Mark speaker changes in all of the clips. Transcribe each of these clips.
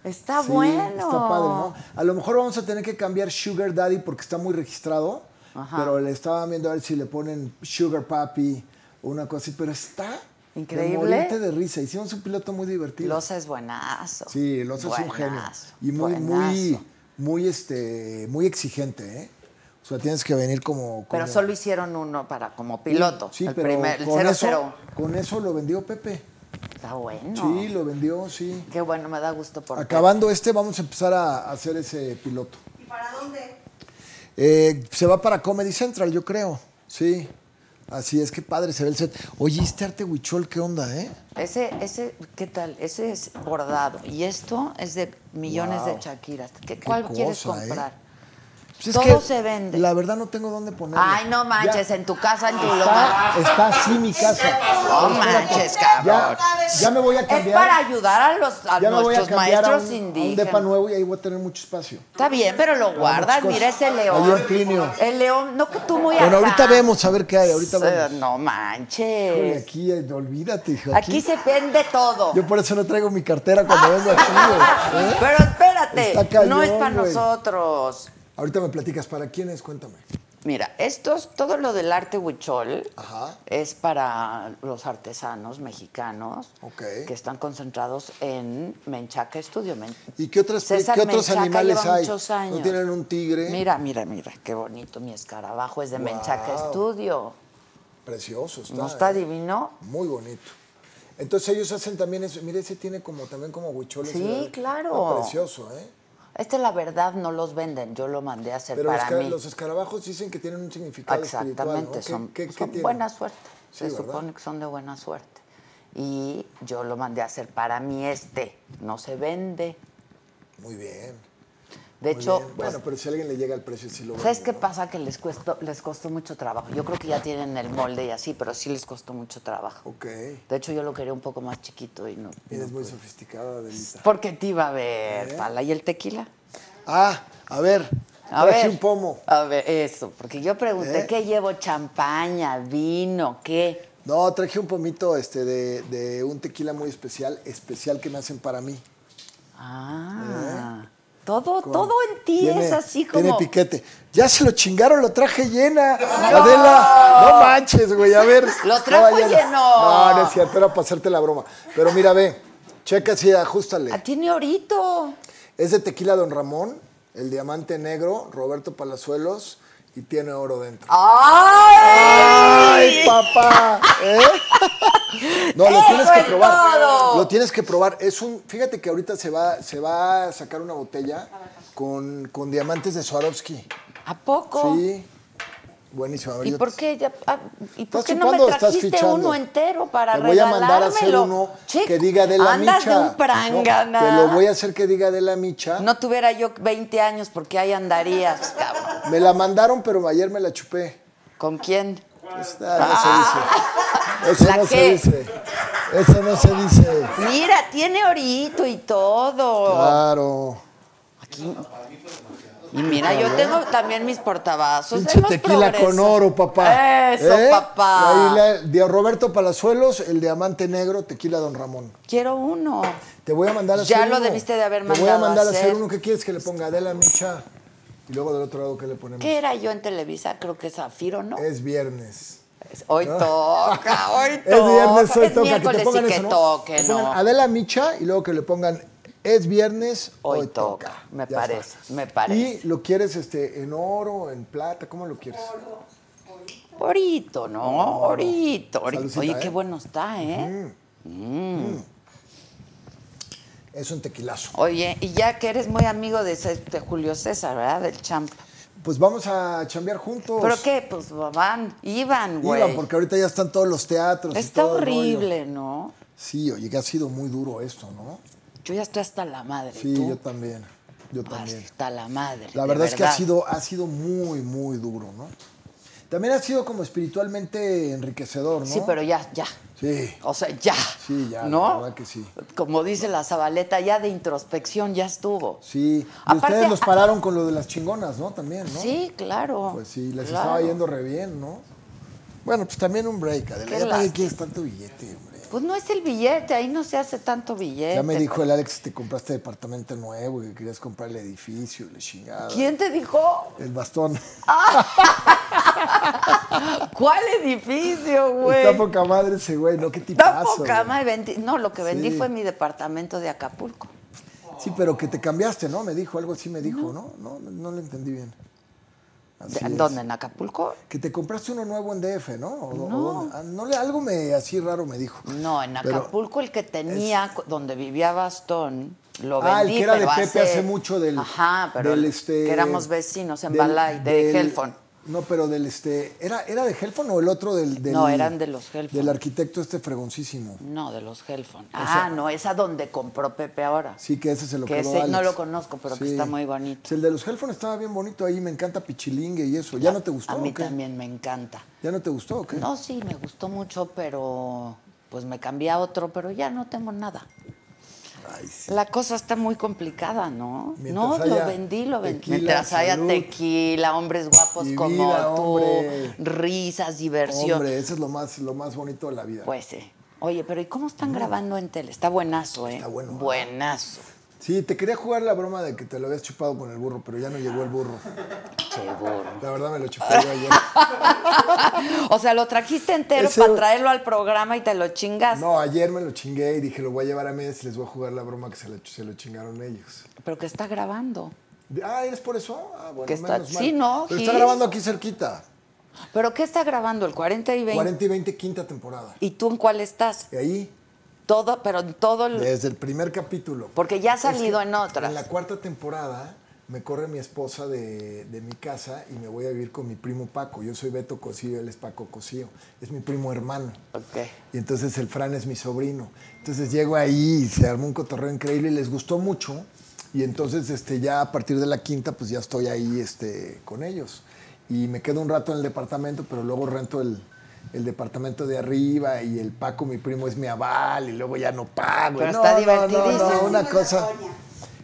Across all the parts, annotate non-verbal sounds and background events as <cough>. Speaker 1: Está
Speaker 2: Sí,
Speaker 1: bueno.
Speaker 2: Está padre, ¿no? A lo mejor vamos a tener que cambiar Sugar Daddy porque está muy registrado.
Speaker 1: Ajá.
Speaker 2: Pero le estaba viendo a ver si le ponen Sugar Papi o una cosa así. Pero está
Speaker 1: Increíble.
Speaker 2: De morirte de risa. Hicimos un piloto muy divertido.
Speaker 1: Loza es buenazo.
Speaker 2: Sí, Loza es un genio.
Speaker 1: Buenazo,
Speaker 2: Y muy, muy,
Speaker 1: buenazo.
Speaker 2: muy, este, muy exigente, ¿eh? O sea, tienes que venir como.
Speaker 1: Pero
Speaker 2: como-
Speaker 1: solo hicieron uno para como piloto.
Speaker 2: Sí,
Speaker 1: el
Speaker 2: pero
Speaker 1: primer, el
Speaker 2: con,
Speaker 1: 001.
Speaker 2: eso, con eso lo vendió Pepe.
Speaker 1: Está bueno.
Speaker 2: Sí, lo vendió, sí.
Speaker 1: Qué bueno, me da gusto por
Speaker 2: Acabando este, vamos a empezar a a hacer ese piloto.
Speaker 3: ¿Y para dónde?
Speaker 2: Eh, se va para Comedy Central, yo creo. Sí. Así es que padre se ve el set. Oye, este arte huichol, ¿qué onda, eh?
Speaker 1: Ese, ese, ¿qué tal? Ese es bordado. Y esto es de millones
Speaker 2: Wow.
Speaker 1: de Shakiras. ¿Qué, ¿Cuál quieres
Speaker 2: cosa, ¿eh?
Speaker 1: comprar?
Speaker 2: Pues es
Speaker 1: Todo
Speaker 2: que
Speaker 1: se vende.
Speaker 2: La verdad no tengo dónde ponerlo.
Speaker 1: Ay, no manches, en tu casa, en tu lugar.
Speaker 2: Está, está así mi casa.
Speaker 1: No manches, cabrón.
Speaker 2: Ya, ya me voy a
Speaker 1: Es
Speaker 2: cambiar.
Speaker 1: para ayudar a los a
Speaker 2: ya me voy a
Speaker 1: nuestros
Speaker 2: cambiar a
Speaker 1: maestros
Speaker 2: un, a un depa
Speaker 1: indígenas.
Speaker 2: nuevo y ahí voy a tener mucho espacio.
Speaker 1: Está bien, pero lo guardas.
Speaker 2: muchas
Speaker 1: Mira
Speaker 2: cosas.
Speaker 1: ese
Speaker 2: Ahí en
Speaker 1: león.
Speaker 2: Plinio.
Speaker 1: El león, no que tú muy
Speaker 2: Bueno,
Speaker 1: acá.
Speaker 2: ahorita vemos, a ver qué hay, ahorita
Speaker 1: Eh,
Speaker 2: vemos.
Speaker 1: No
Speaker 2: Híjole,
Speaker 1: manches.
Speaker 2: Aquí, eh, olvídate, hijo.
Speaker 1: Aquí
Speaker 2: Aquí,
Speaker 1: se vende todo.
Speaker 2: Yo por eso no traigo mi cartera cuando vengo aquí, güey, ¿eh?
Speaker 1: Pero espérate,
Speaker 2: Está cañón,
Speaker 1: no es para
Speaker 2: güey.
Speaker 1: nosotros.
Speaker 2: Ahorita me platicas, ¿para quién es? Cuéntame.
Speaker 1: Mira, estos, todo lo del arte huichol
Speaker 2: Ajá.
Speaker 1: es para los artesanos mexicanos
Speaker 2: Ok.
Speaker 1: que están concentrados en Menchaca Estudio. Men-
Speaker 2: ¿Y qué, otras-
Speaker 1: César
Speaker 2: qué otros
Speaker 1: Menchaca
Speaker 2: animales
Speaker 1: lleva
Speaker 2: hay?
Speaker 1: muchos años.
Speaker 2: ¿No tienen un tigre?
Speaker 1: Mira, mira, mira, qué bonito mi escarabajo es de Menchaca
Speaker 2: Guau.
Speaker 1: Estudio.
Speaker 2: Precioso está.
Speaker 1: ¿No está
Speaker 2: ¿eh?
Speaker 1: divino?
Speaker 2: Muy bonito. Entonces ellos hacen también eso. Mire, ese tiene como también como huicholes.
Speaker 1: Sí,
Speaker 2: ¿verdad?
Speaker 1: claro.
Speaker 2: Está precioso, ¿eh?
Speaker 1: Este la verdad no los venden, yo lo mandé a hacer
Speaker 2: Pero los,
Speaker 1: para
Speaker 2: ca-
Speaker 1: mí.
Speaker 2: los escarabajos dicen que tienen un significado espiritual, ¿no?
Speaker 1: Exactamente,
Speaker 2: ¿Qué-
Speaker 1: son,
Speaker 2: qué- qué
Speaker 1: son
Speaker 2: tienen?
Speaker 1: buena suerte.
Speaker 2: Sí,
Speaker 1: Se
Speaker 2: ¿verdad?
Speaker 1: supone que son de buena suerte. Y yo lo mandé a hacer para mí este. No se vende.
Speaker 2: Muy bien.
Speaker 1: De
Speaker 2: muy
Speaker 1: hecho,
Speaker 2: bien.
Speaker 1: pues,
Speaker 2: bueno, pero si a alguien le llega el precio, sí lo
Speaker 1: ¿sabes
Speaker 2: vende,
Speaker 1: qué
Speaker 2: ¿no?
Speaker 1: pasa? Que les, cuesto- les costó mucho trabajo. Yo creo que ya tienen el molde y así, pero sí les costó mucho trabajo.
Speaker 2: Ok.
Speaker 1: De hecho, yo lo quería un poco más chiquito y no. pues.
Speaker 2: Mira, es muy sofisticada, Adelita.
Speaker 1: Porque te iba a ver,
Speaker 2: ¿Eh?
Speaker 1: Pala. ¿Y el tequila?
Speaker 2: Ah, a ver.
Speaker 1: A
Speaker 2: traje
Speaker 1: ver.
Speaker 2: un pomo.
Speaker 1: A ver, eso. Porque yo pregunté,
Speaker 2: ¿Eh?
Speaker 1: ¿qué llevo? ¿Champaña? ¿Vino? ¿Qué?
Speaker 2: No, traje un pomito este, de, de un tequila muy especial, especial que me hacen para mí.
Speaker 1: Ah. Todo,
Speaker 2: Con-
Speaker 1: todo en ti
Speaker 2: tiene-
Speaker 1: es así
Speaker 2: Tiene
Speaker 1: como.
Speaker 2: piquete. Ya se lo chingaron, lo traje llena. Adela, no manches, güey, a ver.
Speaker 1: Lo
Speaker 2: estaba
Speaker 1: trajo
Speaker 2: llena.
Speaker 1: lleno.
Speaker 2: No, no es cierto, era para hacerte la broma. Pero mira, ve, checa si ajustale.
Speaker 1: Ah, tiene orito.
Speaker 2: Es de tequila Don Ramón, el diamante negro, Roberto Palazuelos, y tiene oro dentro.
Speaker 1: ¡Ay!
Speaker 2: ¡Ay, papá! ¿Eh? No, lo
Speaker 1: ¡Eso
Speaker 2: tienes que
Speaker 1: es
Speaker 2: probar.
Speaker 1: todo!
Speaker 2: Lo tienes que probar. Es un. Fíjate que ahorita se va, se va a sacar una botella con, con diamantes de Swarovski.
Speaker 1: ¿A poco?
Speaker 2: Sí. Buenísimo. a ver,
Speaker 1: ¿Y
Speaker 2: yo-
Speaker 1: por qué, ya- ah, ¿y por
Speaker 2: ¿Estás
Speaker 1: qué no me
Speaker 2: chupando o estás
Speaker 1: trajiste
Speaker 2: fichando?
Speaker 1: uno entero para
Speaker 2: Te voy a mandar a hacer
Speaker 1: regalármelo?
Speaker 2: uno
Speaker 1: Chico,
Speaker 2: que diga de la
Speaker 1: andas de
Speaker 2: micha.
Speaker 1: un prangana.
Speaker 2: No, te lo voy a hacer que diga de la micha.
Speaker 1: No tuviera yo 20 años porque ahí andarías, cabrón.
Speaker 2: Me la mandaron, pero ayer me la chupé.
Speaker 1: ¿Con quién?
Speaker 2: Pues, ah, no se dice. Eso
Speaker 1: ¿La
Speaker 2: no
Speaker 1: qué?
Speaker 2: se dice. Eso no se dice.
Speaker 1: Mira, tiene orito y todo.
Speaker 2: Claro.
Speaker 1: Aquí- Y mira, yo tengo también mis portavasos.
Speaker 2: Pinche
Speaker 1: Hemos
Speaker 2: tequila con
Speaker 1: progresado.
Speaker 2: oro, papá.
Speaker 1: Eso,
Speaker 2: ¿Eh?
Speaker 1: papá.
Speaker 2: Ahí la- de Roberto Palazuelos, el diamante negro, tequila Don Ramón.
Speaker 1: Quiero uno.
Speaker 2: Te voy a mandar a hacer
Speaker 1: Ya
Speaker 2: uno.
Speaker 1: lo debiste de haber
Speaker 2: Te voy
Speaker 1: mandado
Speaker 2: a
Speaker 1: a
Speaker 2: mandar a hacer
Speaker 1: hacer.
Speaker 2: uno. ¿Qué quieres que le ponga? Adela, Micha. Y luego del otro lado, ¿qué le ponemos?
Speaker 1: ¿Qué era yo en Televisa? Creo que Zafiro, ¿no?
Speaker 2: Es viernes.
Speaker 1: Hoy
Speaker 2: <laughs>
Speaker 1: toca, hoy toca.
Speaker 2: Es viernes, hoy
Speaker 1: Es
Speaker 2: toca. Que te
Speaker 1: miércoles y
Speaker 2: pongan
Speaker 1: que
Speaker 2: eso, ¿no?
Speaker 1: toque,
Speaker 2: Que pongan
Speaker 1: ¿no?
Speaker 2: Adela Micha y luego que le pongan es viernes,
Speaker 1: Hoy
Speaker 2: hoy,
Speaker 1: toca.
Speaker 2: toca.
Speaker 1: Me
Speaker 2: Ya
Speaker 1: parece,
Speaker 2: está.
Speaker 1: me parece.
Speaker 2: ¿Y lo quieres este, en oro, en plata? ¿Cómo lo quieres?
Speaker 1: Orito, ¿no? Orito, orito.
Speaker 2: Saludcita,
Speaker 1: Oye,
Speaker 2: ¿eh?
Speaker 1: qué bueno está, ¿eh?
Speaker 2: Es un tequilazo.
Speaker 1: Oye, y ya que eres muy amigo de, Cés- de Julio César, ¿verdad? Del champ.
Speaker 2: Pues vamos a chambear juntos.
Speaker 1: ¿Pero qué? Pues van, iban, güey.
Speaker 2: Iban, porque ahorita ya están todos los teatros. y
Speaker 1: Está
Speaker 2: todo el rollo.
Speaker 1: horrible, ¿no?
Speaker 2: Sí, oye, que ha sido muy duro esto, ¿no?
Speaker 1: Yo ya estoy hasta la madre.
Speaker 2: Sí,
Speaker 1: ¿tú?
Speaker 2: yo también. Yo también.
Speaker 1: Hasta la madre.
Speaker 2: La
Speaker 1: de
Speaker 2: verdad es que ha sido, ha sido muy, muy duro, ¿no? También ha sido como espiritualmente enriquecedor, ¿no?
Speaker 1: Sí, pero ya, ya.
Speaker 2: Sí.
Speaker 1: O sea, ya.
Speaker 2: Sí, ya, la
Speaker 1: ¿No?
Speaker 2: verdad que sí.
Speaker 1: Como dice la Zabaleta, ya de introspección ya estuvo.
Speaker 2: Sí. Y
Speaker 1: Aparte,
Speaker 2: ustedes los
Speaker 1: ah,
Speaker 2: pararon con lo de las chingonas, ¿no? También, ¿no?
Speaker 1: Sí, claro.
Speaker 2: Pues sí, les
Speaker 1: claro.
Speaker 2: estaba yendo re bien, ¿no? Bueno, pues también un break, Adela.
Speaker 1: Qué
Speaker 2: Ya para qué
Speaker 1: lástima.
Speaker 2: quieres tanto billete, hombre.
Speaker 1: Pues no es el billete, ahí no se hace tanto billete.
Speaker 2: Ya me dijo el Alex que te compraste departamento nuevo y que querías comprar el edificio, la chingada.
Speaker 1: ¿Quién te dijo?
Speaker 2: El bastón. <laughs>
Speaker 1: ¿Cuál edificio, güey?
Speaker 2: Está poca madre ese güey, ¿no? ¿Qué
Speaker 1: Está
Speaker 2: tipazo?
Speaker 1: poca
Speaker 2: güey.
Speaker 1: madre, vendí- No, lo que vendí
Speaker 2: Sí.
Speaker 1: fue mi departamento de Acapulco.
Speaker 2: Sí, pero que te cambiaste, ¿no? Me dijo, algo así me dijo, ¿no? No, no, lo entendí bien. Así
Speaker 1: ¿En
Speaker 2: es.
Speaker 1: ¿Dónde? ¿En Acapulco?
Speaker 2: Que te compraste uno nuevo en DF, ¿no? ¿O do- o
Speaker 1: No. Mm.
Speaker 2: dónde? Ah, no le, algo me, así raro me dijo.
Speaker 1: No, en
Speaker 2: Pero-
Speaker 1: Acapulco el que tenía, cu- donde vivía Bastón, lo vendí.
Speaker 2: ah, el que era de
Speaker 1: pero
Speaker 2: Pepe hace, mucho del.
Speaker 1: Ajá, pero
Speaker 2: del,
Speaker 1: el-
Speaker 2: este,
Speaker 1: que éramos vecinos en
Speaker 2: del-
Speaker 1: Balay, de
Speaker 2: del-
Speaker 1: Helfon.
Speaker 2: No, pero del este. ¿Era, era de Helfon o el otro del, del-
Speaker 1: No, eran de los Helfon.
Speaker 2: Del arquitecto este fregoncísimo.
Speaker 1: No, de los Helfon. ah, no, esa donde compró Pepe ahora.
Speaker 2: Sí, que ese se lo
Speaker 1: Que
Speaker 2: quedó
Speaker 1: ese no
Speaker 2: Alex.
Speaker 1: lo conozco, pero que está muy bonito.
Speaker 2: Sí, El de los Helfon estaba bien bonito ahí, me encanta Pichilingue y eso. ¿Ya no te gustó?
Speaker 1: A mí
Speaker 2: o qué?
Speaker 1: también me encanta.
Speaker 2: ¿Ya no te gustó o qué?
Speaker 1: No, sí, me gustó mucho, pero pues me cambié a otro, pero ya no tengo nada.
Speaker 2: Ay, sí.
Speaker 1: La cosa está muy complicada, ¿no?
Speaker 2: Mientras
Speaker 1: no,
Speaker 2: haya
Speaker 1: lo vendí, lo vendí.
Speaker 2: tequila,
Speaker 1: Mientras haya
Speaker 2: salud.
Speaker 1: tequila, hombres guapos
Speaker 2: Y
Speaker 1: como
Speaker 2: vida,
Speaker 1: tú,
Speaker 2: hombre.
Speaker 1: risas, diversión.
Speaker 2: Hombre, eso es lo más, lo más bonito de la vida.
Speaker 1: Pues sí. Oye, pero ¿y cómo están grabando en tele? Está buenazo, ¿eh?
Speaker 2: Está bueno.
Speaker 1: Buenazo.
Speaker 2: Sí, te quería jugar la broma de que te lo habías chupado con el burro, pero ya no llegó el burro.
Speaker 1: Seguro.
Speaker 2: La verdad me lo chupé yo ayer.
Speaker 1: O sea, lo trajiste entero
Speaker 2: Ese-
Speaker 1: para traerlo al programa y te lo chingas.
Speaker 2: No, ayer me lo chingué y dije, lo voy a llevar a Méndez y les voy a jugar la broma que se, le- se lo chingaron ellos.
Speaker 1: Pero que está grabando.
Speaker 2: De- Ah, ¿eres por eso? Ah, bueno,
Speaker 1: Que está-
Speaker 2: menos mal.
Speaker 1: sí, ¿no,
Speaker 2: Pero está
Speaker 1: Gis?
Speaker 2: grabando aquí cerquita.
Speaker 1: ¿Pero qué está grabando? ¿El 40 y 20?
Speaker 2: 40 y 20, quinta temporada.
Speaker 1: ¿Y tú en cuál estás?
Speaker 2: Y ahí,
Speaker 1: Todo, pero en todo el...
Speaker 2: desde el primer capítulo.
Speaker 1: Porque ya ha
Speaker 2: Es que
Speaker 1: salido en otras.
Speaker 2: En la cuarta temporada me corre mi esposa de, de mi casa y me voy a vivir con mi primo Paco. Yo soy Beto Cosío, él es Paco Cosío. Es mi primo hermano.
Speaker 1: Ok.
Speaker 2: Y entonces el Fran es mi sobrino. Entonces llego ahí y se armó un cotorreo increíble y les gustó mucho. Y entonces este, ya a partir de la quinta, pues ya estoy ahí este, con ellos. Y me quedo un rato en el departamento, pero luego rento el, el departamento de arriba y el Paco, mi primo, es mi aval y luego ya no pago.
Speaker 1: Pero
Speaker 2: No,
Speaker 1: está
Speaker 2: no,
Speaker 1: divertidísimo.
Speaker 2: No, no, una cosa...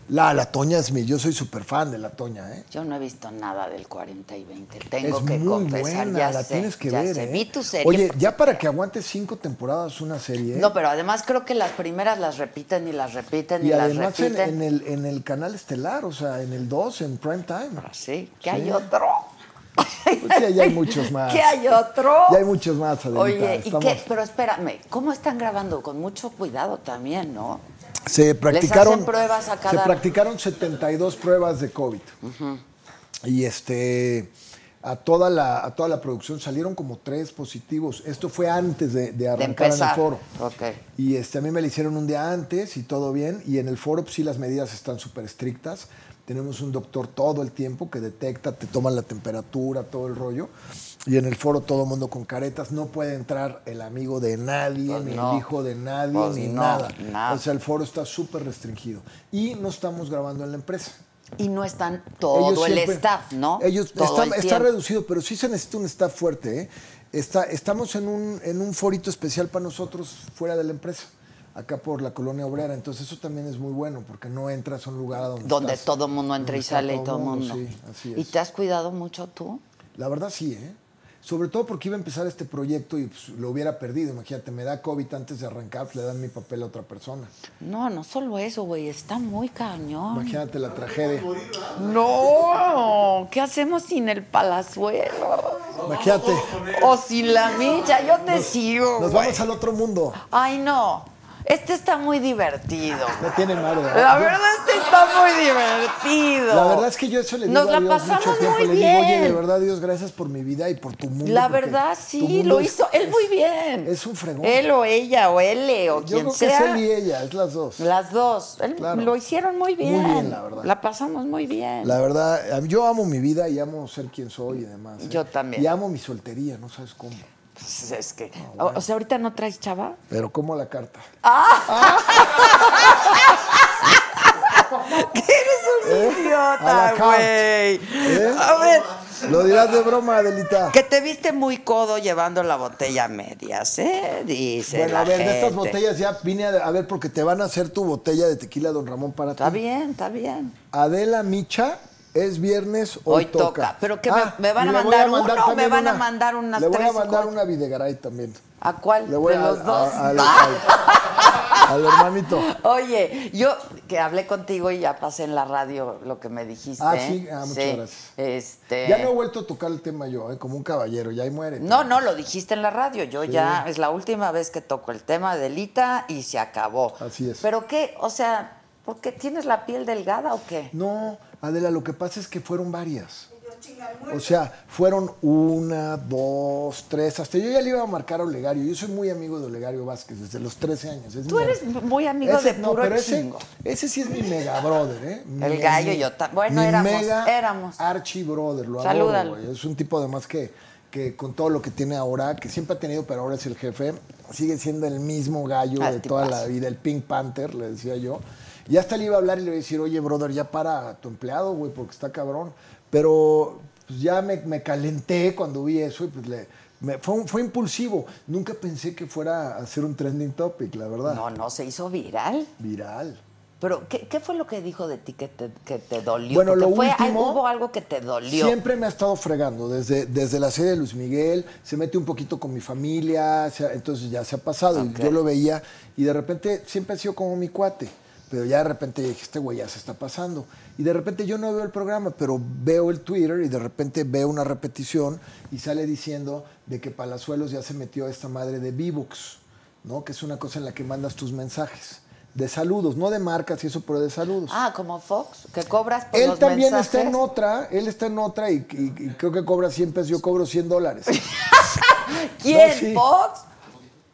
Speaker 2: La, la Toña es mi, yo soy súper fan de la Toña, ¿eh?
Speaker 1: Yo no he visto nada del 40 y 20. Tengo
Speaker 2: es
Speaker 1: que
Speaker 2: muy
Speaker 1: confesar,
Speaker 2: buena,
Speaker 1: ya
Speaker 2: la
Speaker 1: sé,
Speaker 2: tienes que
Speaker 1: ya
Speaker 2: ver.
Speaker 1: sé.
Speaker 2: ¿eh?
Speaker 1: Vi tu serie.
Speaker 2: Oye,
Speaker 1: porque-
Speaker 2: ya para que aguantes cinco temporadas una serie. ¿eh?
Speaker 1: No, pero además creo que las primeras las repiten y las repiten y,
Speaker 2: Y
Speaker 1: las
Speaker 2: además en,
Speaker 1: repiten.
Speaker 2: en el, en el canal estelar, o sea, en el 2, en prime time.
Speaker 1: Ah, Sí, que hay
Speaker 2: Sí.
Speaker 1: otro.
Speaker 2: Pues sí, ya hay
Speaker 1: <laughs>
Speaker 2: muchos más.
Speaker 1: Que hay otro.
Speaker 2: Ya hay muchos más, Adelita.
Speaker 1: Oye,
Speaker 2: Estamos-
Speaker 1: ¿y qué? Pero espérame, ¿cómo están grabando? Con mucho cuidado también, ¿no?
Speaker 2: Se practicaron.
Speaker 1: hacen pruebas a cada-
Speaker 2: Se practicaron 72 pruebas de COVID. Y este. A toda, la, a toda la producción salieron como tres positivos. Esto fue antes de, de arrancar en el
Speaker 1: empezar.
Speaker 2: foro.
Speaker 1: Ok.
Speaker 2: Y este, a mí me lo hicieron un día antes y todo bien. Y en el foro pues, sí las medidas están súper estrictas. Tenemos un doctor todo el tiempo que detecta, te toman la temperatura, todo el rollo. Y en el foro todo el mundo con caretas. No puede entrar el amigo de nadie,
Speaker 1: Pues
Speaker 2: ni
Speaker 1: no.
Speaker 2: el hijo de nadie,
Speaker 1: Pues
Speaker 2: ni
Speaker 1: no,
Speaker 2: nada.
Speaker 1: nada.
Speaker 2: O sea, el foro está súper restringido. Y no estamos grabando en la empresa.
Speaker 1: Y no están todo
Speaker 2: Ellos
Speaker 1: el
Speaker 2: siempre-
Speaker 1: staff, ¿no?
Speaker 2: Ellos
Speaker 1: Todo
Speaker 2: está,
Speaker 1: el
Speaker 2: está
Speaker 1: tiempo.
Speaker 2: reducido, pero sí se necesita un staff fuerte. ¿eh? Está, estamos en un, en un forito especial para nosotros fuera de la empresa, acá por la colonia obrera. Entonces eso también es muy bueno porque no entras a un lugar a donde
Speaker 1: Donde
Speaker 2: estás,
Speaker 1: todo el mundo entra
Speaker 2: donde
Speaker 1: y
Speaker 2: está
Speaker 1: sale y todo el mundo.
Speaker 2: Sí, así es.
Speaker 1: ¿Y te has cuidado mucho tú?
Speaker 2: La verdad sí, ¿eh? Sobre todo porque iba a empezar este proyecto y pues, lo hubiera perdido. Imagínate, me da COVID antes de arrancar, pues, le dan mi papel a otra persona.
Speaker 1: No, no solo eso, güey, está muy cañón.
Speaker 2: Imagínate la tragedia.
Speaker 1: No, ¿qué hacemos sin el palazuelo?
Speaker 2: Imagínate,
Speaker 1: O sin la micha, yo te sigo.
Speaker 2: nos
Speaker 1: güey.
Speaker 2: vamos al otro mundo.
Speaker 1: Ay, no, este está muy divertido.
Speaker 2: No tiene madre. ¿eh?
Speaker 1: La verdad, este está muy divertido.
Speaker 2: La verdad es que yo eso le digo
Speaker 1: Nos
Speaker 2: a
Speaker 1: la
Speaker 2: Dios
Speaker 1: pasamos
Speaker 2: mucho tiempo.
Speaker 1: muy
Speaker 2: le digo, oye, de
Speaker 1: bien.
Speaker 2: verdad, Dios, gracias por mi vida y por tu mundo.
Speaker 1: La
Speaker 2: porque
Speaker 1: verdad,
Speaker 2: tu
Speaker 1: sí,
Speaker 2: mundo
Speaker 1: lo
Speaker 2: es-
Speaker 1: hizo él
Speaker 2: es-
Speaker 1: muy bien.
Speaker 2: Es un fregón.
Speaker 1: Él o ella o él o
Speaker 2: Yo
Speaker 1: quien
Speaker 2: creo
Speaker 1: sea.
Speaker 2: que es él y ella, es las dos. La,
Speaker 1: Las dos. Él-
Speaker 2: Claro.
Speaker 1: Lo hicieron muy bien.
Speaker 2: bien, la verdad.
Speaker 1: pasamos muy bien.
Speaker 2: verdad, a mí- yo amo mi vida y amo ser quien soy y demás. ¿eh?
Speaker 1: Yo también.
Speaker 2: Y amo mi soltería, no sabes cómo.
Speaker 1: Pues es que.
Speaker 2: Ah,
Speaker 1: O, o sea, ahorita no traes
Speaker 2: <laughs>
Speaker 1: chava.
Speaker 2: Pero como la carta.
Speaker 1: Eres un
Speaker 2: ¿Eh? a
Speaker 1: idiota,
Speaker 2: la count.
Speaker 1: güey.
Speaker 2: ¿Eh?
Speaker 1: A ver,
Speaker 2: Lo dirás de broma, Adelita.
Speaker 1: que te viste muy codo llevando la botella a medias, ¿eh? Dice.
Speaker 2: Bueno,
Speaker 1: la
Speaker 2: a ver, de estas
Speaker 1: gente.
Speaker 2: botellas ya vine a, a ver porque te van a hacer tu botella de tequila, don Ramón, para
Speaker 1: Está
Speaker 2: ti.
Speaker 1: bien, está bien.
Speaker 2: Adela Micha, es viernes, hoy, Ah,
Speaker 1: Hoy toca. Pero que me- me van
Speaker 2: y
Speaker 1: a
Speaker 2: le voy
Speaker 1: mandar uno o me
Speaker 2: también
Speaker 1: van a mandar unas
Speaker 2: Le voy
Speaker 1: tres
Speaker 2: a
Speaker 1: o
Speaker 2: mandar
Speaker 1: cuatro.
Speaker 2: una Videgaray también.
Speaker 1: ¿A cuál?
Speaker 2: Le voy
Speaker 1: de
Speaker 2: a-
Speaker 1: los
Speaker 2: a-
Speaker 1: dos. <laughs>
Speaker 2: al- al- al hermanito.
Speaker 1: Oye, yo que hablé contigo y ya pasé en la radio lo que me dijiste.
Speaker 2: Ah,
Speaker 1: ¿eh?
Speaker 2: sí, ah, muchas gracias.
Speaker 1: Este,
Speaker 2: Ya no he vuelto a tocar el tema yo, ¿eh? como un caballero, ya ahí muere.
Speaker 1: No, no, lo dijiste en la radio. Yo ya es la última vez que toco el tema de Lita y se acabó.
Speaker 2: Así es.
Speaker 1: Pero qué, o sea, ¿por qué tienes la piel delgada o qué?
Speaker 2: No, Adela, lo que pasa es que fueron varias. O sea, fueron una, dos, tres, hasta yo ya le iba a marcar a Olegario. Yo soy muy amigo de Olegario Vázquez desde los 13 años. Es
Speaker 1: Tú
Speaker 2: mi-
Speaker 1: eres muy amigo de puro
Speaker 2: ese,
Speaker 1: chingo.
Speaker 2: ese sí es mi mega brother, ¿eh? Mi-
Speaker 1: El gallo
Speaker 2: mi-
Speaker 1: yo ta- bueno,
Speaker 2: mi
Speaker 1: éramos,
Speaker 2: mega
Speaker 1: éramos.
Speaker 2: Archie brother, lo
Speaker 1: Salúdalo.
Speaker 2: adoro, güey. Es un tipo además que, que con todo lo que tiene ahora, que siempre ha tenido, pero ahora es el jefe, sigue siendo el mismo gallo
Speaker 1: Ah,
Speaker 2: de toda
Speaker 1: tipazo.
Speaker 2: la vida, el Pink Panther, le decía yo. Y hasta le iba a hablar y le iba a decir, oye, brother, ya para a tu empleado, güey, porque está cabrón. Pero pues, ya me, me calenté cuando vi eso y pues le... me- fue, un- fue impulsivo. Nunca pensé que fuera a ser un trending topic, la verdad.
Speaker 1: No, no, se hizo viral.
Speaker 2: Viral.
Speaker 1: Pero, ¿qué, qué fue lo que dijo de ti que te, que te dolió?
Speaker 2: Bueno,
Speaker 1: Porque
Speaker 2: lo
Speaker 1: fue- ay,
Speaker 2: último-
Speaker 1: hubo algo que te dolió.
Speaker 2: Siempre me ha estado fregando, desde, desde la serie de Luis Miguel, se mete un poquito con mi familia, se ha- entonces ya se ha pasado, y
Speaker 1: Ok.
Speaker 2: yo lo veía y de repente siempre ha sido como mi cuate, pero ya de repente dije, este güey ya se está pasando. Y de repente yo no veo el programa, pero veo el Twitter y de repente veo una repetición y sale diciendo de que Palazuelos ya se metió a esta madre de Vivox, ¿no? que es una cosa en la que mandas tus mensajes. De saludos, no de marcas y eso, pero de saludos.
Speaker 1: Ah, como Fox, que cobras por
Speaker 2: Él
Speaker 1: los
Speaker 2: también
Speaker 1: mensajes.
Speaker 2: está en otra, él está en otra y, y- y creo que cobra 100 pesos, yo cobro
Speaker 1: <laughs>
Speaker 2: 100 dólares.
Speaker 1: ¿Quién?
Speaker 2: No, sí.
Speaker 1: ¿Fox?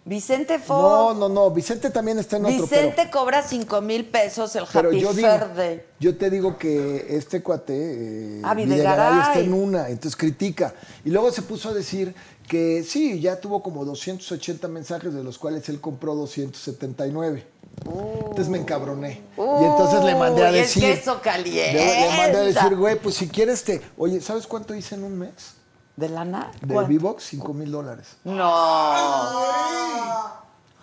Speaker 1: ¿Vicente
Speaker 2: No,
Speaker 1: Fox?
Speaker 2: no, no, Vicente también está en otro. pero-
Speaker 1: Oh. Vicente cobra 5 mil pesos el
Speaker 2: pero,
Speaker 1: Happy
Speaker 2: yo digo,
Speaker 1: Verde.
Speaker 2: yo te digo que este cuate, eh,
Speaker 1: Ah, Videgaray.
Speaker 2: Videgaray está en una, entonces critica. Y luego se puso a decir que sí, ya tuvo como 280 mensajes, de los cuales él compró 279. Entonces me encabroné. y entonces le mandé a
Speaker 1: Uy,
Speaker 2: decir.
Speaker 1: Es que eso
Speaker 2: le,
Speaker 1: calienta.
Speaker 2: le mandé a decir, güey, pues si quieres te. Oye, ¿sabes cuánto hice en un mes?
Speaker 1: ¿De lana?
Speaker 2: De
Speaker 1: ¿Cuánto?
Speaker 2: Vivox, 5 mil dólares.
Speaker 1: No.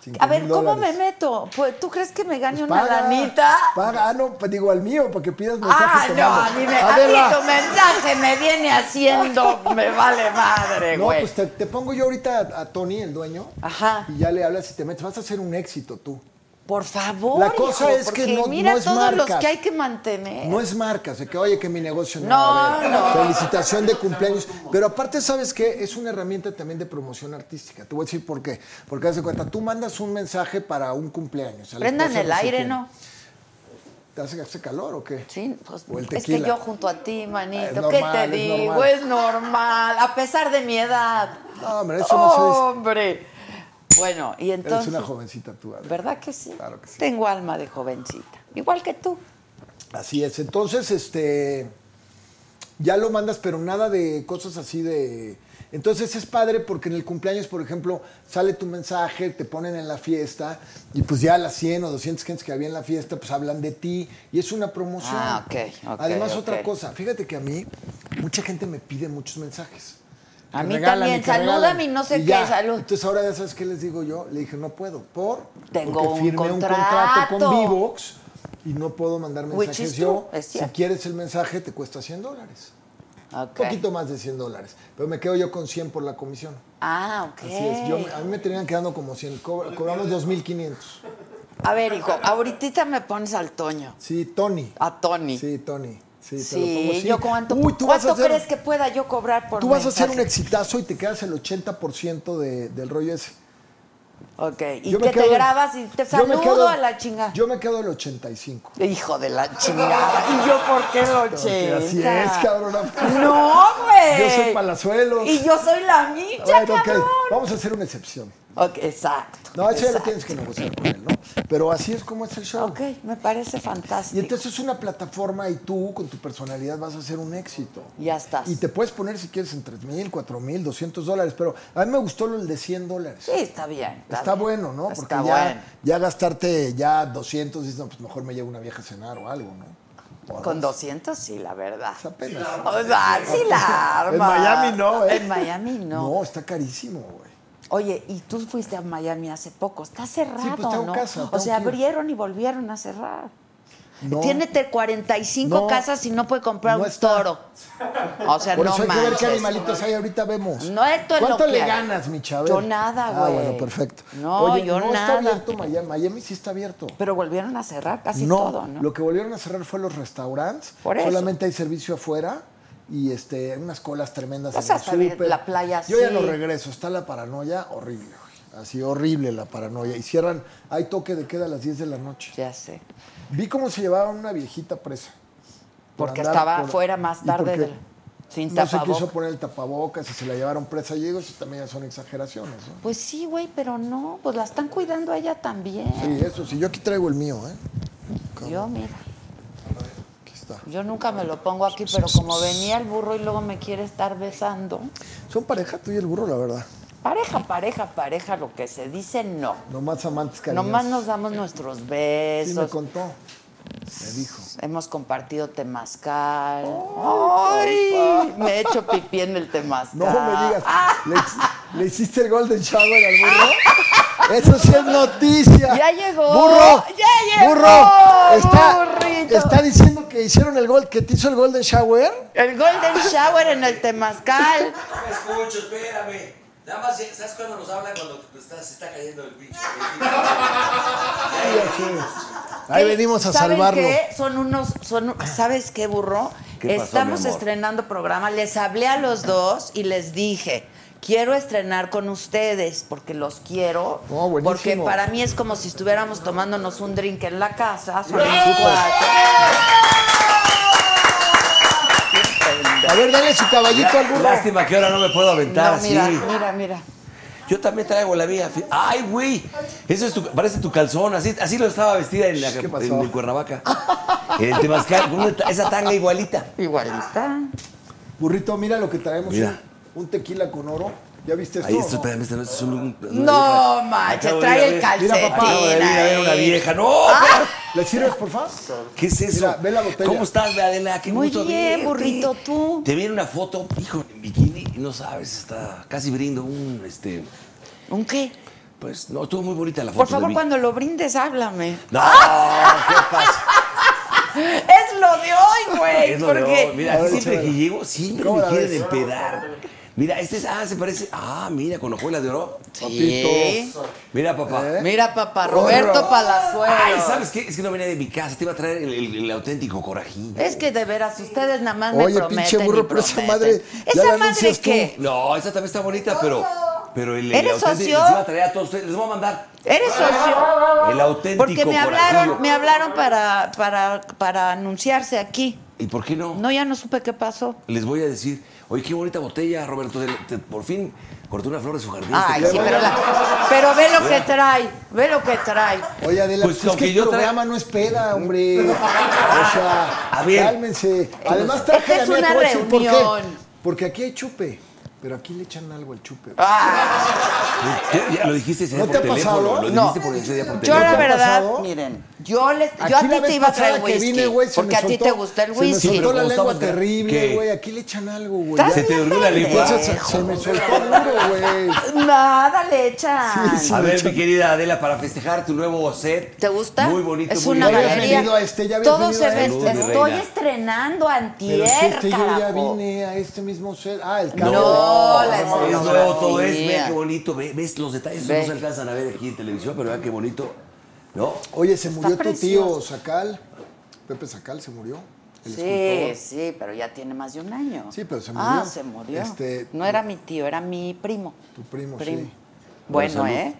Speaker 2: Cinco
Speaker 1: A ver,
Speaker 2: mil
Speaker 1: ¿cómo me
Speaker 2: dólares.
Speaker 1: meto? Pues, ¿Tú crees que me gane
Speaker 2: Pues
Speaker 1: una
Speaker 2: paga,
Speaker 1: lanita?
Speaker 2: Paga, ah, no, pues digo al mío, para que pidas mensajes.
Speaker 1: Ah,
Speaker 2: te
Speaker 1: no, a
Speaker 2: mando.
Speaker 1: mí, me, a
Speaker 2: Adela,
Speaker 1: mí tu mensaje me viene haciendo, me vale madre,
Speaker 2: No,
Speaker 1: güey.
Speaker 2: pues te, te pongo yo ahorita a, a Tony, el dueño,
Speaker 1: Ajá.
Speaker 2: y ya le hablas y te metes. Vas a hacer un éxito tú.
Speaker 1: Por favor,
Speaker 2: La cosa
Speaker 1: hijo,
Speaker 2: es que
Speaker 1: porque
Speaker 2: no-
Speaker 1: mira
Speaker 2: no es
Speaker 1: todos los
Speaker 2: marcas.
Speaker 1: que hay que mantener.
Speaker 2: No es marca, de que oye que mi negocio no.
Speaker 1: Eh. No,
Speaker 2: a ver,
Speaker 1: no.
Speaker 2: Felicitación de cumpleaños. Pero aparte, ¿sabes qué? Es una herramienta también de promoción artística. Te voy a decir por qué. Porque haz de cuenta, tú mandas un mensaje para un cumpleaños. a la
Speaker 1: Prendan
Speaker 2: esposa de
Speaker 1: el
Speaker 2: no sé
Speaker 1: aire,
Speaker 2: quién.
Speaker 1: ¿no?
Speaker 2: ¿Te hace, hace calor o qué?
Speaker 1: Sí, pues
Speaker 2: O el
Speaker 1: es que
Speaker 2: tequila.
Speaker 1: yo junto a ti, manito,
Speaker 2: Es
Speaker 1: ¿qué te
Speaker 2: normal, es
Speaker 1: digo?
Speaker 2: normal.
Speaker 1: Es normal, a pesar de mi edad.
Speaker 2: No, hombre, eso no se dice.
Speaker 1: Hombre. Bueno, y
Speaker 2: Eres
Speaker 1: entonces.
Speaker 2: una jovencita tú, Adela.
Speaker 1: ¿Verdad que sí?
Speaker 2: Claro que sí.
Speaker 1: Tengo alma de jovencita, igual que tú.
Speaker 2: Así es. Entonces, este. Ya lo mandas, pero nada de cosas así de. Entonces es padre porque en el cumpleaños, por ejemplo, sale tu mensaje, te ponen en la fiesta y pues ya las 100 o 200 gentes que había en la fiesta pues hablan de ti y es una promoción.
Speaker 1: Ah, ok, ok,
Speaker 2: Además
Speaker 1: ok.
Speaker 2: otra cosa, fíjate que a mí mucha gente me pide muchos mensajes.
Speaker 1: A
Speaker 2: Que
Speaker 1: mí
Speaker 2: regalan
Speaker 1: también,
Speaker 2: que regalan.
Speaker 1: salúdame y no sé qué,
Speaker 2: ya.
Speaker 1: salud.
Speaker 2: Entonces ahora ya sabes qué les digo yo, le dije no puedo, por
Speaker 1: Tengo
Speaker 2: porque
Speaker 1: un
Speaker 2: firmé
Speaker 1: contrato.
Speaker 2: un contrato con Vivox y no puedo mandar
Speaker 1: Which
Speaker 2: mensajes
Speaker 1: is
Speaker 2: yo.
Speaker 1: true, es
Speaker 2: Si
Speaker 1: cierto.
Speaker 2: quieres el mensaje te cuesta 100 dólares.
Speaker 1: Ok.
Speaker 2: Un poquito más de 100 dólares. Pero me quedo yo con 100 por la comisión.
Speaker 1: Ah, ok.
Speaker 2: Así es. Yo, me- a mí me tenían quedando como 100. Cobra- cobramos 2.500.
Speaker 1: A ver, hijo, ahorita me pones al Toño,
Speaker 2: Sí, Tony.
Speaker 1: a Ah, Tony.
Speaker 2: Sí, Tony. Sí, te lo pongo,
Speaker 1: Sí,
Speaker 2: sí.
Speaker 1: yo cuánto,
Speaker 2: Uy, tú vas a
Speaker 1: ¿cuánto
Speaker 2: hacer-
Speaker 1: crees que pueda yo cobrar por
Speaker 2: Tú vas a hacer un
Speaker 1: mensaje?
Speaker 2: exitazo y te quedas el 80% de- del rollo ese.
Speaker 1: Ok, y
Speaker 2: Yo me
Speaker 1: que te
Speaker 2: quedo-
Speaker 1: grabas y te
Speaker 2: yo me
Speaker 1: saludo
Speaker 2: quedo-
Speaker 1: a la chingada.
Speaker 2: Yo me quedo el 85.
Speaker 1: Hijo de la chingada. ¿Y yo por qué lo
Speaker 2: Porque
Speaker 1: chingada?
Speaker 2: así es, cabrón.
Speaker 1: No, güey.
Speaker 2: Yo soy palazuelos.
Speaker 1: Y yo soy la micha,
Speaker 2: Bueno, ok,
Speaker 1: cabrón.
Speaker 2: Vamos a hacer una excepción.
Speaker 1: Ok, exacto.
Speaker 2: No, eso ya lo
Speaker 1: exacto.
Speaker 2: tienes que negociar con él, ¿no? Pero así es como es el show.
Speaker 1: Ok, me parece fantástico.
Speaker 2: Y entonces es una plataforma y tú con tu personalidad vas a ser un éxito.
Speaker 1: Ya estás.
Speaker 2: Y te puedes poner si quieres en 3 mil, 4 mil, 200 dólares, pero a mí me gustó lo de 100 dólares.
Speaker 1: Sí, está bien. Está,
Speaker 2: Está,
Speaker 1: bien.
Speaker 2: bueno, ¿no? Porque
Speaker 1: Está
Speaker 2: ya,
Speaker 1: bueno.
Speaker 2: ya gastarte ya 200, dices, no, pues mejor me llevo una vieja a cenar o algo, ¿no? O
Speaker 1: Con
Speaker 2: dos.
Speaker 1: 200 sí, la verdad.
Speaker 2: Es apenas.
Speaker 1: O sea, sí la arma.
Speaker 2: En Miami no, ¿eh?
Speaker 1: En Miami no.
Speaker 2: No, está carísimo, güey.
Speaker 1: Oye, y tú fuiste a Miami hace poco. Está cerrado,
Speaker 2: pues, tengo
Speaker 1: ¿no?
Speaker 2: casa,
Speaker 1: o
Speaker 2: tengo
Speaker 1: sea,
Speaker 2: que ir.
Speaker 1: abrieron y volvieron a cerrar.
Speaker 2: No.
Speaker 1: Tiene te- 45
Speaker 2: No.
Speaker 1: casas y no puede comprar
Speaker 2: No
Speaker 1: un
Speaker 2: está.
Speaker 1: toro. O sea,
Speaker 2: Por
Speaker 1: no
Speaker 2: eso hay que ver qué
Speaker 1: manches.
Speaker 2: animalitos hay, ahorita vemos.
Speaker 1: No, esto es lo
Speaker 2: ¿Cuánto
Speaker 1: que
Speaker 2: le
Speaker 1: hay.
Speaker 2: ganas, mi chaval?
Speaker 1: Yo nada,
Speaker 2: Ah,
Speaker 1: güey.
Speaker 2: bueno, perfecto.
Speaker 1: No,
Speaker 2: Oye,
Speaker 1: yo
Speaker 2: no
Speaker 1: nada.
Speaker 2: está abierto Miami. Miami sí está abierto.
Speaker 1: Pero volvieron a cerrar casi
Speaker 2: no,
Speaker 1: todo, ¿no?
Speaker 2: lo que volvieron a cerrar fue los restaurantes.
Speaker 1: Por eso.
Speaker 2: Solamente hay servicio afuera y este, hay unas colas tremendas
Speaker 1: Pues
Speaker 2: en
Speaker 1: hasta
Speaker 2: el
Speaker 1: ver
Speaker 2: súper.
Speaker 1: la playa,
Speaker 2: Yo ya
Speaker 1: sí.
Speaker 2: no regreso. Está la paranoia horrible, güey. Así horrible la paranoia. Y cierran, hay toque de queda a las 10 de la noche.
Speaker 1: Ya sé.
Speaker 2: Vi cómo se llevaba una viejita presa. Por
Speaker 1: Porque
Speaker 2: andar
Speaker 1: estaba
Speaker 2: por-
Speaker 1: afuera más
Speaker 2: y
Speaker 1: tarde
Speaker 2: porque
Speaker 1: del- Sin
Speaker 2: no se
Speaker 1: tapabocas.
Speaker 2: quiso poner el tapabocas y se la llevaron presa. Y digo, eso también ya son exageraciones. ¿no?
Speaker 1: Pues sí, güey, pero no, pues la están cuidando a ella también.
Speaker 2: Sí, eso sí. Yo aquí traigo el mío, ¿eh?
Speaker 1: Yo, mira,
Speaker 2: Aquí está.
Speaker 1: yo nunca me lo pongo aquí, pero como venía el burro y luego me quiere estar besando.
Speaker 2: Son pareja tú y el burro, la verdad.
Speaker 1: Pareja, pareja, pareja, lo que se dice no.
Speaker 2: Nomás amantes cariñosos.
Speaker 1: Nomás nos damos nuestros
Speaker 2: Sí me
Speaker 1: besos.
Speaker 2: contó. Me dijo.
Speaker 1: Hemos compartido temazcal. ¡Ay! Me he hecho pipí en el temazcal.
Speaker 2: No me digas.
Speaker 1: Ah.
Speaker 2: ¿Le, hic- le hiciste el Golden Shower al burro? Eso sí es noticia.
Speaker 1: Ya llegó.
Speaker 2: Burro.
Speaker 1: Ya llegó,
Speaker 2: Burro. Está,
Speaker 1: burrito.
Speaker 2: está diciendo que hicieron el gol, que te hizo el Golden Shower.
Speaker 1: El golden shower en el temazcal.
Speaker 4: No me escucho, Pues, espérame. Nada más, ¿sabes cuándo nos habla cuando pues, está- se está cayendo el <laughs> pinche?
Speaker 2: Ahí venimos a
Speaker 1: ¿Saben
Speaker 2: salvarlo.
Speaker 1: qué? Son unos, son, ¿sabes qué, burro?
Speaker 5: ¿Qué pasó,
Speaker 1: Estamos
Speaker 5: mi amor?
Speaker 1: estrenando programa. Les hablé a los dos y les dije. Quiero estrenar con ustedes porque los quiero.
Speaker 2: Oh, buenísimo.
Speaker 1: porque para mí es como si estuviéramos tomándonos un drink en la casa. Son los cuatro.
Speaker 2: A ver, dale su caballito al burro.
Speaker 4: Lástima que ahora no me puedo aventar
Speaker 1: No, mira,
Speaker 4: así.
Speaker 1: mira, mira.
Speaker 4: Yo también traigo la mía. Fi- ¡Ay, güey! Eso es tu, parece tu calzón. Así, así lo estaba vestida en, la,
Speaker 2: ¿Qué
Speaker 4: en,
Speaker 2: pasó?
Speaker 4: el Cuernavaca. En el Temazcal. con una ta- esa tanga igualita.
Speaker 1: Igualita.
Speaker 2: Burrito, mira lo que traemos.
Speaker 4: Mira.
Speaker 2: Un, un tequila con oro. ¿Ya viste esto?
Speaker 4: Ahí
Speaker 2: o
Speaker 4: esto,
Speaker 2: no?
Speaker 4: espérame, esto es un- una
Speaker 1: No,
Speaker 4: vieja.
Speaker 1: manches,
Speaker 4: Acabo de
Speaker 1: trae
Speaker 4: ir
Speaker 1: el
Speaker 4: a ver-
Speaker 1: calcetín.
Speaker 2: Mira, papá,
Speaker 4: Acabo de ir a ver una
Speaker 1: ahí. Ah.
Speaker 4: vieja. ¡No!
Speaker 2: ¿Le sirves, por favor?
Speaker 4: ¿Qué es eso?
Speaker 2: Mira, ve la botella.
Speaker 4: ¿Cómo estás, Adela? Qué
Speaker 1: Muy
Speaker 4: gusto
Speaker 1: bien,
Speaker 4: verte.
Speaker 1: burrito, tú.
Speaker 4: Te vi en una foto, hijo, en bikini, y no sabes, está casi brindo un, este,
Speaker 1: ¿Un qué?
Speaker 4: pues, no, estuvo muy bonita la foto
Speaker 1: Por
Speaker 4: de
Speaker 1: favor,
Speaker 4: mí.
Speaker 1: cuando lo brindes, háblame.
Speaker 4: No, ¿qué pasa?
Speaker 1: <laughs> Es lo de hoy, güey.
Speaker 4: Es lo de hoy.
Speaker 1: Porque
Speaker 4: Mira, aquí
Speaker 2: A ver,
Speaker 4: siempre
Speaker 2: échamela.
Speaker 4: que llego, siempre
Speaker 2: ¿Cómo
Speaker 4: me
Speaker 2: la
Speaker 4: quieren
Speaker 2: ves?
Speaker 4: empedar. Mira, este es, ah, se parece, ah, mira, con hojuelas de oro.
Speaker 1: Sí.
Speaker 4: Mira,
Speaker 2: ¿Eh?
Speaker 4: papá.
Speaker 1: Mira, papá, Roberto Palazuelos.
Speaker 4: Ay, ¿sabes qué? Es que no venía de mi casa, te iba a traer el, el- el auténtico corajín.
Speaker 1: Es que de veras, ustedes nada más me
Speaker 2: Oye,
Speaker 1: prometen
Speaker 2: pinche burro,
Speaker 1: y
Speaker 2: pero esa
Speaker 1: prometen.
Speaker 2: madre, ya
Speaker 1: ¿Esa
Speaker 2: la
Speaker 1: madre
Speaker 2: anuncias tú.
Speaker 1: qué?
Speaker 4: No, esa también está bonita, pero, pero el, el
Speaker 1: ¿Eres
Speaker 4: auténtico, les
Speaker 1: socio?
Speaker 4: iba a traer a todos ustedes, les voy a mandar.
Speaker 1: ¿Eres socio?
Speaker 4: El auténtico
Speaker 1: Porque me
Speaker 4: corajillo.
Speaker 1: hablaron, me hablaron para, para, para anunciarse aquí.
Speaker 4: ¿Y por qué no?
Speaker 1: No, ya no supe qué pasó.
Speaker 4: Les voy a decir, oye, qué bonita botella, Roberto. de- te- por fin cortó una flor de su jardín.
Speaker 1: Ay,
Speaker 4: Este
Speaker 1: sí, pero,
Speaker 4: cabrón.
Speaker 1: la- pero ve lo que trae, ve lo que trae.
Speaker 2: Oye, Adela,
Speaker 4: Pues
Speaker 2: pues,
Speaker 4: lo
Speaker 2: es que
Speaker 4: que
Speaker 2: el
Speaker 4: yo tra-
Speaker 2: programa no es peda, hombre.
Speaker 4: <laughs>
Speaker 2: O sea,
Speaker 4: A ver.
Speaker 2: cálmense. Además, traje
Speaker 1: Esta es
Speaker 2: la mía,
Speaker 1: una
Speaker 2: te voy a decir por qué.
Speaker 1: reunión.
Speaker 2: Porque aquí hay chupe, pero aquí le echan algo al chupe.
Speaker 4: ¿Qué? Ya lo dijiste ese día
Speaker 2: ¿No te
Speaker 4: por
Speaker 2: ha
Speaker 4: teléfono.
Speaker 2: pasado?
Speaker 4: Lo
Speaker 1: No.
Speaker 4: dijiste por ese día por
Speaker 1: Yo
Speaker 4: teléfono.
Speaker 1: la
Speaker 2: ¿Te ha
Speaker 1: verdad,
Speaker 2: pasado?
Speaker 1: miren, yo les,
Speaker 2: Aquí
Speaker 1: yo a
Speaker 2: la
Speaker 1: ti
Speaker 2: vez
Speaker 1: te iba a
Speaker 2: pasada
Speaker 1: traer
Speaker 2: que
Speaker 1: whisky,
Speaker 2: vine, güey, se
Speaker 1: porque
Speaker 2: me
Speaker 1: a ti
Speaker 2: soltó-
Speaker 1: te gusta el
Speaker 2: Se me
Speaker 1: whisky.
Speaker 2: soltó la
Speaker 4: pero como
Speaker 2: lengua
Speaker 4: estamos gra-
Speaker 2: terrible,
Speaker 4: ¿Qué?
Speaker 2: güey. Aquí le echan algo, güey.
Speaker 1: ¿Estás
Speaker 4: Se
Speaker 2: Ya-
Speaker 4: te durmió la
Speaker 1: bien
Speaker 4: lengua.
Speaker 2: Entonces, se me soltó duro, güey.
Speaker 1: Nada le echan.
Speaker 2: Sí, sí.
Speaker 4: A ver, mi querida Adela, para festejar tu nuevo set.
Speaker 1: ¿Te gusta?
Speaker 4: Muy bonito,
Speaker 1: Es
Speaker 4: muy
Speaker 1: una
Speaker 2: Ya habías
Speaker 4: bien.
Speaker 1: galería.
Speaker 2: venido a este, ya habías
Speaker 1: Todo
Speaker 2: venido
Speaker 1: se
Speaker 2: a
Speaker 1: ve.
Speaker 2: este.
Speaker 4: Salud, mi
Speaker 1: Estoy
Speaker 4: reina.
Speaker 1: estrenando
Speaker 2: Pero
Speaker 1: antier,
Speaker 2: si este yo ya
Speaker 1: carajo.
Speaker 2: vine a este mismo set. Ah, el
Speaker 1: No,
Speaker 2: cambio.
Speaker 4: No,
Speaker 1: la
Speaker 4: es nuevo todo, es, ve
Speaker 1: escenografía.
Speaker 4: qué bonito, ve, ves los detalles,
Speaker 1: Ve.
Speaker 4: no se alcanzan a ver aquí en televisión, pero vean qué bonito, ¿no?
Speaker 2: Oye, se murió tu tío
Speaker 1: precioso.
Speaker 2: Sacal. Pepe Sacal se murió. El
Speaker 1: Sí,
Speaker 2: escultor.
Speaker 1: sí, pero ya tiene más de un año.
Speaker 2: Sí, pero se
Speaker 1: Ah,
Speaker 2: murió.
Speaker 1: se murió.
Speaker 2: Este,
Speaker 1: no era mi tío, era mi primo.
Speaker 2: Tu primo, sí.
Speaker 1: Bueno,
Speaker 4: Bueno, salud.
Speaker 1: ¿eh?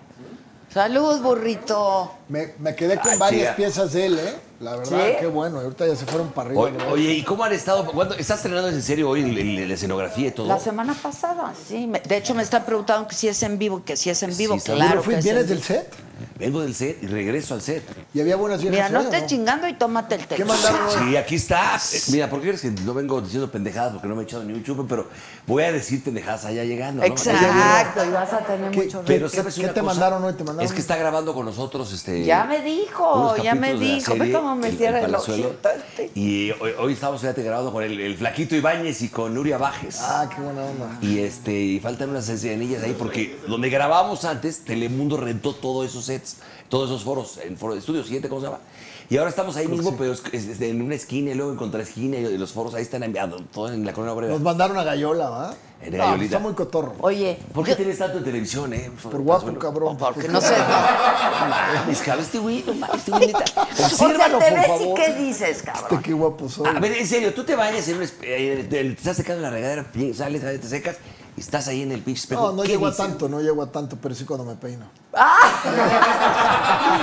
Speaker 1: Salud, burrito.
Speaker 2: Me, me quedé con
Speaker 4: Ah,
Speaker 2: varias
Speaker 4: chica.
Speaker 2: piezas de él, ¿eh? La verdad,
Speaker 1: ¿Sí?
Speaker 2: qué bueno. Ahorita ya se fueron para arriba.
Speaker 4: Oye,
Speaker 2: ¿no?
Speaker 4: oye, ¿y cómo han estado? ¿Cuándo- ¿Estás estrenando en serio hoy el- el- la escenografía y todo?
Speaker 1: La semana pasada, sí. me- de hecho, me están preguntando que si es en vivo, que si es en vivo.
Speaker 4: Sí, seguro
Speaker 1: claro.
Speaker 2: Pero fui-
Speaker 1: que es en
Speaker 2: ¿Vienes del
Speaker 1: vivo.
Speaker 2: set?
Speaker 4: Vengo del set y regreso al set.
Speaker 2: Y había buenas
Speaker 1: Mira,
Speaker 2: viejas. ¿eh?
Speaker 1: no
Speaker 2: hoy, ¿o
Speaker 1: estés chingando y tómate el
Speaker 2: ¿Qué
Speaker 1: tequila.
Speaker 2: mandaron? hoy?
Speaker 4: Sí, aquí está. Eh, Mira, ¿por qué crees que no vengo diciendo pendejadas? Porque no me he echado ni un chupe, pero voy a decir pendejadas allá llegando. ¿no?
Speaker 1: Exacto, y vas a tener
Speaker 2: ¿Qué-
Speaker 1: mucho
Speaker 2: qué-
Speaker 4: Pero ¿sabes
Speaker 2: qué
Speaker 4: una
Speaker 2: te
Speaker 4: cosa?
Speaker 2: mandaron hoy? ¿Te mandaron?
Speaker 4: Es que está grabando con nosotros este.
Speaker 1: Ya me dijo,
Speaker 4: unos
Speaker 1: ya me
Speaker 4: capítulos de la
Speaker 1: dijo. Ve
Speaker 4: serie,
Speaker 1: cómo me cierra el
Speaker 4: Palazuelo.
Speaker 1: ojito este.
Speaker 4: Y hoy, hoy estamos fíjate, grabando con el, el Flaquito Ibáñez y con Nuria Bajes.
Speaker 2: Ah, qué buena onda.
Speaker 4: Y este, y faltan unas escenillas ahí porque donde grabamos antes, Telemundo rentó todos esos sets, todos esos foros, en Foro de Estudio 7, ¿cómo se llama? Y ahora estamos ahí mismo, pero es- es- es en una esquina y luego en contraesquina y los foros ahí están enviados, todos en la colonia obrera.
Speaker 2: Nos mandaron a Gallola, ¿va?
Speaker 4: En
Speaker 2: No,
Speaker 4: Gallolita.
Speaker 2: está muy cotorro.
Speaker 1: Oye,
Speaker 4: ¿Por qué tienes tanto en televisión, eh?
Speaker 2: Por guapo,
Speaker 4: Palazuelo?
Speaker 2: cabrón.
Speaker 1: porque no sé.
Speaker 4: <laughs> No mames, cabrón, este güey, no mames, este güey neta.
Speaker 1: O sea,
Speaker 4: Obsérvalo,
Speaker 1: te
Speaker 4: por
Speaker 1: ves y
Speaker 4: favor.
Speaker 1: qué dices, cabrón.
Speaker 2: Este, qué guapo soy.
Speaker 1: ah,
Speaker 4: A ver, en serio, tú te bañas en un espe- eh, te te estás secando la regadera, pi- sales, te secas y estás ahí en el pinche espejo.
Speaker 2: No, no
Speaker 4: ¿Qué
Speaker 2: llego a
Speaker 4: dices?
Speaker 2: tanto, no llego a tanto, pero sí cuando me peino.
Speaker 1: <laughs> ¡Ah!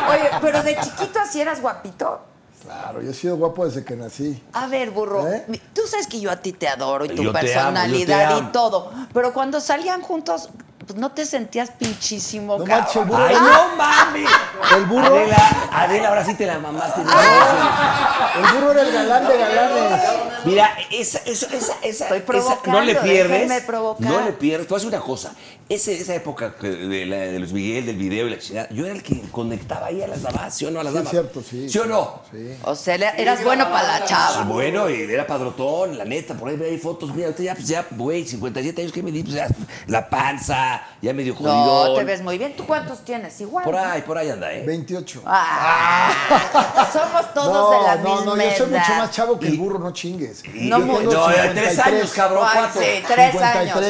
Speaker 1: Oye, pero de chiquito así eras guapito.
Speaker 2: Claro, yo he sido guapo desde que nací.
Speaker 1: A ver, burro,
Speaker 2: ¿Eh?
Speaker 1: mi- tú sabes que yo a ti te adoro y tu
Speaker 4: Yo te amo, yo te
Speaker 1: personalidad
Speaker 4: amo.
Speaker 1: y todo, pero cuando salían juntos, pues no te sentías pinchísimo,
Speaker 2: No
Speaker 1: cabrón.
Speaker 2: manches, el burro. Ah.
Speaker 4: ¡Ay, no mames!
Speaker 2: El burro. Ah.
Speaker 4: Adela, Adela, ahora sí te la mamaste. no,
Speaker 2: El burro era el galán de galanes.
Speaker 4: sí. Mira, esa, esa, esa, esa-
Speaker 1: Estoy
Speaker 4: esa-
Speaker 1: provocando,
Speaker 4: no le
Speaker 1: déjenme
Speaker 4: pierdes.
Speaker 1: provocar.
Speaker 4: No le pierdes. Tú haces una cosa. Ese- esa época que- de, la, de Luis Miguel, del video y la chingada, yo era el que conectaba ahí a las damas, ¿sí o no? A las
Speaker 2: Sí, es
Speaker 4: damas.
Speaker 2: cierto, sí.
Speaker 4: ¿Sí o no?
Speaker 2: Sí.
Speaker 1: O sea, le- eras bueno para la
Speaker 4: Pues
Speaker 1: chava.
Speaker 4: bueno, y era padrotón, la neta, por ahí veo ahí fotos, mira, ahorita ya, pues ya, güey, 57 años que me di, pues ya, la panza, ya medio jodido.
Speaker 1: No, te ves muy bien. ¿Tú cuántos tienes? Igual.
Speaker 4: Por
Speaker 1: ¿no?
Speaker 4: ahí, por ahí anda, ¿eh?
Speaker 2: 28.
Speaker 1: Ah, <laughs> somos todos de la
Speaker 2: no,
Speaker 1: misma
Speaker 2: no, yo soy mucho
Speaker 1: edad.
Speaker 2: más chavo que el burro, no chingues.
Speaker 1: No
Speaker 2: Yo
Speaker 1: mucho.
Speaker 2: tengo
Speaker 4: No, era tres
Speaker 2: 53.
Speaker 4: años, cabrón,
Speaker 1: Ay,
Speaker 4: cuatro.
Speaker 1: sí, tres
Speaker 2: 53,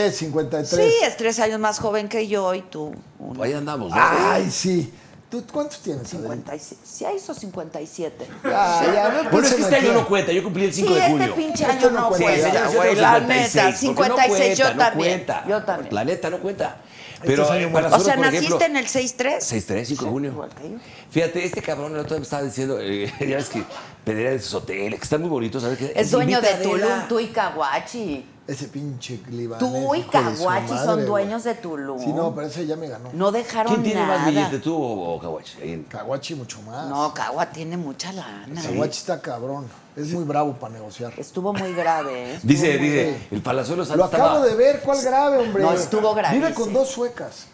Speaker 1: años.
Speaker 2: 53.
Speaker 1: Sí, es tres años más joven que yo y tú. uno.
Speaker 4: Por ahí andamos, ¿no?
Speaker 2: Ay, sí. ¿Tú cuántos tienes? Adela?
Speaker 1: 56. Sí, ahí hizo 57.
Speaker 2: Ah, ya, no
Speaker 4: bueno, es que
Speaker 2: empiecen
Speaker 4: este año
Speaker 2: aquí.
Speaker 4: no cuenta, yo cumplí el 5
Speaker 1: sí,
Speaker 4: de julio.
Speaker 1: este pinche
Speaker 2: Esto
Speaker 1: año
Speaker 2: no
Speaker 1: no
Speaker 2: cuenta,
Speaker 4: Sí, ese
Speaker 2: ya,
Speaker 4: año
Speaker 1: cuenta,
Speaker 4: yo
Speaker 1: güey.
Speaker 4: tengo
Speaker 1: La
Speaker 4: 56,
Speaker 1: neta,
Speaker 4: porque no
Speaker 1: 56 yo
Speaker 4: cuenta, no
Speaker 1: también.
Speaker 4: cuenta.
Speaker 1: Yo también. Este
Speaker 4: La neta, no cuenta. Pero
Speaker 2: es
Speaker 4: eh,
Speaker 2: año
Speaker 4: para
Speaker 1: o
Speaker 4: nosotros,
Speaker 1: sea,
Speaker 4: por
Speaker 1: ¿naciste
Speaker 4: ejemplo,
Speaker 1: en el 6-3?
Speaker 4: 6-3, 5 de junio.
Speaker 1: igual que yo.
Speaker 4: Fíjate, este cabrón el otro día me estaba diciendo, eh, <laughs> ya ves que pedía de sus hoteles, que están muy bonitos, ¿sabes qué?
Speaker 1: Es dueño
Speaker 4: Invita
Speaker 1: de
Speaker 4: a Adela.
Speaker 1: Tulum, tú y Caguachi.
Speaker 2: Ese pinche libanés.
Speaker 1: Tú y
Speaker 2: Ah, hijo de su
Speaker 1: Caguachi
Speaker 2: madre,
Speaker 1: son
Speaker 2: güey.
Speaker 1: dueños de Tulum.
Speaker 2: Sí, no, pero ese ya me ganó.
Speaker 1: No dejaron
Speaker 4: ¿Quién tiene
Speaker 1: nada.
Speaker 4: más billete, tú o, o Kawachi? Ahí en-
Speaker 2: Caguachi mucho más.
Speaker 1: No, Cagua tiene mucha lana. ¿eh?
Speaker 2: Caguachi está cabrón. Es muy bravo para negociar.
Speaker 1: Estuvo muy grave,
Speaker 4: <laughs>
Speaker 1: ¿eh?
Speaker 4: Dice,
Speaker 2: No,
Speaker 4: dice,
Speaker 2: güey.
Speaker 4: el Palazuelo
Speaker 2: Lo
Speaker 4: Santos
Speaker 2: acabo
Speaker 4: estaba-
Speaker 2: de ver, ¿cuál grave, hombre?
Speaker 1: No, estuvo
Speaker 2: Vive
Speaker 1: gravísimo.
Speaker 2: con dos suecas.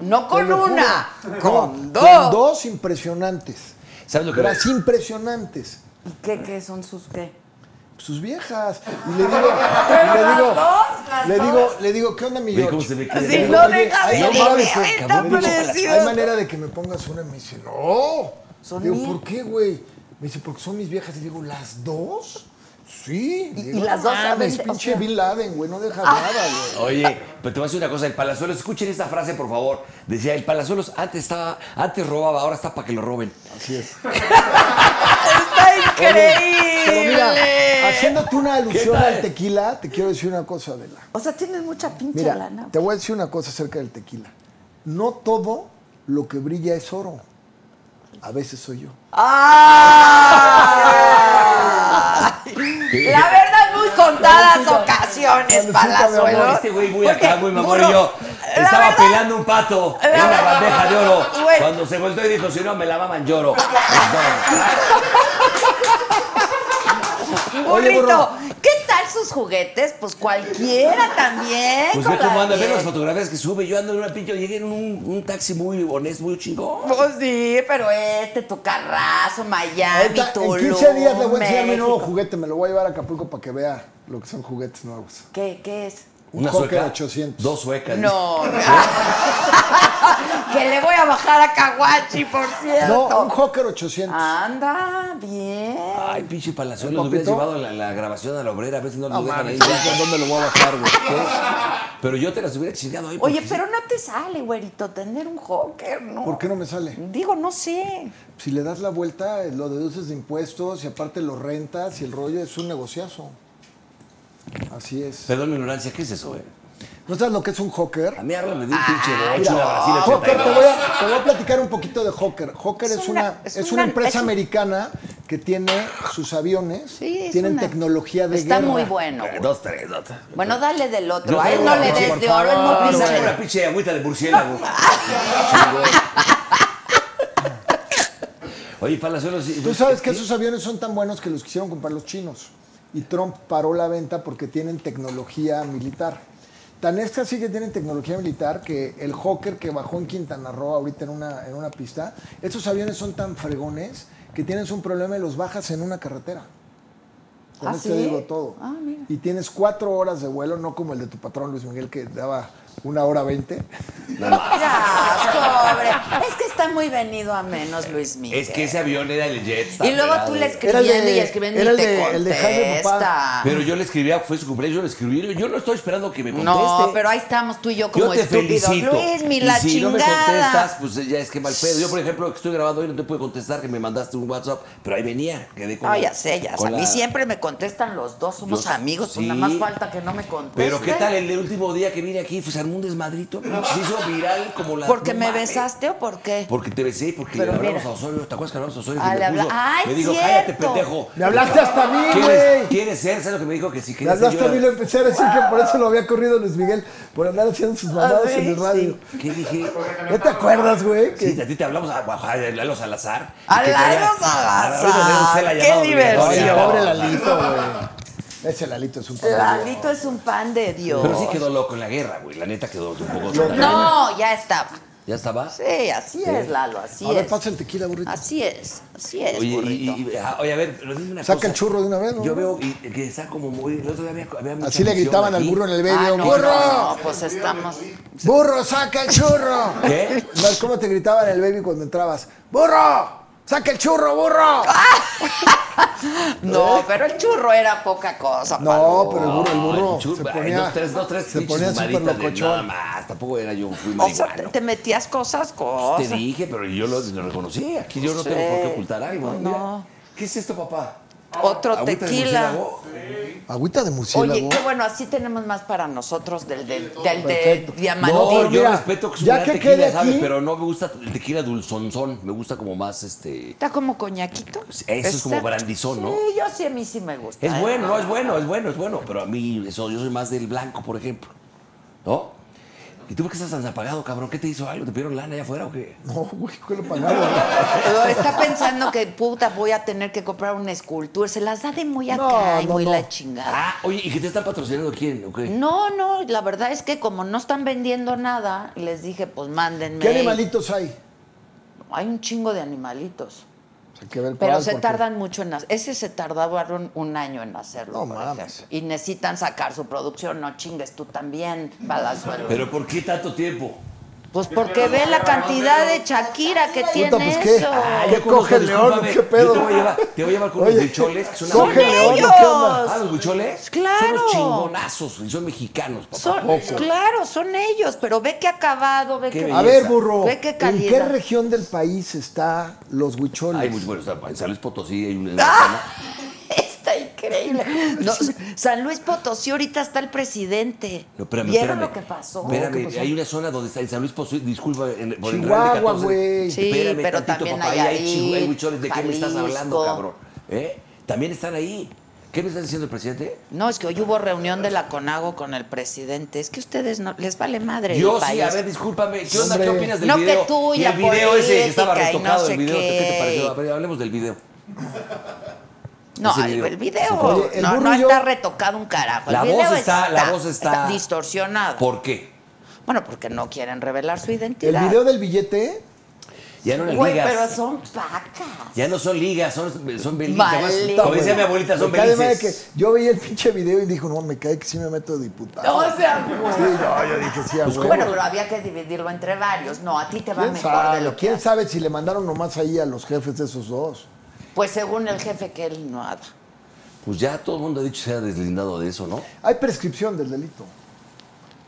Speaker 1: No
Speaker 2: te
Speaker 1: con
Speaker 2: lo juro.
Speaker 1: una,
Speaker 2: No,
Speaker 1: con
Speaker 2: Con
Speaker 1: dos.
Speaker 2: dos impresionantes.
Speaker 4: ¿Sabes lo que
Speaker 2: Las impresionantes.
Speaker 1: ¿Y qué, qué son sus qué?
Speaker 2: Sus viejas. Y le digo, y le
Speaker 1: las
Speaker 2: digo,
Speaker 1: dos, las
Speaker 2: le
Speaker 1: dos.
Speaker 2: digo, le digo, ¿qué onda, mi
Speaker 4: Oye,
Speaker 2: George?
Speaker 4: ¿cómo se ve que-
Speaker 2: Le
Speaker 1: Sí,
Speaker 2: digo,
Speaker 1: no,
Speaker 2: "Oye,
Speaker 1: deja
Speaker 2: hay
Speaker 1: de-
Speaker 2: manera
Speaker 1: de-
Speaker 2: que-
Speaker 1: está
Speaker 2: cabrón, le digo,
Speaker 1: precioso.
Speaker 2: Hay manera de que me pongas una. Me dice, no.
Speaker 1: Son
Speaker 2: digo,
Speaker 1: mil.
Speaker 2: ¿por qué, güey? Me dice, porque son mis viejas. Y digo, ¿las dos? Sí.
Speaker 1: Y-
Speaker 2: Digo,
Speaker 1: y las
Speaker 2: "No
Speaker 1: dos
Speaker 2: mames,
Speaker 1: saben de- o
Speaker 2: pinche
Speaker 1: sea- Ah,
Speaker 2: Bin Laden, güey, no dejas nada, güey.
Speaker 4: Oye, pero te voy a decir una cosa, el Palazuelo, escuchen esta frase, por favor. Decía, el Palazuelos antes estaba, antes robaba, ahora está para que lo roben.
Speaker 2: Así es.
Speaker 1: ¡Está
Speaker 2: Pero mira,
Speaker 1: increíble!
Speaker 2: haciéndote una alusión
Speaker 4: tal?
Speaker 2: al tequila, te quiero decir una cosa, Adela.
Speaker 1: O sea, tienes mucha pinche
Speaker 2: Mira,
Speaker 1: lana. pues.
Speaker 2: te voy a decir una cosa acerca del tequila. No todo lo que brilla es oro. A veces soy yo.
Speaker 4: <laughs>
Speaker 1: ¡Ah! La verdad, muy contadas ocasiones,
Speaker 2: Lucita, mi
Speaker 1: Palazuelo.
Speaker 2: amor,
Speaker 4: Este güey muy acá, muy mamón y yo.
Speaker 1: la
Speaker 4: Estaba
Speaker 1: verdad-
Speaker 4: pelando un pato en
Speaker 1: la
Speaker 4: una
Speaker 1: verdad-
Speaker 4: bandeja de oro.
Speaker 1: Güey.
Speaker 4: Cuando se volteó y dijo, si no, me la
Speaker 1: <laughs>
Speaker 4: maman lloro. Pues Perdón.
Speaker 2: Oye,
Speaker 1: Burrito,
Speaker 2: burro.
Speaker 1: ¿qué tal sus juguetes? Pues cualquiera también.
Speaker 4: Pues ve cómo anda, ve
Speaker 1: comadre.
Speaker 4: las fotografías que sube. Yo ando en una pinche, llegué en un, un taxi muy honesto, muy chingón.
Speaker 1: Pues sí, pero este, tu carrazo, Miami,
Speaker 2: Ahorita, en
Speaker 1: Tulum,
Speaker 2: 15 días le voy a enseñar mi nuevo
Speaker 1: México.
Speaker 2: juguete. Me lo voy a llevar a Acapulco para que vea lo que son juguetes nuevos.
Speaker 1: ¿Qué, ¿Qué es?
Speaker 2: Un
Speaker 4: Una
Speaker 2: Cocker
Speaker 4: sueca.
Speaker 2: 800.
Speaker 4: Dos suecas.
Speaker 1: No. <laughs> que le voy a bajar a Caguachi, por cierto.
Speaker 2: No, un Hawker 800.
Speaker 1: Ah. Anda, bien.
Speaker 4: Ay, pinche Palazuelos, lo hubieras
Speaker 2: papito?
Speaker 4: llevado la, la grabación a la obrera, a ver si no
Speaker 2: No
Speaker 4: lo dejan ahí.
Speaker 2: mames, ¿dónde lo voy a bajar, güey?
Speaker 4: Pero yo te las hubiera chingado ahí.
Speaker 1: Oye,
Speaker 4: porque-
Speaker 1: pero no te sale, güerito, tener un hawker, ¿no?
Speaker 2: ¿Por qué no me sale?
Speaker 1: Digo, no sé.
Speaker 2: Si le das la vuelta, lo deduces de impuestos y aparte lo rentas y el rollo es un negociazo. Así es.
Speaker 4: Perdón mi ignorancia, ¿qué es eso, güey?
Speaker 2: ¿No sabes lo que es un hawker?
Speaker 4: A mí háblame de un
Speaker 1: Ah,
Speaker 4: pinche de
Speaker 2: Mira,
Speaker 4: hecho a Brasil
Speaker 2: Hawker, te
Speaker 4: 82.
Speaker 2: voy, a, te voy a platicar un poquito de Hawker. Hawker es, una, es, una, empresa
Speaker 1: es un-
Speaker 2: americana que tiene sus aviones,
Speaker 1: Sí, es
Speaker 2: tienen
Speaker 1: una-
Speaker 2: tecnología de
Speaker 1: Está
Speaker 2: guerra.
Speaker 1: muy bueno.
Speaker 4: Eh, Dos, tres, dos, tres.
Speaker 1: Bueno, dale del otro.
Speaker 4: Yo
Speaker 1: A él
Speaker 4: tengo
Speaker 1: no
Speaker 4: una
Speaker 1: le
Speaker 4: pinche,
Speaker 1: des
Speaker 2: por
Speaker 1: de oro, él no
Speaker 2: favor.
Speaker 4: Me
Speaker 1: piensa
Speaker 4: saca
Speaker 1: en-
Speaker 4: una pinche agüita de
Speaker 1: <laughs>
Speaker 4: murciélago. Oye, Palazuelos... sí,
Speaker 2: Tú
Speaker 4: pues,
Speaker 2: sabes que
Speaker 4: ¿sí?
Speaker 2: esos aviones son tan buenos que los quisieron comprar los chinos. Y Trump paró la venta porque tienen tecnología militar. Tan es que así que tienen tecnología militar que el Hawker que bajó en Quintana Roo ahorita en una, en una pista, esos aviones son tan fregones que tienes un problema y los bajas en una carretera. Con
Speaker 1: ¿Ah,
Speaker 2: esto
Speaker 1: sí?
Speaker 2: digo todo.
Speaker 1: Ah, mira.
Speaker 2: Y tienes cuatro horas de vuelo, no como el de tu patrón Luis Miguel que daba una hora veinte.
Speaker 1: Ya, pobre. Es que está muy venido a menos, Luis Miguel.
Speaker 4: Es que ese avión era el Jetstar.
Speaker 1: Y luego
Speaker 4: ¿verdad,
Speaker 1: tú le
Speaker 4: güey?
Speaker 2: Era el de-
Speaker 1: escribiendo y escribiendo
Speaker 2: era
Speaker 1: y
Speaker 2: el
Speaker 1: te
Speaker 2: de- el de Jaime
Speaker 1: contesta.
Speaker 2: Popá.
Speaker 4: Pero yo le escribía, fue su cumpleaños, yo le escribí. Yo no estoy esperando que me conteste.
Speaker 1: No, pero ahí estamos tú y yo como
Speaker 4: yo te
Speaker 1: estúpidos.
Speaker 4: felicito.
Speaker 1: Luis, mi
Speaker 4: Y
Speaker 1: la
Speaker 4: si no me
Speaker 1: chingada.
Speaker 4: contestas, pues ya es que mal pedo. Yo, por ejemplo, que estoy grabando hoy, no te pude contestar, que me mandaste un WhatsApp, pero ahí venía, quedé con
Speaker 1: No,
Speaker 4: la-
Speaker 1: ya sé, ya sé.
Speaker 4: con
Speaker 1: A mí
Speaker 4: la-
Speaker 1: siempre me contestan los dos, somos
Speaker 4: Los-
Speaker 1: amigos, pues
Speaker 4: sí.
Speaker 1: nada más falta que no me contesten.
Speaker 4: Pero qué tal el último día que vine aquí, pues, armó un desmadrito. Se hizo viral como la.
Speaker 1: ¿Porque
Speaker 4: no
Speaker 1: me
Speaker 4: mames.
Speaker 1: besaste o por qué?
Speaker 4: Porque te besé, porque
Speaker 1: Pero
Speaker 4: le hablamos
Speaker 1: mira.
Speaker 4: a Osorio. ¿Te acuerdas que hablamos a Osorio?
Speaker 1: Ah, le
Speaker 4: Que me,
Speaker 1: habla-
Speaker 4: puso-
Speaker 1: ¡Ay,
Speaker 4: me dijo,
Speaker 1: cierto!
Speaker 4: cállate, pendejo.
Speaker 2: Me hablaste hasta a mí,
Speaker 4: ¿Quieres,
Speaker 2: güey.
Speaker 4: ¿Quieres ser? ¿Sabes lo que me dijo? Que sí,
Speaker 2: Me
Speaker 4: quería ser.
Speaker 2: hablaste
Speaker 4: yo
Speaker 2: a mí,
Speaker 4: era-
Speaker 2: lo empecé a decir que por eso lo había corrido Luis Miguel, por andar haciendo sus mamadas en el
Speaker 1: sí.
Speaker 2: radio.
Speaker 4: ¿Qué dije?
Speaker 2: ¿No te acuerdas, güey? Que-
Speaker 4: Sí, a ti te hablamos a, a, a Lalo Salazar.
Speaker 1: A
Speaker 4: Y que te
Speaker 1: Lalo
Speaker 4: había-
Speaker 1: Salazar.
Speaker 4: a Lalo Salazar,
Speaker 1: Qué
Speaker 4: llamado
Speaker 1: diversión.
Speaker 2: Oye,
Speaker 4: obligatoria.
Speaker 2: pobre Lalito, güey. Ese Lalito es un pobre.
Speaker 1: Lalito es un pan de Dios.
Speaker 4: Pero sí quedó loco en la guerra, güey. La neta quedó un poco.
Speaker 1: No, ya estaba.
Speaker 4: ¿Ya estaba?
Speaker 1: Sí, así es, Lalo, así
Speaker 2: A ver,
Speaker 1: es.
Speaker 2: pasa el tequila, burrito.
Speaker 1: Así es, así es,
Speaker 4: Oye, y-
Speaker 1: burrito.
Speaker 4: y- y- ajá, oye, a ver, pero dime una
Speaker 2: Saca
Speaker 4: cosa.
Speaker 2: el churro de una vez, ¿no?
Speaker 4: Yo veo y- que está como muy. El otro día había, había mucha
Speaker 2: Así le
Speaker 4: emoción
Speaker 2: gritaban al
Speaker 4: aquí.
Speaker 2: burro en el
Speaker 1: Ah,
Speaker 2: medio.
Speaker 1: no,
Speaker 2: ¡Burro!
Speaker 1: no, no, pues estamos.
Speaker 2: ¡Burro, saca el
Speaker 4: <laughs>
Speaker 2: churro!
Speaker 4: ¿Qué?
Speaker 2: No, es como te gritaban el baby cuando entrabas. ¡Burro! ¡Saca el churro, burro!
Speaker 4: Ah,
Speaker 1: No, pero el churro era poca cosa.
Speaker 2: No,
Speaker 1: Pablo.
Speaker 2: <laughs> pero el burro, el burro.
Speaker 4: Ay, churro,
Speaker 2: se
Speaker 4: ay,
Speaker 2: ponía,
Speaker 4: dos, tres, dos, tres.
Speaker 2: se
Speaker 4: pinches
Speaker 2: ponía súper
Speaker 4: fumaditas de Nada
Speaker 2: locochón.
Speaker 4: más, tampoco era yo fui
Speaker 1: O sea, te,
Speaker 4: marihuano.
Speaker 1: te metías cosas,
Speaker 4: Pues Te
Speaker 1: cosas.
Speaker 4: dije, pero yo lo, lo reconocí. Aquí yo no
Speaker 1: Sí.
Speaker 4: tengo por qué ocultar algo. Mira,
Speaker 1: No.
Speaker 4: ¿Qué es esto, papá?
Speaker 1: Otro
Speaker 4: ¿Agüita de
Speaker 1: tequila.
Speaker 4: murciélago?
Speaker 2: Agüita de
Speaker 1: Oye,
Speaker 2: murciélago.
Speaker 1: qué bueno, así tenemos más para nosotros del, del, del de
Speaker 2: Perfecto.
Speaker 1: diamantino.
Speaker 4: No, yo
Speaker 2: mira,
Speaker 4: respeto que es un
Speaker 2: ya
Speaker 4: gran
Speaker 2: que
Speaker 4: tequila,
Speaker 2: quede
Speaker 4: ¿sabes?
Speaker 2: aquí-
Speaker 4: Pero no me gusta el tequila dulzonzón. Me gusta como más este.
Speaker 1: Está como coñaquito.
Speaker 4: Pues Eso es como
Speaker 1: Exacto.
Speaker 4: brandizón, ¿no?
Speaker 1: Sí, yo sí, a mí sí me gusta.
Speaker 4: Es
Speaker 1: ¿eh?
Speaker 4: bueno, no, es bueno, es bueno, es bueno. Pero a mí, eso, yo soy más del blanco, por ejemplo. ¿No? ¿Y tú por qué estás tan apagado, cabrón? ¿Qué te hizo algo? ¿Te pidieron lana allá afuera o qué?
Speaker 2: No, güey, ¿qué lo
Speaker 4: <laughs>
Speaker 2: pagaron?
Speaker 1: Pero está pensando que puta voy a tener que comprar una escultura. Se las da de muy acá
Speaker 2: No,
Speaker 1: y
Speaker 2: no,
Speaker 1: muy
Speaker 2: no.
Speaker 1: la chingada.
Speaker 4: Ah, oye, ¿y qué te están patrocinando quién? ¿O qué?
Speaker 1: No, no, la verdad es que como no están vendiendo nada, les dije, pues mándenme.
Speaker 2: ¿Qué animalitos hay?
Speaker 1: Hay un chingo de animalitos.
Speaker 2: Hay que ver
Speaker 1: Pero
Speaker 2: cuál,
Speaker 1: se
Speaker 2: porque-
Speaker 1: tardan mucho en hacerlo. Ese se tardaron un año en hacerlo,
Speaker 2: No
Speaker 1: por
Speaker 2: mames.
Speaker 1: ejemplo. Y necesitan sacar su producción. No chingues tú también, Palazuelo.
Speaker 4: ¿Pero por qué tanto tiempo?
Speaker 1: Pues porque ve la cantidad de Shakira que tiene
Speaker 2: Puta, pues, ¿qué?
Speaker 1: eso.
Speaker 2: Ay,
Speaker 4: yo
Speaker 2: ¿Qué coge el león?
Speaker 4: Ah, discúlpame,
Speaker 2: ¿Qué pedo,
Speaker 4: yo te, voy a
Speaker 2: güey?
Speaker 4: llevar, te voy a llevar con los
Speaker 2: Oye,
Speaker 4: bucholes. que son una
Speaker 2: coge
Speaker 1: ¡Son
Speaker 4: maravilla.
Speaker 2: león, ¿qué
Speaker 1: ellos!
Speaker 2: onda?
Speaker 4: Ah, los bucholes. Son
Speaker 1: ¡Claro!
Speaker 4: los chingonazos y son mexicanos, papá.
Speaker 1: Son- claro, son ellos, pero ve qué acabado, ve
Speaker 4: Qué
Speaker 1: que...
Speaker 2: A
Speaker 4: belleza.
Speaker 2: ver, burro.
Speaker 1: Ve qué
Speaker 2: ¿En
Speaker 1: calidad.
Speaker 2: qué región del país está los huicholes?
Speaker 4: Hay mucho, pues, bueno, está- en San Luis
Speaker 2: <laughs>
Speaker 4: Potosí hay un.
Speaker 1: <laughs> Está increíble. No, San Luis Potosí, ahorita está el presidente.
Speaker 4: No, espérame,
Speaker 1: ¿Vieron
Speaker 4: espérame.
Speaker 1: lo que pasó?
Speaker 4: Espérame, hay una zona donde está en San Luis Potosí, disculpa, en, por el Real de
Speaker 2: Chihuahua,
Speaker 4: 14.
Speaker 2: güey.
Speaker 1: Sí,
Speaker 4: Espérame
Speaker 1: pero
Speaker 4: tantito,
Speaker 1: también
Speaker 4: papá,
Speaker 1: hay
Speaker 4: ahí
Speaker 1: ahí,
Speaker 4: chihu- hay huicholes, ¿de qué me estás
Speaker 1: Jalisco.
Speaker 4: hablando, cabrón? ¿Eh? También están ahí. ¿Qué me está diciendo el presidente?
Speaker 1: No, es que hoy hubo reunión de la CONAGO con el presidente. Es que ustedes no les vale madre.
Speaker 4: Yo
Speaker 1: el
Speaker 4: sí,
Speaker 1: país.
Speaker 4: a ver, discúlpame. ¿Qué onda? ¿Qué
Speaker 2: Hombre.
Speaker 4: opinas del
Speaker 1: No, que
Speaker 4: video?
Speaker 1: tú y
Speaker 4: el
Speaker 1: la
Speaker 4: video ese que estaba
Speaker 1: política y no
Speaker 4: retocado,
Speaker 1: sé
Speaker 4: el video. ¿Qué
Speaker 1: qué.
Speaker 4: te pareció? A ver, hablemos del video.
Speaker 1: No,
Speaker 4: ese
Speaker 1: el
Speaker 4: video.
Speaker 1: video,
Speaker 2: Oye, el
Speaker 1: no,
Speaker 2: burro
Speaker 1: no
Speaker 2: y yo-
Speaker 1: está retocado un carajo. El
Speaker 4: La
Speaker 1: video
Speaker 4: voz está, la voz está,
Speaker 1: distorsionada.
Speaker 4: ¿Por qué?
Speaker 1: Bueno, porque no quieren revelar su
Speaker 2: El
Speaker 1: identidad.
Speaker 2: video del billete,
Speaker 4: Ya no le
Speaker 1: Güey,
Speaker 4: ligas.
Speaker 1: pero son vacas.
Speaker 4: Ya no son ligas, son, son belitas.
Speaker 1: Vale.
Speaker 4: más-
Speaker 1: Está
Speaker 4: Como decía mi abuelita, son
Speaker 2: Me cae de madre
Speaker 4: belices.
Speaker 2: que yo veía el pinche video y dijo, no, me cae que sí me meto de diputado.
Speaker 1: O sea,
Speaker 2: Sí, no, yo dije, sí, a
Speaker 4: Pues,
Speaker 2: huevo.
Speaker 1: Bueno, pero había que dividirlo entre varios. No, a ti te va
Speaker 2: Pues, ¿Quién
Speaker 1: mejor de
Speaker 2: sabe?
Speaker 1: lo que
Speaker 2: ¿Quién
Speaker 1: haces.
Speaker 2: sabe si le mandaron nomás ahí a los jefes de esos dos?
Speaker 1: Pues según el jefe que él no haga.
Speaker 4: Pues ya todo el mundo ha dicho se ha deslindado de eso, ¿no?
Speaker 2: Hay prescripción del delito.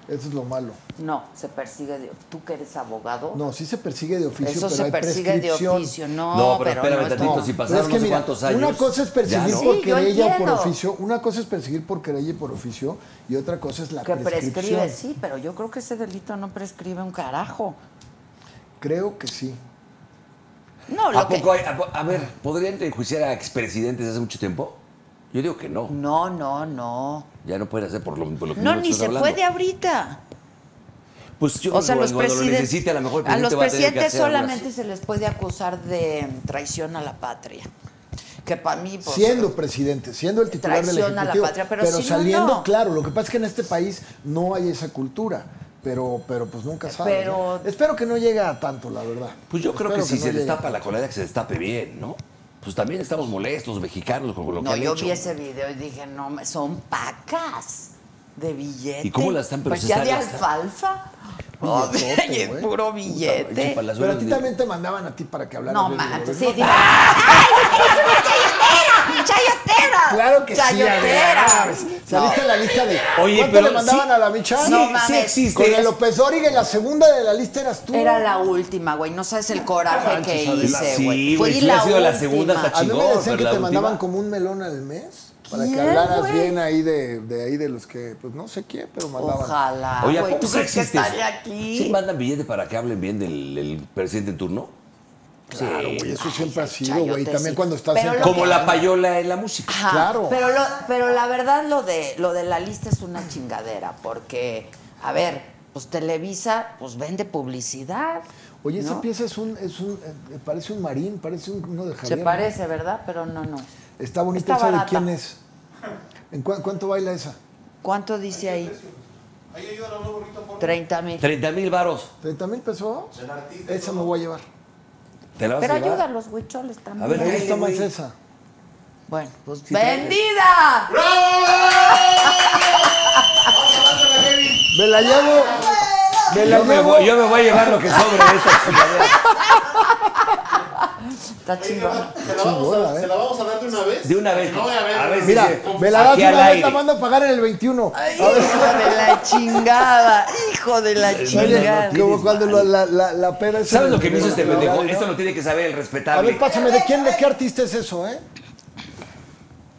Speaker 2: Eso es lo malo.
Speaker 1: No, se persigue de... ¿Tú que eres abogado?
Speaker 2: No, sí se persigue de oficio,
Speaker 1: Eso
Speaker 2: pero
Speaker 1: se
Speaker 2: hay
Speaker 1: persigue de
Speaker 2: prescripción.
Speaker 1: oficio. No,
Speaker 4: No,
Speaker 1: pero,
Speaker 4: pero espérame
Speaker 1: no es
Speaker 4: tantito,
Speaker 1: como-
Speaker 4: si pasaron
Speaker 2: Pero es que
Speaker 4: no sé
Speaker 2: mira,
Speaker 4: cuántos años,
Speaker 2: Una cosa es perseguir
Speaker 4: ya no.
Speaker 2: por
Speaker 1: Sí, yo
Speaker 2: querella o por
Speaker 1: entiendo.
Speaker 2: oficio, una cosa es perseguir por querella y por oficio, y otra cosa es la
Speaker 1: Que
Speaker 2: prescripción.
Speaker 1: prescribe, sí, pero yo creo que ese delito no prescribe un carajo.
Speaker 2: Creo que sí.
Speaker 1: No, lo
Speaker 4: ¿A
Speaker 1: que...
Speaker 4: poco hay? A, po- a ver, ¿podrían enjuiciar a expresidentes hace mucho tiempo? Yo digo que no.
Speaker 1: No, no, no.
Speaker 4: Ya no pueden hacer por lo, por lo que
Speaker 1: No,
Speaker 4: tú
Speaker 1: ni
Speaker 4: estás
Speaker 1: se
Speaker 4: hablando.
Speaker 1: puede ahorita.
Speaker 4: Pues yo
Speaker 1: O sea,
Speaker 4: cuando-
Speaker 1: los
Speaker 4: cuando lo
Speaker 1: presidentes.
Speaker 4: necesite, a lo mejor el
Speaker 1: a los
Speaker 4: presidente va tener que
Speaker 1: presidentes
Speaker 4: hacer algunas-
Speaker 1: solamente se les puede acusar de traición a la patria. Que para mí. Pues,
Speaker 2: siendo presidente, siendo el titular del
Speaker 1: Traición a la
Speaker 2: Ejecutivo.
Speaker 1: patria, pero si no,
Speaker 2: saliendo,
Speaker 1: no.
Speaker 2: claro, lo que pasa es que en este país no hay esa cultura, pero, pero pues nunca sabes.
Speaker 1: Pero-
Speaker 2: ¿no? Espero que no llegue a tanto, la verdad.
Speaker 4: Pues yo creo
Speaker 2: Espero
Speaker 4: que si
Speaker 2: no
Speaker 4: se
Speaker 2: llegue.
Speaker 4: destapa la colera, que se destape bien, ¿no? Pues también estamos molestos, mexicanos, con lo que
Speaker 1: No,
Speaker 4: han
Speaker 1: yo
Speaker 4: hecho.
Speaker 1: vi ese video y dije, no, me- son pacas de billetes.
Speaker 4: ¿Y cómo las están? Pero
Speaker 1: Pues
Speaker 4: se
Speaker 1: ya
Speaker 4: están-
Speaker 1: de
Speaker 4: las están-
Speaker 1: alfalfa. <laughs>
Speaker 2: Billetote,
Speaker 1: Oye,
Speaker 2: güey.
Speaker 1: puro
Speaker 4: Puta,
Speaker 1: billete.
Speaker 4: pinche palazuelo,
Speaker 2: Pero a ti
Speaker 4: ni-
Speaker 2: también te mandaban a ti para que hablaras.
Speaker 1: No
Speaker 2: bien del
Speaker 1: manches, sí,
Speaker 2: gobierno.
Speaker 1: dime. ¡Ay, es una chayotera! ¡Chayotera!
Speaker 2: Claro que sí.
Speaker 1: ¡Chayotera!
Speaker 2: Adriana. Saliste en la lista de.
Speaker 4: Oye,
Speaker 2: ¿Cuánto
Speaker 4: pero
Speaker 2: le mandaban
Speaker 4: sí-
Speaker 2: a la bicha?
Speaker 4: Sí,
Speaker 1: No
Speaker 4: sí
Speaker 1: mames.
Speaker 4: existe.
Speaker 2: Con el López Origa, en la segunda de la lista eras tú.
Speaker 1: Era la última, güey. No sabes el coraje que
Speaker 4: Adela.
Speaker 1: hice,
Speaker 4: Sí,
Speaker 1: güey.
Speaker 4: güey, si hubiera sido la segunda hasta
Speaker 2: A mí me
Speaker 4: chingón,
Speaker 2: decían
Speaker 4: pero
Speaker 2: que
Speaker 4: la
Speaker 2: te
Speaker 4: última.
Speaker 2: mandaban como un melón al mes. Para que
Speaker 1: ¿Quién,
Speaker 2: hablaras
Speaker 1: güey?
Speaker 2: bien ahí de, de ahí de los que, pues no sé quién, pero mandaban.
Speaker 1: Ojalá.
Speaker 4: Oye, ¿a
Speaker 1: güey,
Speaker 4: poco
Speaker 1: ¿tú
Speaker 4: sí
Speaker 1: crees que
Speaker 4: existe eso?
Speaker 1: estaría aquí?
Speaker 4: ¿Sí mandan billete para que hablen bien del, del presidente en turno?
Speaker 2: Claro, güey, eso siempre ha sido,
Speaker 1: chayote,
Speaker 2: güey. También
Speaker 1: sí.
Speaker 2: cuando estás
Speaker 1: Pero
Speaker 2: en-
Speaker 1: lo
Speaker 4: Como
Speaker 1: que-
Speaker 4: la payola en la música.
Speaker 1: Ajá,
Speaker 2: Claro.
Speaker 1: Pero, lo- pero la verdad lo de, lo de la lista es una chingadera, porque, a ver, pues Televisa, pues vende publicidad.
Speaker 2: Oye, esa
Speaker 1: ¿no?
Speaker 2: pieza es un, es un, eh, parece un marín, parece un- uno de
Speaker 1: Se
Speaker 2: Javier. ¿no?
Speaker 1: parece, ¿verdad? Pero no, no.
Speaker 2: Está bonita
Speaker 1: Está
Speaker 2: esa de
Speaker 1: barata.
Speaker 2: quién es. ¿En cu- cuánto baila esa?
Speaker 1: ¿Cuánto dice ahí?
Speaker 6: Ahí ayudan a uno bonito por
Speaker 1: 30 mil.
Speaker 4: 30 mil varos.
Speaker 2: ¿30 mil pesos?
Speaker 6: El artista y
Speaker 2: Esa
Speaker 6: todo.
Speaker 2: me voy a llevar.
Speaker 4: ¿Te la vas
Speaker 1: Pero
Speaker 4: a llevar?
Speaker 1: ayuda a los huicholes también.
Speaker 4: A ver,
Speaker 2: ¿Dónde
Speaker 4: cállate,
Speaker 2: está más
Speaker 4: güey.
Speaker 2: esa?
Speaker 1: Bueno, pues
Speaker 4: trae-
Speaker 1: ¡Vendida!
Speaker 2: Me la llevo. Me la
Speaker 4: Yo me,
Speaker 2: llevo.
Speaker 4: voy, yo me voy a llevar lo que sobre de esta chingadera.
Speaker 2: <laughs>
Speaker 1: Está
Speaker 6: Oye,
Speaker 1: chingón.
Speaker 6: ¿Se la, vamos
Speaker 2: Chingona,
Speaker 6: a,
Speaker 2: ¿eh?
Speaker 6: ¿Se la vamos a dar de una vez?
Speaker 4: De una vez.
Speaker 6: No voy a ver.
Speaker 4: A ver si
Speaker 6: Mira,
Speaker 2: Mira,
Speaker 4: se-
Speaker 2: me la das
Speaker 4: Aquí al
Speaker 2: una vez,
Speaker 4: aire.
Speaker 2: la mando a pagar en el 21.
Speaker 1: Ay, hijo de la chingada, hijo de la
Speaker 4: no,
Speaker 2: Oye,
Speaker 1: chingada.
Speaker 4: no,
Speaker 2: como cuando la, la, la, la peda esa
Speaker 4: ¿Sabes
Speaker 2: del-
Speaker 4: lo que me hizo este
Speaker 2: del-
Speaker 4: pendejo?
Speaker 2: del-
Speaker 4: Esto lo tiene que saber el
Speaker 2: A
Speaker 4: respetable.
Speaker 2: ver, pásame, ¿de quién, de qué artista es eso, eh?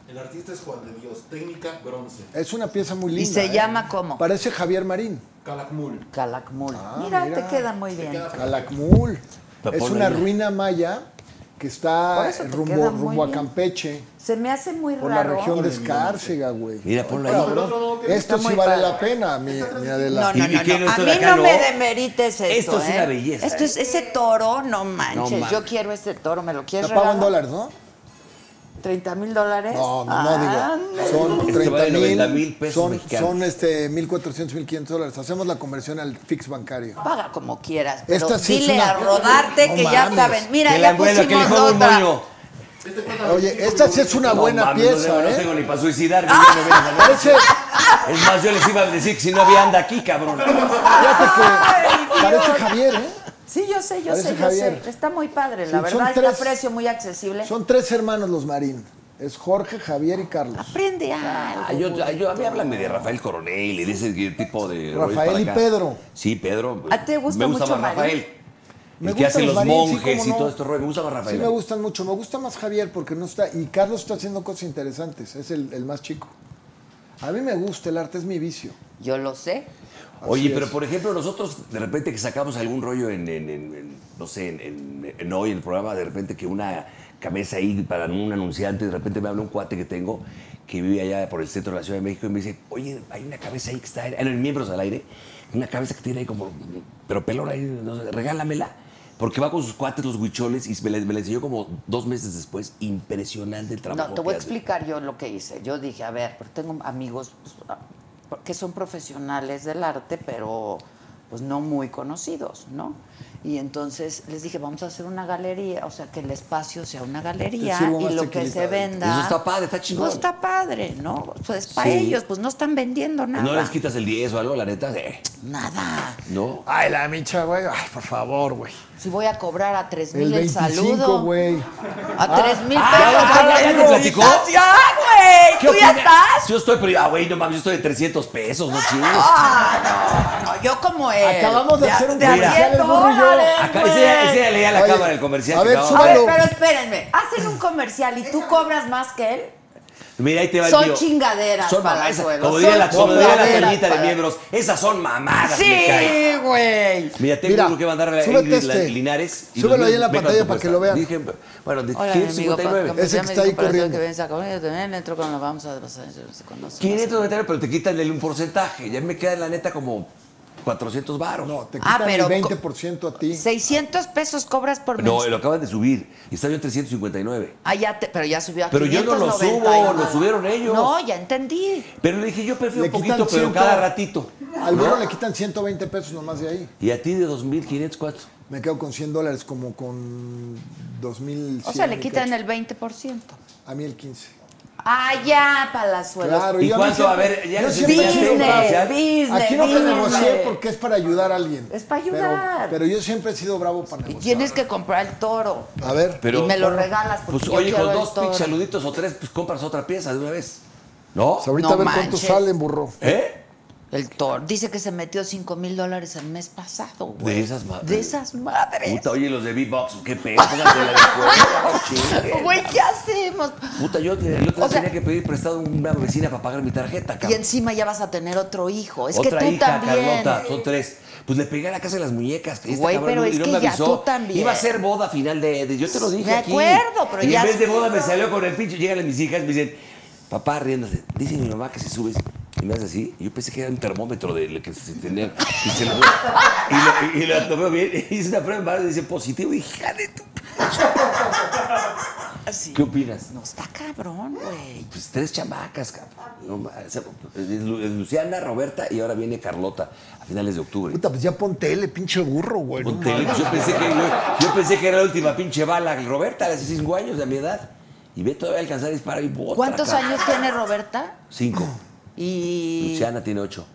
Speaker 6: El artista es Juan de Dios, técnica bronce,
Speaker 2: Es una pieza muy
Speaker 1: ¿Y
Speaker 2: linda.
Speaker 1: se
Speaker 2: ¿eh?
Speaker 1: llama cómo?
Speaker 2: Parece Javier Marín.
Speaker 6: Calakmul.
Speaker 1: Calakmul.
Speaker 2: Ah,
Speaker 1: mira,
Speaker 2: mira.
Speaker 1: te queda muy bien.
Speaker 2: Calakmul.
Speaker 4: Te
Speaker 2: Es
Speaker 4: pone
Speaker 2: una
Speaker 4: ahí.
Speaker 2: ruina maya que
Speaker 1: Por
Speaker 2: está
Speaker 1: eso te
Speaker 2: rumbo,
Speaker 1: queda muy
Speaker 2: rumbo a
Speaker 1: bien.
Speaker 2: Campeche,
Speaker 1: Se me hace muy
Speaker 2: por la
Speaker 1: raro.
Speaker 2: región de Escárcega, güey.
Speaker 4: Mira, ponlo
Speaker 2: Cabrón,
Speaker 4: ahí.
Speaker 6: pero otro no, que
Speaker 2: Esto
Speaker 1: está
Speaker 2: sí
Speaker 1: muy
Speaker 2: vale
Speaker 1: padre.
Speaker 2: la pena, mi, mi Adela.
Speaker 1: No, no,
Speaker 4: ¿Y
Speaker 1: no,
Speaker 4: qué
Speaker 1: no.
Speaker 4: no
Speaker 1: A
Speaker 4: está
Speaker 1: mí
Speaker 4: de acá,
Speaker 1: no,
Speaker 4: no?
Speaker 1: me demerites esto.
Speaker 4: Esto es
Speaker 1: ¿eh?
Speaker 4: una belleza,
Speaker 1: Esto
Speaker 4: ¿eh?
Speaker 1: es ese toro, no manches.
Speaker 4: mames.
Speaker 1: Yo quiero ese toro, me lo
Speaker 2: La
Speaker 1: quieres
Speaker 2: pago en
Speaker 1: regalar.
Speaker 2: dólares, ¿no?
Speaker 1: 30 mil dólares. Ah,
Speaker 2: No, no, no digo.
Speaker 1: Ándale.
Speaker 2: Son
Speaker 4: Esto
Speaker 2: 30
Speaker 4: vale 90
Speaker 2: mil
Speaker 4: mil pesos
Speaker 2: Son,
Speaker 4: mexicanos.
Speaker 2: son este, 1.400, 1.500 dólares. Hacemos la conversión al fix bancario.
Speaker 1: Paga como quieras, pero
Speaker 2: Esta sí es
Speaker 1: dile
Speaker 2: una-
Speaker 1: a rodarte
Speaker 2: No
Speaker 1: que ya
Speaker 2: mames.
Speaker 1: saben. Mira,
Speaker 4: Que la
Speaker 1: ya
Speaker 4: abuela, que le
Speaker 1: pusimos
Speaker 4: juega un
Speaker 1: otra.
Speaker 4: moño.
Speaker 2: Oye, esta sí es una
Speaker 4: No,
Speaker 2: buena
Speaker 4: mami, no
Speaker 2: pieza,
Speaker 4: tengo- No
Speaker 2: ¿eh?
Speaker 4: tengo ni para suicidar. ni bien, no vienes a hablar.
Speaker 2: Parece,
Speaker 4: Es más, yo les iba a decir que si no había anda aquí, cabrón.
Speaker 2: fíjate que parece Javier, ¿eh?
Speaker 1: Sí, yo sé, yo sé,
Speaker 2: Parece
Speaker 1: yo sé.
Speaker 2: Javier.
Speaker 1: Está muy padre, la
Speaker 2: Sí, son
Speaker 1: verdad. Está a
Speaker 2: tres-
Speaker 1: precio muy accesible.
Speaker 2: Son tres hermanos los Marín. Es Jorge, Javier y Carlos.
Speaker 1: Aprende algo.
Speaker 4: Ah, yo, yo- a mí háblame de Rafael Coronel y de ese tipo de... rollos
Speaker 2: Rafael
Speaker 4: para
Speaker 2: y
Speaker 4: acá.
Speaker 2: Pedro.
Speaker 4: Sí, Pedro.
Speaker 1: ¿A ti Ah, te gusta
Speaker 4: Me gusta
Speaker 1: mucho
Speaker 4: más
Speaker 1: Marín?
Speaker 4: Rafael.
Speaker 2: Me
Speaker 4: el que hace
Speaker 2: gustan
Speaker 4: los
Speaker 2: los Marín, sí,
Speaker 4: monjes
Speaker 2: cómo
Speaker 4: y
Speaker 2: no.
Speaker 4: todo esto rollo. Me gusta más Rafael.
Speaker 2: Sí me gustan mucho, me gusta más Javier porque no está, y Carlos está haciendo cosas interesantes, es el, el más chico. A mí me gusta el arte, es mi vicio.
Speaker 1: Yo lo sé.
Speaker 4: Oye,
Speaker 2: Así
Speaker 4: pero
Speaker 2: es.
Speaker 4: por ejemplo, nosotros de repente que sacamos algún rollo en, en- en- en- no sé, en, en- en hoy, en el programa, de repente que una cabeza ahí para un anunciante, de repente me habla un cuate que tengo que vive allá por el centro de la Ciudad de México y me dice, oye, hay una cabeza ahí que está, en, en miembros al aire, una cabeza que tiene ahí como, pero pelona ahí, no sé, regálamela. Porque va con sus cuates, los huicholes, y me la, me la enseñó como dos meses después. Impresionante el trabajo.
Speaker 1: No, te voy
Speaker 4: que
Speaker 1: a
Speaker 4: hace.
Speaker 1: explicar yo lo que hice. Yo dije, a ver, porque tengo amigos pues, ah, que son profesionales del arte, pero pues no muy conocidos, ¿no? Y entonces les dije, vamos a hacer una galería, o sea, que el espacio sea una galería
Speaker 2: Te sirvo
Speaker 1: y
Speaker 2: más
Speaker 1: lo que
Speaker 2: tequilita
Speaker 1: se
Speaker 2: de-
Speaker 1: venda.
Speaker 4: Eso está padre, está chingón.
Speaker 1: No está padre, ¿no? Pues para
Speaker 4: Sí.
Speaker 1: ellos, pues no están vendiendo nada.
Speaker 4: No les quitas el 10 o algo, la neta. eh,
Speaker 1: Nada.
Speaker 4: no.
Speaker 2: Ay, la micha, güey, ay, por favor, güey.
Speaker 1: Si voy a cobrar a tres
Speaker 2: El
Speaker 1: mil el
Speaker 2: 25,
Speaker 1: saludo.
Speaker 2: güey.
Speaker 1: A tres mil pesos.
Speaker 4: ah, ya, ya, ya te
Speaker 1: amigo.
Speaker 4: platicó.
Speaker 1: ¡Ya, güey!
Speaker 4: ¿Qué
Speaker 1: ¡Tú ya
Speaker 4: opinas?
Speaker 1: estás!
Speaker 4: Yo estoy, pero ah, güey, no mames, yo estoy de 300 pesos, no chingues.
Speaker 1: Ah, no, no, yo como él.
Speaker 2: Acabamos de hacer un
Speaker 1: de
Speaker 4: comercial,
Speaker 1: a 100
Speaker 2: el burro y yo.
Speaker 1: dólares,
Speaker 4: Acá,
Speaker 1: güey.
Speaker 4: ese, ese ya leía la
Speaker 2: Oye,
Speaker 4: cámara del comercial.
Speaker 2: a
Speaker 4: que
Speaker 2: ver,
Speaker 4: acabamos
Speaker 1: A
Speaker 4: de
Speaker 1: ver,
Speaker 2: súbalo.
Speaker 4: hacer.
Speaker 1: pero espérenme. Hacen un comercial y tú cobras más que él.
Speaker 4: Mira, ahí te va el
Speaker 1: Son
Speaker 4: tío.
Speaker 1: chingaderas
Speaker 4: Son
Speaker 1: para
Speaker 4: mamadas.
Speaker 1: el suelo,
Speaker 4: Como
Speaker 1: son
Speaker 4: diría la, como diría la
Speaker 1: chingaderas
Speaker 4: Toñita
Speaker 1: para-
Speaker 4: de miembros, esas son mamadas. me cae.
Speaker 1: Sí, güey.
Speaker 4: Mira, tengo
Speaker 2: Mira,
Speaker 4: uno que mandarle a
Speaker 2: súbete
Speaker 4: Ingrid la-
Speaker 2: este.
Speaker 4: Linares. y
Speaker 2: Súbelo
Speaker 4: los
Speaker 2: ahí en la
Speaker 4: menos
Speaker 2: pantalla
Speaker 4: tu
Speaker 2: para que
Speaker 4: cuesta.
Speaker 2: lo vean.
Speaker 4: Dije, bueno, de
Speaker 1: Hola, mi amigo Paco,
Speaker 4: 159.
Speaker 2: Ese
Speaker 1: ya
Speaker 2: que
Speaker 1: me
Speaker 2: está ahí
Speaker 1: dijo para
Speaker 2: corriendo.
Speaker 1: Que vienes a comer, yo también entro con lo vamos a pasar. con los-
Speaker 4: 599, pero te quitan el un porcentaje. Ya me queda la neta como 400 varos.
Speaker 2: No, te
Speaker 1: Ah,
Speaker 2: quitan
Speaker 1: pero
Speaker 2: el 20% a ti.
Speaker 1: 600 pesos cobras por mes.
Speaker 4: No, lo acaban de subir. Y está yo en 359.
Speaker 1: Ah, ya te- pero ya subió a
Speaker 4: Pero yo no lo
Speaker 1: 591.
Speaker 4: subo, lo subieron ellos.
Speaker 1: No, ya entendí.
Speaker 4: Pero le dije, yo prefiero
Speaker 2: Le
Speaker 4: un poquito,
Speaker 2: quitan
Speaker 4: pero
Speaker 2: 100.
Speaker 4: cada ratito.
Speaker 2: Al
Speaker 4: ¿No?
Speaker 2: burro le quitan 120 pesos nomás de ahí.
Speaker 4: Y a ti de 2.504.
Speaker 2: Me quedo con 100 dólares, como con 2.000.
Speaker 1: O sea, le quitan el 20%.
Speaker 2: A mí el 15.
Speaker 1: Ah, ya, palazuelos.
Speaker 2: Claro,
Speaker 4: ¿Y
Speaker 2: yo a mí
Speaker 4: cuánto?
Speaker 2: siempre-
Speaker 4: A ver, ya
Speaker 2: yo
Speaker 4: que se
Speaker 2: siempre
Speaker 4: te
Speaker 2: he sido
Speaker 4: hace un
Speaker 2: bravo.
Speaker 4: comercial.
Speaker 1: Business,
Speaker 2: Aquí no te
Speaker 1: business.
Speaker 2: negocié porque es para ayudar a alguien.
Speaker 1: Es para
Speaker 2: Pero-
Speaker 1: ayudar.
Speaker 2: Pero, yo siempre he sido bravo para
Speaker 1: Y
Speaker 2: negociar.
Speaker 1: tienes que comprar el toro.
Speaker 2: A ver,
Speaker 4: Pero,
Speaker 1: y me lo
Speaker 4: bueno,
Speaker 1: regalas porque
Speaker 4: Pues
Speaker 1: yo
Speaker 4: oye,
Speaker 1: quiero
Speaker 4: con
Speaker 1: el
Speaker 4: dos
Speaker 1: toro.
Speaker 4: pinches saluditos o tres, pues compras otra pieza de una vez. ¿No?
Speaker 2: pues ahorita
Speaker 1: no
Speaker 2: a ver cuánto
Speaker 1: manches.
Speaker 2: salen, burro.
Speaker 4: ¿Eh?
Speaker 1: El toro. Dice que se metió 5 mil dólares el mes pasado, güey.
Speaker 4: De esas madres.
Speaker 1: De esas madres.
Speaker 4: Puta, oye, los de beatbox, qué pedo, pónganse la de cuerda, chingue.
Speaker 1: <laughs> Güey, ¿qué hacemos?
Speaker 4: Puta, yo eh, el otro día
Speaker 1: O sea-
Speaker 4: tenía que pedir prestado a una vecina para pagar mi tarjeta,
Speaker 1: Y
Speaker 4: cabrón.
Speaker 1: encima ya vas a tener otro hijo. Es
Speaker 4: Otra
Speaker 1: que tú
Speaker 4: hija,
Speaker 1: también.
Speaker 4: Carlota, son tres. Pues le pegué a la casa de las muñecas. este
Speaker 1: Güey,
Speaker 4: cabrón
Speaker 1: pero
Speaker 4: no- y
Speaker 1: es
Speaker 4: no
Speaker 1: que
Speaker 4: me
Speaker 1: ya
Speaker 4: avisó.
Speaker 1: tú también.
Speaker 4: Iba a ser boda a final de, de- Yo te lo dije
Speaker 1: De
Speaker 4: aquí.
Speaker 1: acuerdo, pero
Speaker 4: y
Speaker 1: ya-
Speaker 4: en vez de boda me salió con el pinche. Llegan mis hijas, me dicen, papá, riéndose. Dice mi mamá que si subes y me hace así. Yo pensé que era un termómetro de lo que se tenía. Y se lo veo. Y lo, y lo- lo veo bien. Y hice una prueba en barrio y dice positivo. Hija de tu.
Speaker 1: <laughs> Así.
Speaker 4: ¿Qué opinas?
Speaker 1: No está cabrón, güey.
Speaker 4: Pues tres chamacas, cabrón. No ma- se- es Lu- es Luciana, Roberta y ahora viene Carlota a finales de octubre.
Speaker 2: Puta, pues ya pon tele, pinche burro, güey. no
Speaker 4: Con tele, pues yo, pensé que, yo pensé que era la última pinche bala. Roberta, de hace cinco años de mi edad. Y ve todavía alcanzar a disparar y bota.
Speaker 1: ¿Cuántos
Speaker 4: cabrón.
Speaker 1: años tiene Roberta?
Speaker 4: Cinco.
Speaker 1: Y,
Speaker 4: Luciana tiene ocho.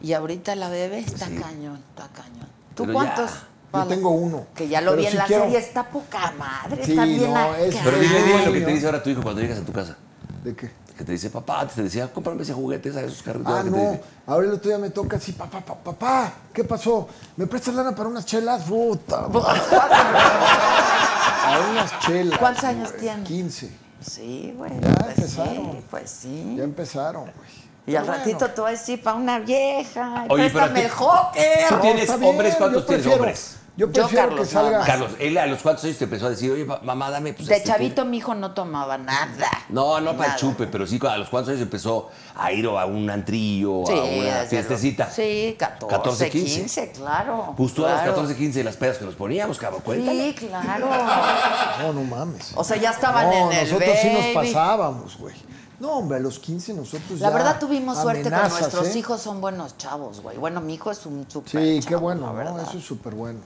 Speaker 1: y ahorita la bebé está
Speaker 4: Sí.
Speaker 1: cañón, está cañón. ¿Tú
Speaker 4: Pero
Speaker 1: cuántos?
Speaker 4: ya. Yo
Speaker 1: Pablo?
Speaker 2: tengo uno,
Speaker 1: Que ya lo
Speaker 2: pero
Speaker 1: vi en
Speaker 2: sí
Speaker 1: la
Speaker 2: quiero.
Speaker 1: serie, está poca madre,
Speaker 2: Sí,
Speaker 1: está bien
Speaker 2: no, es-
Speaker 4: Pero
Speaker 2: Ay,
Speaker 4: dile, dile lo que
Speaker 2: no.
Speaker 4: te dice ahora tu hijo cuando llegas a tu casa.
Speaker 2: mames. ¿De qué?
Speaker 4: Que te dice, papá, antes te decía, cómprame ese juguete, esa- esos carros.
Speaker 2: Ah,
Speaker 4: que te
Speaker 2: no.
Speaker 4: dice.
Speaker 2: Ahora el otro día me toca así, papá, papá, papá, ¿qué pasó? ¿Me prestas lana para unas chelas? Puta. madre.
Speaker 1: <laughs>
Speaker 2: para unas chelas.
Speaker 1: ¿Cuántos años
Speaker 2: güey.
Speaker 1: tiene?
Speaker 2: 15.
Speaker 1: Sí, güey.
Speaker 2: Ya
Speaker 1: pues
Speaker 2: empezaron.
Speaker 1: sí, pues sí.
Speaker 2: Ya empezaron, güey.
Speaker 1: Y al
Speaker 2: Pero bueno.
Speaker 1: ratito te voy a decir, pa' una vieja,
Speaker 4: Oye, pero
Speaker 1: préstame
Speaker 4: tú-
Speaker 1: el joker.
Speaker 4: <laughs> tú tienes
Speaker 2: Está bien,
Speaker 4: hombres, ¿cuántos
Speaker 2: yo
Speaker 4: tienes
Speaker 2: prefiero-
Speaker 4: hombres?
Speaker 2: Yo
Speaker 1: Yo,
Speaker 2: prefiero
Speaker 1: Carlos,
Speaker 2: que salga.
Speaker 1: nada
Speaker 4: Carlos, él a los cuántos años te empezó a decir, oye, pa- mamá, dame. Pues,
Speaker 1: De
Speaker 4: este,
Speaker 1: chavito mi hijo no tomaba nada.
Speaker 4: No, no para
Speaker 1: Nada.
Speaker 4: el chupe, pero sí a los cuantos años empezó a ir a un antrillo,
Speaker 1: Sí,
Speaker 4: a una
Speaker 1: desde
Speaker 4: fiestecita.
Speaker 1: los- Sí, 14,
Speaker 4: 14,
Speaker 1: 15,
Speaker 4: 15.
Speaker 1: claro.
Speaker 4: Pues tú a los
Speaker 1: claro.
Speaker 4: 14, 15 las pedas que nos poníamos, cabrón, cuéntale.
Speaker 1: Sí, claro.
Speaker 4: <laughs>
Speaker 2: No, no mames.
Speaker 1: O sea, ya estaban
Speaker 2: No,
Speaker 1: en el
Speaker 2: nosotros sí nos
Speaker 1: baby.
Speaker 2: pasábamos, güey. No, hombre, a los 15 nosotros
Speaker 1: La
Speaker 2: ya
Speaker 1: verdad tuvimos suerte con
Speaker 2: amenazas,
Speaker 1: nuestros
Speaker 2: ¿eh?
Speaker 1: hijos, son buenos chavos, güey. Bueno, mi hijo es un super
Speaker 2: Sí, qué
Speaker 1: chavo,
Speaker 2: bueno,
Speaker 1: la
Speaker 2: ¿no?
Speaker 1: verdad.
Speaker 2: Eso es súper bueno.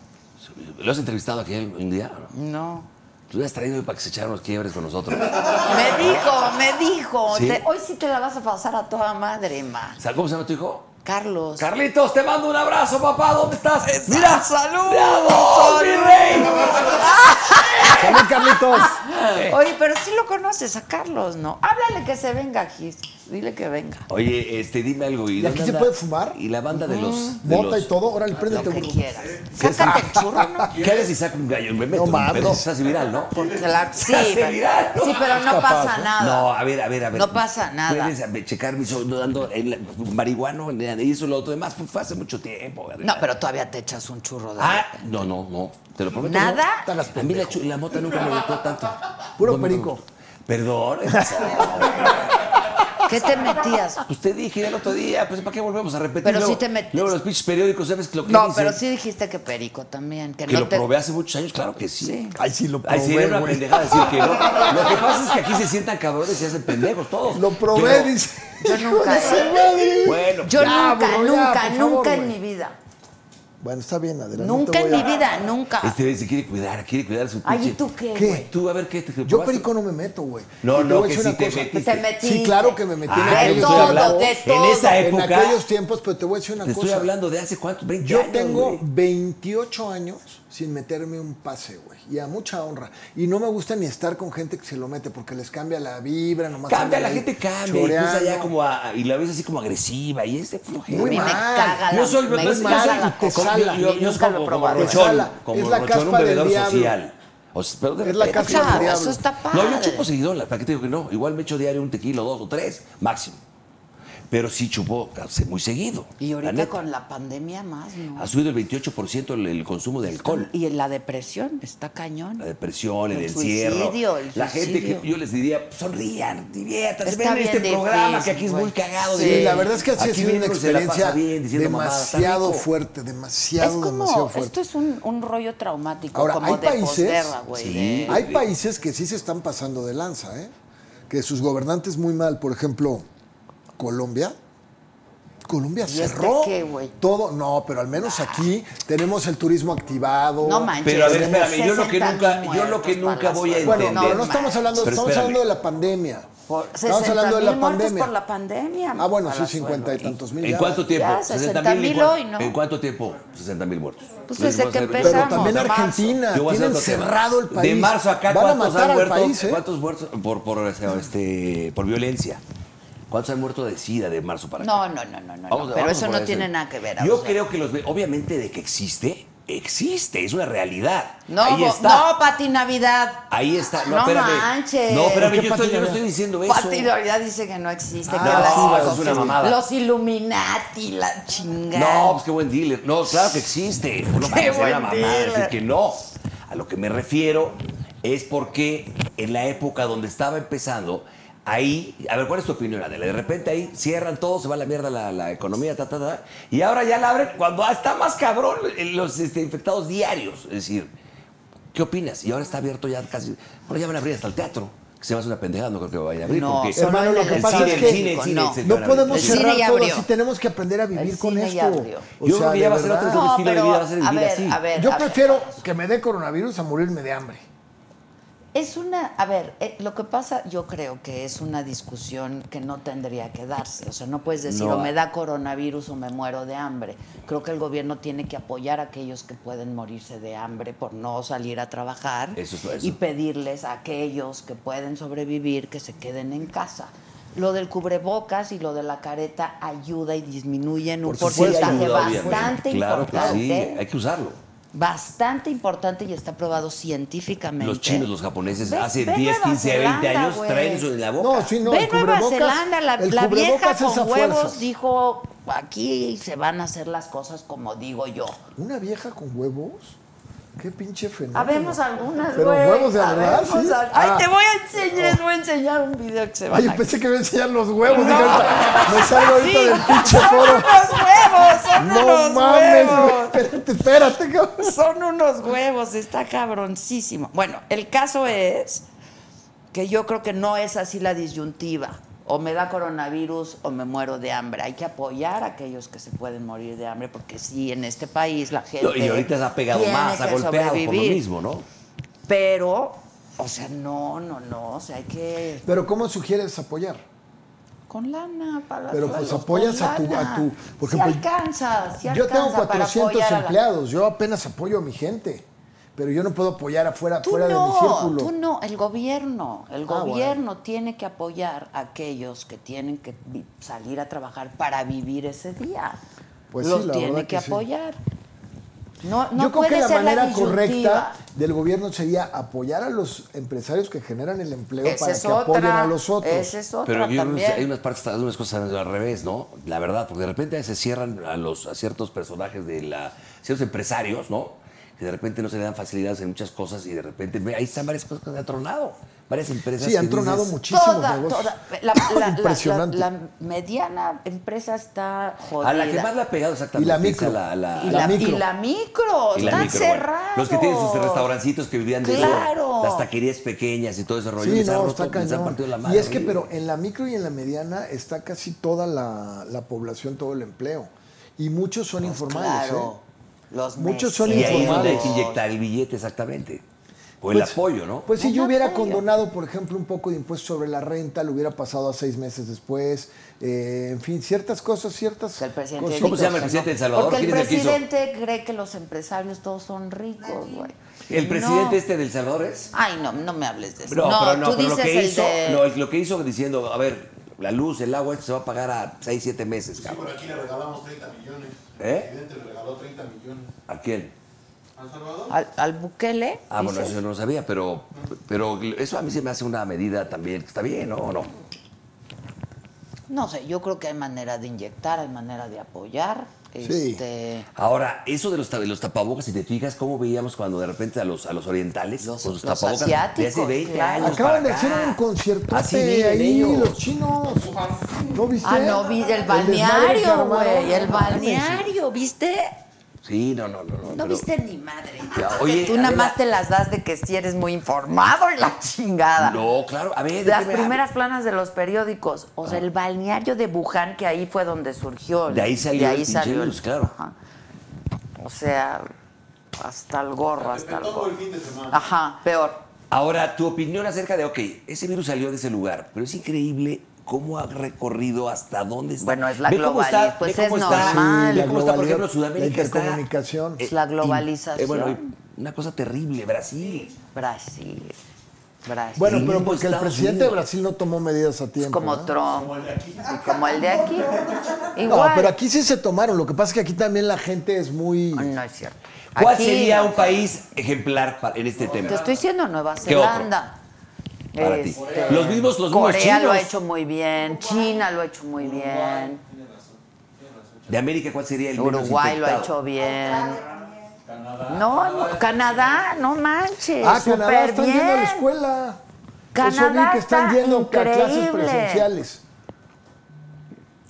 Speaker 4: ¿Lo has entrevistado aquí un día? o no?
Speaker 1: No.
Speaker 4: Tú le has traído para que se echaran los quiebres con
Speaker 1: <laughs>
Speaker 4: nosotros.
Speaker 1: Me dijo, me dijo.
Speaker 4: ¿Sí?
Speaker 1: te- hoy sí te la vas a pasar a toda madre, ma.
Speaker 4: ¿Sabes cómo se llama tu hijo?
Speaker 1: Carlos.
Speaker 4: Carlitos, te mando un abrazo, papá. ¿Dónde estás?
Speaker 1: ¡Mira! ¡Salud!
Speaker 4: ¡Te amo, mi rey!
Speaker 2: ¡Salud,
Speaker 1: <laughs>
Speaker 2: Carlitos!
Speaker 1: Oye, pero sí lo conoces a Carlos, ¿no? Háblale que se venga, Gis. Dile que venga.
Speaker 4: Oye, este, dime algo. ¿Y,
Speaker 2: ¿Y
Speaker 4: dónde
Speaker 2: aquí se
Speaker 4: anda-
Speaker 2: puede fumar?
Speaker 4: Y la banda de los... de
Speaker 2: Bota
Speaker 4: los-
Speaker 2: y todo. Órale, préndete,
Speaker 1: Lo que
Speaker 2: güey.
Speaker 1: quieras. Sácate el <laughs> churro, ¿no?
Speaker 4: ¿Qué haces si saco un gallo? Me meto en un
Speaker 2: mames.
Speaker 4: pedo, se hace viral, ¿no?
Speaker 1: Porque la- sí,
Speaker 4: hace
Speaker 1: pero-
Speaker 4: viral, ¿no?
Speaker 1: sí, pero no
Speaker 2: capaz,
Speaker 1: pasa
Speaker 2: ¿no?
Speaker 1: nada.
Speaker 4: No, a ver, a ver, a ver.
Speaker 1: No pasa nada.
Speaker 4: Puedes a ver, checar mi so- no dando el marihuano y eso lo otro demás. Pues fue hace mucho tiempo. ¿verdad?
Speaker 1: No, pero todavía te echas un churro de
Speaker 4: Ah,
Speaker 1: repente.
Speaker 4: no, no, no. Te lo prometo.
Speaker 1: ¿Nada?
Speaker 4: no.
Speaker 2: Te hagas
Speaker 4: A mí la, chu- la mota nunca me gustó tanto.
Speaker 2: Puro
Speaker 4: me
Speaker 2: perico.
Speaker 4: gustó. Perdón.
Speaker 1: ¿Qué te metías?
Speaker 4: <laughs> Usted dije el otro día, pues ¿para qué volvemos a repetir?
Speaker 1: Pero
Speaker 4: luego,
Speaker 1: sí te met-
Speaker 4: Luego los pinches periódicos, ¿sabes lo que
Speaker 1: No,
Speaker 4: dicen?
Speaker 1: pero sí dijiste que perico también. Que,
Speaker 4: Que
Speaker 1: no
Speaker 4: lo
Speaker 1: te...
Speaker 4: probé hace muchos años, claro que sí.
Speaker 1: Sí.
Speaker 2: Ay, sí, lo
Speaker 4: Ay, sí,
Speaker 2: probé,
Speaker 4: era una
Speaker 2: güey.
Speaker 4: pendejada decir que <laughs> no. Lo que pasa es que aquí se sientan cabrones y se hacen pendejos todos.
Speaker 2: Lo probé,
Speaker 4: Yo-
Speaker 2: dice.
Speaker 1: Yo
Speaker 2: <laughs> Hijo
Speaker 1: nunca, eh.
Speaker 2: de su madre.
Speaker 4: Bueno,
Speaker 1: Yo
Speaker 2: Ya,
Speaker 1: nunca,
Speaker 2: bro, ya,
Speaker 1: nunca,
Speaker 2: por favor,
Speaker 1: nunca en
Speaker 2: güey.
Speaker 1: mi vida.
Speaker 2: Bueno, está bien, adelante.
Speaker 1: Nunca en mi vida, nunca.
Speaker 4: Este güey se quiere cuidar, quiere cuidar su pinche.
Speaker 1: Ay, ¿y tú qué?
Speaker 2: ¿Qué?
Speaker 1: güey?
Speaker 4: Tú, a ver, ¿qué te te
Speaker 2: Yo
Speaker 4: probaste?
Speaker 2: perico no me meto, güey.
Speaker 4: No,
Speaker 2: Y
Speaker 4: no,
Speaker 2: voy a
Speaker 4: que
Speaker 2: decir
Speaker 4: sí
Speaker 2: una
Speaker 4: te
Speaker 2: cosa.
Speaker 4: metiste.
Speaker 1: Te metiste.
Speaker 2: Sí, claro que me metí
Speaker 4: Ah,
Speaker 1: De
Speaker 2: en
Speaker 4: yo
Speaker 2: aquellos
Speaker 4: estoy hablando-
Speaker 1: todo,
Speaker 2: tiempos.
Speaker 1: de todo.
Speaker 4: En esa
Speaker 2: En
Speaker 4: época,
Speaker 2: aquellos tiempos, pero te voy a decir una
Speaker 4: te estoy
Speaker 2: cosa.
Speaker 4: hablando de hace cuántos, 20
Speaker 2: Yo
Speaker 4: años.
Speaker 2: tengo
Speaker 4: güey.
Speaker 2: 28 años sin meterme un pase, güey. Y a mucha honra. Y no me gusta ni estar con gente que se lo mete porque les cambia la vibra, nomás.
Speaker 4: Cambia,
Speaker 2: andan
Speaker 4: la
Speaker 2: ahí
Speaker 4: gente cambia. Y,
Speaker 2: choreando.
Speaker 4: empieza ya como a- y la ves así como agresiva. Y este flojera.
Speaker 1: A mí
Speaker 2: Muy
Speaker 1: me
Speaker 2: mal.
Speaker 1: caga la
Speaker 4: Yo soy,
Speaker 1: me
Speaker 4: yo soy-
Speaker 1: caga
Speaker 4: yo soy-
Speaker 1: la-
Speaker 2: te
Speaker 4: como-
Speaker 2: sala.
Speaker 4: yo- yo
Speaker 1: Nunca
Speaker 4: soy
Speaker 1: lo he
Speaker 4: como, como
Speaker 1: probado.
Speaker 2: Te
Speaker 4: Rochón,
Speaker 2: sala.
Speaker 4: como
Speaker 2: Es la
Speaker 4: Rochón, un
Speaker 2: caspa del
Speaker 4: bebedor
Speaker 2: diablo.
Speaker 4: social. O sea, pero de
Speaker 2: Es la
Speaker 4: repente-
Speaker 2: caspa del
Speaker 1: Claro,
Speaker 2: diablo.
Speaker 1: eso está padre.
Speaker 4: No, yo chupo seguidón, ¿para qué te digo que no? Igual me echo diario un tequilo, dos o tres, máximo. Pero sí chupo hace muy seguido.
Speaker 1: Y
Speaker 4: la
Speaker 1: ahorita
Speaker 4: neta.
Speaker 1: con la pandemia más, ¿no?
Speaker 4: Ha subido el 28% el, el consumo de alcohol.
Speaker 1: Y en la depresión está cañón.
Speaker 4: La depresión, el,
Speaker 1: El
Speaker 4: encierro.
Speaker 1: suicidio, el
Speaker 4: la gente
Speaker 1: suicidio.
Speaker 4: que yo les diría, sonrían, diviértanse,
Speaker 1: Está
Speaker 4: ven
Speaker 1: bien
Speaker 4: este
Speaker 1: difícil,
Speaker 4: programa que aquí es
Speaker 1: güey.
Speaker 4: muy cagado.
Speaker 1: Sí,
Speaker 2: Sí,
Speaker 4: de-
Speaker 2: la verdad es que así ha
Speaker 4: Aquí
Speaker 2: sido una
Speaker 4: viene uno que se la
Speaker 2: experiencia
Speaker 4: pasa bien, diciendo, "Mamá, está
Speaker 2: demasiado
Speaker 4: rico".
Speaker 2: fuerte,
Speaker 1: Es
Speaker 2: demasiado, demasiado
Speaker 1: como,
Speaker 2: fuerte.
Speaker 1: esto es un, un rollo traumático,
Speaker 2: Ahora,
Speaker 1: como
Speaker 2: hay
Speaker 1: de
Speaker 2: países-
Speaker 1: posguerra, güey.
Speaker 4: Sí.
Speaker 1: de-
Speaker 2: Hay países que sí se están pasando de lanza, ¿eh? que sus gobernantes muy mal, por ejemplo, Colombia. Colombia
Speaker 1: ¿Y este
Speaker 2: cerró
Speaker 1: qué, güey? Ah.
Speaker 2: todo, no, pero al menos aquí tenemos el turismo activado.
Speaker 1: No manches.
Speaker 4: Pero a ver,
Speaker 1: tenemos
Speaker 4: espérame, yo lo que
Speaker 1: 60
Speaker 4: nunca- yo
Speaker 1: muertos
Speaker 4: lo que
Speaker 1: para
Speaker 4: nunca
Speaker 1: la
Speaker 4: voy a
Speaker 1: suerte.
Speaker 2: Bueno,
Speaker 4: entender.
Speaker 2: no, no estamos hablando,
Speaker 4: Pero
Speaker 2: estamos
Speaker 4: espérame.
Speaker 2: hablando de la pandemia.
Speaker 1: Por
Speaker 2: estamos
Speaker 1: 60
Speaker 2: hablando de
Speaker 1: mil
Speaker 2: la
Speaker 1: muertos
Speaker 2: pandemia.
Speaker 1: por la pandemia.
Speaker 2: Ah, bueno,
Speaker 1: para
Speaker 2: sí,
Speaker 1: la
Speaker 2: 50 y
Speaker 1: suerte.
Speaker 2: tantos mil.
Speaker 4: ¿En
Speaker 2: ya.
Speaker 4: cuánto tiempo?
Speaker 1: Ya,
Speaker 4: 60,000
Speaker 1: 60,000
Speaker 4: igual.
Speaker 1: hoy, ¿no?
Speaker 4: ¿En cuánto tiempo? 60 mil muertos.
Speaker 1: Pues
Speaker 4: Les
Speaker 1: desde
Speaker 4: voy a
Speaker 1: que
Speaker 4: hacer-
Speaker 1: empezó-
Speaker 2: Pero
Speaker 1: Empezamos,
Speaker 2: también
Speaker 1: marzo.
Speaker 2: Argentina,
Speaker 4: Yo voy a hacer
Speaker 2: tienen
Speaker 4: otro tema.
Speaker 2: cerrado el país.
Speaker 4: De marzo acá,
Speaker 2: Van a
Speaker 4: ¿cuántos
Speaker 2: matar
Speaker 4: han
Speaker 2: al
Speaker 4: muerto?
Speaker 2: país, ¿eh?
Speaker 4: ¿Cuántos muertos por, por, este, por violencia? ¿Cuántos han muerto de sida de marzo para acá?
Speaker 1: No, no, no, no, no.
Speaker 4: Vamos-
Speaker 1: no, pero
Speaker 4: vamos
Speaker 1: eso
Speaker 4: por
Speaker 1: no tiene nada que ver.
Speaker 4: Yo
Speaker 1: o sea.
Speaker 4: creo que los. ve- Obviamente, de que existe, existe, es una realidad.
Speaker 1: No,
Speaker 4: Ahí
Speaker 1: bo-
Speaker 4: está.
Speaker 1: no, Pati Navidad.
Speaker 4: Ahí está. No,
Speaker 1: No
Speaker 4: espérame.
Speaker 1: manches.
Speaker 4: No, espérame,
Speaker 2: ¿Qué
Speaker 4: yo, estoy- yo no
Speaker 2: patinaria?
Speaker 4: estoy diciendo eso.
Speaker 1: Pati Navidad dice que no existe. que
Speaker 4: Pues Ah,
Speaker 1: la
Speaker 4: no,
Speaker 1: hizo
Speaker 4: eso es una
Speaker 1: Sofía.
Speaker 4: mamada.
Speaker 1: Los Illuminati, la chingada.
Speaker 4: No, pues qué buen dealer. No, claro que existe. Uno va a
Speaker 1: Qué
Speaker 4: hacer la
Speaker 1: buen
Speaker 4: mamá decir
Speaker 1: dealer.
Speaker 4: que no. A lo que me refiero es porque en la época donde estaba empezando, ahí, a ver, ¿cuál es tu opinión, Adela? De repente ahí cierran todo, se va a la mierda la, la economía, ta, ta, ta. Y ahora ya la abren cuando ah, está más cabrón eh, los este, infectados diarios. Es decir, ¿qué opinas? Y ahora está abierto ya casi. Bueno, ya van a abrir hasta el teatro. Que se va a hacer una pendejada, no creo que vaya a abrir.
Speaker 1: No,
Speaker 4: porque
Speaker 1: solo
Speaker 2: Hermano, lo
Speaker 1: en
Speaker 2: que
Speaker 1: el
Speaker 2: pasa
Speaker 4: cine,
Speaker 2: es
Speaker 4: el
Speaker 2: que
Speaker 4: cine, el cine,
Speaker 1: no.
Speaker 4: el cine,
Speaker 2: No
Speaker 4: van a
Speaker 2: podemos
Speaker 4: abrir.
Speaker 1: El cine
Speaker 2: cerrar
Speaker 1: ya
Speaker 2: todo,
Speaker 1: abrió.
Speaker 2: así tenemos que aprender a vivir
Speaker 1: El
Speaker 2: con
Speaker 1: cine ya
Speaker 2: esto.
Speaker 1: abrió.
Speaker 2: O
Speaker 4: Yo
Speaker 2: sea,
Speaker 4: creo que ya
Speaker 2: de
Speaker 4: va a ser otro
Speaker 2: verdad.
Speaker 4: tu estilo de vida va a ser
Speaker 1: a
Speaker 4: vivir
Speaker 1: ver,
Speaker 4: así.
Speaker 1: a ver.
Speaker 2: Yo
Speaker 1: a ver.
Speaker 2: prefiero que me dé coronavirus a morirme de hambre.
Speaker 1: Es una, a ver, eh, lo que pasa, yo creo que es una discusión que no tendría que darse. O sea, no puedes decir
Speaker 4: No.
Speaker 1: o me da coronavirus o me muero de hambre. Creo que el gobierno tiene que apoyar a aquellos que pueden morirse de hambre por no salir a trabajar
Speaker 4: Eso es- eso.
Speaker 1: y pedirles a aquellos que pueden sobrevivir que se queden en casa. Lo del cubrebocas y lo de la careta ayuda y disminuye en un
Speaker 4: Por supuesto,
Speaker 1: porcentaje
Speaker 4: ayuda, obviamente.
Speaker 1: bastante
Speaker 4: Claro que
Speaker 1: importante.
Speaker 4: sí, hay que usarlo.
Speaker 1: Bastante importante y está probado científicamente.
Speaker 4: Los chinos, los japoneses,
Speaker 1: Ve-
Speaker 4: hace
Speaker 1: ve
Speaker 4: 10,
Speaker 1: Nueva
Speaker 4: 15, 20
Speaker 1: Zelanda,
Speaker 4: años
Speaker 1: güey.
Speaker 4: traen eso en la boca.
Speaker 2: No, sí, no,
Speaker 1: Ve
Speaker 2: el
Speaker 1: Nueva
Speaker 2: cubrebocas-
Speaker 1: Zelanda, la,
Speaker 2: el
Speaker 1: la vieja
Speaker 2: cubrebocas es a
Speaker 1: con huevos
Speaker 2: fuerzas.
Speaker 1: dijo, aquí se van a hacer las cosas como digo yo.
Speaker 2: ¿Una vieja con huevos? Qué pinche fenómeno.
Speaker 1: Habemos algunas,
Speaker 2: Pero
Speaker 1: güey.
Speaker 2: huevos de verdad,
Speaker 1: habemos
Speaker 2: ¿sí?
Speaker 1: al- Ay,
Speaker 2: Ah.
Speaker 1: te voy a enseñar, les voy a enseñar un video que se va
Speaker 2: Ay,
Speaker 1: a...
Speaker 2: pensé que me enseñar los huevos. dije, ahorita, me salgo ahorita del
Speaker 1: <laughs>
Speaker 2: pinche
Speaker 1: son
Speaker 2: foro.
Speaker 1: unos huevos, son
Speaker 2: No
Speaker 1: unos
Speaker 2: mames, güey.
Speaker 1: huevos.
Speaker 2: Espérate, espérate, cabrón.
Speaker 1: Son unos huevos, está cabroncísimo. Bueno, el caso es que yo creo que no es así la disyuntiva. O me da coronavirus o me muero de hambre. Hay que apoyar a aquellos que se pueden morir de hambre, porque sí, en este país la gente.
Speaker 4: No, y ahorita se ha pegado
Speaker 1: tiene
Speaker 4: más, ha
Speaker 1: que
Speaker 4: golpeado por lo
Speaker 1: sobrevivir.
Speaker 4: mismo, ¿no?
Speaker 1: Pero, o sea, no, no, no. O sea, hay que.
Speaker 2: Pero ¿cómo sugieres apoyar?
Speaker 1: Con lana, para
Speaker 2: Pero, pues,
Speaker 1: sueldos,
Speaker 2: apoyas
Speaker 1: con
Speaker 2: a tu- a
Speaker 1: lana.
Speaker 2: tu- por
Speaker 1: Sí
Speaker 2: ejemplo,
Speaker 1: alcanza, sí
Speaker 2: yo tengo
Speaker 1: alcanza para
Speaker 2: 400
Speaker 1: apoyar a la-
Speaker 2: empleados, yo apenas apoyo a mi gente, pero yo no puedo apoyar afuera,
Speaker 1: Tú
Speaker 2: fuera de mi
Speaker 1: no,
Speaker 2: círculo. Ah,
Speaker 1: tú no, el gobierno, el
Speaker 2: bueno.
Speaker 1: gobierno tiene que apoyar a aquellos que tienen que vi- salir a trabajar para vivir ese día.
Speaker 2: Pues sí,
Speaker 1: Los
Speaker 2: la
Speaker 1: tiene
Speaker 2: verdad
Speaker 1: que
Speaker 2: que sí.
Speaker 1: apoyar. No, no
Speaker 2: yo creo
Speaker 1: puede
Speaker 2: que la
Speaker 1: ser
Speaker 2: manera
Speaker 1: disyuntiva.
Speaker 2: correcta del gobierno sería apoyar a los empresarios que generan el empleo
Speaker 1: Esa
Speaker 2: para
Speaker 1: es
Speaker 2: que apoyen
Speaker 1: otra,
Speaker 2: a los otros.
Speaker 1: esa es otra
Speaker 4: Pero yo creo que
Speaker 1: también.
Speaker 4: hay unas partes, hay unas cosas al revés, ¿no? La verdad, porque de repente se cierran a, los, a ciertos personajes de la, ciertos empresarios, ¿no? Que de repente no se le dan facilidades en muchas cosas y de repente ve, ahí están varias cosas que han tronado, varias empresas.
Speaker 2: Sí, han
Speaker 4: que
Speaker 2: tronado
Speaker 4: dices,
Speaker 2: muchísimos
Speaker 1: toda,
Speaker 2: negocios.
Speaker 1: toda. La, la- la-
Speaker 2: Impresionante.
Speaker 1: la- la mediana empresa está jodida.
Speaker 4: A la que más le ha pegado exactamente
Speaker 2: Y la
Speaker 4: es
Speaker 2: micro.
Speaker 4: a la, a la-
Speaker 1: y,
Speaker 4: a
Speaker 1: la,
Speaker 4: la-
Speaker 1: y
Speaker 2: micro.
Speaker 1: la micro,
Speaker 4: y la
Speaker 1: están
Speaker 4: micro, bueno.
Speaker 1: cerrados.
Speaker 4: Los que tienen sus restaurancitos que vivían de
Speaker 1: Claro.
Speaker 4: las taquerías pequeñas y todo ese rollo.
Speaker 2: Sí,
Speaker 4: les han
Speaker 2: no,
Speaker 4: roto-
Speaker 2: está
Speaker 4: les han
Speaker 2: cañón.
Speaker 4: partido la
Speaker 2: Y
Speaker 4: madre
Speaker 2: es que,
Speaker 4: horrible.
Speaker 2: pero en la micro y en la mediana está casi toda la, la población, todo el empleo. Y muchos
Speaker 4: Pues
Speaker 2: son informales.
Speaker 1: Claro.
Speaker 2: ¿eh?
Speaker 1: Los
Speaker 2: Muchos son
Speaker 4: Y
Speaker 1: meseros.
Speaker 4: ahí es donde hay
Speaker 2: informales.
Speaker 4: que inyectar el billete exactamente. O el
Speaker 2: Pues-
Speaker 4: apoyo, ¿no?
Speaker 2: Pues si
Speaker 1: Un
Speaker 2: yo hubiera
Speaker 1: apoyo.
Speaker 2: condonado, por ejemplo, un poco de impuesto sobre la renta, lo hubiera pasado a seis meses después. eh, en fin, ciertas cosas, ciertas.
Speaker 1: O sea, el presidente
Speaker 2: cosas.
Speaker 1: dijo
Speaker 4: ¿Cómo se llama el
Speaker 1: que no.
Speaker 4: presidente de El Salvador?
Speaker 1: Porque el
Speaker 4: ¿Quién es el que hizo?
Speaker 1: presidente cree que los empresarios todos son ricos, güey.
Speaker 4: el presidente
Speaker 1: No.
Speaker 4: este del Salvador es.
Speaker 1: Ay, no, no me hables de eso.
Speaker 4: No,
Speaker 1: No,
Speaker 4: pero no,
Speaker 1: tú
Speaker 4: pero
Speaker 1: dices
Speaker 4: lo que,
Speaker 1: el
Speaker 4: hizo,
Speaker 1: de...
Speaker 4: lo, lo que hizo diciendo, a ver, la luz, el agua, esto se va a pagar a 6, 7 meses,
Speaker 6: Sí,
Speaker 4: cabrón.
Speaker 6: por aquí le regalamos 30 millones.
Speaker 4: ¿Eh?
Speaker 6: El presidente le regaló 30 millones.
Speaker 4: ¿A quién?
Speaker 6: ¿Al Salvador?
Speaker 1: Al, al Bukele.
Speaker 4: Ah, bueno,
Speaker 1: dices.
Speaker 4: eso yo no lo sabía, pero, pero eso a mí se me hace una medida también. que Está bien, ¿no? ¿O no?
Speaker 1: No sé, yo creo que hay manera de inyectar, hay manera de apoyar.
Speaker 2: Sí.
Speaker 1: Este,
Speaker 4: Ahora, eso de los, ta- de los tapabocas, si te fijas, ¿cómo veíamos cuando de repente a los, a los orientales,
Speaker 1: Los-
Speaker 4: con sus
Speaker 1: los
Speaker 4: tapabocas, de hace
Speaker 1: asiáticos,
Speaker 4: 20
Speaker 1: claro.
Speaker 4: años
Speaker 2: Acaban de
Speaker 4: para
Speaker 2: hacer
Speaker 4: acá? Ah,
Speaker 2: un concierto
Speaker 4: Así viven
Speaker 2: ahí,
Speaker 4: ellos.
Speaker 2: los chinos. ¿No viste?
Speaker 1: ah, no, vi el
Speaker 2: desmadre que
Speaker 1: balneario,
Speaker 2: armaron.
Speaker 1: güey. El
Speaker 2: No mames.
Speaker 1: balneario, ¿viste?
Speaker 4: Sí, no, no, no. No,
Speaker 1: No
Speaker 4: pero-
Speaker 1: viste ni madre.
Speaker 4: Ya, oye,
Speaker 1: tú nada
Speaker 4: Adela.
Speaker 1: más te las das de que si eres muy informado y la chingada.
Speaker 4: No, claro. A ver,
Speaker 1: Las
Speaker 4: déjeme-
Speaker 1: primeras planas de los periódicos, o sea, el balneario de Buján, que ahí fue donde surgió. el-
Speaker 4: Ah. De ahí salió
Speaker 1: de
Speaker 4: el
Speaker 1: ahí
Speaker 4: pinche
Speaker 1: salió el-
Speaker 4: virus, claro.
Speaker 1: Ajá. O sea, hasta el gorro, hasta el
Speaker 6: todo
Speaker 1: gorro.
Speaker 6: el fin de semana.
Speaker 1: Ajá, peor.
Speaker 4: Ahora, tu opinión acerca de, ok, ese virus salió de ese lugar, pero es increíble cómo ha recorrido hasta dónde está.
Speaker 1: Bueno, es la
Speaker 4: Ve cómo está-
Speaker 1: globaliz-
Speaker 4: ve
Speaker 1: pues
Speaker 4: cómo
Speaker 1: es
Speaker 4: está-
Speaker 1: normal.
Speaker 4: ve
Speaker 2: La
Speaker 4: cómo está, Ah, por
Speaker 2: globalidad,
Speaker 4: ejemplo, Sudamérica
Speaker 2: la
Speaker 4: está- eh,
Speaker 2: intercomunicación.
Speaker 1: Es la
Speaker 4: in-
Speaker 1: globalización.
Speaker 4: bueno, y una cosa terrible, Brasil.
Speaker 1: Brasil. Brasil.
Speaker 2: Bueno,
Speaker 4: Sí,
Speaker 2: pero
Speaker 4: mismo
Speaker 2: porque el
Speaker 4: Estados
Speaker 2: presidente de
Speaker 4: Unidos.
Speaker 2: Brasil no tomó medidas a tiempo.
Speaker 1: como
Speaker 2: ¿no?
Speaker 1: Trump. Y Como el de
Speaker 6: <laughs>
Speaker 1: aquí.
Speaker 2: No,
Speaker 1: Igual.
Speaker 2: pero aquí sí se tomaron. Lo que pasa es que aquí también la gente es muy.
Speaker 1: No es cierto.
Speaker 4: ¿Cuál
Speaker 1: Aquí,
Speaker 4: sería
Speaker 1: no.
Speaker 4: un país ejemplar pa- en este tema?
Speaker 1: Te estoy diciendo Nueva
Speaker 4: ¿Qué otro?
Speaker 1: Zelanda.
Speaker 4: Para ti.
Speaker 1: Este,
Speaker 4: Los mismos- los mismos
Speaker 1: Corea lo
Speaker 4: chinos.
Speaker 1: ha hecho muy bien, China lo ha hecho muy bien,
Speaker 4: De América, ¿cuál sería el menos
Speaker 1: Uruguay lo ha
Speaker 4: infectado?
Speaker 1: hecho bien. No, no, Canadá, no manches.
Speaker 2: Ah, Canadá
Speaker 1: súper
Speaker 2: están
Speaker 1: bien.
Speaker 2: yendo a la escuela. Eso
Speaker 1: Canadá
Speaker 2: vi que están
Speaker 1: está
Speaker 2: yendo a clases
Speaker 1: increíble.
Speaker 2: presenciales.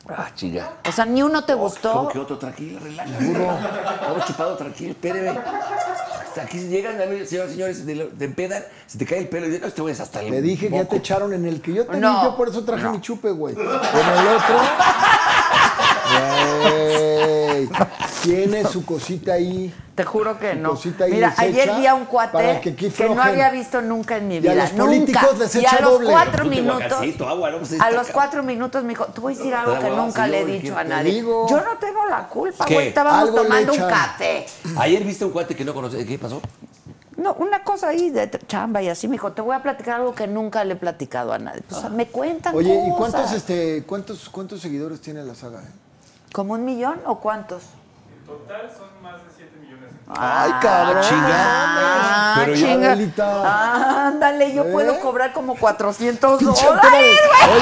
Speaker 4: Ah, chica.
Speaker 1: O sea, ni uno te
Speaker 4: ¿Cómo
Speaker 1: gustó.
Speaker 4: que otro? Tranquilo, relájate. Todo chupado, tranquilo, espéreme. Hasta aquí llegan, a mí, señoras y señores, te lo- te empedan, se te cae el pelo y dices, no, este güey es hasta el
Speaker 2: Le dije que ya te
Speaker 4: moco".
Speaker 2: echaron en el que yo tenía.
Speaker 1: No,
Speaker 2: yo por eso traje
Speaker 1: no.
Speaker 2: mi chupe, güey. En el otro. Güey. Tiene su cosita ahí.
Speaker 1: Te juro que
Speaker 2: Su
Speaker 1: no.
Speaker 2: cosita ahí
Speaker 1: Mira,
Speaker 2: les
Speaker 1: ayer
Speaker 2: echa
Speaker 1: vi a un cuate
Speaker 2: para
Speaker 1: que,
Speaker 2: que aquí
Speaker 1: no
Speaker 2: flojen.
Speaker 1: había visto nunca en mi
Speaker 2: Y
Speaker 1: vida.
Speaker 2: a los políticos
Speaker 1: nunca.
Speaker 2: les
Speaker 1: y a
Speaker 2: echa
Speaker 1: los
Speaker 2: doble.
Speaker 1: cuatro
Speaker 4: Ponte
Speaker 1: minutos.
Speaker 4: guacacito, agua, ¿no? Pues
Speaker 1: a
Speaker 4: está
Speaker 1: los
Speaker 4: ca-
Speaker 1: cuatro minutos me dijo, tú voy a decir algo que
Speaker 4: Agua,
Speaker 1: nunca
Speaker 4: sí,
Speaker 1: le he
Speaker 4: oye,
Speaker 1: dicho
Speaker 4: ¿qué
Speaker 1: a
Speaker 4: te
Speaker 1: nadie.
Speaker 2: digo?
Speaker 1: Yo no tengo la culpa,
Speaker 4: ¿Qué?
Speaker 1: güey. Estábamos
Speaker 2: Algo le
Speaker 1: tomando un
Speaker 2: echan.
Speaker 1: café.
Speaker 4: Ayer viste un cuate que no conoce. ¿Qué pasó?
Speaker 1: No, una cosa ahí de t- chamba y así me dijo, te voy a platicar algo que nunca le he platicado a nadie. Pues me cuentan
Speaker 2: Oye, ¿y
Speaker 1: cosas.
Speaker 2: cuántos, este, cuántos, cuántos seguidores tiene la saga? eh?
Speaker 1: ¿Como un millón o cuántos?
Speaker 7: En total son más de 7 millones.
Speaker 2: Ay, cabrón.
Speaker 1: Ah,
Speaker 4: Pero ya,
Speaker 1: chinga.
Speaker 2: Adelita.
Speaker 1: Ah, Ándale, yo
Speaker 2: ¿Eh?
Speaker 1: puedo cobrar como 400
Speaker 2: Pinche
Speaker 1: dólares.
Speaker 2: antena de-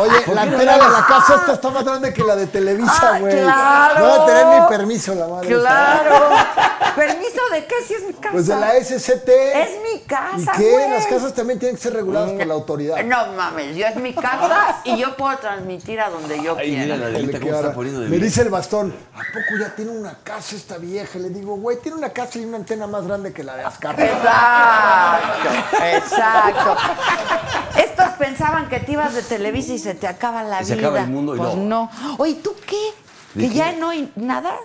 Speaker 2: Oye, oye, la antena de la casa esta está más grande que la de Televisa,
Speaker 1: Ah,
Speaker 2: güey.
Speaker 1: claro.
Speaker 2: No va a tener ni permiso la madre.
Speaker 1: Claro. ¿Permiso de qué si es mi casa?
Speaker 2: Pues de la SCT.
Speaker 1: Es mi casa,
Speaker 2: ¿Y qué?
Speaker 1: güey.
Speaker 2: Las casas también tienen que ser reguladas por la autoridad.
Speaker 1: No mames, yo es mi casa y yo puedo transmitir a donde yo
Speaker 4: Ay, mira
Speaker 1: quiera.
Speaker 4: la
Speaker 2: Le
Speaker 4: delita cómo
Speaker 2: queda-
Speaker 4: está poniendo de
Speaker 2: me
Speaker 4: bien.
Speaker 2: dice el bastón, ¿a poco ya tiene una casa esta vieja? Le digo, güey, tiene una casa y una antena más grande que la de Azcárraga.
Speaker 1: Exacto, exacto. Estos pensaban que te ibas de Televisa y se te acaba la
Speaker 4: Y se
Speaker 1: vida.
Speaker 4: acaba el mundo y
Speaker 1: pues
Speaker 4: no.
Speaker 1: no. Oye, ¿tú qué?
Speaker 4: ¿De
Speaker 1: ¿Que
Speaker 4: qué?
Speaker 1: ya no hay nada?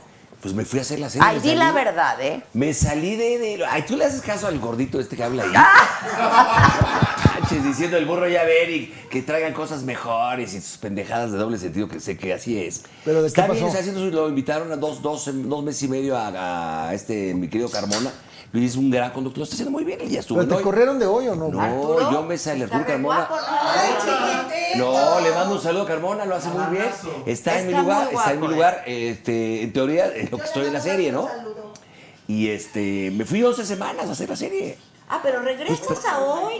Speaker 4: Pues me fui a hacer la cena.
Speaker 1: Ay,
Speaker 4: me
Speaker 1: di
Speaker 4: salí-
Speaker 1: la verdad, ¿eh?
Speaker 4: Me salí de, de- Ay, tú le haces caso al gordito este que habla ahí.
Speaker 1: <laughs>
Speaker 4: Manches, diciendo el burro ya ver y que traigan cosas mejores y sus pendejadas de doble sentido, que sé que así es.
Speaker 2: ¿Pero de qué
Speaker 4: está bien,
Speaker 2: pasó?
Speaker 4: está haciendo su- lo invitaron a dos, dos, dos meses y medio a, a este, mi querido Carmona. Luis es un gran conductor, lo está haciendo muy bien el día estuvo
Speaker 2: ¿Pero
Speaker 4: en
Speaker 2: te
Speaker 4: hoy.
Speaker 2: corrieron de hoy o no?
Speaker 4: No,
Speaker 2: güey?
Speaker 4: yo me salí
Speaker 1: Está
Speaker 4: Arturo
Speaker 1: bien
Speaker 4: Carmona.
Speaker 1: guapo,
Speaker 4: No, le mando un saludo a Carmona, lo hace muy bien. Está en mi
Speaker 1: Está muy
Speaker 4: lugar, está en mi
Speaker 1: guapo, eh.
Speaker 4: lugar, este, en teoría, es lo que estoy en la serie, ¿no? Y este, me fui 11 semanas a hacer la serie.
Speaker 8: Ah, pero regresas a hoy.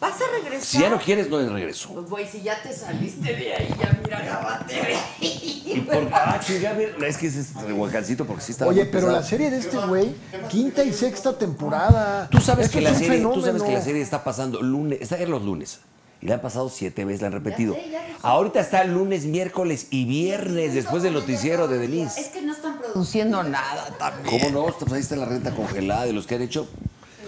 Speaker 8: ¿Vas a regresar?
Speaker 4: Si ya no quieres, no es regreso.
Speaker 8: Pues, güey, si ya te saliste de ahí, ya mira, acabate de
Speaker 4: Y por ah, chinga, mira, es que ese es el huacancito porque sí está
Speaker 2: Oye, pero la serie de este güey, quinta y sexta temporada.
Speaker 4: Tú sabes,
Speaker 2: Esto
Speaker 4: que
Speaker 2: es
Speaker 4: la
Speaker 2: un
Speaker 4: serie, tú sabes
Speaker 2: fenómeno.
Speaker 4: que la serie está pasando lunes, está en los lunes. Y la han pasado siete veces, la han repetido. Ahorita está lunes, miércoles y viernes, después del noticiero de Denise.
Speaker 8: Es que no están produciendo.
Speaker 1: Produciendo nada también.
Speaker 4: ¿Cómo no? Pues ahí está la renta congelada de los que han hecho.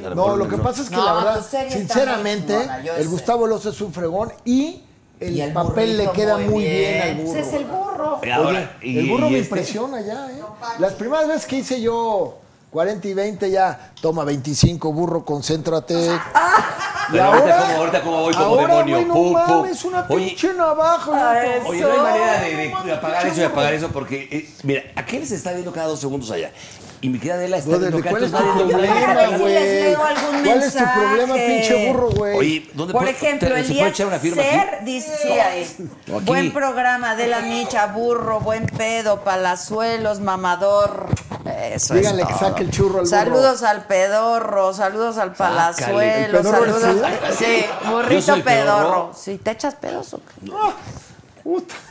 Speaker 4: A
Speaker 2: No,
Speaker 4: mejor
Speaker 2: lo que
Speaker 4: no.
Speaker 2: pasa es que
Speaker 1: No,
Speaker 2: la
Speaker 1: tu
Speaker 2: verdad,
Speaker 1: serie está
Speaker 2: sinceramente,
Speaker 1: muy chingona, yo
Speaker 2: el
Speaker 1: sé.
Speaker 2: Gustavo Loza es un fregón y el,
Speaker 1: Y al
Speaker 2: papel le
Speaker 1: burrito
Speaker 2: queda
Speaker 1: muy
Speaker 2: muy bien,
Speaker 1: bien.
Speaker 2: al burro.
Speaker 1: Ese es el burro.
Speaker 4: Eh,
Speaker 2: Oye,
Speaker 4: ahora, y-
Speaker 2: el burro
Speaker 4: y
Speaker 2: me
Speaker 4: este-
Speaker 2: impresiona ya, ¿eh? Las primeras veces que hice yo 40 y 20 ya, toma 25, burro, concéntrate.
Speaker 1: Ah.
Speaker 4: Pero ahorita, como, ahorita como voy como
Speaker 2: ahora,
Speaker 4: demonio.
Speaker 2: güey, no
Speaker 4: Pum, pum.
Speaker 2: mames, una
Speaker 4: Oye,
Speaker 2: pinche navaja.
Speaker 1: a
Speaker 2: loco.
Speaker 4: Oye, no hay
Speaker 1: Eso.
Speaker 4: manera de, de apagar eso y apagar eso porque, eh, mira, aquel se está viendo cada dos segundos allá. Y mi querida Adela está
Speaker 2: Brother,
Speaker 4: viendo
Speaker 2: ¿cuál
Speaker 4: gatos,
Speaker 2: es tu
Speaker 4: está viendo
Speaker 2: problema,
Speaker 1: Déjame ver si
Speaker 2: güey?
Speaker 1: les leo algún
Speaker 2: ¿Cuál es tu
Speaker 1: mensaje.
Speaker 2: problema, pinche burro, güey?
Speaker 4: Oye, ¿dónde
Speaker 1: Por
Speaker 4: puedo-
Speaker 1: ejemplo,
Speaker 4: te-
Speaker 1: el
Speaker 4: ¿se puede
Speaker 1: día
Speaker 4: echar una firma
Speaker 1: ser
Speaker 4: aquí?
Speaker 1: dice sí, ahí.
Speaker 4: Aquí.
Speaker 1: Buen programa de la micha, burro, buen pedo, palazuelos, mamador. Eso
Speaker 2: Díganle
Speaker 1: es
Speaker 2: que
Speaker 1: todo.
Speaker 2: saque el churro al burro.
Speaker 1: Saludos al pedorro, saludos al
Speaker 4: Sácale. ¿El
Speaker 1: palazuelo,
Speaker 2: pedorro eres
Speaker 1: saludos.
Speaker 2: tú?
Speaker 1: Sí,
Speaker 4: Yo soy
Speaker 1: burrito
Speaker 4: el pedorro.
Speaker 1: pedorro. Sí, ¿te echas pedos o qué?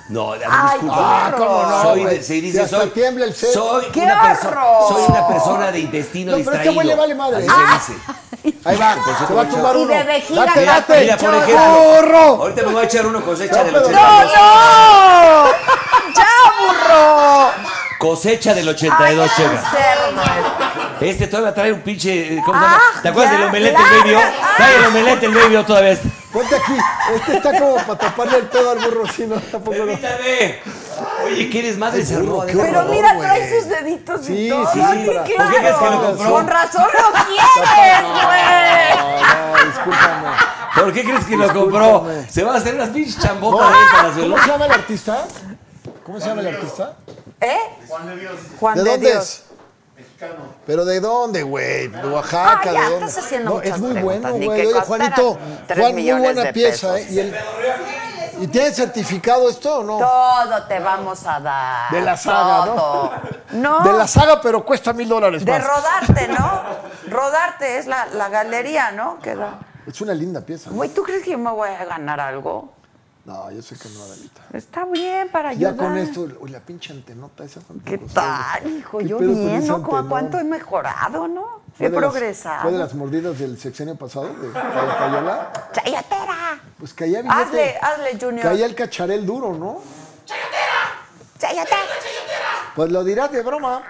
Speaker 4: No, a ver,
Speaker 1: Ay,
Speaker 4: disculpa.
Speaker 1: ah, ¿cómo no,
Speaker 4: Soy,
Speaker 2: güey?
Speaker 4: de- se dice,
Speaker 2: Si hasta
Speaker 4: soy,
Speaker 2: tiembla el set.
Speaker 4: soy
Speaker 1: ¡Qué
Speaker 4: una persona,
Speaker 1: horror!
Speaker 4: soy una persona de intestino
Speaker 2: No, pero
Speaker 4: distraído.
Speaker 2: este güey le vale madre.
Speaker 4: Así
Speaker 2: Ah.
Speaker 4: se dice.
Speaker 2: Ahí va,
Speaker 4: Entonces,
Speaker 2: se va a
Speaker 4: ocho.
Speaker 2: tumbar
Speaker 1: Y
Speaker 2: uno.
Speaker 1: de vejiga,
Speaker 2: Date,
Speaker 4: Mira,
Speaker 2: date.
Speaker 4: mira, por
Speaker 2: ¡Chao,
Speaker 4: ejemplo.
Speaker 2: burro!
Speaker 4: Ahorita me voy a echar uno cosecha
Speaker 2: No,
Speaker 4: del
Speaker 2: pero-
Speaker 4: 82.
Speaker 1: ¡No! ¡Ya, burro!
Speaker 4: Cosecha del 82,
Speaker 1: Ay,
Speaker 4: Chema.
Speaker 1: cerdo.
Speaker 4: Este todavía trae un pinche. eh, ¿Cómo se llama?
Speaker 1: Ah,
Speaker 4: ¿Te acuerdas
Speaker 1: ya,
Speaker 4: del omelete
Speaker 1: claro.
Speaker 4: el baby?
Speaker 1: Ah.
Speaker 4: Trae el omelete el baby todavía. este.
Speaker 2: Ponte aquí. Este está como para taparle el pedo al burro, si no, tampoco lo...
Speaker 4: Permítame. Oye, ¿qué eres madre? Se armó.
Speaker 2: qué
Speaker 4: déjame.
Speaker 1: Pero
Speaker 2: horror,
Speaker 1: mira,
Speaker 2: güey.
Speaker 1: trae sus deditos y
Speaker 2: Sí,
Speaker 1: todo.
Speaker 2: sí,
Speaker 1: así,
Speaker 2: ¿por
Speaker 4: qué
Speaker 1: claro.
Speaker 4: crees que lo compró?
Speaker 1: Con razón lo quieres,
Speaker 4: <laughs>
Speaker 1: güey.
Speaker 2: No, no, discúlpame.
Speaker 4: ¿Por qué crees que lo compró?
Speaker 2: Discúlpame.
Speaker 4: Se va a hacer unas pinches chambotas ahí para
Speaker 2: ¿Cómo
Speaker 4: hacerlo.
Speaker 2: se llama el artista? ¿Cómo se llama el artista?
Speaker 1: ¿Eh? Juan de Dios. Juan
Speaker 2: ¿De
Speaker 1: de,
Speaker 2: dónde
Speaker 1: Dios.
Speaker 2: es?
Speaker 6: mexicano.
Speaker 2: ¿Pero de dónde, güey? ¿De Oaxaca?
Speaker 1: Ah, ya,
Speaker 2: ¿De dónde?
Speaker 1: estás haciendo
Speaker 2: no,
Speaker 1: muchas
Speaker 2: es muy
Speaker 1: preguntas,
Speaker 2: bueno,
Speaker 1: ni
Speaker 2: güey.
Speaker 1: que
Speaker 2: Oye, Juanito,
Speaker 1: costaran tres
Speaker 2: Juan, muy
Speaker 1: millones
Speaker 2: buena
Speaker 1: de
Speaker 2: pieza,
Speaker 1: pesos.
Speaker 2: ¿eh? ¿Y, el- ¿Y tiene certificado esto o no?
Speaker 1: Todo te vamos a dar.
Speaker 2: De la saga, ¿no?
Speaker 1: todo. No.
Speaker 2: <laughs> De la saga, pero cuesta mil dólares
Speaker 1: De
Speaker 2: más.
Speaker 1: rodarte,
Speaker 2: <laughs>
Speaker 1: ¿no? rodarte es la, la galería, ¿no? Que da-
Speaker 2: Es una linda pieza.
Speaker 1: Güey, ¿tú crees que yo me voy a ganar algo?
Speaker 2: No, yo sé que no, Adalita.
Speaker 1: Está bien para ayudar.
Speaker 2: Ya con esto, uy, la pinche antenota esa fue
Speaker 1: ¿Qué
Speaker 2: antojosada.
Speaker 1: tal, hijo?
Speaker 2: ¿Qué
Speaker 1: Yo
Speaker 2: pedo con
Speaker 1: bien,
Speaker 2: esa
Speaker 1: ¿no? ¿Cómo-
Speaker 2: antenota?
Speaker 1: ¿Cuánto he mejorado, no?
Speaker 2: Fue
Speaker 1: He
Speaker 2: de las-
Speaker 1: progresado.
Speaker 2: Fue de las mordidas del sexenio pasado, de la payola.
Speaker 1: ¡Chayatera!
Speaker 2: Pues caía bien.
Speaker 1: Hazle, hazle, Junior.
Speaker 2: Caía el cacharel duro, ¿no?
Speaker 1: ¡Chayatera!
Speaker 2: Pues lo dirás de
Speaker 1: <laughs>
Speaker 2: broma.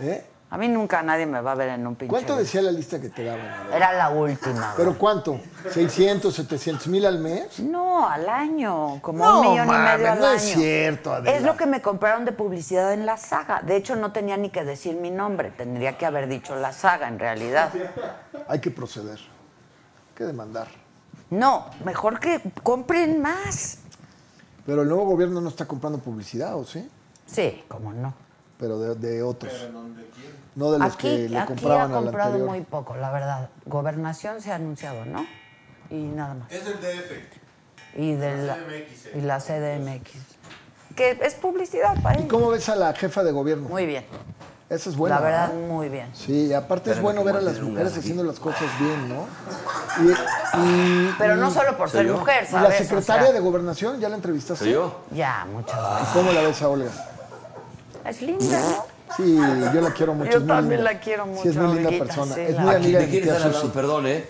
Speaker 2: ¿Eh?
Speaker 1: A mí nunca nadie me va a ver en un pinche...
Speaker 2: ¿Cuánto
Speaker 1: video.
Speaker 2: decía la lista que te daban? Adela?
Speaker 1: Era la última.
Speaker 2: ¿Pero cuánto? ¿600, 700 mil al mes?
Speaker 1: No, al año, como
Speaker 2: No,
Speaker 1: un millón y medio
Speaker 2: mames,
Speaker 1: al
Speaker 2: no
Speaker 1: año.
Speaker 2: es cierto, Adela.
Speaker 1: Es lo que me compraron de publicidad en la saga. De hecho, no tenía ni que decir mi nombre, tendría que haber dicho la saga en realidad.
Speaker 2: Hay que proceder. Hay que demandar.
Speaker 1: No, mejor que compren más.
Speaker 2: Pero el nuevo gobierno no está comprando publicidad, ¿o sí?
Speaker 1: Sí, cómo no.
Speaker 2: Pero de, de otros. No de los que
Speaker 1: Aquí,
Speaker 2: le
Speaker 1: aquí ha
Speaker 2: compraban al
Speaker 1: comprado
Speaker 2: anterior.
Speaker 1: muy poco, la verdad. Gobernación se ha anunciado, ¿no? Y nada más.
Speaker 6: Es del DF.
Speaker 1: Y, de la,
Speaker 6: CDMX, eh.
Speaker 1: y la CDMX. Que es publicidad para
Speaker 2: ¿Y
Speaker 1: ellos.
Speaker 2: cómo ves a la jefa de gobierno?
Speaker 1: Muy bien.
Speaker 2: Esa es buena.
Speaker 1: la verdad,
Speaker 2: ¿no?
Speaker 1: muy bien.
Speaker 2: Sí, y aparte es
Speaker 4: Espérame,
Speaker 2: bueno
Speaker 4: que
Speaker 2: ver a
Speaker 4: voy a
Speaker 2: las
Speaker 4: tener un
Speaker 2: mujeres
Speaker 4: gas aquí.
Speaker 2: haciendo las cosas bien, ¿no? Y, y-
Speaker 1: Pero no solo por ser
Speaker 4: yo?
Speaker 1: mujer,
Speaker 2: y la
Speaker 1: ¿sabes? O
Speaker 2: secretaria
Speaker 1: sea,
Speaker 2: de gobernación, ¿ya la entrevistaste?
Speaker 4: ¿Soy yo?
Speaker 1: Ya, muchas gracias.
Speaker 2: ¿Cómo la ves a Olga?
Speaker 1: Es linda, ¿no?
Speaker 2: Sí, yo la quiero mucho.
Speaker 1: Yo
Speaker 2: es muy
Speaker 1: también
Speaker 2: linda.
Speaker 1: la quiero
Speaker 2: Sí, es
Speaker 1: mucho,
Speaker 2: muy linda
Speaker 1: Olguita,
Speaker 2: persona.
Speaker 1: sí,
Speaker 2: es
Speaker 1: la
Speaker 2: muy
Speaker 1: verdad.
Speaker 4: Aquí
Speaker 2: amiga
Speaker 4: te
Speaker 2: de mi
Speaker 4: quieres
Speaker 2: tía
Speaker 4: estar
Speaker 2: Susi.
Speaker 4: hablando, perdón, ¿eh?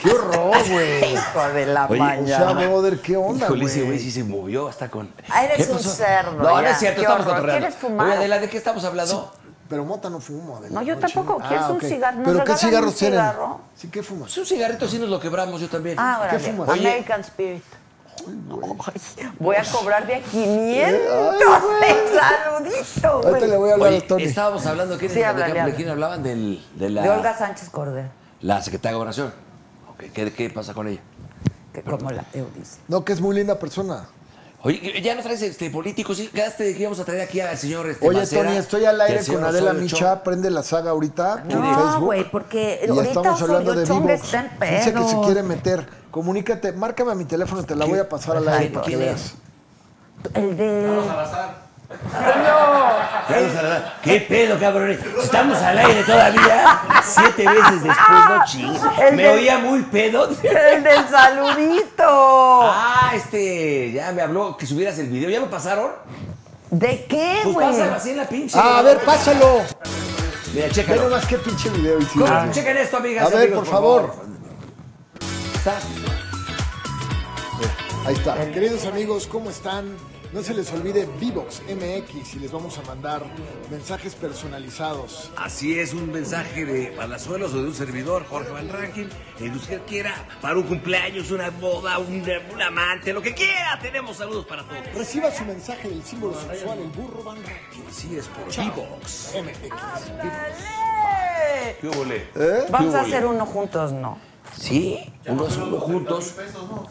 Speaker 2: ¡Qué horror, güey!
Speaker 1: Hijo de la
Speaker 4: Oye,
Speaker 2: O
Speaker 1: mañana.
Speaker 2: sea, brother, ¿qué onda,
Speaker 4: Híjole, ese güey
Speaker 2: güey?
Speaker 4: sí se movió hasta con.
Speaker 1: Ah, eres
Speaker 4: ¿Qué
Speaker 1: un
Speaker 4: pasó?
Speaker 1: cerdo,
Speaker 4: No, no
Speaker 1: ya.
Speaker 4: es cierto,
Speaker 1: Qué
Speaker 4: estamos
Speaker 1: horror.
Speaker 4: cotorreando.
Speaker 1: ¿Quieres fumar?
Speaker 4: Oye, Adela, ¿de qué estamos hablando?
Speaker 2: Pero mota no fumo, Adela.
Speaker 1: No, yo tampoco.
Speaker 2: chingues.
Speaker 1: ¿Quieres un
Speaker 2: ok.
Speaker 1: cigarro? ¿Nos
Speaker 2: ¿Pero qué
Speaker 1: regalan un
Speaker 2: cigarros tienen?
Speaker 1: cigarro?
Speaker 2: Sí, ¿qué fumas?
Speaker 4: Es un cigarrito así nos lo quebramos yo también.
Speaker 1: Ah, órale.
Speaker 2: ¿Qué fumas?
Speaker 4: Oye.
Speaker 1: American Spirit. Ay, voy a cobrar de a 500 saludito, güey.
Speaker 2: Ahorita le voy a hablar
Speaker 4: Oye,
Speaker 2: a Tony.
Speaker 4: estábamos hablando, ¿quién,
Speaker 1: Sí,
Speaker 4: de,
Speaker 1: háblale,
Speaker 4: de-
Speaker 1: háblale.
Speaker 4: quién hablaban? Del, de la,
Speaker 1: De Olga Sánchez Cordero,
Speaker 4: la secretaria de Gobernación. Ok, ¿Qué, ¿Qué pasa con ella?
Speaker 1: que como la Eunice.
Speaker 2: No, que es muy linda persona.
Speaker 4: Oye, ya no traes este político, sí, quedaste de que íbamos a traer aquí al señor este,
Speaker 2: Oye,
Speaker 4: Macera
Speaker 2: Tony, estoy al
Speaker 4: y
Speaker 2: aire
Speaker 4: señor
Speaker 2: con Adela
Speaker 4: Osorio
Speaker 2: Micha.
Speaker 4: Chong.
Speaker 2: Prende la saga ahorita por
Speaker 1: No,
Speaker 2: Facebook.
Speaker 1: güey, porque
Speaker 2: Y
Speaker 1: ahorita
Speaker 2: estamos
Speaker 1: Osorio
Speaker 2: hablando de
Speaker 1: Chong
Speaker 2: Vivox.
Speaker 1: está en
Speaker 2: Dice que se
Speaker 1: pedos.
Speaker 2: quiere meter. Comunícate, márcame a mi teléfono, te la voy a pasar al
Speaker 4: Ay,
Speaker 2: aire para que
Speaker 4: ¿quién es?
Speaker 2: veas.
Speaker 1: El de.
Speaker 6: Salazar.
Speaker 4: Ya nos hablaron.
Speaker 2: Eh.
Speaker 4: ¿Qué pedo, cabrones? Estamos al aire todavía. Siete veces después, no
Speaker 2: <laughs>
Speaker 4: chingues.
Speaker 1: El
Speaker 4: Me
Speaker 1: del-
Speaker 4: oía muy pedo.
Speaker 1: El del saludito.
Speaker 4: Ah, este, ya me habló que subieras el video. ¿Ya lo pasaron?
Speaker 1: ¿De qué,
Speaker 4: Pues
Speaker 1: güey?
Speaker 4: pásalo así en la pinche.
Speaker 2: Ah, a ver, pásalo.
Speaker 4: Mira,
Speaker 2: Ve
Speaker 4: chécalo.
Speaker 2: nomás qué pinche video hicimos.
Speaker 4: ¿Cómo? Chequen esto, amigas.
Speaker 2: A ver,
Speaker 4: amigos,
Speaker 2: por favor.
Speaker 4: Está.
Speaker 2: Ahí está. Queridos amigos, ¿cómo están? No se les olvide Vivox MX y les vamos a mandar mensajes personalizados.
Speaker 4: Así es un mensaje de Palazuelos o de un servidor, Jorge Van Rankin, el que usted quiera, para un cumpleaños, una boda, un, un amante, lo que quiera. Tenemos saludos para todos.
Speaker 2: Reciba su mensaje del símbolo sexual, el burro van
Speaker 4: Así es por Vivox.
Speaker 2: MX.
Speaker 1: ¡Ándale!
Speaker 4: ¿Qué volé?
Speaker 2: ¿Eh?
Speaker 1: Vamos a
Speaker 4: hubo,
Speaker 1: hacer uno juntos, no.
Speaker 4: Sí, unos, unos juntos.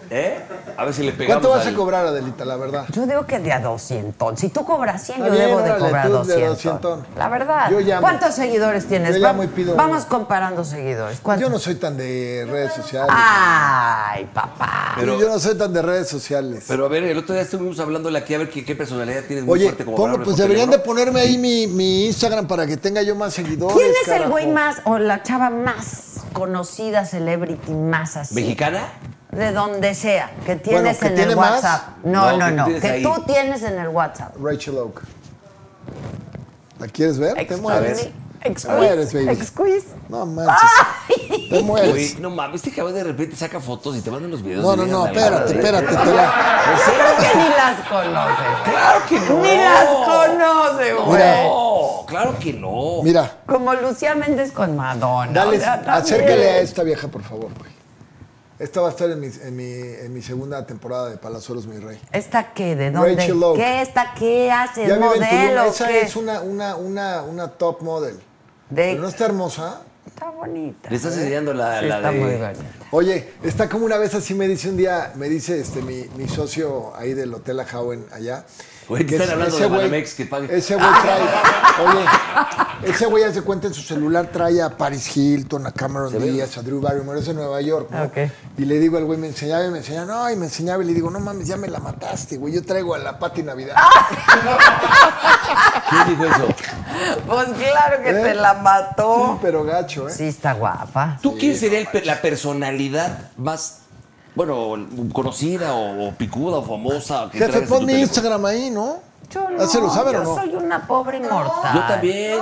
Speaker 4: ¿Eh? A ver si le pegamos.
Speaker 2: ¿Cuánto vas a
Speaker 4: al-
Speaker 2: cobrar, Adelita, la verdad?
Speaker 1: Yo digo que de a 200. Si tú cobras 100,
Speaker 2: Está
Speaker 1: yo
Speaker 2: bien,
Speaker 1: debo de
Speaker 2: órale,
Speaker 1: cobrar
Speaker 2: tú
Speaker 1: 200.
Speaker 2: de 200.
Speaker 1: La verdad.
Speaker 2: Yo llamo.
Speaker 1: ¿Cuántos seguidores tienes?
Speaker 2: Yo
Speaker 1: Va-
Speaker 2: llamo y pido-
Speaker 1: Vamos comparando seguidores. ¿Cuántos?
Speaker 2: Yo no soy tan de redes sociales.
Speaker 1: Ay, papá.
Speaker 4: Pero-
Speaker 2: Yo no soy tan de redes sociales.
Speaker 4: Pero a ver, el otro día estuvimos hablándole aquí a ver qué, qué personalidad tienes muy
Speaker 2: Oye,
Speaker 4: fuerte como
Speaker 2: pongo-
Speaker 4: para hablar
Speaker 2: pues
Speaker 4: por
Speaker 2: deberían de
Speaker 4: teléfono.
Speaker 2: ponerme ahí mi, mi Instagram para que tenga yo más seguidores.
Speaker 1: ¿Quién es el
Speaker 2: carajo.
Speaker 1: güey más o la chava más conocida, celebrity más así?
Speaker 4: ¿Mexicana?
Speaker 1: De donde sea, que tienes
Speaker 2: ¿que
Speaker 1: en
Speaker 2: tiene
Speaker 1: el
Speaker 2: más?
Speaker 1: WhatsApp. No,
Speaker 4: No,
Speaker 1: no,
Speaker 4: que
Speaker 1: no.
Speaker 4: tienes
Speaker 1: Que
Speaker 4: ahí.
Speaker 1: tú tienes en el WhatsApp.
Speaker 2: Rachel Oak. ¿La quieres ver? Te
Speaker 1: Excuse
Speaker 2: mueres.
Speaker 1: me.
Speaker 2: Te mueres,
Speaker 1: Excuse.
Speaker 2: baby.
Speaker 1: Excuse.
Speaker 2: No manches. Te
Speaker 4: Güey,
Speaker 2: mueres.
Speaker 4: no mames, este cabrón de repente saca fotos y te mandan los videos.
Speaker 2: Pues- No,
Speaker 4: de
Speaker 2: no,
Speaker 4: veras
Speaker 2: no,
Speaker 4: nalgadas,
Speaker 2: espérate,
Speaker 4: ¿eh?
Speaker 2: espérate. Te la...
Speaker 1: Yo creo que ni las conoces.
Speaker 4: Claro que no.
Speaker 1: Ni las conoce, güey.
Speaker 4: No, claro que no.
Speaker 2: Mira,
Speaker 1: Como Lucía Méndez con Madonna. o
Speaker 2: dale,
Speaker 1: sea, también.
Speaker 2: acércale a esta vieja, por favor, güey. Esta va a estar en mi, en mi, en mi segunda temporada de Palazuelos, mi rey.
Speaker 1: ¿Esta qué? ¿De dónde?
Speaker 2: Rachel Oak.
Speaker 1: ¿Qué esta qué hace?
Speaker 2: Ya
Speaker 1: ¿Es
Speaker 2: vive en
Speaker 1: modelo?
Speaker 2: Tulum. Esa
Speaker 1: qué?
Speaker 2: es una, una, una, una top model.
Speaker 1: De-
Speaker 2: Pero no está hermosa.
Speaker 1: Está bonita. ¿Eh?
Speaker 4: Le estás enseñando la,
Speaker 1: Sí,
Speaker 4: la
Speaker 1: está
Speaker 4: de...
Speaker 1: muy bonita.
Speaker 2: Oye, está como una vez así me dice un día, me dice este mi, mi socio ahí del Hotel Ajao en allá,
Speaker 4: Güey, ¿qué
Speaker 2: Que
Speaker 4: están
Speaker 2: ese-
Speaker 4: hablando
Speaker 2: ese
Speaker 4: de
Speaker 2: güey-
Speaker 4: Banamex que pague.
Speaker 2: Ese güey trae. Oye, ese güey hace cuenta en su celular, trae a Paris Hilton, a Cameron Díaz, a Drew Barrymore, es en Nueva York, ¿no? Y le digo al güey, me enseñaba y me enseñaba, no, y me enseñaba y le digo, no mames, ya me la mataste, güey. Yo traigo a la Pati Navidad.
Speaker 4: ¿Quién dijo eso?
Speaker 1: Pues claro que
Speaker 2: ¿Eh?
Speaker 1: te la
Speaker 2: Sí,
Speaker 1: mató.
Speaker 2: pero gacho, ¿eh?
Speaker 1: oh. Sí, está guapa.
Speaker 4: ¿Tú quién sería el pe- la personalidad más, bueno, conocida o, o picuda o famosa? Que
Speaker 2: Jefe,
Speaker 4: traigas en
Speaker 2: pon
Speaker 4: tu
Speaker 2: mi
Speaker 4: teléfono?
Speaker 2: Instagram ahí, ¿no?
Speaker 1: Yo
Speaker 2: Ah, ¿se lo
Speaker 1: no,
Speaker 2: saben
Speaker 1: yo
Speaker 2: o no?
Speaker 1: soy una pobre mortal.
Speaker 4: Yo también.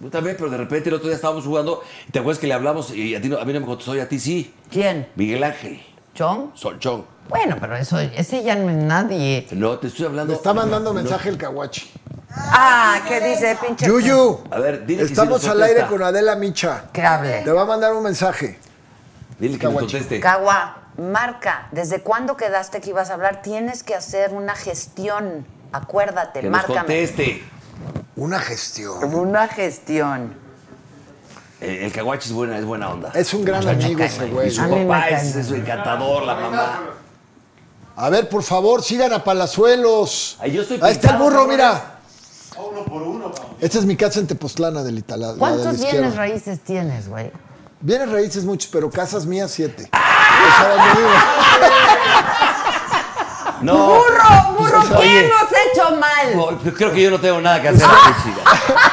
Speaker 4: Yo también, pero de repente el otro día estábamos jugando, ¿te acuerdas que le hablamos y a, ti no- a mí no me contestó y a ti sí?
Speaker 1: ¿Quién?
Speaker 4: Miguel Ángel,
Speaker 1: ¿Chon?
Speaker 4: Solchón.
Speaker 1: Bueno, pero eso, ese ya no es nadie.
Speaker 4: No, te estoy hablando.
Speaker 2: Me está mandando
Speaker 4: No.
Speaker 2: mensaje el Kawachi.
Speaker 1: Ah, ¿qué dice pinche?
Speaker 2: Yuyu,
Speaker 4: A ver, dile que sí
Speaker 2: estamos
Speaker 4: nos
Speaker 2: al aire
Speaker 4: contesta.
Speaker 2: con Adela Micha.
Speaker 1: Que hable.
Speaker 2: Te va a mandar un mensaje.
Speaker 4: Dile que me
Speaker 2: Caguachi.
Speaker 4: conteste.
Speaker 1: Cagua, marca, ¿desde cuándo quedaste que ibas a hablar? Tienes que hacer una gestión. Acuérdate,
Speaker 4: Que nos
Speaker 1: márcame.
Speaker 4: conteste.
Speaker 2: Una gestión.
Speaker 1: Una gestión.
Speaker 4: El, Eh, el caguachi es buena, es buena onda.
Speaker 2: Es un gran amigo ese
Speaker 4: Y
Speaker 2: güey.
Speaker 4: su
Speaker 1: A mí me
Speaker 4: papá
Speaker 1: cae
Speaker 4: es,
Speaker 1: bien.
Speaker 4: es encantador, la mamá.
Speaker 2: A ver, por favor, sigan a Palazuelos.
Speaker 4: Ay, yo estoy
Speaker 2: Ahí está el
Speaker 4: pintado,
Speaker 2: burro,
Speaker 4: ¿no?
Speaker 2: mira. Esta es mi casa en Tepoztlana del Itala.
Speaker 1: ¿Cuántos bienes
Speaker 2: raíces?
Speaker 1: raíces tienes, güey?
Speaker 2: Bienes raíces muchos, pero casas mías siete. Pues, O sea, me digo,
Speaker 4: No.
Speaker 1: ¡Burro! ¡Burro! ¿Qué
Speaker 4: Oye.
Speaker 1: hemos hecho mal?
Speaker 4: No, yo creo que yo no tengo nada que hacer
Speaker 2: <laughs>
Speaker 4: aquí, chica.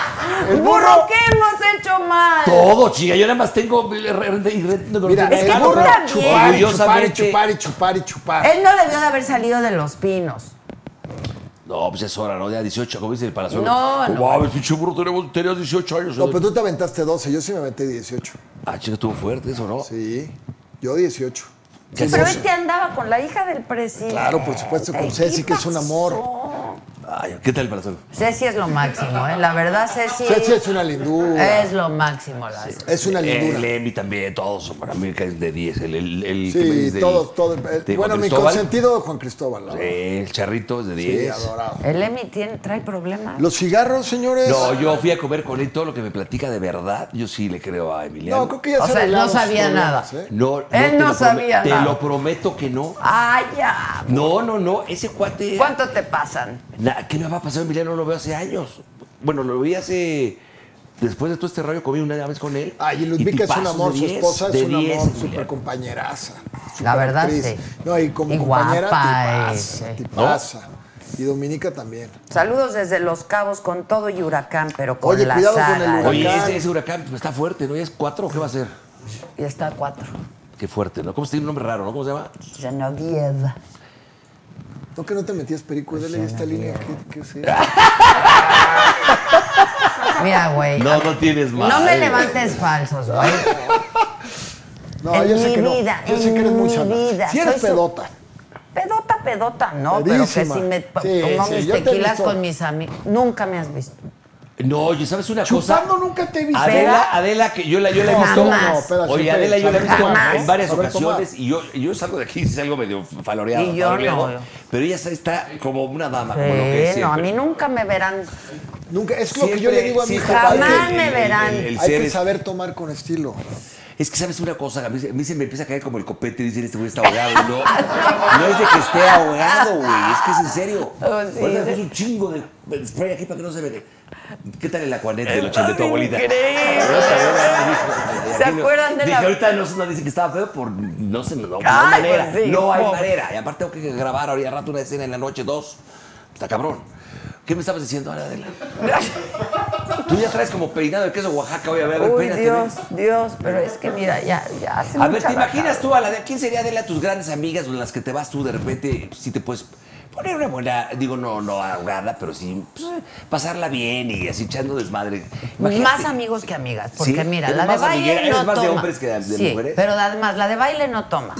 Speaker 2: el
Speaker 1: ¡Burro!
Speaker 2: burro.
Speaker 1: ¿Qué hemos hecho mal?
Speaker 4: Todo, chica. Yo nada más tengo renta y renta.
Speaker 2: Mira,
Speaker 1: Es que
Speaker 2: el
Speaker 1: tú
Speaker 2: burro
Speaker 1: también.
Speaker 2: chupar y chupar y
Speaker 4: Orgullosamente.
Speaker 2: chupar y chupar y chupar.
Speaker 1: Él no debió de haber salido de los pinos.
Speaker 4: No, pues es hora, ¿no? Ya 18, como dice el palazuelo.
Speaker 1: No, no.
Speaker 4: Wow, pinche burro, tenemos, tenías 18 años.
Speaker 2: No, pues- pero tú te aventaste 12, yo sí me aventé 18.
Speaker 4: Ah, chica, estuvo fuerte eso, ¿no?
Speaker 2: Sí, yo 18.
Speaker 4: ¿Qué es
Speaker 1: Pero
Speaker 4: eso?
Speaker 1: este andaba con la hija del presidente.
Speaker 2: Claro, por supuesto, con
Speaker 1: Ay,
Speaker 2: Ceci,
Speaker 1: ¿qué
Speaker 2: que es un amor.
Speaker 1: pasó?
Speaker 4: Ay, ¿qué tal el palazuelo?
Speaker 1: Ceci es lo máximo, ¿eh? La verdad, Ceci,
Speaker 2: Ceci es una lindura.
Speaker 1: es lo máximo. La Ceci.
Speaker 2: Es una
Speaker 4: El
Speaker 2: lindura.
Speaker 4: Emi también, todos son para mí que es de 10. El, el, el que me
Speaker 2: Sí,
Speaker 4: dice del-
Speaker 2: todos, todos. eh,
Speaker 4: de
Speaker 2: Bueno,
Speaker 4: Juan
Speaker 2: mi
Speaker 4: Cristóbal.
Speaker 2: consentido, Juan Cristóbal. la verdad.
Speaker 4: Eh, El charrito es de
Speaker 2: Sí,
Speaker 4: 10.
Speaker 2: adorado.
Speaker 1: El Emi tiene, trae problemas.
Speaker 2: Los cigarros, señores.
Speaker 4: no, yo fui a comer con él todo lo que me platica de verdad. Yo sí le creo a Emiliano.
Speaker 2: No, creo que ya
Speaker 1: O
Speaker 2: se
Speaker 1: sea,
Speaker 2: arreglaron
Speaker 1: no sabía
Speaker 2: sus problemas,
Speaker 1: nada.
Speaker 2: ¿eh?
Speaker 4: No,
Speaker 1: Él
Speaker 4: te
Speaker 1: no
Speaker 4: lo prome-
Speaker 1: sabía
Speaker 4: Te
Speaker 1: nada.
Speaker 4: lo prometo que no.
Speaker 1: ¡Ay, ya!
Speaker 4: No, no, no. Ese cuate. era-
Speaker 1: ¿Cuánto te pasan?
Speaker 4: Na- ¿Qué me va a pasar, Emiliano? Lo veo hace años. Bueno, lo vi hace. Después de todo este rollo, comí una vez con él.
Speaker 2: Ay, y Ludvika es
Speaker 4: tipazo
Speaker 2: un amor,
Speaker 4: de
Speaker 2: su
Speaker 4: 10,
Speaker 2: esposa es
Speaker 4: de
Speaker 2: un
Speaker 4: 10,
Speaker 2: amor,
Speaker 4: Emiliano.
Speaker 2: súper compañeraza.
Speaker 1: La verdad, sí.
Speaker 2: No, y como
Speaker 1: Y
Speaker 2: compañera,
Speaker 1: guapa,
Speaker 2: tipaza,
Speaker 1: eh, sí.
Speaker 2: tipaza. Y Dominica también.
Speaker 1: Saludos desde Los Cabos con todo y huracán, pero con
Speaker 2: Oye,
Speaker 1: la
Speaker 2: cuidado con
Speaker 1: saga.
Speaker 2: el huracán.
Speaker 4: Oye, ese, ese huracán pues, está fuerte, ¿no? ¿Ya es cuatro? ¿Qué va a ser?
Speaker 1: Y está a cuatro.
Speaker 4: Qué fuerte, ¿no? ¿Cómo se tiene un nombre raro, no? ¿Cómo se llama?
Speaker 1: Genoviev.
Speaker 2: ¿Tú que no te metías
Speaker 1: Pues
Speaker 2: perico? Dale esta línea. ¿Qué, qué es
Speaker 1: <laughs>
Speaker 2: eso?
Speaker 1: Mira, güey.
Speaker 4: No, no tienes más.
Speaker 1: No me levantes falsos, güey.
Speaker 2: No,
Speaker 1: En
Speaker 2: yo sé
Speaker 1: mi
Speaker 2: que no.
Speaker 1: vida,
Speaker 2: Yo sé
Speaker 1: en
Speaker 2: que eres muy
Speaker 1: mi
Speaker 2: sana.
Speaker 1: vida,
Speaker 2: Si eres
Speaker 1: soy su-
Speaker 2: pedota.
Speaker 1: Pedota, pedota, no, pero
Speaker 2: Pedísima.
Speaker 1: que si me pa-
Speaker 2: Sí,
Speaker 1: tomo
Speaker 2: sí,
Speaker 1: mis
Speaker 2: yo te he
Speaker 1: tequilas
Speaker 2: visto.
Speaker 1: con mis amigos. Nunca me has visto.
Speaker 4: No, oye, ¿sabes una
Speaker 2: Chupando
Speaker 4: cosa?
Speaker 2: nunca te he visto.
Speaker 4: Adela, Adela, que yo la, yo la he
Speaker 1: No,
Speaker 4: visto.
Speaker 1: jamás.
Speaker 2: espera,
Speaker 4: Oye,
Speaker 2: sí,
Speaker 4: Adela, yo la he
Speaker 2: espera,
Speaker 4: visto
Speaker 1: Jamás.
Speaker 4: en varias
Speaker 2: A ver, toma.
Speaker 4: ocasiones y yo, yo salgo de aquí y salgo medio faloreado.
Speaker 1: Y yo
Speaker 4: faloreado,
Speaker 1: no.
Speaker 4: Pero ella está- está como una dama, como lo que es
Speaker 1: Sí, no, a
Speaker 4: siempre.
Speaker 1: mí nunca me verán.
Speaker 2: Nunca, es lo que
Speaker 4: Siempre-
Speaker 2: yo le digo a mi hijo.
Speaker 4: siempre
Speaker 1: Jamás
Speaker 4: está
Speaker 2: padre.
Speaker 4: el-
Speaker 1: me
Speaker 4: el-
Speaker 1: verán.
Speaker 4: el- el
Speaker 2: Hay
Speaker 4: ser
Speaker 2: que
Speaker 4: es-
Speaker 2: saber tomar con estilo.
Speaker 4: Es que sabes una cosa, a mí, se- a mí se me empieza a caer como el copete y dicen, este güey está ahogado. Y No, <laughs> no es de que esté ahogado, güey, es que es en serio.
Speaker 1: Oh, sí,
Speaker 4: Ahorita
Speaker 1: sí.
Speaker 4: puse un chingo de de spray aquí para que no se vea. ¿Qué tal el acuanete del 80 de tu abuelita?
Speaker 1: Increíble. ¿Se acuerdan de
Speaker 4: Dije,
Speaker 1: la-
Speaker 4: ahorita no, no dice que estaba feo por... No sé, no, no hay
Speaker 1: Ay,
Speaker 4: manera.
Speaker 1: pues sí,
Speaker 4: no hay
Speaker 1: no.
Speaker 4: manera. Y aparte tengo que grabar ahorita rato una escena en la noche, dos. Está cabrón. ¿Qué me estabas diciendo, Ana Adela? <laughs> Tú ya traes como peinado de queso Oaxaca, voy a ver, a ver,
Speaker 1: Uy,
Speaker 4: peínate,
Speaker 1: Dios, Dios, pero es que mira, ya, ya hace
Speaker 4: a ver,
Speaker 1: mucha
Speaker 4: ¿te imaginas
Speaker 1: bajada.
Speaker 4: tú a la de quién sería de la- tus grandes amigas o las que te vas tú de repente? Si te puedes poner una buena, digo, no, no ahogada, pero sí pues, pasarla bien y así echando desmadre. Imagínate.
Speaker 1: Más amigos que amigas, porque
Speaker 4: Sí,
Speaker 1: mira,
Speaker 4: eres
Speaker 1: la de
Speaker 4: más
Speaker 1: baile
Speaker 4: amiguera, eres
Speaker 1: no
Speaker 4: más de
Speaker 1: toma.
Speaker 4: hombres que de- de
Speaker 1: sí,
Speaker 4: mujeres.
Speaker 1: pero además, la de baile no toma.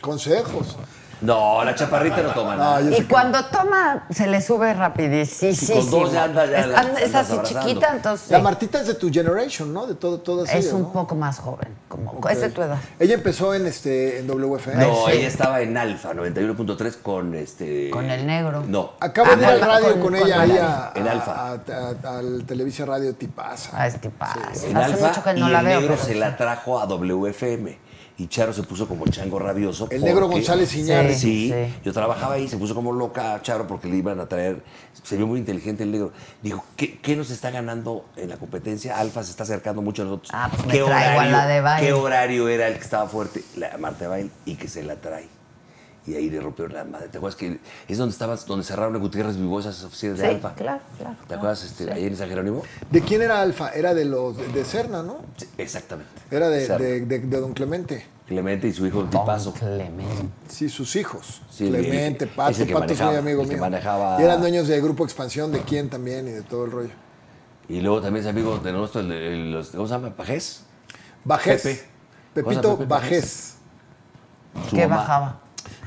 Speaker 2: Consejos.
Speaker 4: No, la chaparrita no toma
Speaker 2: No,
Speaker 4: nada.
Speaker 2: yo
Speaker 1: Y
Speaker 2: sé que-
Speaker 1: cuando toma, se le sube rapidísimo.
Speaker 4: Sí, con dos ya anda, ya
Speaker 1: es,
Speaker 4: la-
Speaker 1: anda- es
Speaker 4: andas
Speaker 1: así
Speaker 4: abrazando.
Speaker 1: chiquita, entonces
Speaker 2: La Martita es de tu generation, ¿no? De todo, todas
Speaker 1: es
Speaker 2: ellas,
Speaker 1: un
Speaker 2: ¿no?
Speaker 1: poco más joven, como
Speaker 2: Ok.
Speaker 1: es de tu edad.
Speaker 2: Ella empezó en, este, en WFM.
Speaker 4: No,
Speaker 1: Sí.
Speaker 4: ella estaba en Alfa 91.3 con este.
Speaker 1: Con el negro.
Speaker 4: No.
Speaker 2: Acabo de ir
Speaker 1: Ah,
Speaker 2: al radio
Speaker 1: con-
Speaker 2: con,
Speaker 1: con
Speaker 2: ella ahí a,
Speaker 4: Alfa. En Alfa.
Speaker 2: a- a- a- al Televisa Radio Tipaza.
Speaker 1: Ah, es tipaza.
Speaker 4: En
Speaker 1: Hace
Speaker 4: Alfa
Speaker 1: mucho que
Speaker 4: y
Speaker 1: no la
Speaker 4: el
Speaker 1: veo.
Speaker 4: negro
Speaker 1: pero
Speaker 4: se la trajo a WFM. y Charo se puso como chango rabioso.
Speaker 2: El negro
Speaker 4: porque-
Speaker 2: González Iñárritu.
Speaker 4: Sí,
Speaker 1: Sí, sí.
Speaker 4: yo trabajaba ahí, se puso como loca a Charo porque le iban a traer, se vio muy inteligente el negro. Dijo, ¿qué, qué nos está ganando en la competencia? Alfa se está acercando mucho a nosotros.
Speaker 1: Ah, pues me
Speaker 4: ¿Qué,
Speaker 1: traigo a la de baile.
Speaker 4: ¿Qué horario era el que estaba fuerte? La Marta de Baile y que se la trae. Y ahí le rompieron la madre. ¿Te acuerdas que es donde estabas, donde cerraron a Gutiérrez Vivo esas oficinas de
Speaker 1: Sí,
Speaker 4: Alfa?
Speaker 1: claro, claro,
Speaker 4: ¿Te acuerdas este, ahí en San Jerónimo?
Speaker 2: ¿De quién era Alfa? Era de los de Cerna, ¿no?
Speaker 4: Sí, exactamente.
Speaker 2: Era de,
Speaker 4: Cerna.
Speaker 2: de- de- de Don Clemente.
Speaker 4: Clemente y su hijo, un tipazo.
Speaker 1: Clemente.
Speaker 2: Sí, sus hijos.
Speaker 4: Sí,
Speaker 2: Clemente,
Speaker 4: el-
Speaker 2: Pato.
Speaker 4: ese que
Speaker 2: Pato es muy
Speaker 4: manejaba,
Speaker 2: amigo
Speaker 4: el que
Speaker 2: mío.
Speaker 4: manejaba-
Speaker 2: Y eran dueños de Grupo Expansión, de quién también y de todo el rollo.
Speaker 4: Y luego también es amigo de nuestro, el- el- los- ¿cómo se llama? ¿Pajés?
Speaker 2: Bajés.
Speaker 4: Pepe. O sea,
Speaker 2: Pepito
Speaker 4: Pepe
Speaker 2: Bajés.
Speaker 4: Su
Speaker 1: ¿Qué
Speaker 4: mamá.
Speaker 1: bajaba?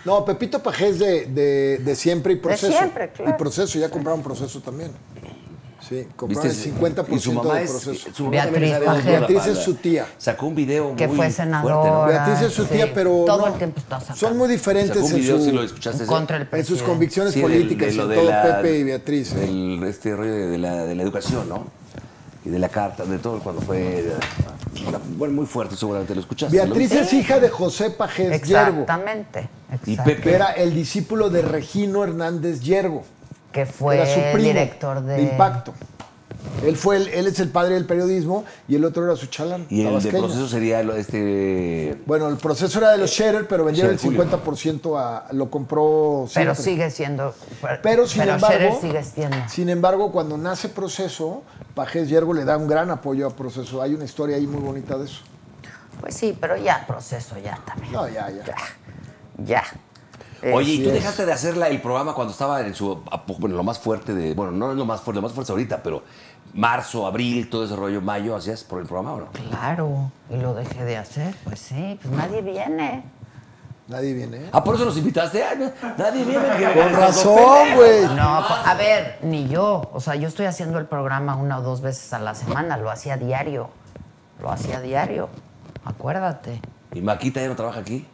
Speaker 2: No, Pepito Pajés de, de- de siempre y proceso.
Speaker 1: siempre, claro.
Speaker 2: Y proceso, ya compraron proceso también. Sí, compraron el
Speaker 4: ¿Viste?
Speaker 2: 50%
Speaker 4: Y su mamá
Speaker 2: del
Speaker 4: es-
Speaker 2: proceso.
Speaker 4: su mamá también
Speaker 1: Beatriz
Speaker 4: sabe mucho de
Speaker 1: Pajés.
Speaker 4: la
Speaker 2: Beatriz es
Speaker 4: banda.
Speaker 2: su tía.
Speaker 4: Sacó un video
Speaker 1: Que
Speaker 4: muy
Speaker 1: fue
Speaker 4: fuerte, ¿no?
Speaker 1: senadora.
Speaker 2: Beatriz es su
Speaker 1: sí.
Speaker 2: tía, pero.
Speaker 1: Todo
Speaker 2: no,
Speaker 1: el tiempo está sacando.
Speaker 2: Son muy diferentes
Speaker 4: Sacó un
Speaker 2: en,
Speaker 4: video,
Speaker 2: su-
Speaker 4: si lo escuchaste. ese.
Speaker 1: Contra el
Speaker 2: en sus
Speaker 1: presidente.
Speaker 2: convicciones
Speaker 4: Sí, del-
Speaker 2: políticas,
Speaker 4: de lo
Speaker 2: en
Speaker 4: de
Speaker 2: todo
Speaker 4: la-
Speaker 2: Pepe y Beatriz. ¿eh?
Speaker 4: Del, este rollo de la, de la educación, ¿no? Y de la carta, de todo cuando fue. eh, una- bueno, muy fuerte, seguramente lo escuchaste.
Speaker 2: Beatriz es hija de José Pajés Yerbo,
Speaker 1: Exactamente.
Speaker 4: Y
Speaker 1: exacto.
Speaker 4: Pepe.
Speaker 2: que era el discípulo de Regino Hernández Yerbo.
Speaker 1: Que fue
Speaker 2: era su primo
Speaker 1: director de...
Speaker 2: Impacto. Él, fue el- él es el padre del periodismo y el otro era su chalán.
Speaker 4: Y el de
Speaker 2: tabasqueño.
Speaker 4: proceso sería lo- este.
Speaker 2: Bueno, el proceso era de los Scherer, pero vendieron el
Speaker 4: Scherer, Julio.
Speaker 2: 50% a. Lo compró.
Speaker 1: Pero
Speaker 2: siempre.
Speaker 1: sigue siendo...
Speaker 2: Pero sin embargo,
Speaker 1: Scherer sigue siendo.
Speaker 2: sin embargo, cuando nace Proceso, Pajés Yergo le da un gran apoyo a Proceso. Hay una historia ahí muy bonita de eso.
Speaker 1: Pues sí, pero ya proceso, ya también.
Speaker 2: No, ya, ya.
Speaker 1: Ya.
Speaker 4: Oye, ¿y
Speaker 2: Así
Speaker 4: tú
Speaker 2: es.
Speaker 4: dejaste de hacer la- el programa cuando estaba en su. apo- Bueno, lo más fuerte de. Bueno, no es lo más fuerte, lo más fuerte es ahorita, pero marzo, abril, todo ese rollo, mayo, ¿hacías por el programa o no?
Speaker 1: Claro, y lo dejé de hacer, pues sí, pues nadie viene.
Speaker 2: Nadie viene. ¿eh?
Speaker 4: Ah, por eso nos invitaste. Ay, no, nadie viene. que-
Speaker 2: Con razón, güey.
Speaker 1: No, pues, a ver, ni yo. O sea, yo estoy haciendo el programa una o dos veces a la semana, lo hacía diario. Lo hacía diario, acuérdate.
Speaker 4: ¿Y Maquita ya no trabaja aquí?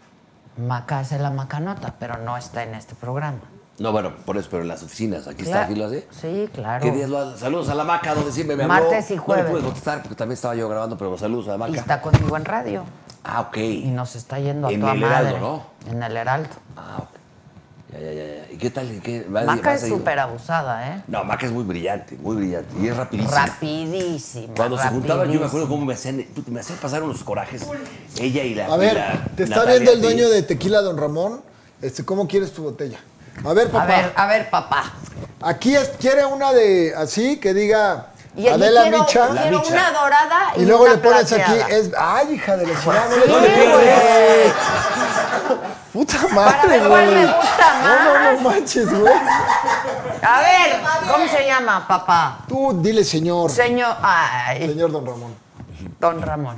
Speaker 1: Maca hace la macanota, pero no está en este programa.
Speaker 4: No, bueno, por eso, pero en las oficinas. Aquí está,
Speaker 1: Cla-
Speaker 4: aquí lo hace.
Speaker 1: Sí, claro.
Speaker 4: ¿Qué días lo hace? Saludos a la maca, donde siempre me habló.
Speaker 1: Martes y
Speaker 4: No
Speaker 1: jueves.
Speaker 4: le pude contestar porque también estaba yo grabando, pero saludos a la
Speaker 1: Y
Speaker 4: maca.
Speaker 1: está conmigo en radio.
Speaker 4: Ah, ok.
Speaker 1: Y nos está yendo a
Speaker 4: En
Speaker 1: toda
Speaker 4: el
Speaker 1: madre.
Speaker 4: Heraldo, ¿no?
Speaker 1: En el Heraldo.
Speaker 4: Ah, ok. Ya, ya, ya. ya. ¿Y qué tal? ¿Qué? ¿Vas-
Speaker 1: Maca
Speaker 4: vas
Speaker 1: es
Speaker 4: a ir?
Speaker 1: súper abusada, ¿eh?
Speaker 4: No, Maca es muy brillante, muy brillante. Y es rapidísima.
Speaker 1: Rapidísima.
Speaker 4: Cuando se juntaban, yo me
Speaker 1: rapidísima.
Speaker 4: acuerdo cómo me hacían, puta, me hacían pasar unos corajes. Ella y la.
Speaker 2: A
Speaker 4: y
Speaker 2: ver,
Speaker 4: la
Speaker 2: te está
Speaker 4: Natalia
Speaker 2: viendo el
Speaker 4: Ortiz.
Speaker 2: dueño de Tequila Don Ramón. Este, ¿Cómo quieres tu botella? A ver, papá.
Speaker 1: A ver, a ver, papá.
Speaker 2: Aquí es- quiere una de así que diga
Speaker 1: Y aquí
Speaker 2: Adela
Speaker 1: quiero,
Speaker 2: Micha.
Speaker 1: quiero
Speaker 4: Micha.
Speaker 1: una dorada y,
Speaker 2: Y luego
Speaker 1: una
Speaker 2: le pones
Speaker 1: plateada.
Speaker 2: aquí, es. ¡Ay, hija de la chingada!
Speaker 1: sí,
Speaker 2: no le
Speaker 1: güey.
Speaker 2: pones! ¡Puta
Speaker 1: Para
Speaker 2: madre,
Speaker 1: ver cuál me
Speaker 2: güey!
Speaker 1: gusta
Speaker 2: No, no, no
Speaker 1: más.
Speaker 2: manches, güey.
Speaker 1: A ver, ¿cómo se llama, papá?
Speaker 2: Tú dile, señor.
Speaker 1: Señor, ay,
Speaker 2: Señor Don Ramón.
Speaker 1: don Ramón.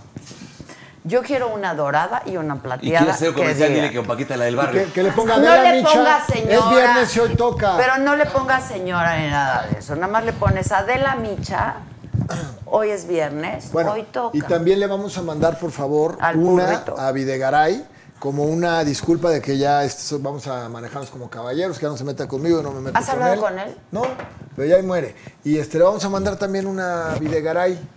Speaker 1: Yo quiero una dorada y una
Speaker 4: Y
Speaker 1: plateada.
Speaker 4: quiere hacer un
Speaker 1: que
Speaker 4: comercial,
Speaker 1: diga-
Speaker 4: dile que con Paquita la del
Speaker 2: Que,
Speaker 4: barrio.
Speaker 2: que le ponga
Speaker 1: No
Speaker 2: Adela
Speaker 1: le
Speaker 2: Micha.
Speaker 1: pongas señora.
Speaker 2: Es viernes y hoy toca.
Speaker 1: Pero no le pongas señora ni nada de eso. Nada más le pones Adela Micha. Hoy es viernes.
Speaker 2: bueno,
Speaker 1: hoy toca.
Speaker 2: y también le vamos a mandar, por favor,
Speaker 1: Al
Speaker 2: una
Speaker 1: burrito.
Speaker 2: a Videgaray como una disculpa de que ya este, so- vamos a manejarnos como caballeros, que ya no se meta conmigo, no me meto
Speaker 1: ¿Has hablado con él?
Speaker 2: No, pero ya ahí muere. Y este, le vamos a mandar también una a Videgaray.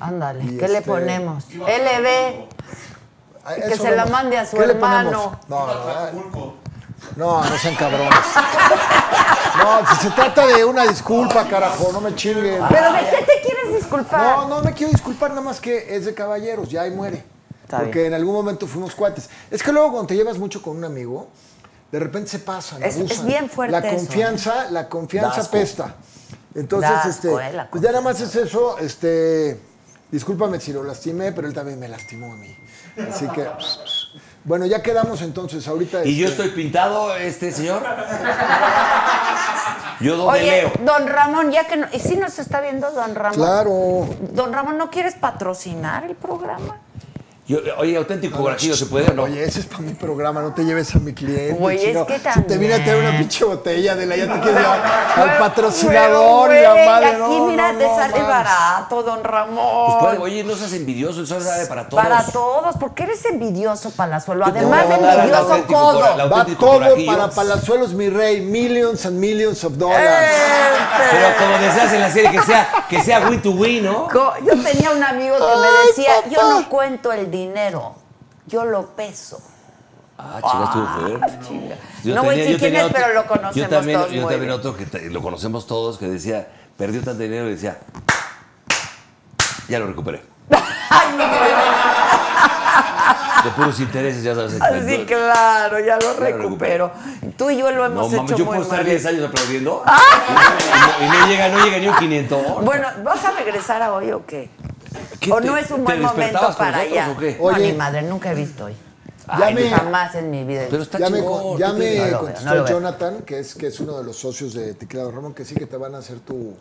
Speaker 1: Ándale,
Speaker 2: Y
Speaker 1: ¿qué le
Speaker 2: este-
Speaker 1: ponemos? LB.
Speaker 2: A-
Speaker 1: Y
Speaker 2: eso
Speaker 1: que se la
Speaker 2: vemos.
Speaker 1: mande a su
Speaker 2: ¿Qué le
Speaker 1: hermano.
Speaker 2: ponemos? No, no, no, no sean cabrones. <laughs> No, si se trata de una disculpa, carajo, no me chinguen.
Speaker 1: ¿Pero de qué te quieres disculpar?
Speaker 2: No, no me quiero disculpar, nada más que es de caballeros, ya ahí muere.
Speaker 1: Está
Speaker 2: Porque
Speaker 1: bien.
Speaker 2: en algún momento fuimos cuates. Es que luego cuando te llevas mucho con un amigo, de repente se pasan,
Speaker 1: Es- es
Speaker 2: abusan.
Speaker 1: bien fuerte
Speaker 2: La
Speaker 1: eso. ¿eh?
Speaker 2: confianza, la
Speaker 4: Da
Speaker 2: confianza
Speaker 4: asco.
Speaker 2: pesta. Entonces,
Speaker 1: Da asco,
Speaker 2: este,
Speaker 1: eh, la
Speaker 2: pues ya nada más es eso, este, discúlpame si lo lastimé, pero él también me lastimó a mí. Así que, bueno, ya quedamos entonces ahorita.
Speaker 4: Y yo
Speaker 2: este,
Speaker 4: estoy pintado, este <laughs> señor. Yo donde
Speaker 1: Oye,
Speaker 4: leo.
Speaker 1: don Ramón, ya que no, y si nos está viendo don Ramón.
Speaker 2: Claro.
Speaker 1: Don Ramón, ¿no quieres patrocinar el programa?
Speaker 4: Yo- oye, auténtico corajillo, ¿se puede o no?
Speaker 2: Oye, ese es para mi programa, no te lleves a mi cliente.
Speaker 1: Güey, es
Speaker 2: chino.
Speaker 1: que
Speaker 2: Si te vine a traer una
Speaker 1: también.
Speaker 2: pinche botella de la ya te quieres llevar al
Speaker 1: Pero,
Speaker 2: patrocinador
Speaker 1: pero,
Speaker 2: y la
Speaker 1: güey,
Speaker 2: madre.
Speaker 1: Aquí,
Speaker 2: no,
Speaker 1: mira,
Speaker 2: no,
Speaker 1: te
Speaker 2: no,
Speaker 1: sale
Speaker 2: man.
Speaker 1: barato, don Ramón.
Speaker 4: Pues puede, oye, no seas envidioso, el sol sale para todos.
Speaker 1: Para todos, porque eres envidioso, Palazuelo.
Speaker 4: Yo te
Speaker 1: Además
Speaker 4: voy
Speaker 1: de
Speaker 4: a mandar al
Speaker 1: envidioso,
Speaker 4: auténtico
Speaker 1: codo.
Speaker 4: por la-
Speaker 2: Va
Speaker 4: auténtico
Speaker 2: todo
Speaker 4: corajillo.
Speaker 2: para Palazuelos, mi rey. Millions and millions of dollars.
Speaker 1: Este.
Speaker 4: Pero como deseas en la serie, que sea, que sea win to win, ¿no?
Speaker 1: Co- Yo tenía un amigo que me
Speaker 2: Ay,
Speaker 1: decía,
Speaker 2: papá.
Speaker 1: yo no cuento el dinero, Yo lo peso.
Speaker 4: Ah, chicas, estuvo fuerte.
Speaker 1: chinga.
Speaker 4: Yo
Speaker 1: No voy a
Speaker 4: tenía-
Speaker 1: decir
Speaker 4: yo
Speaker 1: quién
Speaker 4: tenía
Speaker 1: es,
Speaker 4: otro-
Speaker 1: pero lo conocemos
Speaker 4: yo también,
Speaker 1: todos
Speaker 4: Yo
Speaker 1: muy
Speaker 4: también
Speaker 1: bien.
Speaker 4: otro que te- lo conocemos todos que decía, perdió tanto dinero y decía, ya lo recuperé.
Speaker 1: Ay, no,
Speaker 4: De puros intereses, ya sabes.
Speaker 1: sí, claro, ya lo
Speaker 4: Ya lo recupero.
Speaker 1: recupero. Tú y yo lo
Speaker 4: No,
Speaker 1: hemos
Speaker 4: mames,
Speaker 1: hecho
Speaker 4: yo
Speaker 1: muy
Speaker 4: puedo estar
Speaker 1: mal.
Speaker 4: 10 años aplaudiendo y, no, y no llega, no llega ni un 500.
Speaker 1: Bueno, ¿vas a regresar a hoy o qué?
Speaker 4: ¿Qué
Speaker 1: ¿O
Speaker 4: te-
Speaker 1: no es un
Speaker 4: te
Speaker 1: buen momento
Speaker 4: despertabas con
Speaker 1: para
Speaker 4: nosotros
Speaker 1: allá?
Speaker 4: o qué? Ah,
Speaker 1: No, ni
Speaker 2: Oye.
Speaker 1: madre, nunca he visto hoy.
Speaker 2: Ya
Speaker 1: Ay,
Speaker 2: me-
Speaker 1: jamás en mi vida.
Speaker 4: Pero está
Speaker 2: ya me,
Speaker 4: chingón.
Speaker 2: ya
Speaker 4: ¿qué
Speaker 2: me
Speaker 4: te-
Speaker 1: No lo veo,
Speaker 2: contestó
Speaker 1: no lo veo.
Speaker 2: Jonathan, que es, que es uno de los socios de Teclado Ramón, que sí que te van a hacer tu,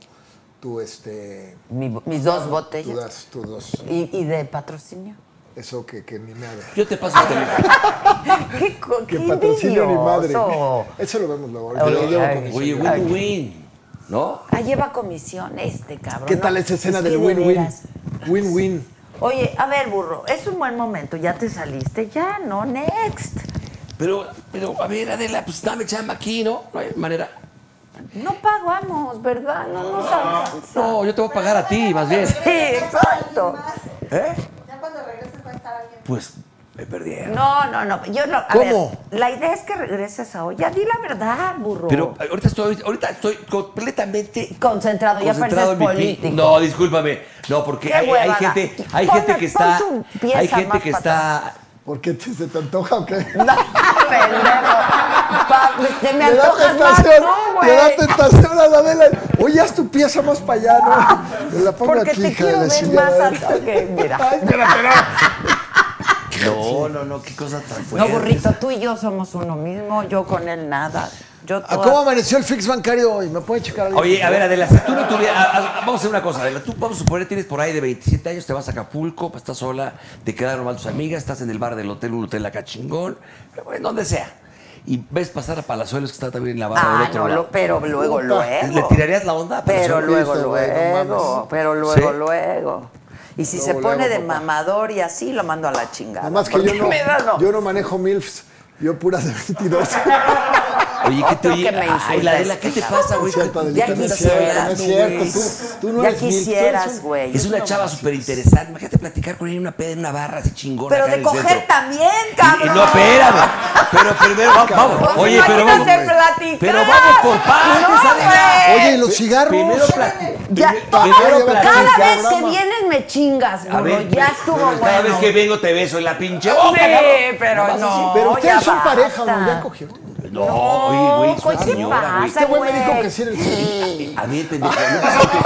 Speaker 2: tu este,
Speaker 1: Mi- mis dos
Speaker 2: tu
Speaker 1: botellas.
Speaker 2: das, tu dos.
Speaker 1: ¿Y, y de
Speaker 2: <laughs>
Speaker 1: patrocinio?
Speaker 2: Eso que, que ni nada.
Speaker 4: Yo te paso el teléfono.
Speaker 1: ¿Qué, co-
Speaker 2: Que
Speaker 1: qué
Speaker 2: patrocinio ni madre.
Speaker 1: envidioso.
Speaker 2: Eso lo vemos luego.
Speaker 1: Oye,
Speaker 2: Ahorita lo llevo
Speaker 1: ay,
Speaker 2: con mis
Speaker 4: Oye,
Speaker 2: señoras.
Speaker 4: win to win. ¿No?
Speaker 1: Ah, lleva comisión este cabrón.
Speaker 2: ¿Qué
Speaker 1: ¿no?
Speaker 2: tal esa escena
Speaker 1: Es
Speaker 2: del
Speaker 1: que de
Speaker 2: win-win?
Speaker 1: veras.
Speaker 2: Win-win.
Speaker 1: Oye, a ver, burro, es un buen momento, ya te saliste, ya, ¿no? Next.
Speaker 4: Pero, pero, a ver, Adela, pues dame chamba aquí, ¿no? No hay manera.
Speaker 1: No pagamos, ¿verdad? No nos alcanza.
Speaker 4: No, yo te voy a pagar a ti, más bien.
Speaker 1: Sí, exacto.
Speaker 4: ¿Eh?
Speaker 9: Ya cuando regreses va a estar alguien.
Speaker 4: Pues me perdieron.
Speaker 1: No, no, no. Yo no. A
Speaker 4: ¿Cómo?
Speaker 1: ver, la idea es que regreses a hoy. Ya di la verdad, burro.
Speaker 4: Pero ahorita estoy, ahorita estoy completamente
Speaker 1: concentrado, ya pareces
Speaker 4: concentrado en mi pi-
Speaker 1: político.
Speaker 4: No, discúlpame. No, porque
Speaker 1: Qué
Speaker 4: hay, hay
Speaker 1: huevada.
Speaker 4: gente, hay
Speaker 1: Ponme-
Speaker 4: gente que
Speaker 1: pon
Speaker 4: está,
Speaker 1: tu pieza
Speaker 4: hay gente
Speaker 1: más
Speaker 4: que
Speaker 1: para
Speaker 4: está.
Speaker 2: ¿Por qué te, se te antoja o qué? <laughs>
Speaker 1: No, Ah, pendejo. Pa- pues, te me
Speaker 2: Le da
Speaker 1: antojas más
Speaker 2: tentación,
Speaker 1: tú,
Speaker 2: le da
Speaker 1: güey.
Speaker 2: tentación a la vela. Oye, haz tu pieza más para allá, ¿no? Me la pongo
Speaker 1: Porque
Speaker 2: aquí,
Speaker 1: te
Speaker 2: hija de
Speaker 1: quiero
Speaker 2: la
Speaker 1: ver
Speaker 2: chingada.
Speaker 1: más alto que... Mira.
Speaker 2: Ay, espérate, no.
Speaker 4: No, no, no, qué cosa tan
Speaker 1: No,
Speaker 4: fuerte.
Speaker 1: burrito, tú y yo somos uno mismo. Yo con él nada. Yo
Speaker 2: ¿A
Speaker 1: toda-
Speaker 2: ¿Cómo amaneció el fix bancario hoy? ¿Me pueden checar algo?
Speaker 4: Oye, a ver, Adela, si tú no tuvieras. a- a- vamos a hacer una cosa, Adela. Tú, vamos a suponer, tienes por ahí de 27 años, te vas a Acapulco, estás sola, te quedaron mal tus amigas, estás en el bar del hotel, un hotel acá chingón, en donde sea. Y ves pasar a Palazuelos, que está también en la barra del
Speaker 1: Ah,
Speaker 4: otro
Speaker 1: no,
Speaker 4: lado.
Speaker 1: lo- pero luego, luego.
Speaker 4: ¿Le tirarías la onda? a
Speaker 1: Ah, Pero
Speaker 4: Palazuelos?
Speaker 1: luego,
Speaker 2: listo, güey, no
Speaker 1: luego,
Speaker 2: mames.
Speaker 1: pero luego,
Speaker 4: ¿Sí?
Speaker 1: luego. Y si se
Speaker 2: Luego,
Speaker 1: pone
Speaker 2: luego,
Speaker 1: de
Speaker 2: papá.
Speaker 1: mamador y así, lo mando a la chingada.
Speaker 2: Nada más que
Speaker 1: Porque
Speaker 2: yo no,
Speaker 1: me da, no.
Speaker 2: yo no manejo MILFs, yo pura de
Speaker 1: <laughs>
Speaker 2: 22.
Speaker 4: Oye, ¿qué te
Speaker 1: Otro
Speaker 4: oye?
Speaker 1: que me
Speaker 4: Ay, la Adela,
Speaker 1: insultes,
Speaker 4: ¿qué te
Speaker 1: cabrón.
Speaker 4: pasa, güey?
Speaker 2: Cierto, Adelita,
Speaker 1: Ya
Speaker 2: no es
Speaker 1: quisieras,
Speaker 2: cierto, no es cierto.
Speaker 1: güey.
Speaker 2: Tú, tú no
Speaker 1: ya
Speaker 2: eres MILF, tú eres
Speaker 1: quisieras,
Speaker 2: un-
Speaker 1: güey.
Speaker 4: Es una chava súper interesante. Imagínate platicar con ella en una peda, en una barra así chingona.
Speaker 1: Pero
Speaker 4: acá
Speaker 1: de
Speaker 4: en el
Speaker 1: coger
Speaker 4: centro.
Speaker 1: también,
Speaker 4: Y- y
Speaker 1: cabrón.
Speaker 4: no, espérame. Pero primero, vamos. vamos.
Speaker 1: Pues
Speaker 4: Oye, pero vamos.
Speaker 1: imagínate platicar.
Speaker 4: Pero vamos por partes,
Speaker 1: No,
Speaker 4: Adela.
Speaker 1: güey.
Speaker 2: Oye, ¿y los cigarros?
Speaker 4: Primero platicar.
Speaker 1: Ya, todo
Speaker 4: Primero
Speaker 1: lo-
Speaker 4: platicar.
Speaker 1: cada vez que
Speaker 2: programa.
Speaker 1: vienes me chingas,
Speaker 4: A
Speaker 1: burro.
Speaker 4: ver,
Speaker 1: ya estuvo
Speaker 4: pero
Speaker 1: bueno.
Speaker 4: Cada vez que vengo te beso en la pinche boca.
Speaker 1: Sí,
Speaker 4: cabrón.
Speaker 1: pero no.
Speaker 2: Pero ustedes
Speaker 1: ya
Speaker 2: son pareja,
Speaker 1: basta.
Speaker 2: ¿no? Ya cogieron.
Speaker 4: No, oye, güey, es
Speaker 1: ¿qué
Speaker 4: una señora, güey.
Speaker 1: pasa,
Speaker 2: Este güey me
Speaker 1: güey?
Speaker 2: dijo que sí era el
Speaker 1: Sí.
Speaker 4: A ver, pendejo. no empieces con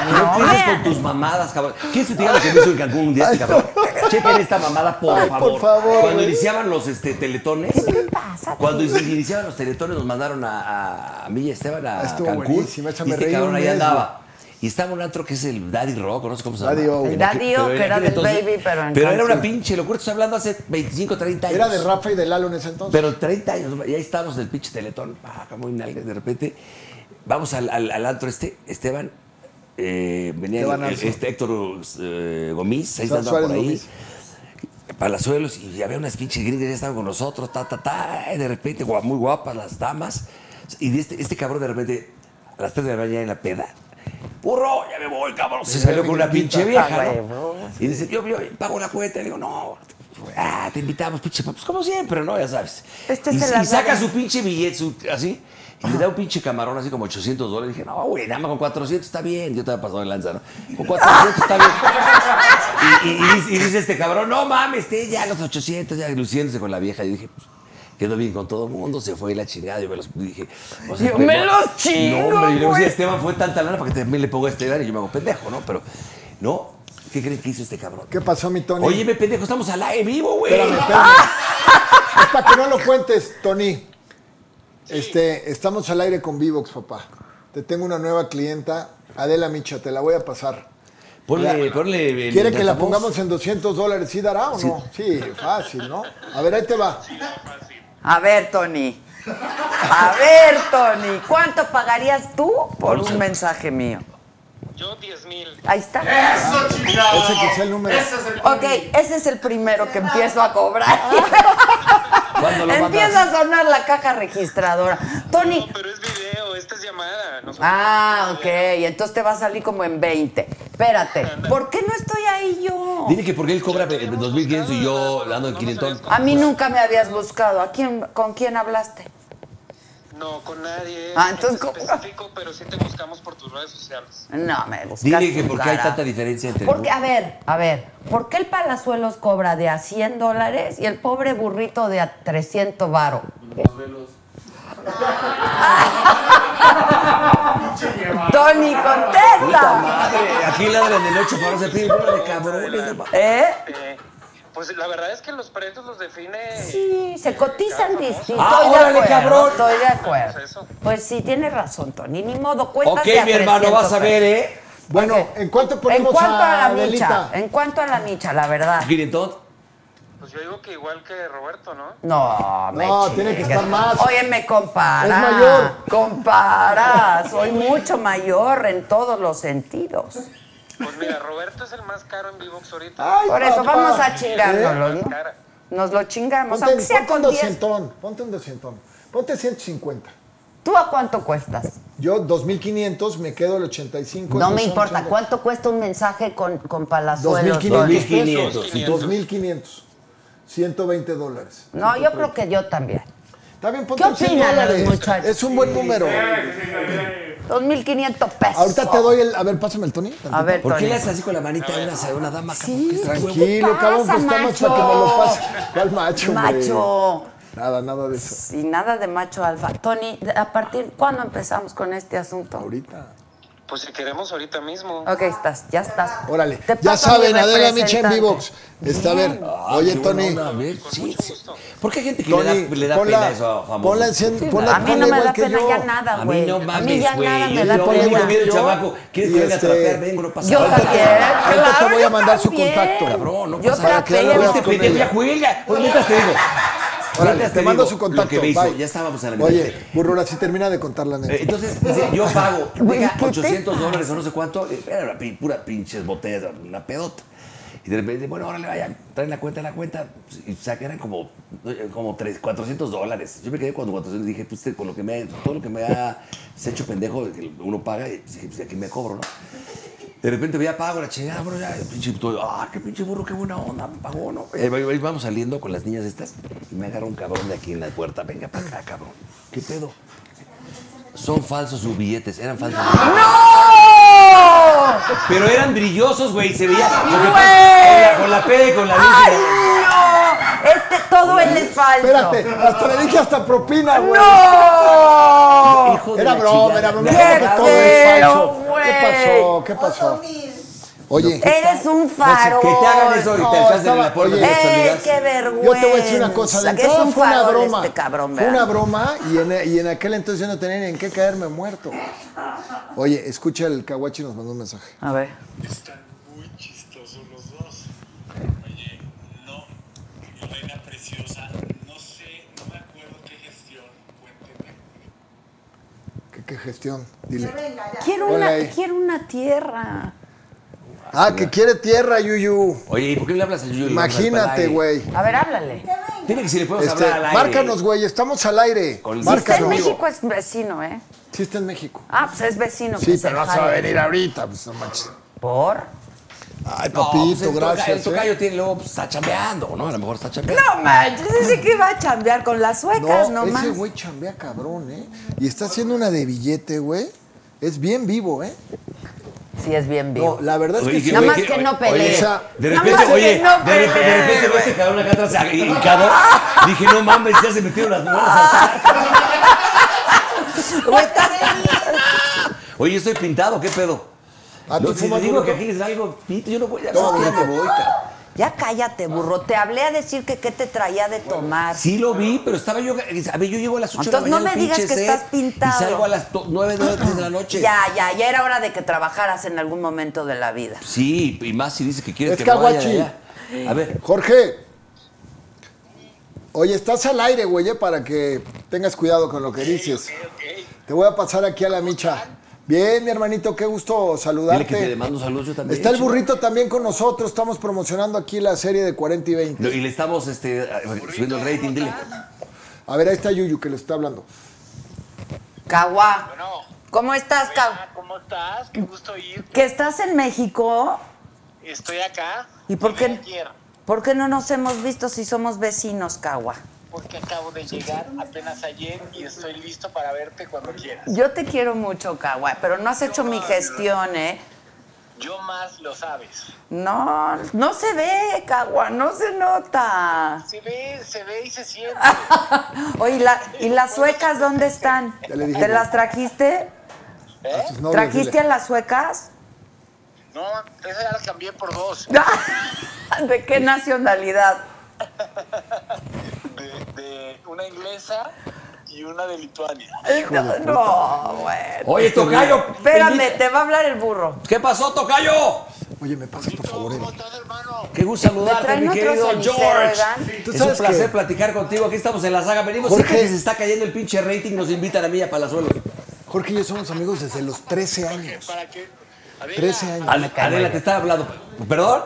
Speaker 2: <laughs>
Speaker 4: tu- No empieces
Speaker 1: vean.
Speaker 4: con tus mamadas, cabrón. ¿Quién se te diga lo que me hizo en Cancún un día este cabrón? Chequen esta mamada, por
Speaker 2: Ay, por
Speaker 4: favor.
Speaker 2: favor,
Speaker 4: Cuando
Speaker 2: güey.
Speaker 4: iniciaban los este, teletones.
Speaker 1: ¿Qué pasa?
Speaker 4: Cuando in- iniciaban los teletones nos mandaron a, a, a mí y a Esteban a
Speaker 2: Ah, Estuvo
Speaker 4: Cancún. Y
Speaker 2: buenísima, esa me
Speaker 4: este
Speaker 2: reí
Speaker 4: cabrón
Speaker 2: un
Speaker 4: ahí
Speaker 2: mes,
Speaker 4: andaba. Y estaba un antro que es el Daddy Rock, o no sé cómo se llama.
Speaker 2: Daddy O.
Speaker 1: El
Speaker 4: En aquel-
Speaker 1: Daddy O,
Speaker 4: pero en
Speaker 1: que era
Speaker 4: aquel
Speaker 1: del Baby, pero en
Speaker 4: era
Speaker 1: Cancún.
Speaker 4: una pinche locura. Estoy hablando hace 25, 30 años.
Speaker 2: Era de Rafa y de Lalo en ese entonces.
Speaker 4: Pero 30 años, y ahí estábamos del pinche teletón, ah, acá muy nalgas, de repente vamos al, al, al antro este, Esteban, eh, venía
Speaker 2: Esteban
Speaker 4: el-
Speaker 2: Arce.
Speaker 4: este Héctor eh, Gomis, ahí
Speaker 2: San
Speaker 4: andaba por
Speaker 2: Suárez
Speaker 4: ahí,
Speaker 2: Gomis.
Speaker 4: Palazuelos, y había unas pinches gringas, ya estaban con nosotros, ta, ta, ta, y de repente, guau, muy guapas las damas, y de este, este cabrón de repente, a las 3 de la mañana en la peda, ¡Burro! Ya me voy, cabrón. Se salió con una pinche vieja.
Speaker 2: Ah,
Speaker 4: ¿no? Y dice, yo, yo pago la cuenta. Le digo, no, ah, te invitamos, pinche papá. Pues como siempre, ¿no? Ya sabes.
Speaker 1: Este
Speaker 4: y,
Speaker 1: se
Speaker 4: y
Speaker 1: la
Speaker 4: saca
Speaker 1: sabe.
Speaker 4: su pinche billete, su- así. Y le da un pinche camarón así como 800 dólares. dije, no, güey, nada más con 400 está bien. Yo te había pasado de lanza, ¿no? Con 400 está bien. Y, y- y dice- y dice este cabrón, no mames, esté ya los 800, ya luciéndose con la vieja. Y dije, pues, quedó bien con todo el mundo, se fue la chingada. Yo me los dije, o sea,
Speaker 1: Yo
Speaker 4: pero-
Speaker 1: me los chingo,
Speaker 4: No, hombre, y luego sí,
Speaker 1: güey.
Speaker 4: Esteban fue tanta lana para que también le pongo a Esteban y yo me hago pendejo, ¿no? Pero, ¿no? ¿Qué creen que hizo este cabrón?
Speaker 2: ¿Qué pasó, mi Tony?
Speaker 4: Oye, me pendejo, estamos al aire vivo, güey.
Speaker 2: Espérame, espérame. Es para que no lo cuentes, Tony. Este, estamos al aire con Vivox, papá. Te tengo una nueva clienta, Adela Micha, te la voy a pasar.
Speaker 4: Ponle, ponle. el-
Speaker 2: ¿Quiere que la
Speaker 4: altavoz.
Speaker 2: pongamos en 200 dólares? ¿Sí dará o no? Sí, fácil, ¿no? A ver, ahí te va.
Speaker 1: A ver, Tony. A ver, Tony. ¿Cuánto pagarías tú por un mensaje mío?
Speaker 10: Yo 10 mil.
Speaker 1: Ahí está.
Speaker 10: ¡Eso, chingado!
Speaker 2: Ese que es el número.
Speaker 10: Ese es el
Speaker 1: Ok, ese es el primero que empiezo a cobrar.
Speaker 4: ¿Cuándo Ah, lo
Speaker 1: Empieza
Speaker 4: mandas?
Speaker 1: a sonar la caja registradora.
Speaker 10: No,
Speaker 1: Tony.
Speaker 10: pero es video, esta es llamada. Nosotros-
Speaker 1: Ah, ok. Entonces te va a salir como en 20. Espérate. ¿Por qué no estoy ahí yo?
Speaker 4: Dile que porque él cobra eh, 2.500 y yo ando en 500.
Speaker 1: A mí nunca me habías buscado. ¿A quién, ¿Con quién hablaste?
Speaker 10: No, con nadie.
Speaker 1: Ah, entonces,
Speaker 10: No te
Speaker 1: ¿cómo?
Speaker 10: especifico, pero sí te buscamos por tus redes sociales.
Speaker 1: No, me buscaste.
Speaker 4: Dile que porque hay
Speaker 1: cara.
Speaker 4: tanta diferencia entre.
Speaker 1: Porque, a ver, a ver, ¿por qué el Palazuelos cobra de a 100 dólares y el pobre burrito de a 300 varo? <laughs> Tony,
Speaker 4: ¡Puta
Speaker 1: contesta.
Speaker 4: madre! Aquí ladran del 8 para hacer pedir bola de cabrones. no mames.
Speaker 1: ¿Eh?
Speaker 10: Eh, pues la verdad es que los precios los define.
Speaker 1: Sí, se cotizan distintos.
Speaker 4: Ah,
Speaker 1: Estoy de
Speaker 4: órale,
Speaker 1: acuerdo,
Speaker 4: cabrón.
Speaker 1: Estoy de acuerdo.
Speaker 10: Eso.
Speaker 1: Pues sí, tienes razón, Tony. Ni modo, cuéntate
Speaker 4: Ok, mi hermano, vas a ver, ¿eh?
Speaker 2: Bueno, ¿en cuánto
Speaker 1: En
Speaker 2: ponemos
Speaker 1: cuanto a,
Speaker 2: a,
Speaker 1: la micha,
Speaker 2: Adelita?
Speaker 1: en cuanto a la micha, la verdad.
Speaker 4: ¿500?
Speaker 10: Pues yo digo que igual que Roberto, ¿no?
Speaker 1: No, me
Speaker 2: No, tiene que
Speaker 1: chingues.
Speaker 2: estar más.
Speaker 1: Oye, me compara.
Speaker 2: Es mayor.
Speaker 1: Compara. Soy mucho mayor en todos los sentidos.
Speaker 10: Pues mira,
Speaker 1: <laughs>
Speaker 10: Roberto es el más caro en Vivox ahorita.
Speaker 2: Ay,
Speaker 1: Por eso
Speaker 2: papá.
Speaker 1: vamos a
Speaker 2: ¿Eh?
Speaker 1: chingárnoslo, ¿no?
Speaker 10: Cara.
Speaker 1: Nos lo chingamos,
Speaker 2: Ponte,
Speaker 1: aunque sea
Speaker 2: ponte un
Speaker 1: con 10.
Speaker 2: 200, ponte un 200, ponte 150.
Speaker 1: ¿Tú a cuánto cuestas?
Speaker 2: Yo 2500, me quedo el 85.
Speaker 1: No me
Speaker 2: entonces son
Speaker 1: importa.
Speaker 2: 80.
Speaker 1: ¿Cuánto cuesta un mensaje con, con Palazuelos?
Speaker 2: 2500.
Speaker 4: 2500.
Speaker 2: 2500. 120 dólares.
Speaker 1: No, yo creo que yo también.
Speaker 2: Está bien, ponte
Speaker 1: ¿Qué
Speaker 2: en 100
Speaker 1: opinan los
Speaker 2: dólares.
Speaker 1: muchachos?
Speaker 2: Es un buen número.
Speaker 1: 2.500 pesos.
Speaker 2: Ahorita te doy el. A ver, pásame el Tony. tantito.
Speaker 1: A ver,
Speaker 4: ¿Por qué
Speaker 1: Tony.
Speaker 4: le haces así con la manita a una, a una dama?
Speaker 1: Sí, ¿qué
Speaker 2: Tranquilo,
Speaker 1: pasa,
Speaker 2: cabrón, pues está más para que me lo pase. ¿Cuál macho? hombre?
Speaker 1: Macho.
Speaker 2: Nada, nada de eso.
Speaker 1: Y nada de macho alfa. Tony, ¿a partir cuándo empezamos con este asunto?
Speaker 2: Ahorita.
Speaker 10: Pues si queremos ahorita mismo.
Speaker 1: Ok, estás, ya estás.
Speaker 2: Órale.
Speaker 1: Te
Speaker 2: Ya
Speaker 1: paso a mi
Speaker 2: saben, Adela Micha en
Speaker 1: representante.
Speaker 2: Vivox. Está a ver.
Speaker 4: Ah,
Speaker 2: Oye,
Speaker 4: qué buena
Speaker 2: Tony.
Speaker 4: onda, a ver,
Speaker 10: Con
Speaker 4: sí,
Speaker 10: mucho
Speaker 4: sí.
Speaker 10: gusto.
Speaker 4: ¿Por qué hay gente que
Speaker 2: Tony,
Speaker 4: le da, le da
Speaker 2: ponla,
Speaker 4: pena eso a famosos?
Speaker 2: Ponla en 100, ponla,
Speaker 1: a mí
Speaker 2: ponla
Speaker 1: no me
Speaker 2: igual
Speaker 1: da
Speaker 2: que
Speaker 1: pena
Speaker 2: yo.
Speaker 1: ya nada,
Speaker 4: A mí
Speaker 1: güey.
Speaker 4: no
Speaker 1: a mí
Speaker 4: mames,
Speaker 1: ya
Speaker 4: güey.
Speaker 1: nada me
Speaker 4: Yo
Speaker 1: da
Speaker 4: pongo
Speaker 1: pena.
Speaker 4: muy miedo,
Speaker 1: Yo-
Speaker 4: chamaco. ¿Quieres
Speaker 2: Y
Speaker 4: que venga
Speaker 2: este-
Speaker 4: a trapear? Vengo, no pasa
Speaker 1: Yo
Speaker 4: nada.
Speaker 1: también.
Speaker 2: Ahorita te
Speaker 1: claro,
Speaker 2: voy a
Speaker 1: yo
Speaker 2: mandar su
Speaker 1: también.
Speaker 2: contacto.
Speaker 4: Cabrón, no
Speaker 1: yo
Speaker 4: pasa nada.
Speaker 2: que
Speaker 1: trapeo.
Speaker 2: hagas
Speaker 4: Este
Speaker 2: con
Speaker 4: pendejo
Speaker 2: ella.
Speaker 4: ya juega. Pues mientras te digo.
Speaker 2: Órale,
Speaker 4: Mientras
Speaker 2: te mando
Speaker 4: digo
Speaker 2: su
Speaker 4: Lo
Speaker 2: contacto.
Speaker 4: que me hizo.
Speaker 2: bye.
Speaker 4: Ya estábamos a la
Speaker 2: Oye,
Speaker 4: mente.
Speaker 2: Burrora, si termina de contar la neta.
Speaker 4: Eh, Entonces, dice, yo pago
Speaker 1: <laughs> Güey,
Speaker 4: venga,
Speaker 1: ¿qué te
Speaker 4: 800 dólares o no sé cuánto, eh, era una pi- pura pinches botellas, una pedota. Y de repente, bueno, órale, vayan, traen la cuenta, la cuenta, pues, y sacan como, eh, como tres- 400 dólares. Yo me quedé cuando 400 dije, pues con lo que me, todo lo que me ha se hecho pendejo, que uno paga, y pues, dije, pues aquí me cobro, ¿no? De repente voy a pago la chingada, bro, ya, el pinche, todo, ah, qué pinche burro, qué buena onda, me pagó, ¿no? Ahí va- ahí vamos saliendo con las niñas estas y me agarra un cabrón de aquí en la puerta, venga para acá, cabrón. ¿Qué pedo? Son falsos sus billetes, eran falsos.
Speaker 1: ¡No!
Speaker 4: Pero eran brillosos, güey, se veía. Lo que-
Speaker 1: ¡Güey!
Speaker 4: Con la peda y con la
Speaker 1: ¡Ay,
Speaker 4: virgen.
Speaker 1: no! Este todo él es falso.
Speaker 2: Espérate, hasta le dije hasta propina, güey.
Speaker 1: ¡No!
Speaker 4: Hijo de
Speaker 2: Era
Speaker 4: la
Speaker 2: broma,
Speaker 4: chingada.
Speaker 2: era broma.
Speaker 1: ¡Qué
Speaker 2: claro que todo es falso.
Speaker 1: feo, güey!
Speaker 2: ¿Qué pasó? ¿Qué pasó? Oye,
Speaker 1: Eres un farol.
Speaker 4: Que te hagan eso y te
Speaker 2: No,
Speaker 4: alcancen
Speaker 2: estaba-
Speaker 4: en la puerta.
Speaker 2: oye,
Speaker 4: de las
Speaker 1: ¡Eh,
Speaker 4: amigas.
Speaker 1: qué vergüenza!
Speaker 2: yo te voy a decir una cosa. De
Speaker 1: Que es
Speaker 2: entrada
Speaker 1: un
Speaker 2: fue una
Speaker 1: farol
Speaker 2: broma.
Speaker 1: este cabrón,
Speaker 2: fue
Speaker 1: ¿verdad?
Speaker 2: una broma y en, y en aquel entonces yo no tenía ni en qué caerme muerto. Oye, escucha el Kawachi nos mandó un mensaje.
Speaker 1: A ver.
Speaker 11: Están muy chistosos los dos. Oye, no, Elena preciosa, no sé, no me acuerdo qué gestión, cuénteme.
Speaker 2: ¿Qué, qué gestión? Dile.
Speaker 1: Quiero
Speaker 2: Hola, eh.
Speaker 1: una,
Speaker 2: ahí.
Speaker 1: quiero una tierra.
Speaker 2: Ah, que quiere tierra, Yuyu.
Speaker 4: Oye, ¿y por qué no le hablas al Yuyu?
Speaker 2: Imagínate, güey.
Speaker 1: A ver, háblale.
Speaker 4: Tiene que si le podemos
Speaker 2: Este,
Speaker 4: hablar al aire.
Speaker 2: márcanos, güey, estamos al aire.
Speaker 4: Con el
Speaker 1: Está en
Speaker 4: Claro.
Speaker 2: Márcanos.
Speaker 4: sistema.
Speaker 1: México es vecino, ¿eh?
Speaker 2: Sí, está en México.
Speaker 1: Ah, pues es vecino. que
Speaker 2: Sí,
Speaker 1: se
Speaker 2: pero no se
Speaker 1: jale.
Speaker 2: va a venir ahorita, pues no manches.
Speaker 1: ¿Por?
Speaker 2: Ay,
Speaker 4: No,
Speaker 2: papito,
Speaker 4: pues el toca- El
Speaker 2: gracias. ¿eh?
Speaker 4: tocayo tiene luego, pues, está chambeando, ¿no? A lo mejor está chambeando.
Speaker 1: No manches, ese que iba a chambear con las suecas
Speaker 2: No,
Speaker 1: nomás.
Speaker 2: ese güey chambea cabrón, ¿eh? Y está haciendo una de billete, güey. Es bien vivo, ¿eh?
Speaker 1: Sí, es bien vivo.
Speaker 2: No, la verdad es que
Speaker 4: Oye,
Speaker 2: sí.
Speaker 1: Nada más
Speaker 4: oye,
Speaker 1: que no
Speaker 4: oye,
Speaker 1: pelee.
Speaker 2: o sea,
Speaker 4: De
Speaker 1: Nada
Speaker 4: repente,
Speaker 1: más que
Speaker 4: oye,
Speaker 1: no
Speaker 4: de, re- de
Speaker 1: pelee,
Speaker 4: repente veo
Speaker 1: güey.
Speaker 4: este cabrón acá atrás ah, hincado. Dije, no mames, ya se metieron las muelas.
Speaker 1: <laughs>
Speaker 4: al-
Speaker 1: Güey, estás-
Speaker 4: Oye, estoy pintado, ¿qué pedo?
Speaker 2: Ah,
Speaker 4: No,
Speaker 2: tú
Speaker 4: si
Speaker 2: fumas
Speaker 4: te digo
Speaker 2: duro,
Speaker 4: que
Speaker 2: ¿no?
Speaker 4: aquí les algo, pito, yo no voy a...
Speaker 2: No,
Speaker 4: ya
Speaker 2: no.
Speaker 4: me voy, cabrón.
Speaker 1: Ya cállate, burro. Te hablé a decir que qué te traía de tomar.
Speaker 4: Sí lo vi, pero estaba yo... eh, A ver, yo llego a las 8
Speaker 1: Entonces,
Speaker 4: de la
Speaker 1: no
Speaker 4: mañana.
Speaker 1: me digas
Speaker 4: pinche
Speaker 1: que
Speaker 4: sed,
Speaker 1: estás pintado.
Speaker 4: Y salgo a las 9, 10 de la noche.
Speaker 1: Ya, ya, ya era hora de que trabajaras en algún momento de la vida.
Speaker 4: Sí, y más si dice que quieres
Speaker 2: Es
Speaker 4: que me vaya de
Speaker 2: caguachi.
Speaker 4: allá. A ver,
Speaker 2: Jorge. Oye, estás al aire, güey, ¿eh? para que tengas cuidado con lo que dices. Te voy a pasar aquí a la micha. Bien, mi hermanito, qué gusto
Speaker 4: dile
Speaker 2: saludarte.
Speaker 4: que te mando saludos yo también.
Speaker 2: Está el
Speaker 4: chico.
Speaker 2: burrito también con nosotros. Estamos promocionando aquí la serie de 40 y 20.
Speaker 4: No, y le estamos este, subiendo el rating, dile.
Speaker 2: A ver, ahí está Yuyu que le está hablando.
Speaker 1: Caguá.
Speaker 10: Bueno,
Speaker 1: ¿Cómo estás, Cau?
Speaker 11: Hola, Ah, ¿Cómo estás? Qué gusto ir.
Speaker 1: ¿Que estás en México?
Speaker 11: Estoy acá.
Speaker 1: ¿Y por
Speaker 11: Llegué
Speaker 1: qué?
Speaker 11: Ayer,
Speaker 1: ¿Por qué no nos hemos visto si somos vecinos, Cagua?
Speaker 11: porque acabo de llegar apenas ayer y estoy listo para verte cuando quieras.
Speaker 1: Yo te quiero mucho, Cagua, pero no has hecho mi gestión, ¿eh?
Speaker 11: Yo más lo sabes.
Speaker 1: No, no se ve, Cagua, no se nota.
Speaker 11: Se ve, se ve y se siente.
Speaker 1: Oye, ¿y, la- y las suecas dónde están?
Speaker 2: Ya le dije
Speaker 1: ¿Te
Speaker 2: yo.
Speaker 1: las trajiste?
Speaker 11: ¿eh?
Speaker 2: A sus novias,
Speaker 1: ¿Trajiste
Speaker 2: dile.
Speaker 1: a las suecas? <laughs>
Speaker 11: No, esa ya la cambié por dos.
Speaker 1: ¿De qué nacionalidad?
Speaker 11: De, de una inglesa y una de Lituania.
Speaker 1: No, no, bueno.
Speaker 4: Oye, Tocayo.
Speaker 1: Espérame,
Speaker 4: bendito-
Speaker 1: te va a hablar el burro.
Speaker 4: ¿Qué pasó, Tocayo?
Speaker 2: Oye, me pasas por favor.
Speaker 11: ¿Cómo
Speaker 2: el-
Speaker 11: estás, hermano?
Speaker 4: Qué gusto saludarte,
Speaker 1: traen
Speaker 4: mi
Speaker 1: otro
Speaker 4: querido
Speaker 1: cenicero,
Speaker 4: George.
Speaker 1: ¿verdad?
Speaker 2: Tú
Speaker 4: Es un
Speaker 2: sabes
Speaker 4: placer
Speaker 2: que-
Speaker 4: platicar contigo. Aquí estamos en la saga. Venimos
Speaker 2: Jorge.
Speaker 4: siempre que se está cayendo el pinche rating. Nos invitan a mí y a Palazuelo.
Speaker 2: Jorge y yo somos amigos desde los 13 años.
Speaker 11: ¿Para qué? Adela,
Speaker 2: 13 años.
Speaker 4: Adela, Adela, te está hablando. ¿Perdón?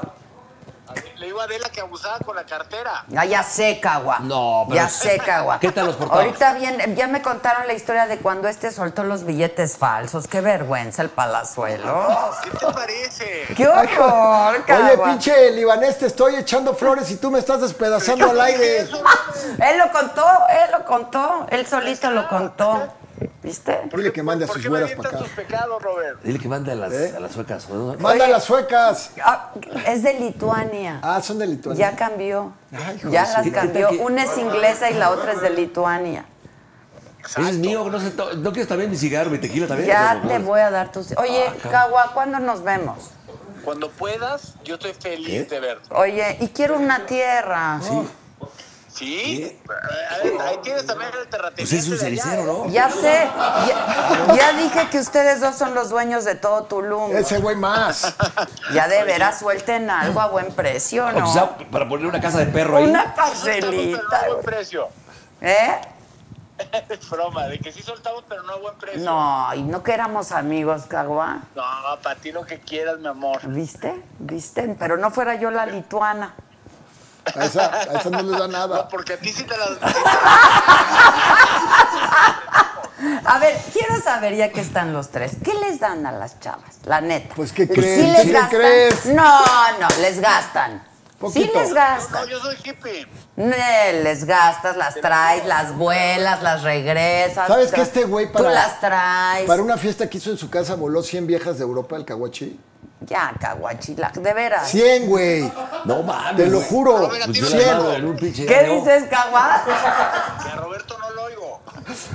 Speaker 11: Adela, le digo a Adela que abusaba con la cartera.
Speaker 1: Ah, ya sé, Cagua.
Speaker 4: No, pero-
Speaker 1: Ya sé, Cagua.
Speaker 4: ¿Qué tal los portados?
Speaker 1: Ahorita bien, ya me contaron la historia de cuando este soltó los billetes falsos. Qué vergüenza el palazuelo.
Speaker 11: ¿Qué te parece?
Speaker 1: ¡Qué horror,
Speaker 2: Oye,
Speaker 1: Cagua!
Speaker 2: pinche libanés, te estoy echando flores y tú me estás despedazando al aire.
Speaker 1: <laughs> Él lo contó, él lo contó, él solito lo contó. ¿Viste?
Speaker 2: Dile que mande a
Speaker 11: ¿Por
Speaker 2: sus
Speaker 11: qué me
Speaker 2: güeras para
Speaker 11: avientas
Speaker 2: acá.
Speaker 11: tus pecados, Robert?
Speaker 4: Dile que mande a las,
Speaker 2: ¿Eh?
Speaker 4: a las suecas. ¿no?
Speaker 2: Manda a las suecas.
Speaker 1: Ah, es de Lituania.
Speaker 2: Ah, son de Lituania.
Speaker 1: Ya cambió.
Speaker 2: Ay, hijo
Speaker 1: Ya
Speaker 2: de su-
Speaker 1: las
Speaker 4: ¿Qué tal
Speaker 1: cambió.
Speaker 4: que-
Speaker 1: Una es inglesa y la otra es de Lituania.
Speaker 4: Ese es mío. No, sé, to- ¿no quieres también mi cigarro, mi tequila también? pues,
Speaker 1: Ya
Speaker 4: No,
Speaker 1: te
Speaker 4: no.
Speaker 1: voy a dar tus. Oye,
Speaker 4: Ah,
Speaker 1: Cagua, ¿cuándo nos vemos?
Speaker 11: Cuando puedas, yo estoy feliz de verte.
Speaker 1: Oye, y quiero una tierra.
Speaker 11: ¿Sí? A ver, ahí tienes también el terrateniente
Speaker 4: Pues es un
Speaker 11: de allá,
Speaker 4: cenicero,
Speaker 11: ¿eh?
Speaker 4: ¿no?
Speaker 1: Ya sé, ya, ya dije que ustedes dos son los dueños de todo Tulum.
Speaker 2: Ese güey más.
Speaker 1: Ya de veras suelten algo a buen precio,
Speaker 4: Pues, O
Speaker 1: ¿no?
Speaker 4: sea, para poner una casa de perro ahí.
Speaker 1: Una
Speaker 11: Soltamos, pero no
Speaker 1: parcelita.
Speaker 11: a buen precio. <laughs>
Speaker 1: ¿Eh?
Speaker 11: Es broma, de que sí soltamos, pero no a buen precio.
Speaker 1: No, y no que éramos amigos, Cagua.
Speaker 11: No, para ti lo que quieras, mi amor.
Speaker 1: ¿Viste? ¿Viste? Pero no fuera yo la lituana.
Speaker 2: A esa, a esa no les da nada.
Speaker 11: Porque a ti sí te las...
Speaker 1: A ver, quiero saber ya que están los tres. ¿Qué les dan a las chavas? La neta.
Speaker 2: Pues, ¿qué
Speaker 1: ¿Sí
Speaker 2: crees?
Speaker 1: les
Speaker 2: ¿Qué
Speaker 1: gastan?
Speaker 2: crees?
Speaker 1: No, no, les gastan. Sí
Speaker 2: Poquito.
Speaker 1: les gastan.
Speaker 11: No, yo soy hippie.
Speaker 1: Ne, les gastas, las traes, las vuelas, las regresas.
Speaker 2: ¿Sabes
Speaker 1: Tra-
Speaker 2: que este güey para-
Speaker 1: Tú las traes.
Speaker 2: Para una fiesta que hizo en su casa voló 100 viejas de Europa al Caguachi.
Speaker 1: Ya, caguachila, de veras.
Speaker 2: 100, güey.
Speaker 4: No mames.
Speaker 2: Te lo
Speaker 4: güey.
Speaker 2: juro.
Speaker 11: Pues
Speaker 4: Pues yo la
Speaker 2: 100.
Speaker 4: mando en un pinche
Speaker 1: ¿Qué
Speaker 4: avión.
Speaker 1: dices, cagua?
Speaker 11: Que a Roberto no lo oigo.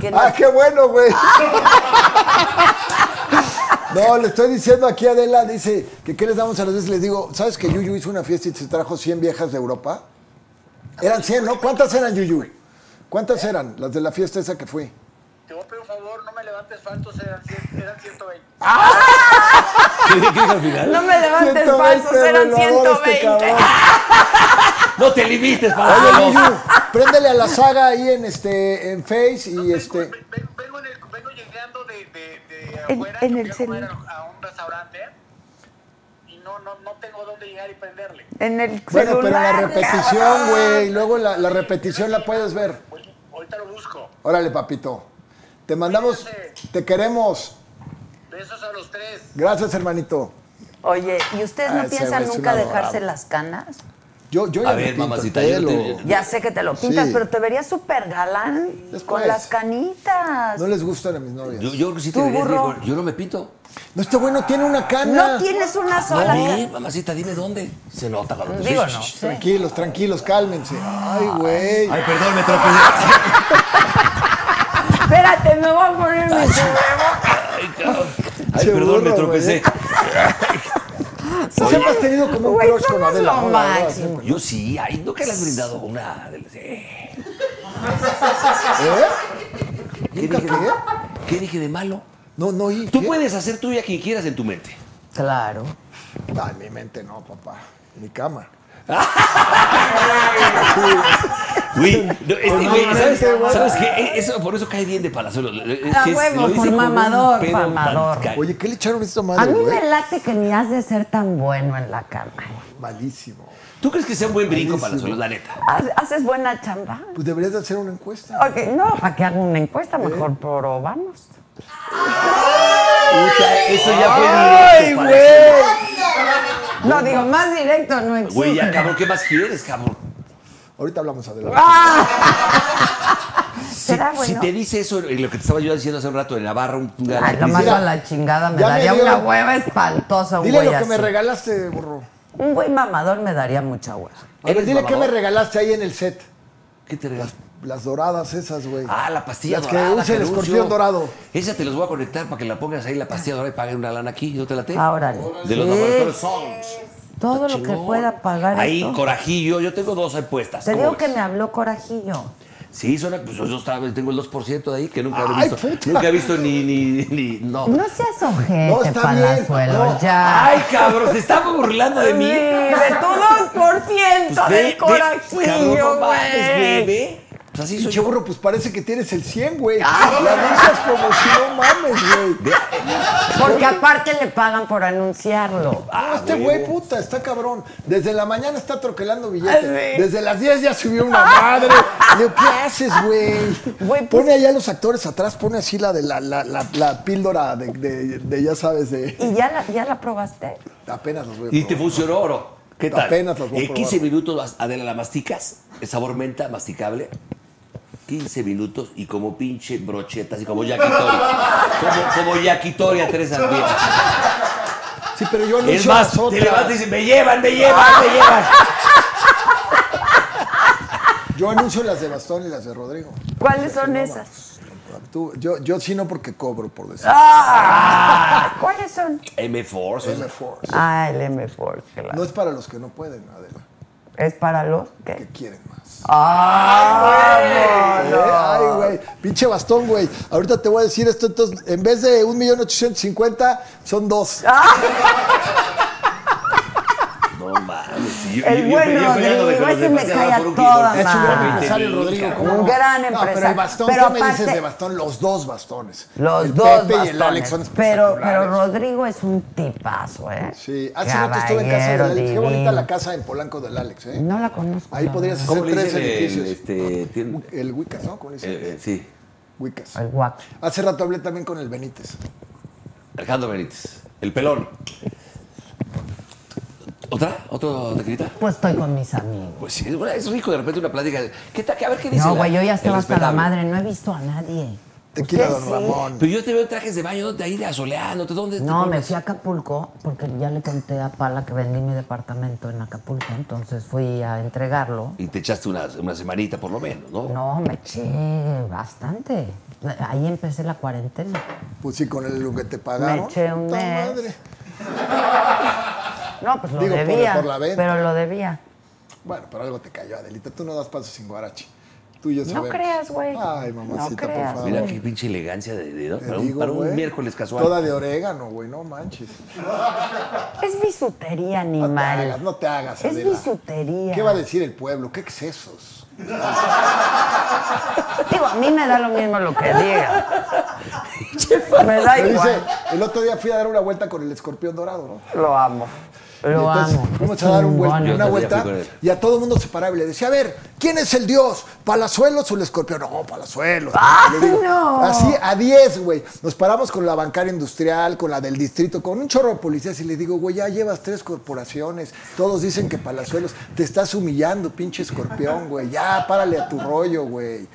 Speaker 1: Que no-
Speaker 2: Ah, qué bueno, güey. <laughs> No, le estoy diciendo aquí a Adela, dice que qué les damos a las veces. Les digo, ¿sabes que Yuyu hizo una fiesta y se trajo 100 viejas de Europa? Eran 100, ¿no? ¿Cuántas eran, Yuyu? ¿Cuántas eran las de la fiesta esa que fui?
Speaker 11: Te voy a pedir un favor, no me levantes faltos, eran, cien- eran 120.
Speaker 4: <laughs> ¿Qué dije al final?
Speaker 1: No me levantes
Speaker 2: 120
Speaker 1: falsos, eran
Speaker 2: velador este
Speaker 1: 120.
Speaker 2: cabrón.
Speaker 4: No te limites,
Speaker 1: <laughs>
Speaker 2: Oye,
Speaker 4: para
Speaker 2: Yuyu, préndele a la saga ahí en este en Face y este.
Speaker 11: Ven- ven- Vengo, en el- vengo llegando de, de, de
Speaker 1: En-
Speaker 11: afuera,
Speaker 1: en
Speaker 11: que
Speaker 1: el
Speaker 11: fui a comer
Speaker 1: celular.
Speaker 11: a, a un restaurante y no, no, no tengo dónde llegar y prenderle.
Speaker 1: En el
Speaker 2: Bueno,
Speaker 1: celular.
Speaker 2: pero la repetición,
Speaker 1: cabrón.
Speaker 2: güey. Luego la, la repetición la puedes ver.
Speaker 11: Oye, Ahorita lo busco.
Speaker 2: Órale, papito. Te mandamos,
Speaker 11: Cuídense.
Speaker 2: te queremos.
Speaker 11: Besos a los tres.
Speaker 2: Gracias, hermanito.
Speaker 1: Oye, ¿y ustedes
Speaker 2: Ah,
Speaker 1: no
Speaker 2: ese
Speaker 1: piensan
Speaker 2: güey es
Speaker 1: nunca
Speaker 2: una
Speaker 1: dejarse
Speaker 2: dorada.
Speaker 1: las canas?
Speaker 2: Yo, yo ya
Speaker 4: A
Speaker 2: me
Speaker 4: ver,
Speaker 2: pinto el
Speaker 4: mamacita, yo
Speaker 2: pelo.
Speaker 4: te-
Speaker 1: Ya sé que te lo pintas,
Speaker 2: Sí.
Speaker 1: pero te verías súper galán
Speaker 2: Después.
Speaker 1: con las canitas.
Speaker 2: No
Speaker 1: No,
Speaker 2: les gustan a mis novias.
Speaker 4: Yo, yo creo que sí
Speaker 1: Tú,
Speaker 4: te deberías de ir
Speaker 1: burro.
Speaker 4: con- Yo no me pito.
Speaker 2: No, este güey no tiene una cana.
Speaker 1: tienes una sola
Speaker 4: Ve,
Speaker 1: cana.
Speaker 4: eh, mamacita, dime dónde. Se nota cuando te
Speaker 1: Digo,
Speaker 4: Shh,
Speaker 1: no
Speaker 4: shh, shh.
Speaker 1: sé.
Speaker 2: Tranquilos, tranquilos, cálmense. Ay, güey.
Speaker 4: Ay, perdón, me tropecé.
Speaker 1: Espérate, me voy a poner
Speaker 2: <laughs>
Speaker 1: mi huevo.
Speaker 4: Ay, cabrón.
Speaker 1: <laughs>
Speaker 4: Ay,
Speaker 2: Che,
Speaker 4: perdón, me
Speaker 2: burro,
Speaker 4: tropecé.
Speaker 2: Siempre has tenido como un
Speaker 1: Güey,
Speaker 2: crush con
Speaker 1: somos
Speaker 2: Adela.
Speaker 1: lo
Speaker 2: ¿no? La verdad,
Speaker 1: máximo.
Speaker 2: siempre.
Speaker 4: Yo sí, ay, ¿no que le has brindado una? de las- Eh,
Speaker 2: ¿Eh?
Speaker 4: ¿Qué dije, de, ¿Qué dije de malo?
Speaker 2: No, no, y.
Speaker 4: Tú
Speaker 2: ¿qué?
Speaker 4: puedes hacer tuya quien quieras en tu mente.
Speaker 1: Claro.
Speaker 2: Ay, mi mente no, papá. Mi cama.
Speaker 4: Güey, no, este,
Speaker 2: Con
Speaker 4: güey,
Speaker 2: mamá,
Speaker 4: ¿sabes,
Speaker 2: este güey.
Speaker 4: ¿sabes qué? Eh, Eso, por eso cae bien de Palazuelo. Es
Speaker 1: A
Speaker 4: que es-
Speaker 1: huevo,
Speaker 4: lo dice
Speaker 1: con
Speaker 4: como un
Speaker 1: mamador,
Speaker 4: pedo tan
Speaker 1: mamador.
Speaker 4: ca-
Speaker 2: Oye, ¿qué le echaron a esta
Speaker 1: A
Speaker 2: madre,
Speaker 1: mí
Speaker 2: güey?
Speaker 1: me late que ni has de ser tan bueno en la cama. ¿eh?
Speaker 2: Malísimo.
Speaker 4: ¿Tú crees que sea un buen brinco
Speaker 2: Buenísimo.
Speaker 4: Palazuelo, la neta?
Speaker 1: ¿Ha- ¿Haces buena chamba?
Speaker 2: Pues deberías de hacer una encuesta.
Speaker 1: Eh. Ok, no, para que haga una encuesta, mejor probamos.
Speaker 4: Puta, eso ya fue
Speaker 1: ¡Ay,
Speaker 4: directo,
Speaker 1: güey!
Speaker 4: parece.
Speaker 1: No, digo, más directo no existe.
Speaker 4: Güey, ya, cabrón, ¿qué más quieres, cabrón?
Speaker 2: Ahorita hablamos adelante.
Speaker 1: <laughs> Ah, ¿Será
Speaker 4: si,
Speaker 1: bueno?
Speaker 4: si te dice eso, en lo que te estaba yo diciendo hace un rato, en la barra, un, un
Speaker 1: Ay, lo
Speaker 4: galán,
Speaker 1: mando
Speaker 4: dice,
Speaker 1: a la chingada, me
Speaker 2: Ya me
Speaker 1: daría
Speaker 2: dio-
Speaker 1: una hueva espantosa un
Speaker 2: Dile
Speaker 1: güey
Speaker 2: lo que me
Speaker 1: así.
Speaker 2: regalaste, burro.
Speaker 1: Un güey mamador me daría mucha hueva.
Speaker 2: A ver,
Speaker 4: ¿Eres
Speaker 2: dile qué me
Speaker 4: mamador?
Speaker 2: regalaste ahí en el set.
Speaker 4: ¿Qué te regalas?
Speaker 2: Las doradas esas, güey.
Speaker 4: Ah, la pastilla
Speaker 2: Las
Speaker 4: dorada.
Speaker 2: que usa el
Speaker 4: anuncio.
Speaker 2: escorpión dorado.
Speaker 4: Esa te los voy a conectar para que la pongas ahí, la pastilla dorada, y paguen una lana aquí. Yo te la tengo.
Speaker 1: Ah, órale.
Speaker 4: De los
Speaker 1: Sí.
Speaker 4: laboratorios Sons.
Speaker 1: Todo
Speaker 4: Está
Speaker 1: lo que
Speaker 4: chingón.
Speaker 1: pueda pagar
Speaker 4: Ahí,
Speaker 1: esto.
Speaker 4: corajillo. Yo tengo dos apuestas.
Speaker 1: Te
Speaker 4: ¿cómo
Speaker 1: digo que
Speaker 4: ves?
Speaker 1: me habló Corajillo.
Speaker 4: Sí, son, pues yo estaba- tengo el 2% de ahí que nunca
Speaker 2: Ay,
Speaker 4: he visto.
Speaker 2: puta.
Speaker 4: Nunca he visto ni. ni, ni no.
Speaker 1: No seas
Speaker 2: No,
Speaker 1: ojete,
Speaker 2: está
Speaker 1: Palazuelo,
Speaker 2: bien. No.
Speaker 1: ya.
Speaker 4: Ay, cabrón, se estaba burlando de
Speaker 1: Sí,
Speaker 4: mí.
Speaker 1: de tu 2%
Speaker 4: Pues ve-
Speaker 1: del
Speaker 4: ve, cabrón,
Speaker 1: corajillo,
Speaker 4: no mames, güey,
Speaker 1: güey.
Speaker 4: ve. Pues así soy
Speaker 2: Pinche
Speaker 4: yo. Ah,
Speaker 2: burro, pues parece que tienes el 100, güey. Las risas como si no mames, güey.
Speaker 4: <laughs>
Speaker 1: Porque aparte le pagan por anunciarlo.
Speaker 4: Ah,
Speaker 2: No, este güey, puta, está cabrón. Desde la mañana está troquelando billetes.
Speaker 4: Ah,
Speaker 1: sí.
Speaker 2: Desde las 10 ya subió una
Speaker 4: <laughs>
Speaker 2: madre. Le digo, ¿qué haces, güey?
Speaker 1: Güey, pues-
Speaker 2: Pone allá los actores atrás, pone así la de la, la, la, la píldora de, de- de, ya sabes, de.
Speaker 1: ¿Y ya la, ya la probaste?
Speaker 2: Apenas los voy a
Speaker 4: Y te
Speaker 2: probar.
Speaker 4: funcionó oro. ¿Qué tal?
Speaker 2: Apenas las voy a
Speaker 4: En
Speaker 2: probar.
Speaker 4: 15 minutos, Adela, la masticas. El sabor menta, masticable. 15 minutos y como pinche brocheta, así
Speaker 1: <laughs>
Speaker 4: como yakitori. como, como yakitori a tres ambientes.
Speaker 2: Sí, pero yo anuncio
Speaker 4: Es más,
Speaker 2: las
Speaker 4: te
Speaker 2: otras.
Speaker 4: levantas y dices, me llevan, me llevan, me llevan. "Ah".
Speaker 2: Yo anuncio las de Bastón y las de Rodrigo.
Speaker 1: ¿Cuáles son esas?
Speaker 2: Tú- yo, yo sí no porque cobro, por decir.
Speaker 1: ¡Ah! ¿Cuáles son?
Speaker 4: M-Force. o sea,
Speaker 2: M4.
Speaker 1: Ah, el M4, claro.
Speaker 2: No es para los que no pueden, Adela,
Speaker 1: ¿Es para los
Speaker 2: que
Speaker 1: que?
Speaker 2: quieren más.
Speaker 1: ¡Ah!
Speaker 2: Eh, Ay, güey. Pinche bastón, güey. Ahorita te voy a decir esto. Entonces, en vez de 1.850.000, son dos.
Speaker 1: Ah.
Speaker 4: No mames. y yo-
Speaker 1: El
Speaker 4: yo- yo
Speaker 1: buen
Speaker 4: venía peleando de que
Speaker 1: Rodrigo,
Speaker 4: los
Speaker 1: ese me
Speaker 4: demás
Speaker 1: cae
Speaker 4: daban
Speaker 1: a
Speaker 4: por un
Speaker 1: toda
Speaker 4: kilo,
Speaker 2: es un gran
Speaker 1: madre.
Speaker 4: veinte
Speaker 2: empresario,
Speaker 4: mil,
Speaker 2: Rodrigo.
Speaker 4: cabrón.
Speaker 2: ¿cómo
Speaker 1: Un
Speaker 2: no?
Speaker 1: gran
Speaker 2: No, pero
Speaker 1: empresario.
Speaker 2: el bastón,
Speaker 1: Pero
Speaker 2: ¿qué me dices
Speaker 1: aparte-
Speaker 2: de bastón? Los dos bastones.
Speaker 1: Los
Speaker 2: El
Speaker 1: dos
Speaker 2: Pepe
Speaker 1: bastones.
Speaker 2: y el Alex son
Speaker 1: pero, pero
Speaker 2: espectaculares.
Speaker 1: Rodrigo es un tipazo, ¿eh?
Speaker 2: Sí, hace rato estuve en casa del
Speaker 1: Caballero
Speaker 2: Alex. Qué bonita
Speaker 1: divino.
Speaker 2: la casa en Polanco del Alex, ¿eh?
Speaker 1: No la conozco.
Speaker 2: Ahí
Speaker 1: la
Speaker 2: podrías
Speaker 4: ¿Cómo
Speaker 2: hacer
Speaker 4: le
Speaker 2: tres
Speaker 4: dicen el,
Speaker 2: edificios.
Speaker 4: este, tiene-
Speaker 2: El Wicas, ¿no? ¿Cómo le dicen?
Speaker 4: eh, eh, sí,
Speaker 2: Wicas.
Speaker 1: verdad. El guac.
Speaker 2: Hace rato hablé también con el Benítez.
Speaker 4: Alejandro Benítez. El pelón. ¿Otra? ¿Otro tequilita?
Speaker 1: Pues estoy con mis amigos.
Speaker 4: Pues sí, es- es rico de repente una plática. de, ¿Qué tal? A ver qué dice.
Speaker 1: No,
Speaker 4: la-
Speaker 1: güey, yo ya estaba
Speaker 4: el
Speaker 1: hasta la
Speaker 4: respetable?
Speaker 1: madre. No he visto a nadie.
Speaker 2: Tequila
Speaker 1: Usted
Speaker 2: Don
Speaker 1: sí.
Speaker 2: Ramón.
Speaker 4: Pero yo te veo en trajes de baño, ¿dónde ahí asoleándote? ¿Dónde
Speaker 2: Este
Speaker 4: te
Speaker 1: No, me
Speaker 4: pones?
Speaker 1: fui a Acapulco porque ya le conté a Pala que vendí mi departamento en Acapulco, entonces fui a entregarlo.
Speaker 4: Y te echaste una, una semanita por lo menos, ¿no?
Speaker 1: No, me eché bastante. Ahí empecé la cuarentena.
Speaker 2: Pues sí, con el lo que te pagaron.
Speaker 1: Me eché un
Speaker 2: Puta
Speaker 1: mes.
Speaker 2: madre.
Speaker 1: No, pues lo
Speaker 2: Digo, por-
Speaker 1: debía.
Speaker 2: por la venta.
Speaker 1: pero lo debía.
Speaker 2: Bueno, pero algo te cayó, Adelita. Tú no das pasos sin guarache. Tú y yo
Speaker 1: No
Speaker 2: sabemos.
Speaker 1: creas, güey.
Speaker 2: Ay, mamacita,
Speaker 1: No creas,
Speaker 2: por
Speaker 4: Mira
Speaker 2: favor.
Speaker 4: qué pinche elegancia de, de-
Speaker 2: Te
Speaker 4: para un,
Speaker 2: digo,
Speaker 4: para un
Speaker 2: güey.
Speaker 4: miércoles casual.
Speaker 2: Toda de orégano, güey, no manches.
Speaker 1: Es bisutería
Speaker 2: No te
Speaker 1: animal.
Speaker 2: hagas, no te hagas,
Speaker 1: es
Speaker 2: Adela.
Speaker 1: bisutería.
Speaker 2: ¿Qué va a decir el pueblo? ¿Qué excesos?
Speaker 1: Digo, a mí me da lo mismo lo que diga. me da
Speaker 2: Me dice,
Speaker 1: igual.
Speaker 2: el otro día fui a dar una vuelta con el escorpión dorado, ¿no?
Speaker 1: Lo amo. Lo
Speaker 2: Entonces,
Speaker 1: amo.
Speaker 2: Fuimos a dar un vuel-
Speaker 1: Chingón.
Speaker 4: Yo
Speaker 2: una
Speaker 4: también
Speaker 2: vuelta
Speaker 4: fui con él.
Speaker 2: y a todo el mundo se paraba y le decía, a ver, ¿quién es el dios? ¿Palazuelos o el escorpión? No, Palazuelos. Le digo,
Speaker 1: no!
Speaker 2: Así a 10, güey. Nos paramos con la bancaria industrial, con la del distrito, con un chorro de policías y le digo, güey, ya llevas tres corporaciones. Todos dicen que Palazuelos te estás humillando, pinche escorpión, güey. Ya, párale a tu rollo, güey.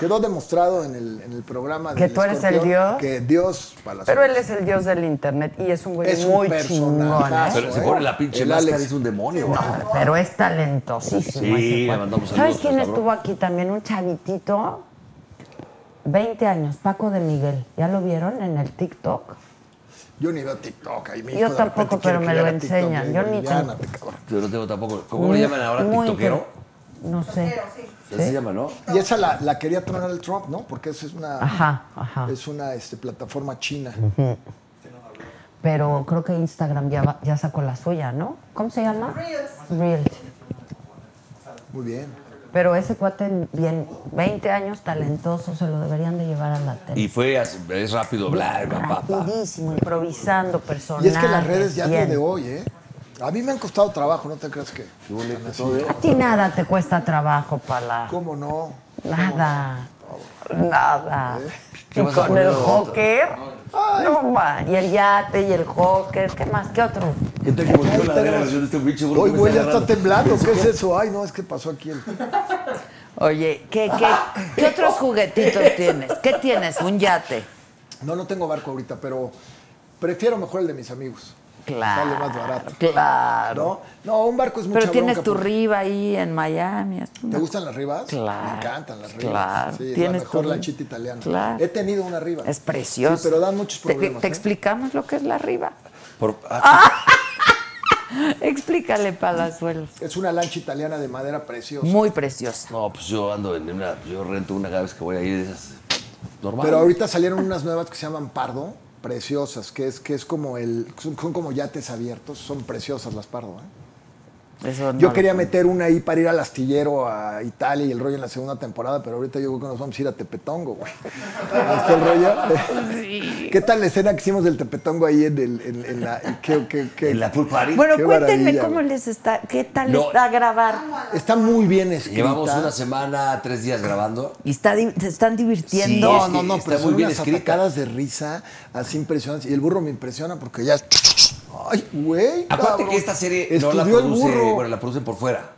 Speaker 2: Quedó demostrado en el, en el programa
Speaker 1: ¿Que
Speaker 2: del
Speaker 1: tú eres el
Speaker 2: Escorpión
Speaker 1: dios?
Speaker 2: Que Dios, Palazuelos.
Speaker 1: Pero él es el dios del internet y es un güey
Speaker 2: Es un
Speaker 1: muy chingón.
Speaker 2: personajazo.
Speaker 1: ¿eh?
Speaker 4: Pero se
Speaker 2: ¿eh?
Speaker 4: pone la pinche
Speaker 2: El
Speaker 4: máscara,
Speaker 2: Alex.
Speaker 4: es un demonio. güey.
Speaker 1: Pero es talentosísimo.
Speaker 4: Sí,
Speaker 1: ese
Speaker 4: le
Speaker 1: cuate.
Speaker 4: mandamos saludos,
Speaker 1: ¿Sabes quién
Speaker 4: cabrón.
Speaker 1: estuvo aquí también? Un chavitito, 20 años, Paco de Miguel. ¿Ya lo vieron en el TikTok?
Speaker 2: Yo ni veo TikTok. Ahí mi
Speaker 1: Yo
Speaker 2: hijo de
Speaker 1: tampoco,
Speaker 2: repente quiere
Speaker 1: pero
Speaker 2: que
Speaker 1: me
Speaker 2: yo
Speaker 1: lo
Speaker 2: haga TikTok,
Speaker 1: enseñan.
Speaker 2: le
Speaker 1: Yo
Speaker 2: digo,
Speaker 1: ni
Speaker 2: "Ya,
Speaker 1: tan-
Speaker 2: no te cabrón".
Speaker 4: Yo no tengo tampoco. ¿Cómo le llaman ahora?
Speaker 1: Muy
Speaker 4: ¿Tiktokero?
Speaker 1: inter- No sé.
Speaker 4: Así se llama, ¿no?
Speaker 2: Y esa la, la quería tronar el Trump, ¿no? Porque esa es una,
Speaker 1: Ajá, ajá.
Speaker 2: Es una este, plataforma china.
Speaker 1: Pero creo que Instagram ya, va- ya sacó la suya, ¿no? ¿Cómo se llama?
Speaker 9: Reels.
Speaker 1: Reels.
Speaker 2: Muy bien.
Speaker 1: Pero ese cuate, bien, 20 años talentoso, se lo deberían de llevar a la tele.
Speaker 4: Y fue, así, es rápido, bla, bla, bla, bla.
Speaker 1: Rapidísimo, improvisando
Speaker 2: Y
Speaker 1: personajes.
Speaker 2: es que las redes ya
Speaker 1: bien.
Speaker 2: no de hoy, ¿eh? A mí me han costado trabajo, no te creas que.
Speaker 1: A ti nada te cuesta trabajo, Pala.
Speaker 2: ¿Cómo no?
Speaker 1: Nada. Nada.
Speaker 4: ¿Qué
Speaker 1: Y
Speaker 4: vas a
Speaker 1: con
Speaker 4: poner
Speaker 1: el
Speaker 4: otro?
Speaker 1: hocker, No, man. Y el yate y el hockey. ¿Qué más? ¿Qué otro?
Speaker 4: Gente como yo la de la relación de este pinche burro
Speaker 2: Hoy,
Speaker 4: que me
Speaker 2: güey, ya
Speaker 4: está
Speaker 2: está
Speaker 4: agarrando.
Speaker 2: temblando. ¿Qué es eso? Ay, no, es que pasó aquí el.
Speaker 1: Oye, ¿qué, qué, ¿qué otros juguetitos tienes? ¿Qué tienes? ¿Un yate?
Speaker 2: No, no tengo barco ahorita, pero prefiero mejor el de mis amigos.
Speaker 1: Claro.
Speaker 2: Sale más barato.
Speaker 1: Claro.
Speaker 2: ¿No? No, un barco es mucha
Speaker 1: Pero tienes
Speaker 2: bronca
Speaker 1: tu
Speaker 2: porque-
Speaker 1: riba ahí en Miami. es una-
Speaker 2: ¿Te gustan las ribas?
Speaker 1: Claro,
Speaker 2: Me encantan las ribas.
Speaker 1: claro.
Speaker 2: Sí, es la
Speaker 1: Tienes
Speaker 2: mejor
Speaker 1: tu-
Speaker 2: lanchita italiana.
Speaker 1: Claro.
Speaker 2: He tenido una riba.
Speaker 1: Es precioso.
Speaker 2: Sí, pero dan muchos
Speaker 1: Te-
Speaker 2: problemas.
Speaker 1: ¿Te,
Speaker 2: ¿eh?
Speaker 1: explicamos lo que es la riba? <laughs>
Speaker 4: Por- ah,
Speaker 1: Explícale, Palazuelos.
Speaker 2: Es una lancha italiana de madera preciosa.
Speaker 1: Muy preciosa.
Speaker 4: No, pues yo ando en una. Yo rento una cada vez que voy a ir de esas. Normal.
Speaker 2: Pero ahorita salieron unas nuevas que se llaman Pardo, preciosas, que es, que es como el. Son, son como yates abiertos, son preciosas las Pardo. ¿eh?
Speaker 1: Eso no
Speaker 2: Yo
Speaker 1: lo-
Speaker 2: quería meter una ahí para ir al astillero a Italia y el rollo en la segunda temporada, pero ahorita yo creo que nos vamos a ir a Tepetongo, güey. ¿Viste el rollo? <laughs> ¿Qué tal la escena que hicimos del Tepetongo ahí en, el, en, en la. qué- qué- qué-
Speaker 4: En la pool party.
Speaker 1: Bueno,
Speaker 2: Qué
Speaker 1: cuéntenme
Speaker 2: maravilla,
Speaker 1: cómo
Speaker 2: güey.
Speaker 1: les está, qué tal
Speaker 4: No.
Speaker 1: está grabar.
Speaker 2: Está muy bien escrita.
Speaker 4: Llevamos una semana, tres días grabando.
Speaker 1: Y está, di- se están divirtiendo.
Speaker 4: Sí,
Speaker 2: No,
Speaker 4: es
Speaker 2: no,
Speaker 4: que
Speaker 2: no,
Speaker 4: está
Speaker 2: pero
Speaker 4: muy
Speaker 2: son
Speaker 4: bien
Speaker 2: unas
Speaker 4: escrita.
Speaker 2: atacadas de risa así impresionantes. Y el burro me impresiona porque ya... Ay, güey.
Speaker 4: Aparte
Speaker 2: cabrón.
Speaker 4: que esta serie no
Speaker 2: Estudió
Speaker 4: la
Speaker 2: el
Speaker 4: produce,
Speaker 2: burro.
Speaker 4: bueno, la producen por fuera.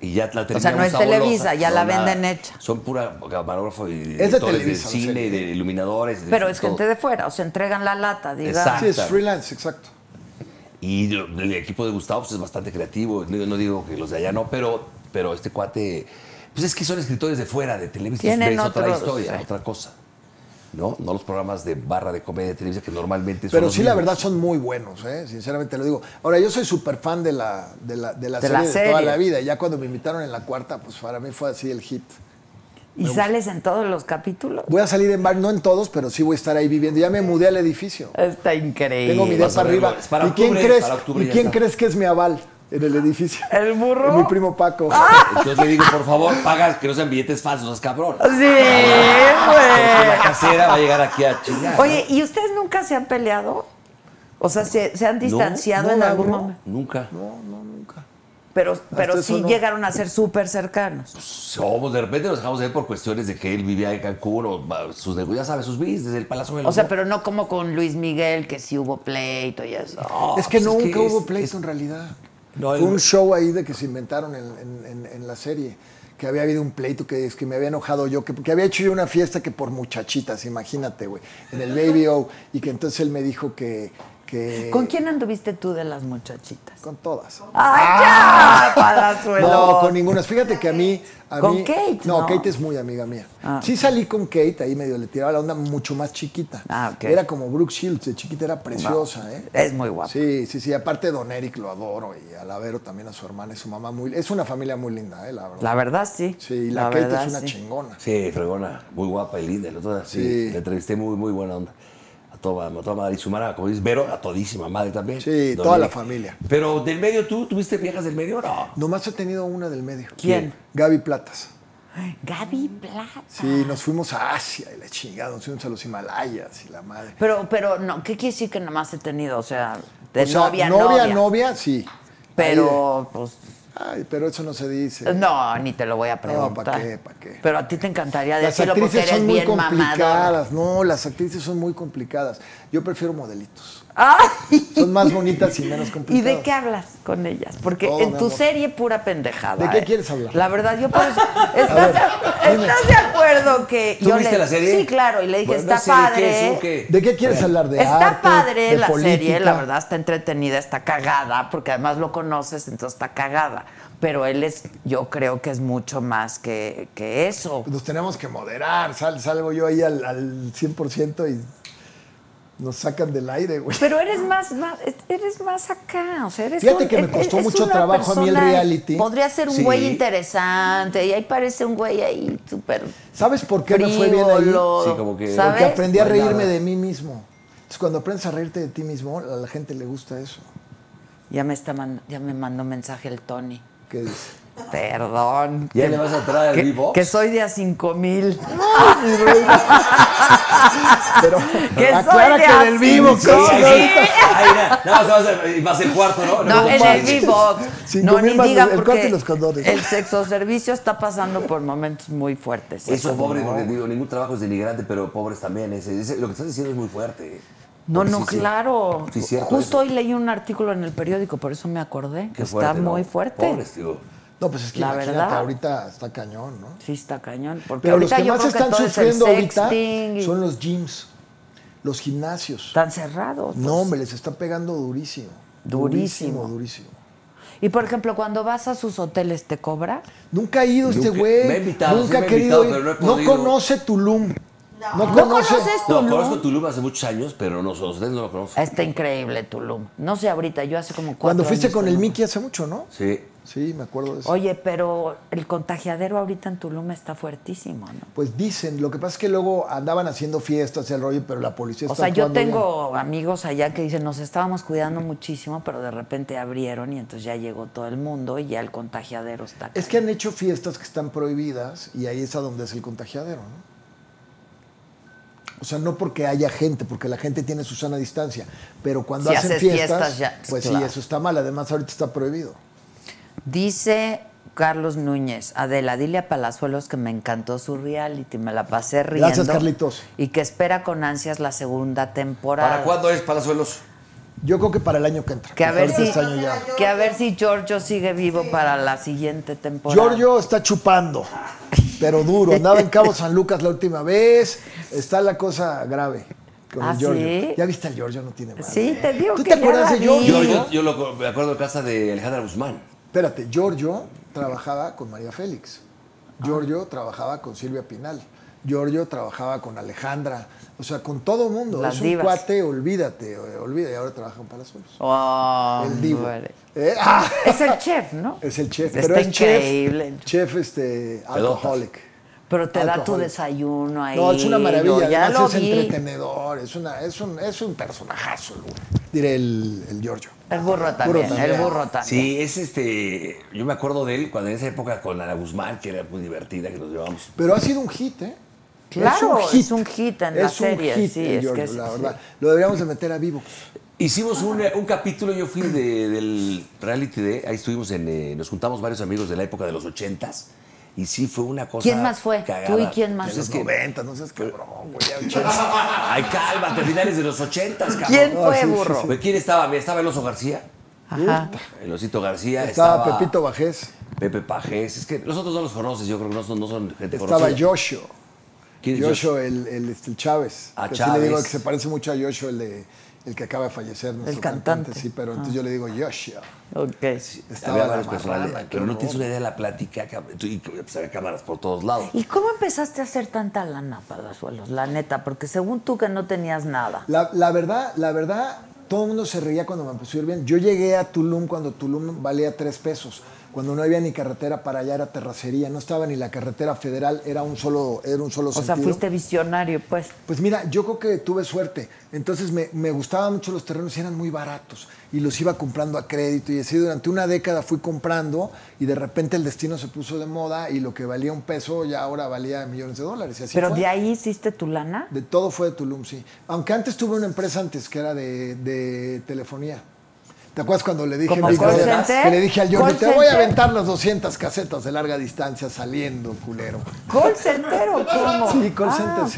Speaker 4: Y ya
Speaker 1: sea,
Speaker 4: la
Speaker 1: no es
Speaker 4: terminamos
Speaker 1: Televisa, ya la venden hecha.
Speaker 4: Son pura camarógrafo y
Speaker 2: de
Speaker 4: directores de,
Speaker 2: Televisa, la
Speaker 4: cine,
Speaker 2: serie.
Speaker 4: de iluminadores. de
Speaker 1: Pero es
Speaker 4: todo.
Speaker 1: gente de fuera, o sea, entregan la lata, digamos.
Speaker 2: Sí, es
Speaker 4: Exacto.
Speaker 2: freelance, exacto.
Speaker 4: Y lo- el equipo de Gustavo pues, es bastante creativo. No, no digo que los de allá no, pero, pero este cuate. Pues es que son escritores de fuera, de Televisa.
Speaker 1: Tienen
Speaker 4: es otra
Speaker 1: otros,
Speaker 4: historia,
Speaker 1: sí.
Speaker 4: otra cosa. ¿No? No los programas de barra de comedia de Televisa que normalmente son.
Speaker 2: Pero
Speaker 4: los
Speaker 2: sí, la
Speaker 4: mismos.
Speaker 2: verdad, son muy buenos, ¿eh? sinceramente lo digo. Ahora, yo soy súper fan de la, de la, de la
Speaker 1: De
Speaker 2: serie
Speaker 1: la
Speaker 2: de toda
Speaker 1: serie.
Speaker 2: la vida. Ya cuando me invitaron en la cuarta, pues para mí fue así el hit.
Speaker 1: Y sales en todos los capítulos.
Speaker 2: Voy a salir en bar, no en todos, pero sí voy a estar ahí viviendo. Ya me mudé al edificio.
Speaker 1: Está increíble.
Speaker 2: Tengo mi
Speaker 4: vas
Speaker 2: depa
Speaker 4: a verlo.
Speaker 2: arriba.
Speaker 4: Es para
Speaker 2: ¿Y quién,
Speaker 4: octubre,
Speaker 2: crees,
Speaker 4: para octubre
Speaker 2: ¿y
Speaker 4: ya
Speaker 2: quién
Speaker 4: está.
Speaker 2: crees que es mi aval en el edificio?
Speaker 1: ¿El burro?
Speaker 2: Mi primo Paco.
Speaker 4: ¡Ah! Entonces le digo, por favor, pagas que no sean billetes falsos, es cabrón.
Speaker 1: Sí,
Speaker 4: Porque la
Speaker 1: güey.
Speaker 4: casera va a llegar aquí a chingar.
Speaker 1: Eh.
Speaker 4: ¿eh?
Speaker 1: Oye, ¿y ustedes nunca se han peleado? O sea, ¿se, se han distanciado
Speaker 2: no,
Speaker 1: en
Speaker 2: la
Speaker 1: algún
Speaker 2: broma.
Speaker 1: momento?
Speaker 4: Nunca.
Speaker 2: No, no, nunca.
Speaker 1: Pero, pero
Speaker 2: eso
Speaker 1: sí
Speaker 2: no.
Speaker 1: llegaron a ser súper cercanos.
Speaker 4: Somos, pues, de repente nos dejamos de ver por cuestiones de que él vivía en Cancún o va, sus negocios, ya sabes, sus bis, desde el Palacio de
Speaker 1: O
Speaker 4: los
Speaker 1: sea, pero no como con Luis Miguel, que sí hubo pleito y eso.
Speaker 4: No,
Speaker 2: es que
Speaker 4: pues
Speaker 2: nunca
Speaker 4: es-
Speaker 2: hubo pleito
Speaker 4: es-
Speaker 2: en realidad.
Speaker 4: No,
Speaker 2: Fue
Speaker 4: el-
Speaker 2: un show ahí de que se inventaron en, en- en- en la serie. Que había habido un pleito, que es que me había enojado yo, que, que había hecho yo una fiesta que por muchachitas, imagínate, güey, en el Baby O. Y que entonces él me dijo que. que-
Speaker 1: ¿Con quién Ah, anduviste tú de las muchachitas?
Speaker 2: Con todas.
Speaker 1: ¡Ay, ya! Palazuelos.
Speaker 2: Ah. No, con ninguna. Fíjate que a mí. a
Speaker 1: ¿Con
Speaker 2: mí-
Speaker 1: Kate?
Speaker 2: No,
Speaker 1: No.
Speaker 2: Kate es muy amiga mía.
Speaker 1: Ah.
Speaker 2: Sí salí con Kate, ahí medio le tiraba la onda mucho más chiquita.
Speaker 1: Ah, ok.
Speaker 2: Era como Brooke Shields, de chiquita era preciosa, ¿eh?
Speaker 1: Es muy guapo.
Speaker 2: Sí, sí, sí. Aparte, don Eric lo adoro y a Lavero también a su hermana y su mamá. Muy, es una familia muy linda, ¿eh? La verdad.
Speaker 1: La verdad, sí.
Speaker 2: sí, y la, Kate
Speaker 1: verdad,
Speaker 2: es una
Speaker 1: sí.
Speaker 2: chingona.
Speaker 4: Sí, fregona, muy guapa y linda. El otro día, sí.
Speaker 2: Sí.
Speaker 4: La entrevisté muy, muy buena onda. A toda, a toda madre. Y su madre, como dices, Vero, a todísima madre también.
Speaker 2: Sí,
Speaker 4: Don
Speaker 2: toda
Speaker 4: Miguel.
Speaker 2: la familia.
Speaker 4: Pero del medio, ¿tú tuviste viejas del medio? No.
Speaker 2: Nomás he tenido una del medio.
Speaker 1: ¿Quién?
Speaker 2: Gaby Platas.
Speaker 1: Gaby Plata.
Speaker 2: Sí, nos fuimos a Asia y la chingada, nos fuimos a los Himalayas y la madre.
Speaker 1: Pero, pero, no, ¿qué quiere decir que nomás he tenido? O sea, de
Speaker 2: O sea,
Speaker 1: novia, novia,
Speaker 2: novia, novia, sí.
Speaker 1: Pero, pues,
Speaker 2: Ay, ay, pero eso no se dice.
Speaker 1: no, ni te lo voy a preguntar.
Speaker 2: ¿pa' qué? ¿Pa' qué?
Speaker 1: Pero a ti te encantaría
Speaker 2: Las
Speaker 1: decirlo porque
Speaker 2: actrices
Speaker 1: eres
Speaker 2: son muy
Speaker 1: bien mamador.
Speaker 2: complicadas, no, las actrices son muy complicadas. Yo prefiero modelitos.
Speaker 1: ¡Ay!
Speaker 2: Son más bonitas y
Speaker 1: <laughs>
Speaker 2: menos
Speaker 1: ¿Y
Speaker 2: complicadas.
Speaker 1: de qué hablas con ellas? Porque
Speaker 2: Todo,
Speaker 1: en
Speaker 2: mi
Speaker 1: tu
Speaker 2: amor.
Speaker 1: serie pura pendejada.
Speaker 2: ¿De qué
Speaker 1: ¿eh?
Speaker 2: quieres hablar?
Speaker 1: La verdad, yo por
Speaker 2: <laughs>
Speaker 1: eso. ¿Estás,
Speaker 2: ver,
Speaker 1: de, estás de acuerdo que
Speaker 4: ¿Tú
Speaker 1: yo
Speaker 4: viste
Speaker 1: le-
Speaker 4: la serie?
Speaker 1: Sí, claro, y le dije,
Speaker 4: Bueno,
Speaker 1: está
Speaker 4: ¿esa serie
Speaker 1: padre.
Speaker 4: qué es? ¿Un qué?
Speaker 2: ¿De qué quieres hablar? ¿De
Speaker 1: está
Speaker 2: arte?
Speaker 1: padre
Speaker 2: ¿De
Speaker 1: la serie,
Speaker 2: política?
Speaker 1: la verdad está entretenida, está cagada, porque además lo conoces, entonces está cagada. Pero él es, yo creo que es mucho más que, que eso.
Speaker 2: Nos tenemos que moderar. Sal, salgo yo ahí al, al 100% y nos sacan del aire, güey.
Speaker 1: Pero eres más, más eres más acá, o sea, eres
Speaker 2: Fíjate
Speaker 1: un-
Speaker 2: que me
Speaker 1: e-
Speaker 2: costó
Speaker 1: es
Speaker 2: mucho
Speaker 1: una
Speaker 2: trabajo a mí el
Speaker 1: persona-
Speaker 2: reality.
Speaker 1: Podría ser un
Speaker 4: Sí.
Speaker 1: güey interesante, y ahí parece un güey ahí súper
Speaker 2: ¿Sabes por qué me fue bien ahí?
Speaker 1: frívolo,
Speaker 4: Sí, como que-
Speaker 2: Porque
Speaker 1: ¿sabes?
Speaker 2: aprendí a
Speaker 4: No hay
Speaker 2: reírme
Speaker 4: nada.
Speaker 2: de mí mismo. Entonces, cuando aprendes a reírte de ti mismo, a la gente le gusta eso.
Speaker 1: Ya me está mand- ya me mandó mensaje el Tony.
Speaker 2: ¿Qué dice?
Speaker 1: Perdón.
Speaker 4: ¿Ya
Speaker 1: que-
Speaker 4: le vas a entrar al
Speaker 1: que-
Speaker 4: vivo?
Speaker 1: Que soy de a 5 mil.
Speaker 2: <laughs> Pero
Speaker 1: Que
Speaker 2: aclara
Speaker 1: soy de
Speaker 2: que del vivo,
Speaker 1: así,
Speaker 2: ¿cómo?
Speaker 1: sí.
Speaker 4: Ahí, nada, nada más vas a, vas el cuarto, ¿no?
Speaker 1: No, en el
Speaker 4: compadre.
Speaker 1: vivo.
Speaker 2: Cinco
Speaker 1: No,
Speaker 2: mil
Speaker 1: ni
Speaker 2: más
Speaker 1: digan
Speaker 2: el cuate
Speaker 1: porque
Speaker 2: y los condones.
Speaker 1: el sexo servicio está pasando por momentos muy fuertes.
Speaker 4: Eso es
Speaker 1: ¿cómo
Speaker 4: pobre,
Speaker 1: Pues no?
Speaker 4: porque digo, ningún trabajo es denigrante, pero pobres también. Ese- ese- lo que estás diciendo es muy fuerte. ¿eh?
Speaker 1: No,
Speaker 4: Porque
Speaker 1: no,
Speaker 4: sí, sí.
Speaker 1: claro.
Speaker 4: Sí, cierto
Speaker 1: Justo hoy
Speaker 4: eso.
Speaker 1: leí un artículo en el periódico, por eso me acordé.
Speaker 4: Qué
Speaker 1: está
Speaker 4: fuerte, ¿no?
Speaker 1: muy fuerte.
Speaker 4: Pobres, digo.
Speaker 2: No, pues es que
Speaker 1: La
Speaker 2: imagínate,
Speaker 1: verdad.
Speaker 2: ahorita está cañón, ¿no?
Speaker 1: Sí, está cañón. Porque
Speaker 2: Pero los
Speaker 1: ahorita
Speaker 2: que
Speaker 1: yo
Speaker 2: más
Speaker 1: creo que
Speaker 2: están
Speaker 1: todo es el
Speaker 2: sufriendo ahorita
Speaker 1: sexting y-
Speaker 2: son los gyms, los gimnasios.
Speaker 1: Están cerrados.
Speaker 2: No,
Speaker 1: pues.
Speaker 2: hombre, les está pegando durísimo.
Speaker 1: Durísimo.
Speaker 2: Durísimo, durísimo.
Speaker 1: Y por ejemplo, cuando vas a sus hoteles, ¿te cobra?
Speaker 2: Nunca ha ido este
Speaker 4: Nunca-
Speaker 2: güey.
Speaker 4: me ha invitado, sí
Speaker 2: Nunca ha
Speaker 4: me ha
Speaker 2: querido
Speaker 4: invitado,
Speaker 2: ir.
Speaker 4: pero no he
Speaker 2: no,
Speaker 4: podido.
Speaker 2: conoce Tulum. No,
Speaker 1: conoces este
Speaker 4: No,
Speaker 1: Tulum?
Speaker 4: conozco Tulum hace muchos años, pero nosotros ustedes no lo conozco.
Speaker 1: Está increíble Tulum. No sé ahorita, yo hace como cuatro
Speaker 2: Cuando fuiste
Speaker 1: años
Speaker 2: con
Speaker 1: que
Speaker 2: el
Speaker 1: no.
Speaker 2: Mickey hace mucho, ¿no?
Speaker 4: Sí.
Speaker 2: Sí, me acuerdo de eso.
Speaker 1: Oye, pero el contagiadero ahorita en Tulum está fuertísimo, ¿no?
Speaker 2: Pues dicen, lo que pasa es que luego andaban haciendo fiestas y el rollo, pero la policía
Speaker 1: O
Speaker 2: está
Speaker 1: sea, yo
Speaker 2: actuando
Speaker 1: tengo amigos allá que dicen, nos estábamos cuidando muchísimo, pero de repente abrieron y entonces ya llegó todo el mundo y ya el contagiadero está.
Speaker 2: bien. Es que han hecho fiestas que están prohibidas y ahí es a donde es el contagiadero, ¿no? O sea, no porque haya gente, porque la gente tiene su sana distancia, pero cuando
Speaker 1: Si
Speaker 2: hacen
Speaker 1: haces
Speaker 2: fiestas,
Speaker 1: fiestas, ya,
Speaker 2: pues sí,
Speaker 1: claro.
Speaker 2: eso está mal. Además, ahorita está prohibido.
Speaker 1: Dice Carlos Núñez, Adela, dile a Palazuelos que me encantó su reality, me la pasé riendo.
Speaker 2: Gracias, Carlitos.
Speaker 1: Y que espera con ansias la segunda temporada.
Speaker 4: ¿Para cuándo es Palazuelos?
Speaker 2: Yo creo que para el año que entra.
Speaker 1: Que a ver
Speaker 2: Ahorita
Speaker 1: si
Speaker 2: este año ya.
Speaker 1: que a ver si Giorgio sigue vivo para la siguiente temporada.
Speaker 2: Giorgio está chupando, pero duro. Andaba en Cabo San Lucas la última vez. Está la cosa grave con
Speaker 1: ¿Ah,
Speaker 2: el Giorgio.
Speaker 1: sí?
Speaker 2: Ya viste al Giorgio, no tiene madre.
Speaker 1: Sí, te digo
Speaker 2: ¿Tú
Speaker 1: que ya
Speaker 2: te acuerdas
Speaker 1: la
Speaker 2: de Giorgio?
Speaker 4: Yo,
Speaker 1: vi.
Speaker 4: yo, yo lo co- me acuerdo de casa de Alejandra Guzmán.
Speaker 2: Espérate, Giorgio trabajaba con María Félix. Giorgio trabajaba con Silvia Pinal. Giorgio trabajaba con Alejandra. O sea, con todo mundo.
Speaker 1: Las
Speaker 2: es un
Speaker 1: divas.
Speaker 2: cuate, olvídate, eh, olvídate. Y ahora trabaja en Palazuelos.
Speaker 1: Oh,
Speaker 2: el divo.
Speaker 1: hombre.
Speaker 2: Eh, ¡ah!
Speaker 1: Es el chef, ¿no?
Speaker 2: Es el chef.
Speaker 1: Está
Speaker 2: pero es
Speaker 1: increíble.
Speaker 2: Chef, chef este, alcoholic.
Speaker 1: Pero te da tu
Speaker 2: Alcohol.
Speaker 1: desayuno ahí.
Speaker 2: No, es una
Speaker 1: yo
Speaker 2: maravilla.
Speaker 1: ya lo
Speaker 2: Además, es
Speaker 1: vi.
Speaker 2: entretenedor. Es, una, es, un, es un personajazo, el güey. Diré el, el Giorgio.
Speaker 1: El burro también,
Speaker 2: también.
Speaker 1: el burro también.
Speaker 4: Sí, es este. Yo me acuerdo de él cuando en esa época con Ana Guzmán, que era muy divertida, que nos llevábamos.
Speaker 2: Pero ha sido un hit, ¿eh?
Speaker 1: Claro, es un hit en la
Speaker 2: Es un
Speaker 1: serie,
Speaker 2: hit
Speaker 1: sí,
Speaker 2: el
Speaker 1: es que
Speaker 2: Giorgio,
Speaker 1: es-
Speaker 2: la
Speaker 1: sí.
Speaker 2: verdad. Lo deberíamos de meter a vivo. pues,
Speaker 4: Hicimos un, eh, un capítulo, yo fui de- del reality de. Ahí estuvimos en. eh, nos juntamos varios amigos de la época de los ochentas. Y sí, fue una cosa.
Speaker 1: ¿Quién más fue? ¿Tú
Speaker 4: cagada.
Speaker 1: y quién más?
Speaker 4: Pues
Speaker 1: De
Speaker 4: es
Speaker 2: Los
Speaker 4: que-
Speaker 2: 90, no seas cabrón, güey. ya
Speaker 1: <laughs>
Speaker 4: Ay, cálmate, finales de los ochentas, cabrón.
Speaker 1: ¿Quién
Speaker 2: No,
Speaker 1: fue
Speaker 2: Ah, sí, sí,
Speaker 1: burro?
Speaker 4: Pues, ¿Quién estaba? Mira, Estaba el oso García.
Speaker 1: Ajá.
Speaker 4: El osito García.
Speaker 2: Estaba Pepito Bajés,
Speaker 4: Pepe Pajés. Es que nosotros no los conoces, yo creo que no son, no son gente
Speaker 2: estaba
Speaker 4: conocida.
Speaker 2: Yoshio.
Speaker 4: ¿Quién es
Speaker 2: Yoshio, el, el, este, el Chávez.
Speaker 4: Ah,
Speaker 2: que sí le digo
Speaker 4: Chávez.
Speaker 2: que se parece mucho a Yoshio, el, de, el que acaba de fallecer. nuestro
Speaker 1: cantante. Ah.
Speaker 2: Sí, pero entonces yo le digo Yoshio.
Speaker 1: Ok.
Speaker 2: Estaba
Speaker 4: Había
Speaker 2: la
Speaker 4: varios
Speaker 2: marrana,
Speaker 4: personajes,
Speaker 2: qué
Speaker 4: pero no
Speaker 2: horror.
Speaker 4: tienes una idea de la plática. cabrón. Y pues, había cámaras por todos lados.
Speaker 1: ¿Y cómo empezaste a hacer tanta lana, Palazuelos? La neta, porque según tú que no tenías nada.
Speaker 2: La, la verdad, la verdad, todo el mundo se reía cuando me empezó a ir bien. Yo llegué a Tulum cuando Tulum valía tres pesos, cuando no había ni carretera para allá, era terracería, no estaba ni la carretera federal, era un solo, era un solo
Speaker 1: O sea,
Speaker 2: sentido.
Speaker 1: fuiste visionario, pues.
Speaker 2: Pues mira, yo creo que tuve suerte. Entonces me, me gustaban mucho los terrenos y eran muy baratos. Y los iba comprando a crédito. Y así durante una década fui comprando y de repente el destino se puso de moda y lo que valía un peso ya ahora valía millones de dólares. Y así
Speaker 1: Pero
Speaker 2: fue.
Speaker 1: de ahí hiciste tu lana.
Speaker 2: De todo fue de Tulum, sí. Aunque antes tuve una empresa antes que era de, de telefonía. ¿Te acuerdas cuando le dije,
Speaker 1: ¿Como
Speaker 2: a mi
Speaker 1: call
Speaker 2: brother,
Speaker 1: center?
Speaker 2: que le dije al
Speaker 1: ¿Call
Speaker 2: Jordi, te voy a
Speaker 1: center?
Speaker 2: aventar las 200 casetas de larga distancia saliendo, culero?
Speaker 1: ¿Call center o cómo? Ah,
Speaker 2: Sí, call center,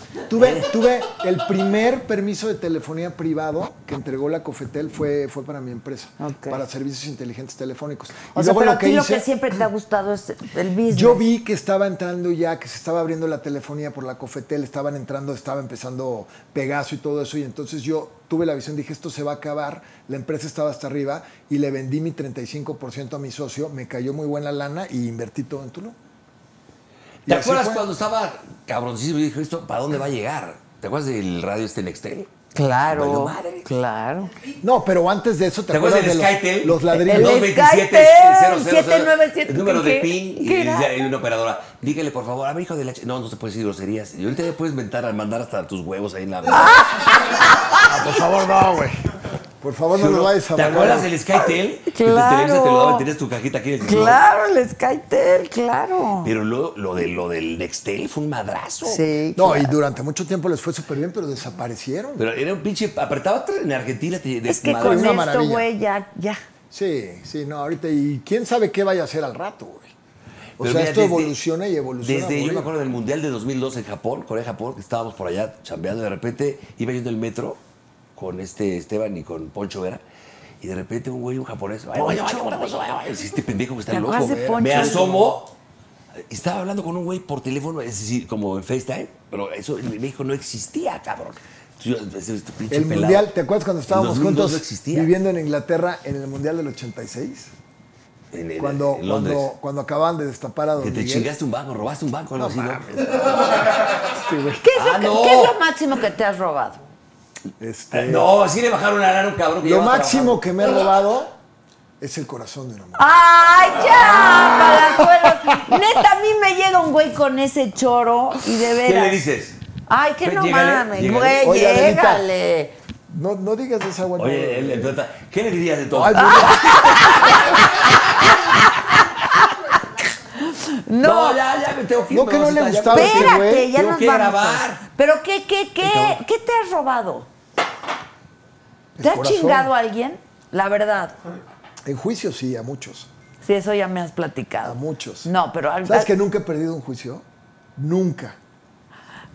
Speaker 2: sí. Tuve, tuve el primer permiso de telefonía privado que entregó la Cofetel fue, fue para mi empresa,
Speaker 1: Ok.
Speaker 2: para servicios inteligentes telefónicos.
Speaker 1: O
Speaker 2: Y
Speaker 1: sea,
Speaker 2: luego
Speaker 1: pero
Speaker 2: lo
Speaker 1: a
Speaker 2: que
Speaker 1: ti lo que
Speaker 2: hice-
Speaker 1: siempre te ha gustado es el business.
Speaker 2: yo vi que estaba entrando ya, que se estaba abriendo la telefonía por la cofetel, estaban entrando, estaba empezando Pegaso y todo eso, y entonces yo tuve la visión, dije, esto se va a acabar, la empresa estaba hasta arriba, y le vendí mi 35% a mi socio, me cayó muy buena lana y invertí todo en Tulum. Y
Speaker 4: ¿Te
Speaker 2: así
Speaker 4: acuerdas
Speaker 2: fue.
Speaker 4: cuando estaba cabroncísimo y dije, esto, ¿para dónde va a llegar? ¿Te acuerdas del radio este Nextel? Valió
Speaker 1: Claro,
Speaker 4: madre.
Speaker 1: claro.
Speaker 2: No, pero antes de eso, ¿te,
Speaker 4: ¿Te acuerdas del
Speaker 2: de los-
Speaker 4: Skytel?
Speaker 2: los,
Speaker 1: El
Speaker 2: ladrillos?
Speaker 4: 227
Speaker 1: Skytel,
Speaker 4: 000,
Speaker 1: 797,
Speaker 4: el número de
Speaker 1: ¿qué-
Speaker 4: PIN y,
Speaker 1: qué
Speaker 4: y
Speaker 1: era?
Speaker 4: hay una operadora. Dígale, por favor, a mi hijo de la... ch- No, no se puede decir groserías. Y ahorita ya puedes mentar, mandar hasta tus huevos ahí en la...
Speaker 2: Ah, por favor, no, güey. Por favor, no lo vayas a
Speaker 4: ¿Te
Speaker 2: mandar.
Speaker 4: acuerdas del SkyTel? Que te-
Speaker 12: Claro.
Speaker 4: Televisa te lo daba, tenías tu cajita aquí en el
Speaker 12: Claro, el SkyTel, claro.
Speaker 4: Pero lo, lo, de, lo del Nextel fue un madrazo.
Speaker 12: Sí.
Speaker 2: No, y durante mucho tiempo les fue súper bien, pero desaparecieron.
Speaker 4: Pero era un pinche. Apretaba en Argentina. te- de-
Speaker 1: Es que
Speaker 4: madre-
Speaker 2: es
Speaker 1: con
Speaker 2: una
Speaker 1: esto,
Speaker 2: maravilla.
Speaker 1: güey, ya, ya.
Speaker 2: Sí, sí, no, ahorita. Y quién sabe qué vaya a hacer al rato, güey. O
Speaker 4: Pero
Speaker 2: sea,
Speaker 4: mira,
Speaker 2: esto
Speaker 4: desde-
Speaker 2: evoluciona y evoluciona. a
Speaker 4: Desde, yo
Speaker 2: morir.
Speaker 4: me acuerdo del Mundial de 2002 en Japón, Corea-Japón, que estábamos por allá chambeando, de repente iba yendo el metro con este Esteban y con Poncho Vera, y de repente un güey, un japonés, "Ay, güey, ay, güey, ay, ay, ay", este pendejo que está
Speaker 12: ¿Te
Speaker 4: loco.
Speaker 12: acuerdas de Poncho?
Speaker 4: Me asomo, y estaba hablando con un güey por teléfono, es decir, como en FaceTime, pero eso en México no existía, cabrón. Yo, ese- este pinche
Speaker 2: El
Speaker 4: pelado.
Speaker 2: mundial, ¿te acuerdas cuando estábamos
Speaker 4: En 2002
Speaker 2: juntos
Speaker 4: no existía.
Speaker 2: viviendo en Inglaterra en el mundial del 86?
Speaker 4: en, en-
Speaker 2: Cuando,
Speaker 4: en Londres.
Speaker 2: cuando, cuando acaban de destapar a Don
Speaker 4: que te
Speaker 2: Miguel.
Speaker 4: chingaste un banco, robaste un banco, algo así, ¿no?
Speaker 2: Sí, güey.
Speaker 1: ¿Qué es,
Speaker 4: Ah,
Speaker 1: lo que-
Speaker 4: no.
Speaker 1: ¿Qué es lo máximo que te has robado?
Speaker 2: Este,
Speaker 4: No, así le bajaron a un cabrón. que
Speaker 2: Lo
Speaker 4: llevaba
Speaker 2: máximo
Speaker 4: trabajando.
Speaker 2: que me he robado es el corazón de una mujer.
Speaker 1: ¡Ay, ya! Palazuelos. Neta, a mí me llega un güey con ese choro y de
Speaker 4: ¿Qué
Speaker 1: veras.
Speaker 4: le dices?
Speaker 1: Ay, que
Speaker 4: Ve,
Speaker 1: no
Speaker 4: llégale,
Speaker 1: mames,
Speaker 4: llégale.
Speaker 1: güey,
Speaker 2: Oye, Adelita.
Speaker 1: llégale.
Speaker 2: No, no digas de esa guay.
Speaker 4: Oye, él Ah. le pregunta, ¿qué le dirías de todo?
Speaker 2: Ay, güey,
Speaker 1: No,
Speaker 4: ya, ya me tengo que ir.
Speaker 2: No, que no
Speaker 4: vamos
Speaker 2: le
Speaker 4: a estar-
Speaker 2: gustaba ese
Speaker 1: espérate,
Speaker 2: güey.
Speaker 1: ya
Speaker 4: tengo
Speaker 1: nos
Speaker 4: que
Speaker 1: vamos.
Speaker 4: grabar.
Speaker 1: Pero qué, qué, qué,
Speaker 4: cabrón.
Speaker 1: ¿qué te has robado?
Speaker 2: El
Speaker 1: ¿Te has
Speaker 2: corazón.
Speaker 1: chingado a alguien? La verdad.
Speaker 2: En juicio sí, a muchos.
Speaker 1: Sí, eso ya me has platicado.
Speaker 2: A muchos.
Speaker 1: No, pero al-
Speaker 2: ¿Sabes que nunca he perdido un juicio? Nunca.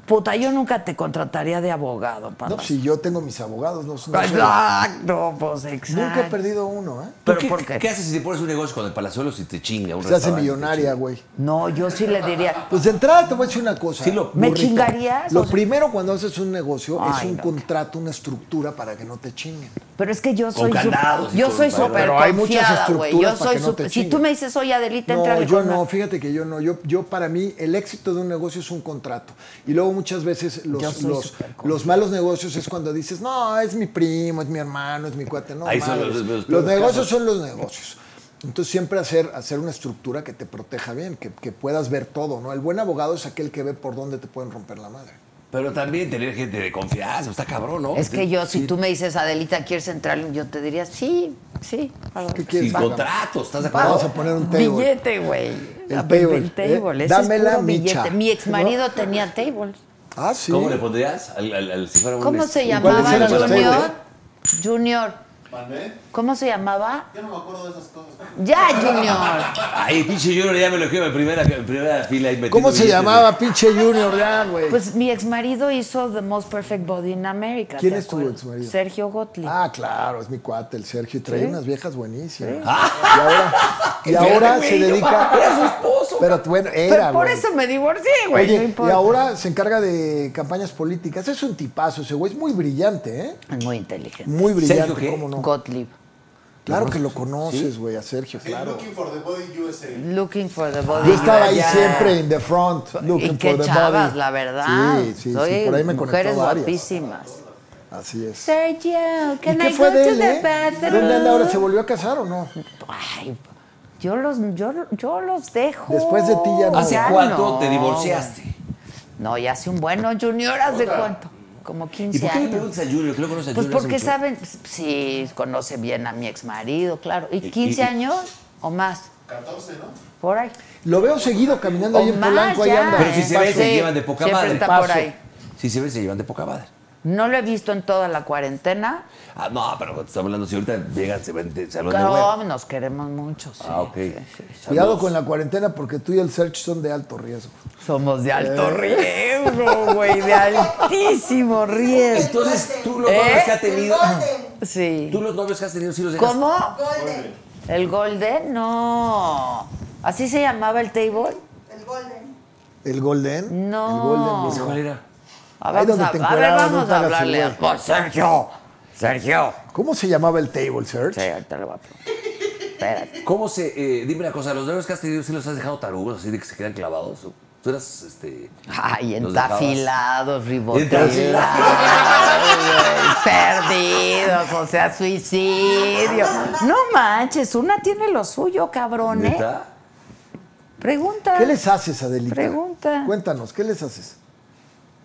Speaker 1: Puta, yo nunca te contrataría de abogado, para
Speaker 2: No, si yo tengo mis abogados, no son.
Speaker 1: Exacto, pues exacto.
Speaker 2: Nunca he perdido uno, ¿eh?
Speaker 1: ¿Pero
Speaker 4: ¿Qué,
Speaker 1: por qué?
Speaker 4: ¿Qué haces si te pones un negocio con el palazuelo si te chinga un
Speaker 2: Se hace
Speaker 4: restaurante, te
Speaker 2: millonaria,
Speaker 4: chinga?
Speaker 2: güey.
Speaker 1: No, yo sí le diría.
Speaker 2: Pues de entrada te voy a decir una cosa.
Speaker 4: Sí, lo-
Speaker 1: ¿Me
Speaker 2: burrito.
Speaker 1: chingarías? O
Speaker 2: Lo
Speaker 1: sea-
Speaker 2: primero cuando haces un negocio es
Speaker 1: Ay,
Speaker 2: un
Speaker 1: no.
Speaker 2: contrato, una estructura para que no te chinguen.
Speaker 1: Pero es que yo soy
Speaker 4: Con
Speaker 1: sup-
Speaker 4: candados y
Speaker 1: yo
Speaker 4: con-
Speaker 1: soy súper
Speaker 2: Pero hay muchas
Speaker 1: confiada, güey. Yo
Speaker 2: estructuras para
Speaker 1: soy
Speaker 2: que no te
Speaker 1: súper- Si
Speaker 2: chinguen.
Speaker 1: tú me dices, "Oye, Adelita,
Speaker 2: No,
Speaker 1: entra
Speaker 2: yo no, fíjate que yo no. Yo, yo para mí el éxito de un negocio es un contrato. Y luego muchas veces
Speaker 1: Yo
Speaker 2: los,
Speaker 1: soy
Speaker 2: los,
Speaker 1: súper
Speaker 2: los malos negocios es cuando dices, no, es mi primo, es mi hermano, es mi cuate. No,
Speaker 4: Ahí son
Speaker 2: madres.
Speaker 4: los- los- los
Speaker 2: negocios
Speaker 4: casos.
Speaker 2: son los negocios. Entonces siempre hacer, hacer una estructura que te proteja bien, que, que puedas ver todo. ¿no? El buen abogado es aquel que ve por dónde te pueden romper la madre.
Speaker 4: Pero también tener gente de confianza, está cabrón,
Speaker 2: Oh,
Speaker 4: ¿no?
Speaker 1: Es que yo, si
Speaker 4: Sí.
Speaker 1: tú me dices, Adelita, ¿quieres entrar? Yo te diría, sí, sí.
Speaker 2: ¿Qué quieres?
Speaker 4: Sin
Speaker 2: Vamos.
Speaker 4: contratos, ¿estás de acuerdo?
Speaker 2: Vamos a poner un table.
Speaker 1: Billete, güey.
Speaker 2: El
Speaker 1: Ah,
Speaker 2: table,
Speaker 1: El
Speaker 2: ¿eh?
Speaker 1: table. ese es
Speaker 2: Dámela,
Speaker 1: puro
Speaker 2: micha.
Speaker 1: billete. Mi ex marido tenía tables.
Speaker 2: Ah, sí.
Speaker 4: ¿Cómo le pondrías al, al- al- si fuera un
Speaker 1: ¿Cómo
Speaker 4: este-
Speaker 1: se
Speaker 4: un-
Speaker 1: llamaba,
Speaker 2: cuáles eran los
Speaker 1: Junior?
Speaker 2: tables?
Speaker 1: Junior.
Speaker 6: ¿Mandé?
Speaker 1: ¿Cómo se llamaba?
Speaker 6: Yo no me acuerdo de esas cosas.
Speaker 1: Ya, Junior.
Speaker 4: Ay, pinche Junior ya me lo quiero en primera, en primera fila. y metiendo
Speaker 2: ¿Cómo se
Speaker 4: billetes.
Speaker 2: llamaba pinche Junior ya, güey?
Speaker 1: Pues mi ex marido hizo The Most Perfect Body in America.
Speaker 2: ¿Quién
Speaker 1: ¿te
Speaker 2: es tu
Speaker 1: acuerdas?
Speaker 2: exmarido?
Speaker 1: Sergio Gottlieb.
Speaker 2: Ah, claro, es mi cuate, el Sergio. Y traía unas viejas buenísimas. Ah,
Speaker 1: <laughs>
Speaker 2: Y ahora, y
Speaker 4: Espérate,
Speaker 2: ahora se
Speaker 4: güey, no
Speaker 2: dedica.
Speaker 4: mames, Era su esposo.
Speaker 2: Pero bueno, era.
Speaker 1: Pero por
Speaker 2: güey.
Speaker 1: eso me divorcié, güey. no
Speaker 2: Oye, y
Speaker 1: importa.
Speaker 2: ahora se encarga de campañas políticas. Es un tipazo ese güey, es muy brillante, ¿eh?
Speaker 1: Es Muy inteligente.
Speaker 2: Muy brillante,
Speaker 4: ¿Sergio qué?
Speaker 2: ¿cómo no?
Speaker 1: Gottlieb.
Speaker 2: Claro que lo conoces, güey, a Sergio,
Speaker 6: Claro.
Speaker 2: claro.
Speaker 6: Looking for the Body USA.
Speaker 1: Looking for the body.
Speaker 2: Yo estaba ahí
Speaker 1: Ya.
Speaker 2: siempre in the front, looking
Speaker 1: y qué
Speaker 2: for the
Speaker 1: chavas,
Speaker 2: body.
Speaker 1: la verdad.
Speaker 2: Sí, sí,
Speaker 1: Soy
Speaker 2: sí, por ahí me
Speaker 1: mujeres
Speaker 2: conectó varias.
Speaker 1: guapísimas.
Speaker 2: Así es.
Speaker 1: Sergio,
Speaker 2: ¿Y
Speaker 1: can
Speaker 2: qué
Speaker 1: I
Speaker 2: fue
Speaker 1: go
Speaker 2: de
Speaker 1: to
Speaker 2: él,
Speaker 1: the
Speaker 2: eh?
Speaker 1: bathroom?
Speaker 2: ¿Dónde anda ahora? ¿Se volvió a casar o no?
Speaker 1: Ay, yo los, yo, yo los dejo.
Speaker 2: Después de ti ya no.
Speaker 4: ¿Hace
Speaker 1: Ya
Speaker 4: cuánto
Speaker 1: no,
Speaker 4: te divorciaste?
Speaker 1: güey. No, ya hace un bueno, Junior, ¿hace cuánto? Como
Speaker 4: ¿Y
Speaker 1: 15
Speaker 4: por qué le
Speaker 1: años.
Speaker 4: preguntas a Junior? Que lo conoces a
Speaker 1: Pues
Speaker 4: Junior hace
Speaker 1: porque
Speaker 4: mucho?
Speaker 1: saben, sí, conoce bien a mi exmarido, claro. ¿Y 15
Speaker 4: y-
Speaker 1: años o más?
Speaker 6: 14, ¿no?
Speaker 1: Por ahí.
Speaker 2: Lo veo seguido caminando ahí
Speaker 1: O
Speaker 2: en
Speaker 1: más,
Speaker 2: Polanco, ahí
Speaker 1: ya,
Speaker 2: anda.
Speaker 4: Pero si
Speaker 1: ¿eh?
Speaker 4: se ve, se
Speaker 1: Sí,
Speaker 4: llevan de poca
Speaker 1: siempre
Speaker 4: madre.
Speaker 1: está por ahí.
Speaker 4: Si se ve, se llevan de poca madre.
Speaker 1: No lo he visto en toda la cuarentena.
Speaker 4: Ah, no, pero estamos hablando si ahorita llegan, se van, te saludan de
Speaker 1: Claro,
Speaker 4: huevo.
Speaker 1: nos queremos mucho. sí,
Speaker 4: Ah, ok.
Speaker 1: sí, sí.
Speaker 2: Cuidado
Speaker 4: Saludos.
Speaker 2: con la cuarentena porque tú y el Sergio son de alto riesgo.
Speaker 1: Somos de alto
Speaker 2: Eh.
Speaker 1: riesgo, güey, de altísimo riesgo.
Speaker 4: Entonces, tú los
Speaker 1: ¿Eh?
Speaker 4: novios que has tenido.
Speaker 9: Golden.
Speaker 1: Sí.
Speaker 4: Tú los novios que has tenido, sí los dejas.
Speaker 1: ¿Cómo?
Speaker 9: Golden.
Speaker 1: ¿El Golden? No. ¿Así se llamaba el table?
Speaker 9: El Golden.
Speaker 2: ¿El Golden?
Speaker 1: No.
Speaker 2: El Golden
Speaker 4: ¿Ese ¿Cuál
Speaker 2: View.
Speaker 4: era?
Speaker 1: Ah,
Speaker 2: Ahí
Speaker 1: vamos
Speaker 2: donde
Speaker 1: a,
Speaker 2: te
Speaker 1: a ver,
Speaker 2: encueraban,
Speaker 1: vamos
Speaker 2: no
Speaker 1: a
Speaker 2: hagas el
Speaker 1: hablarle a
Speaker 2: güey.
Speaker 1: Oh, Sergio. Sergio.
Speaker 2: ¿Cómo se llamaba el table, Sergio?
Speaker 1: Sí, ahorita lo voy a preguntar. Espérate.
Speaker 4: ¿Cómo se.? eh, dime una cosa, los novios que has tenido, sí los has dejado tarugos, así de que se quedan clavados. ¿O Tú eras, este.
Speaker 1: Ay,
Speaker 4: los dejabas?
Speaker 1: entafilados, ribotados.
Speaker 4: Entafilados.
Speaker 1: Perdidos, o sea, suicidio. No manches, una tiene lo suyo, cabrón, ¿eh?
Speaker 4: ¿Neta?
Speaker 1: Pregunta.
Speaker 2: ¿Qué les haces, Adelita?
Speaker 1: Pregunta.
Speaker 2: Cuéntanos, ¿qué les haces?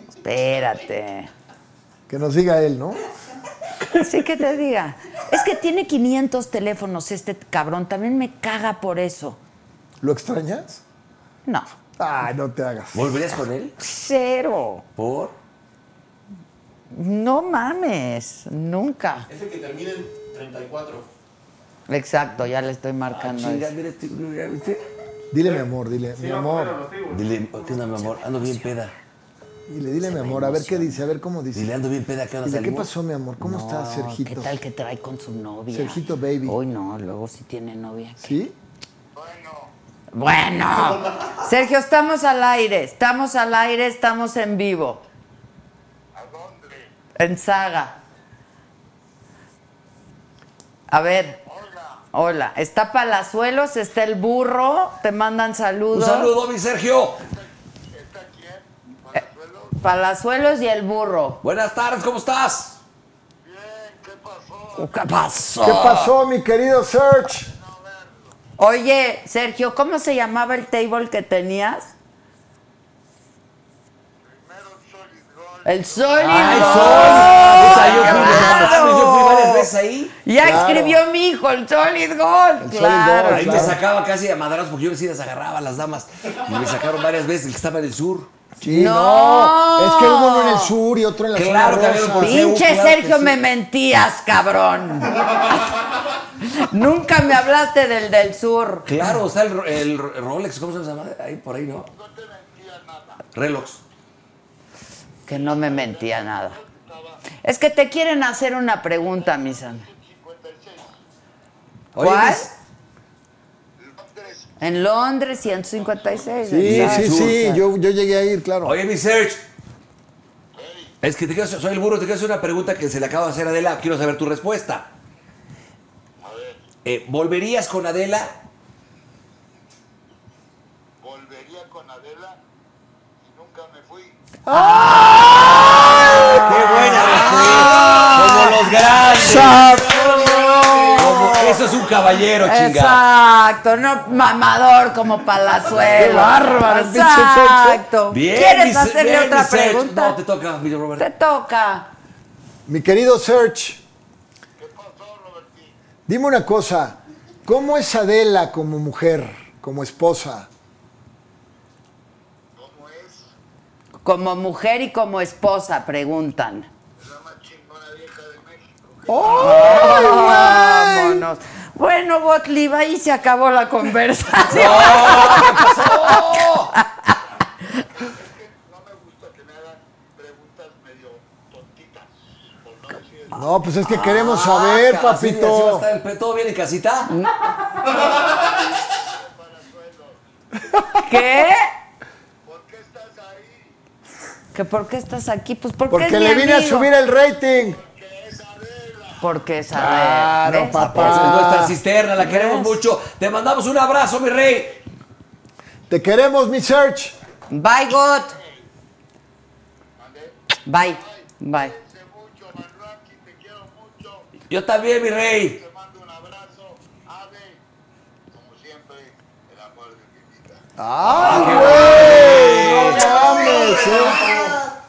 Speaker 1: Espérate.
Speaker 2: Que nos diga él, ¿no?
Speaker 1: Así que te diga. Es que tiene 500 teléfonos este cabrón. También me caga por eso.
Speaker 2: ¿Lo extrañas?
Speaker 1: No.
Speaker 2: Ay, no te hagas.
Speaker 4: ¿Volverías con él?
Speaker 1: Cero.
Speaker 4: ¿Por?
Speaker 1: No mames. Nunca.
Speaker 6: Es el que termina en 34.
Speaker 1: Exacto, ya le estoy
Speaker 4: Ah,
Speaker 1: marcando.
Speaker 4: chinga,
Speaker 1: eso.
Speaker 4: mira, tú, mira, ¿viste?
Speaker 2: Dile mi amor, dile, mi
Speaker 10: no, pero
Speaker 2: amor.
Speaker 10: los digo.
Speaker 4: Dile, ¿qué onda, mi amor? Ando bien peda.
Speaker 2: Dile, dile mi amor, a ver qué dice, a ver cómo dice.
Speaker 4: Dile, ando bien peda, ¿qué onda?
Speaker 2: Dile, ¿qué
Speaker 4: salimos?
Speaker 2: pasó, mi amor? ¿Cómo
Speaker 1: No,
Speaker 2: estás, Sergito?
Speaker 1: ¿Qué tal que trae con su novia?
Speaker 2: Sergito, baby.
Speaker 1: Uy, no, luego sí tiene novia.
Speaker 2: ¿Sí?
Speaker 1: Bueno, Sergio, estamos al aire, estamos al aire, estamos en vivo. ¿A dónde? En Saga. A ver. Hola. Está Palazuelos, está el burro, te mandan
Speaker 4: Un
Speaker 1: saludos.
Speaker 4: saludo, mi Sergio.
Speaker 1: Palazuelos y el burro.
Speaker 4: Buenas tardes, ¿cómo estás?
Speaker 1: ¿Qué pasó?
Speaker 2: ¿Qué pasó, mi querido Serge?
Speaker 1: Oye, Sergio, ¿cómo se llamaba el table que tenías? El Solid
Speaker 4: ¡Ay,
Speaker 1: Gold.
Speaker 4: Sol! Puta, Ah, pues yo fui- Pues
Speaker 1: ¡Claro!
Speaker 4: Yo fui varias veces ahí.
Speaker 1: Ya
Speaker 2: Claro.
Speaker 1: escribió mi hijo el Solid Gold.
Speaker 2: El Solid
Speaker 1: claro.
Speaker 2: Gold,
Speaker 4: Ahí
Speaker 2: claro.
Speaker 4: me sacaba casi a madrazos porque yo sí las agarraba a las damas. Y me sacaron varias veces el que estaba en el sur.
Speaker 2: Sí, no.
Speaker 1: No.
Speaker 2: Es que hubo uno en el sur y otro en la
Speaker 4: Claro que
Speaker 2: zona
Speaker 4: había
Speaker 2: rosa.
Speaker 4: por sur.
Speaker 1: Pinche
Speaker 4: claro que
Speaker 1: Sergio,
Speaker 4: sí.
Speaker 1: me mentías, cabrón. Nunca me hablaste del del sur.
Speaker 4: Claro, está el, el Rolex, ¿cómo se llama? Ahí por ahí, ¿no? No te nada. Relox.
Speaker 1: Que no me mentía nada. Es que te quieren hacer una pregunta, Misan.
Speaker 4: Oye, pues,
Speaker 1: ¿Cuál?
Speaker 4: mis-
Speaker 1: En Londres, 156.
Speaker 2: Sí,
Speaker 1: exacto.
Speaker 2: sí, sí. Yo, yo llegué a ir, claro.
Speaker 4: Oye, mi Serge. Es que te quiero, hacer- soy el burro, te quiero hacer una pregunta que se le acaba de hacer a Adela. Quiero saber tu respuesta. Eh, ¿Volverías con Adela?
Speaker 11: Volvería con Adela y nunca me fui.
Speaker 4: ¡Qué buena!
Speaker 1: Ah.
Speaker 4: Como los grandes.
Speaker 2: Ah,
Speaker 4: Como- eso es un caballero, chingado.
Speaker 1: Exacto, no mamador como Palazuelo.
Speaker 2: Qué bárbaro, pinche
Speaker 1: Exacto.
Speaker 4: Bien, mi
Speaker 1: ¿Quieres
Speaker 4: Ser-
Speaker 1: hacerle
Speaker 4: bien,
Speaker 1: otra
Speaker 4: mi Serge.
Speaker 1: pregunta?
Speaker 4: No, te toca, mi Robert.
Speaker 1: Te toca.
Speaker 2: Mi querido Serge. Dime una cosa. ¿Cómo es Adela como mujer, como esposa?
Speaker 1: Como mujer y como esposa, preguntan.
Speaker 2: ¡Oh,
Speaker 1: Vámonos. Bueno, Gottlieb, ahí se acabó la
Speaker 2: <laughs>
Speaker 1: conversación.
Speaker 2: No, pues es que queremos saber,
Speaker 4: Ah, así- así va a
Speaker 2: papito.
Speaker 4: estar el pe- ¿Todo bien en casita?
Speaker 1: ¿Qué? ¿Que ¿Por qué estás aquí? Pues porque,
Speaker 2: Porque
Speaker 1: es mi
Speaker 2: le vine a
Speaker 1: amigo.
Speaker 2: subir el rating.
Speaker 1: Porque es a ver.
Speaker 2: Claro,
Speaker 1: ¿ves?
Speaker 4: Por eso Pues, es nuestra
Speaker 2: papá.
Speaker 4: cisterna, la queremos
Speaker 1: Yes.
Speaker 4: mucho. Te mandamos un abrazo, mi rey.
Speaker 2: Te queremos, mi Serge.
Speaker 1: Bye, God. Bye. Bye.
Speaker 4: Yo también, mi rey. Ah,
Speaker 2: ¡Ay, güey! ¡No mames, eh!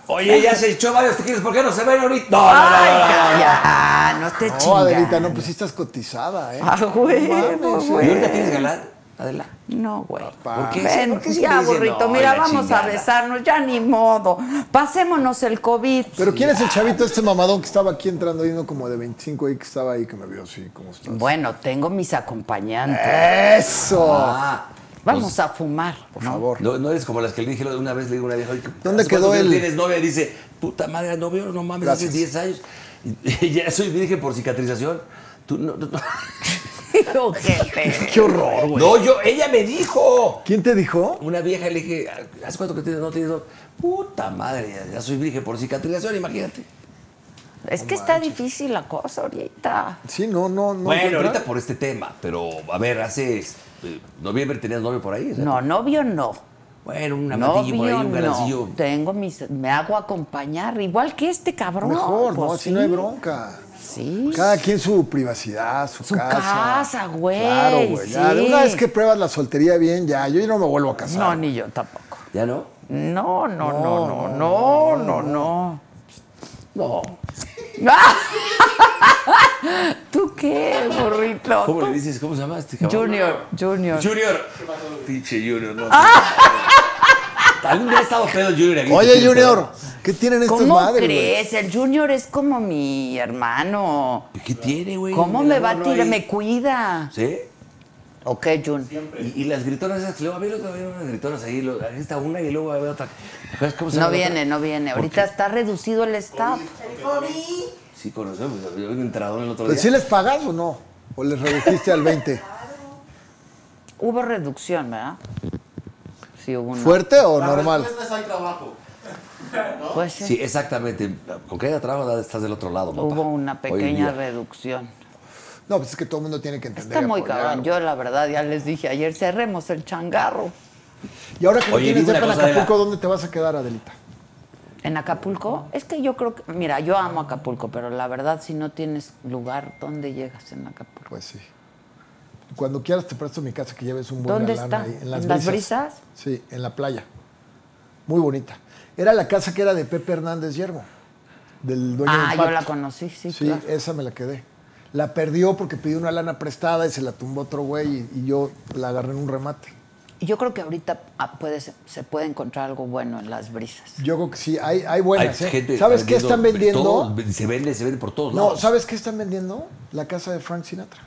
Speaker 4: Oye, ya se echó varios tequiles, ¿por qué no se ven ahorita? No, no, no,
Speaker 1: Ay,
Speaker 4: no, no.
Speaker 1: calla. No estés
Speaker 2: No,
Speaker 1: chingando.
Speaker 2: Adelita, no, pues sí estás cotizada, ¿eh?
Speaker 1: Ah, güey,
Speaker 2: No mames,
Speaker 4: ¿Y
Speaker 1: güey.
Speaker 2: eh.
Speaker 4: ahorita tienes galán? Adela.
Speaker 1: No, güey.
Speaker 4: ¿Por qué?
Speaker 1: Ven,
Speaker 4: ¿Por qué siempre
Speaker 1: ya,
Speaker 4: dicen,
Speaker 1: burrito.
Speaker 4: "No,
Speaker 1: Mira,
Speaker 4: la
Speaker 1: vamos
Speaker 4: chingada"?
Speaker 1: a besarnos. Ya ni modo. Pasémonos el COVID.
Speaker 2: Pero ¿quién es el chavito este mamadón que estaba aquí entrando y uno como de 25 y que estaba ahí que me vio así como estás?
Speaker 1: Bueno, tengo mis
Speaker 2: Eh,
Speaker 1: acompañantes.
Speaker 2: ¡Eso!
Speaker 4: Ah.
Speaker 1: Vamos a fumar. <laughs>
Speaker 2: pues, Por favor.
Speaker 4: No, no eres como las que le dije una vez, le digo a una vieja, oye, ¿hace
Speaker 2: ¿Dónde
Speaker 4: cuánto
Speaker 2: quedó el-
Speaker 4: tiempo Tienes novia, Y dice, puta madre, novio, no mames, hace
Speaker 2: Gracias.
Speaker 4: 10 años. <laughs> Y ya soy virgen por cicatrización. Tú no, no, no.
Speaker 1: Hijo,
Speaker 2: <laughs>
Speaker 1: qué pe-
Speaker 2: ¡Qué horror, güey!
Speaker 4: No, yo, ella me dijo.
Speaker 2: ¿Quién te dijo?
Speaker 4: Una vieja le dije, ¿hace cuánto que tienes? No tienes novia. Puta madre, ya, ya soy virgen por cicatrización, imagínate.
Speaker 1: Es que está difícil la cosa ahorita.
Speaker 2: Sí, no, no, no.
Speaker 4: bueno,
Speaker 2: encuentra.
Speaker 4: ahorita por este tema, pero a ver, hace eh, noviembre tenías novio por ahí. o sea,
Speaker 1: No, novio no.
Speaker 4: Bueno, un amarillo por ahí,
Speaker 1: Novio
Speaker 4: un galancillo.
Speaker 1: no. Tengo mis. Me hago acompañar, igual que este cabrón.
Speaker 2: Mejor,
Speaker 1: pues
Speaker 2: ¿no? Así
Speaker 1: sí.
Speaker 2: no hay bronca.
Speaker 1: Sí.
Speaker 2: Cada quien su privacidad, su,
Speaker 1: Su
Speaker 2: casa.
Speaker 1: casa, güey,
Speaker 2: Claro, güey. ya, de
Speaker 1: sí.
Speaker 2: Una vez que pruebas la soltería bien, ya. Yo ya no me vuelvo a casar.
Speaker 1: No, ni yo tampoco.
Speaker 4: ¿Ya no?
Speaker 1: No, no, no, no, no, no, no.
Speaker 4: No.
Speaker 1: ¡Ah! <laughs> ¿Tú qué, burrito?
Speaker 4: ¿Cómo le
Speaker 1: Tú-
Speaker 4: dices? ¿Cómo se llama este cabrón?
Speaker 1: Junior, Junior.
Speaker 4: Junior. Pinche Junior, no.
Speaker 1: Ah.
Speaker 4: Algún día ha estado pedo el Junior aquí.
Speaker 2: Oye, Junior, ¿qué tienen estas
Speaker 1: ¿Cómo
Speaker 2: madres, güey?
Speaker 1: crees? El Junior es como mi hermano.
Speaker 4: ¿Qué tiene, güey?
Speaker 1: ¿Cómo me va a
Speaker 4: Míralo
Speaker 1: tirar?
Speaker 4: ahí.
Speaker 1: Me cuida.
Speaker 4: ¿Sí?
Speaker 1: ¿O qué, Jun?
Speaker 4: Y, y las gritonas esas, luego había otra había unas gritonas ahí, lo- ahí está una y luego había otra. ¿Te acuerdas cómo se
Speaker 1: No
Speaker 4: llama la
Speaker 1: viene,
Speaker 4: otra?
Speaker 1: no viene.
Speaker 4: pues, ¿Por
Speaker 1: Ahorita
Speaker 4: qué?
Speaker 1: está reducido el staff.
Speaker 4: Sí, conocemos, yo vi un entradón el otro
Speaker 2: ¿Pero
Speaker 4: día.
Speaker 2: Pues sí les pagas o no? ¿O les redujiste al 20?
Speaker 1: <laughs> Hubo reducción, ¿verdad? Sí, hubo una.
Speaker 2: ¿Fuerte o
Speaker 6: La
Speaker 2: normal?
Speaker 6: respuesta es hay trabajo.
Speaker 1: Pues sí,
Speaker 4: Sí, exactamente. Con que haya trabajo estás del otro lado, papá.
Speaker 1: hubo una
Speaker 4: Hoy en día.
Speaker 1: pequeña reducción.
Speaker 2: No, pues es que todo el mundo tiene que entender.
Speaker 1: Está
Speaker 2: y
Speaker 1: muy
Speaker 2: apoyar.
Speaker 1: cabrón. Yo, la verdad, ya les dije ayer, cerremos el changarro.
Speaker 2: Y ahora que no
Speaker 4: Oye,
Speaker 2: tienes
Speaker 4: dime una
Speaker 2: depa en
Speaker 4: cosa, Adela.
Speaker 2: Acapulco, ¿dónde te vas a quedar, Adelita?
Speaker 1: ¿En Acapulco? Es que yo creo que. Mira, yo amo Acapulco, pero la verdad, si no tienes lugar, ¿dónde llegas en Acapulco?
Speaker 2: Pues sí. Cuando quieras te presto mi casa que lleves un buen
Speaker 1: ¿Dónde
Speaker 2: galán
Speaker 1: está?
Speaker 2: ahí. En las,
Speaker 1: ¿En las brisas?
Speaker 2: brisas. Sí, en la playa. Muy bonita. Era la casa que era de Pepe Hernández Yermo, del dueño
Speaker 1: Ah,
Speaker 2: del
Speaker 1: yo
Speaker 2: pacto.
Speaker 1: la conocí, sí,
Speaker 2: Sí,
Speaker 1: claro.
Speaker 2: esa me la quedé. La perdió porque pidió una lana prestada y se la tumbó otro güey y, y yo la agarré en un remate.
Speaker 1: Yo creo que ahorita ah, puede ser- se puede encontrar algo bueno en las brisas.
Speaker 2: Yo creo que sí, hay, hay
Speaker 4: Hay
Speaker 2: buenas. ¿eh?
Speaker 4: gente
Speaker 2: ¿Sabes qué están vendiendo?
Speaker 4: todo, se vende, se vende por todos
Speaker 2: no,
Speaker 4: lados.
Speaker 2: ¿sabes qué están vendiendo? La casa de Frank Sinatra.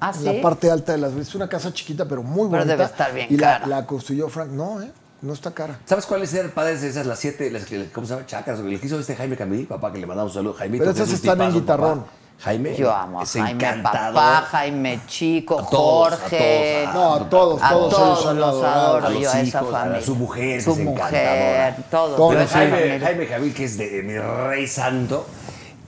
Speaker 1: Ah,
Speaker 2: en
Speaker 1: sí.
Speaker 2: la parte alta de las Es una casa chiquita, pero muy
Speaker 1: Pero
Speaker 2: bonita.
Speaker 1: debe estar bien
Speaker 2: y la-
Speaker 1: cara.
Speaker 2: La, construyó Frank. No, ¿eh? No está cara.
Speaker 4: ¿Sabes cuáles eran padres de esas, las siete, las, que- ¿cómo se llama? Chacas, lo que hizo este Jaime Camil, papá, que le mandamos un saludo. Jaime,
Speaker 2: Pero esas están en guitarrón.
Speaker 4: Jaime,
Speaker 1: Yo amo a
Speaker 4: es
Speaker 1: Jaime
Speaker 4: encantador.
Speaker 1: Papá, Jaime Chico,
Speaker 4: A todos, a
Speaker 1: Jorge.
Speaker 4: todos,
Speaker 2: No, a todos,
Speaker 1: a
Speaker 2: todos,
Speaker 1: todos
Speaker 2: ellos han
Speaker 1: los
Speaker 2: adorado.
Speaker 1: adoro
Speaker 4: a los
Speaker 1: yo a esa
Speaker 4: hijos, a
Speaker 1: familia.
Speaker 4: su mujer,
Speaker 1: su
Speaker 4: que es
Speaker 1: mujer,
Speaker 4: encantadora.
Speaker 1: todos.
Speaker 2: Todos.
Speaker 1: yo a
Speaker 4: Pero
Speaker 1: esa
Speaker 4: Jaime,
Speaker 1: familia.
Speaker 4: Jaime Javid, que es de, de mi rey santo,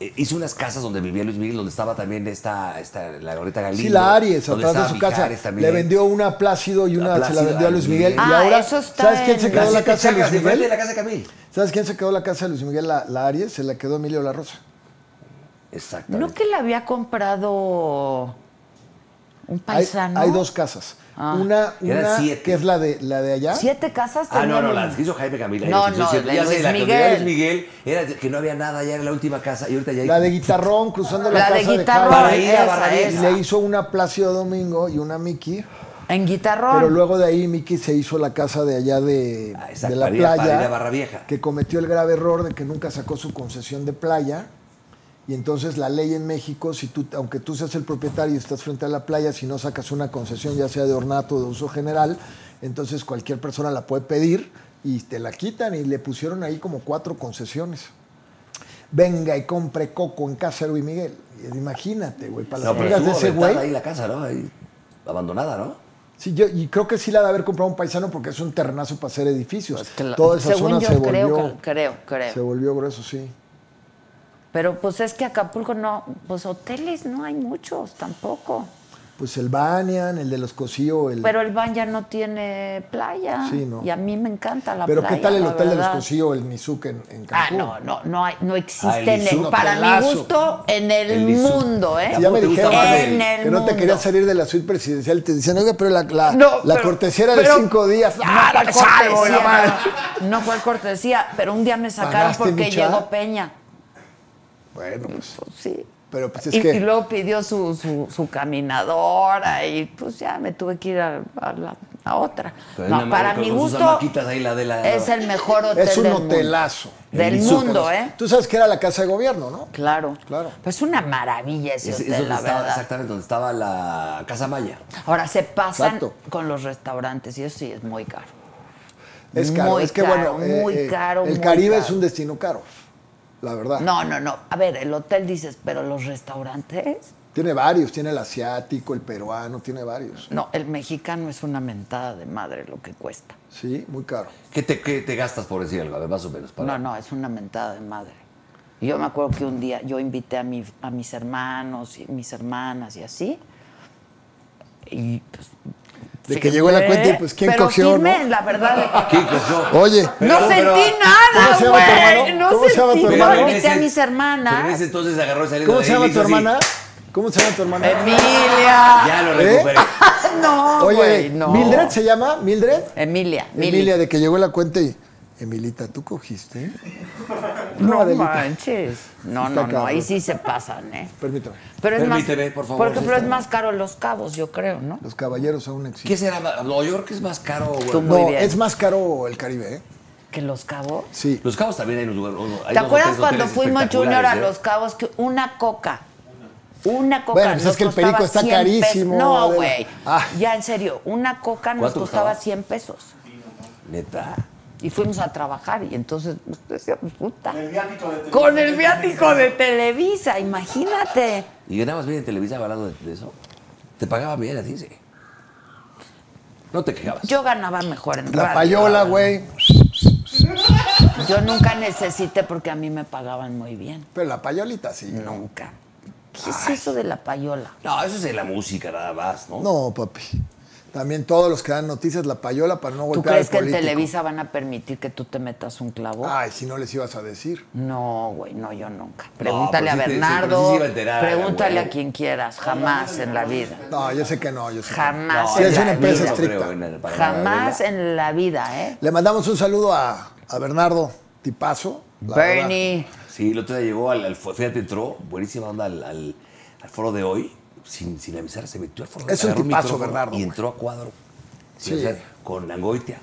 Speaker 4: eh, hizo unas casas donde vivía Luis Miguel, donde estaba también esta, esta la Loreta Galindo.
Speaker 2: Sí, la Aries,
Speaker 4: donde
Speaker 2: atrás de
Speaker 4: estaba
Speaker 2: su casa.
Speaker 4: Mijares también.
Speaker 2: Le vendió una a Plácido y una
Speaker 4: A
Speaker 2: se la
Speaker 4: Plácido,
Speaker 2: vendió a Luis
Speaker 4: a
Speaker 2: Miguel.
Speaker 1: Miguel.
Speaker 2: y
Speaker 1: Ah,
Speaker 2: ahora,
Speaker 1: eso está
Speaker 2: ¿sabes quién se
Speaker 1: en-
Speaker 2: quedó
Speaker 4: Las
Speaker 2: la
Speaker 4: siete
Speaker 2: casa de
Speaker 4: chacras
Speaker 2: Luis
Speaker 4: frente de
Speaker 2: Miguel?
Speaker 4: la casa de Camil.
Speaker 2: ¿Sabes quién se quedó la casa de Luis Miguel? La, la Aries, se la quedó Emilio La Rosa.
Speaker 4: Exactamente.
Speaker 1: No que le había comprado un
Speaker 2: Hay,
Speaker 1: paisano.
Speaker 2: hay dos casas. Una,
Speaker 4: Eran
Speaker 2: una
Speaker 4: siete.
Speaker 2: que es la de, la de allá.
Speaker 1: Ah. Siete casas
Speaker 4: Ah, no, no,
Speaker 1: tenían
Speaker 4: la
Speaker 1: un-
Speaker 4: que hizo Jaime Camila.
Speaker 1: No,
Speaker 4: ya te estoy
Speaker 1: no,
Speaker 4: diciendo.
Speaker 1: de
Speaker 4: ya
Speaker 1: Luis
Speaker 4: sé, la que vendió a Luis
Speaker 1: Miguel.
Speaker 4: Miguel era de- que no había nada, ya era la última casa y ahorita ya hay...
Speaker 2: La de Guitarrón, cruzando la,
Speaker 1: La de
Speaker 2: casa de
Speaker 1: guitarra.
Speaker 4: Para
Speaker 2: Javi.
Speaker 4: ir a
Speaker 1: esa,
Speaker 4: Barranquilla.
Speaker 2: Y
Speaker 1: esa.
Speaker 2: le hizo una a Plácido Domingo y una a Miki.
Speaker 1: En guitarrón.
Speaker 2: Pero luego de ahí Miki se hizo la casa de allá de,
Speaker 4: Ah, exacto,
Speaker 2: de la
Speaker 4: para ir a-
Speaker 2: playa.
Speaker 4: para ir a Barra Vieja.
Speaker 2: Que cometió el grave error de que nunca sacó su concesión de playa. Y entonces la ley en México, si tú, aunque tú seas el propietario y estás frente a la playa, si no sacas una concesión, ya sea de ornato o de uso general, entonces cualquier persona la puede pedir y te la quitan. Y le pusieron ahí como cuatro concesiones. Venga y compre coco en casa de Luis Miguel. Y Imagínate, güey, para las
Speaker 4: No, pero
Speaker 2: amigas de
Speaker 4: estuvo
Speaker 2: ese
Speaker 4: aventada
Speaker 2: güey.
Speaker 4: ahí la casa, ¿no? Ahí, abandonada, ¿no?
Speaker 2: Sí, yo y creo que sí la de haber comprado un paisano porque es un terrenazo para hacer edificios.
Speaker 1: Pues que la-
Speaker 2: Toda esa
Speaker 1: según
Speaker 2: zona
Speaker 1: yo
Speaker 2: se
Speaker 1: creo,
Speaker 2: volvió,
Speaker 1: que- creo, creo.
Speaker 2: se volvió grueso, sí.
Speaker 1: Pero pues es que Acapulco no, pues hoteles no hay muchos tampoco.
Speaker 2: Pues el Banyan, el de los Cosío, el
Speaker 1: Pero el van ya no tiene playa.
Speaker 2: Sí, no.
Speaker 1: Y a mí me encanta la
Speaker 2: Pero
Speaker 1: playa.
Speaker 2: qué tal el
Speaker 1: la
Speaker 2: hotel de los
Speaker 1: verdad.
Speaker 2: Cosío, el Nizuc en, en
Speaker 1: Ah,
Speaker 2: Cancún.
Speaker 1: no, no, no, hay- no existe
Speaker 4: Ah, el
Speaker 1: en el-
Speaker 4: Izu,
Speaker 1: para mi
Speaker 2: hotelazo.
Speaker 1: gusto en el,
Speaker 4: El Izu.
Speaker 1: mundo, ¿eh?
Speaker 2: Sí, ya me
Speaker 4: ¿Te gusta
Speaker 2: dijeron
Speaker 4: más
Speaker 2: que,
Speaker 4: el-
Speaker 1: en el
Speaker 2: que no te
Speaker 1: mundo.
Speaker 2: querías salir de la suite presidencial. Te dicen, oiga, pero la, la,
Speaker 1: No,
Speaker 2: la
Speaker 1: pero-
Speaker 2: cortesía era de
Speaker 1: pero-
Speaker 2: cinco días.
Speaker 1: No,
Speaker 2: ¡Ah,
Speaker 1: ¿cuál
Speaker 2: la salvo, la
Speaker 1: cortesía?
Speaker 2: madre!
Speaker 1: No, ¿cuál cortesía? Pero un día me sacaron
Speaker 2: ¿Pagaste
Speaker 1: porque
Speaker 2: mucha?
Speaker 1: llegó Peña.
Speaker 2: Bueno, pues,
Speaker 1: Sí.
Speaker 2: pero pues es
Speaker 1: y,
Speaker 2: que...
Speaker 1: y luego pidió su, su, su caminadora y pues ya me tuve que ir a, a la a otra.
Speaker 4: Pero es
Speaker 1: no,
Speaker 4: una
Speaker 1: para
Speaker 4: madre con
Speaker 1: mi
Speaker 4: sus
Speaker 1: gusto
Speaker 4: hamaquitas ahí, la de la-
Speaker 1: es el mejor hotel
Speaker 2: es un
Speaker 1: del
Speaker 2: hotelazo.
Speaker 1: mundo. Del
Speaker 4: El Izu,
Speaker 1: mundo, ¿eh?
Speaker 2: Tú sabes que era la casa de gobierno, ¿no?
Speaker 1: Claro.
Speaker 2: Claro.
Speaker 1: Pues una maravilla ese
Speaker 4: Es, es
Speaker 1: hotel,
Speaker 4: donde
Speaker 1: la
Speaker 4: estaba,
Speaker 1: verdad.
Speaker 4: exactamente donde estaba la Casa Maya.
Speaker 1: Ahora se pasan
Speaker 2: Exacto.
Speaker 1: con los restaurantes y eso sí es muy caro.
Speaker 2: Es caro.
Speaker 1: Muy
Speaker 2: es que
Speaker 1: caro,
Speaker 2: bueno, eh,
Speaker 1: muy
Speaker 2: eh,
Speaker 1: caro,
Speaker 2: el
Speaker 1: muy
Speaker 2: Caribe
Speaker 1: caro.
Speaker 2: es un destino caro, la verdad.
Speaker 1: No, no, no. A ver, el hotel dices, pero los restaurantes.
Speaker 2: Tiene varios, tiene el asiático, el peruano, tiene varios.
Speaker 1: No, el mexicano es una mentada de madre lo que cuesta.
Speaker 2: Sí, muy caro.
Speaker 4: ¿Qué te, qué te gastas por decir algo? A ver, más o menos. Para...
Speaker 1: No, no, es una mentada de madre. Y Yo me acuerdo que un día yo invité a, mi- a mis hermanos y mis hermanas y así. Y pues.
Speaker 2: De que llegó la cuenta y, pues, ¿quién
Speaker 1: pero
Speaker 2: cogió,
Speaker 1: firme,
Speaker 2: no?
Speaker 1: la
Speaker 2: <laughs>
Speaker 1: verdad.
Speaker 4: ¿Quién cogió?
Speaker 2: Oye,
Speaker 4: Pero-
Speaker 1: no
Speaker 4: pero-
Speaker 1: sentí
Speaker 2: ¿Cómo se llama tu
Speaker 1: nada, güey.
Speaker 2: hermano?
Speaker 1: No
Speaker 2: ¿Cómo se llama tu
Speaker 1: sentí
Speaker 4: pero
Speaker 1: nada.
Speaker 2: hermano?
Speaker 4: en
Speaker 1: Invité a
Speaker 4: ese-
Speaker 1: mis
Speaker 4: pero en
Speaker 1: hermanas.
Speaker 4: ese entonces agarró y salió
Speaker 2: ¿cómo
Speaker 4: de
Speaker 2: se
Speaker 4: ahí y
Speaker 2: llama
Speaker 4: le
Speaker 2: tu
Speaker 4: hizo así.
Speaker 2: hermana? ¿Cómo se llama tu hermana?
Speaker 1: Emilia.
Speaker 4: Ya lo
Speaker 2: ¿Eh?
Speaker 4: recuperé.
Speaker 1: No,
Speaker 2: Oye,
Speaker 1: güey, no.
Speaker 2: ¿Mildred se llama? ¿Mildred?
Speaker 1: Emilia, Mili.
Speaker 2: Emilia, de que llegó la cuenta y. Emilita, ¿tú cogiste?
Speaker 1: No,
Speaker 2: Adelita.
Speaker 1: manches. No, no,
Speaker 2: Está
Speaker 1: no,
Speaker 2: cabrón.
Speaker 1: ahí sí se pasan, ¿eh?
Speaker 2: Permítame.
Speaker 1: Pero es
Speaker 4: Permíteme,
Speaker 1: más,
Speaker 4: por favor,
Speaker 1: Porque pero es
Speaker 4: Rita.
Speaker 1: más caro los cabos, yo creo, ¿no?
Speaker 2: Los caballeros aún existen.
Speaker 4: ¿Qué será? más- No, yo creo que es más caro, güey.
Speaker 1: Tú- Muy
Speaker 2: No,
Speaker 1: bien.
Speaker 2: es más caro el Caribe, ¿eh?
Speaker 1: Que los cabos.
Speaker 2: Sí.
Speaker 4: Los cabos también hay un lugar. uno- hay
Speaker 1: ¿Te
Speaker 4: dos
Speaker 1: acuerdas
Speaker 4: hoteles-
Speaker 1: cuando
Speaker 4: hoteles
Speaker 1: fuimos Junior a
Speaker 4: espectaculares, ¿eh?
Speaker 1: los cabos que una coca? Una coca.
Speaker 2: Bueno, pues
Speaker 1: nos
Speaker 2: es que el
Speaker 1: costaba
Speaker 2: perico está
Speaker 1: 100 pesos.
Speaker 2: carísimo,
Speaker 1: No,
Speaker 2: Adela.
Speaker 1: güey.
Speaker 2: Ah.
Speaker 1: Ya en serio, una coca nos
Speaker 4: ¿Cuánto
Speaker 1: costaba
Speaker 4: costaba?
Speaker 1: 100 pesos.
Speaker 4: Neta.
Speaker 1: Y fuimos a trabajar y entonces pues, decíamos, puta.
Speaker 6: El viático de Televisa.
Speaker 1: Con el viático de Televisa, imagínate.
Speaker 4: Y ganabas bien en Televisa hablando de, de eso. Te pagaban bien a ti, sí. No te quejabas.
Speaker 1: Yo ganaba mejor en
Speaker 2: La
Speaker 1: radio.
Speaker 2: payola, güey.
Speaker 1: Yo nunca necesité porque a mí me pagaban muy bien.
Speaker 2: Pero la payolita sí. No,
Speaker 1: Nunca. ¿Qué es eso de la payola?
Speaker 4: No, eso es en la música nada más, ¿no?
Speaker 2: no papi. También todos los que dan noticias, la payola para no
Speaker 1: ¿Tú
Speaker 2: golpear
Speaker 1: crees
Speaker 2: al
Speaker 1: que en
Speaker 2: político.
Speaker 1: Televisa van a permitir que tú te metas un clavo?
Speaker 2: Ay, si no les ibas a decir.
Speaker 1: No, güey, no, yo nunca. Pregúntale
Speaker 4: pero
Speaker 1: a
Speaker 4: sí te- sí,
Speaker 1: Bernardo,
Speaker 4: pero sí se iba a enterar,
Speaker 1: pregúntale
Speaker 4: güey.
Speaker 1: a quien quieras, jamás en la vida.
Speaker 2: No, yo sé que no, yo sé que no.
Speaker 1: Jamás
Speaker 2: Sí,
Speaker 1: en
Speaker 2: es
Speaker 1: la
Speaker 2: una
Speaker 1: vida.
Speaker 2: empresa estricta.
Speaker 4: el- para nada,
Speaker 1: Jamás
Speaker 4: ¿verdad?
Speaker 1: en la vida, ¿eh?
Speaker 2: Le mandamos un saludo a, a Bernardo Tipazo. la
Speaker 1: Bernie,
Speaker 4: Sí, el otro día llegó al, al fo- Fíjate, entró. Buenísima onda al, al- al foro de hoy. Sin, sin avisar, se metió al foro de hoy.
Speaker 2: Es un
Speaker 4: agarró
Speaker 2: tipazo,
Speaker 4: micrófono
Speaker 2: Bernardo,
Speaker 4: Y
Speaker 2: güey.
Speaker 4: entró a cuadro.
Speaker 2: Sí.
Speaker 4: O sea, con Angoitia.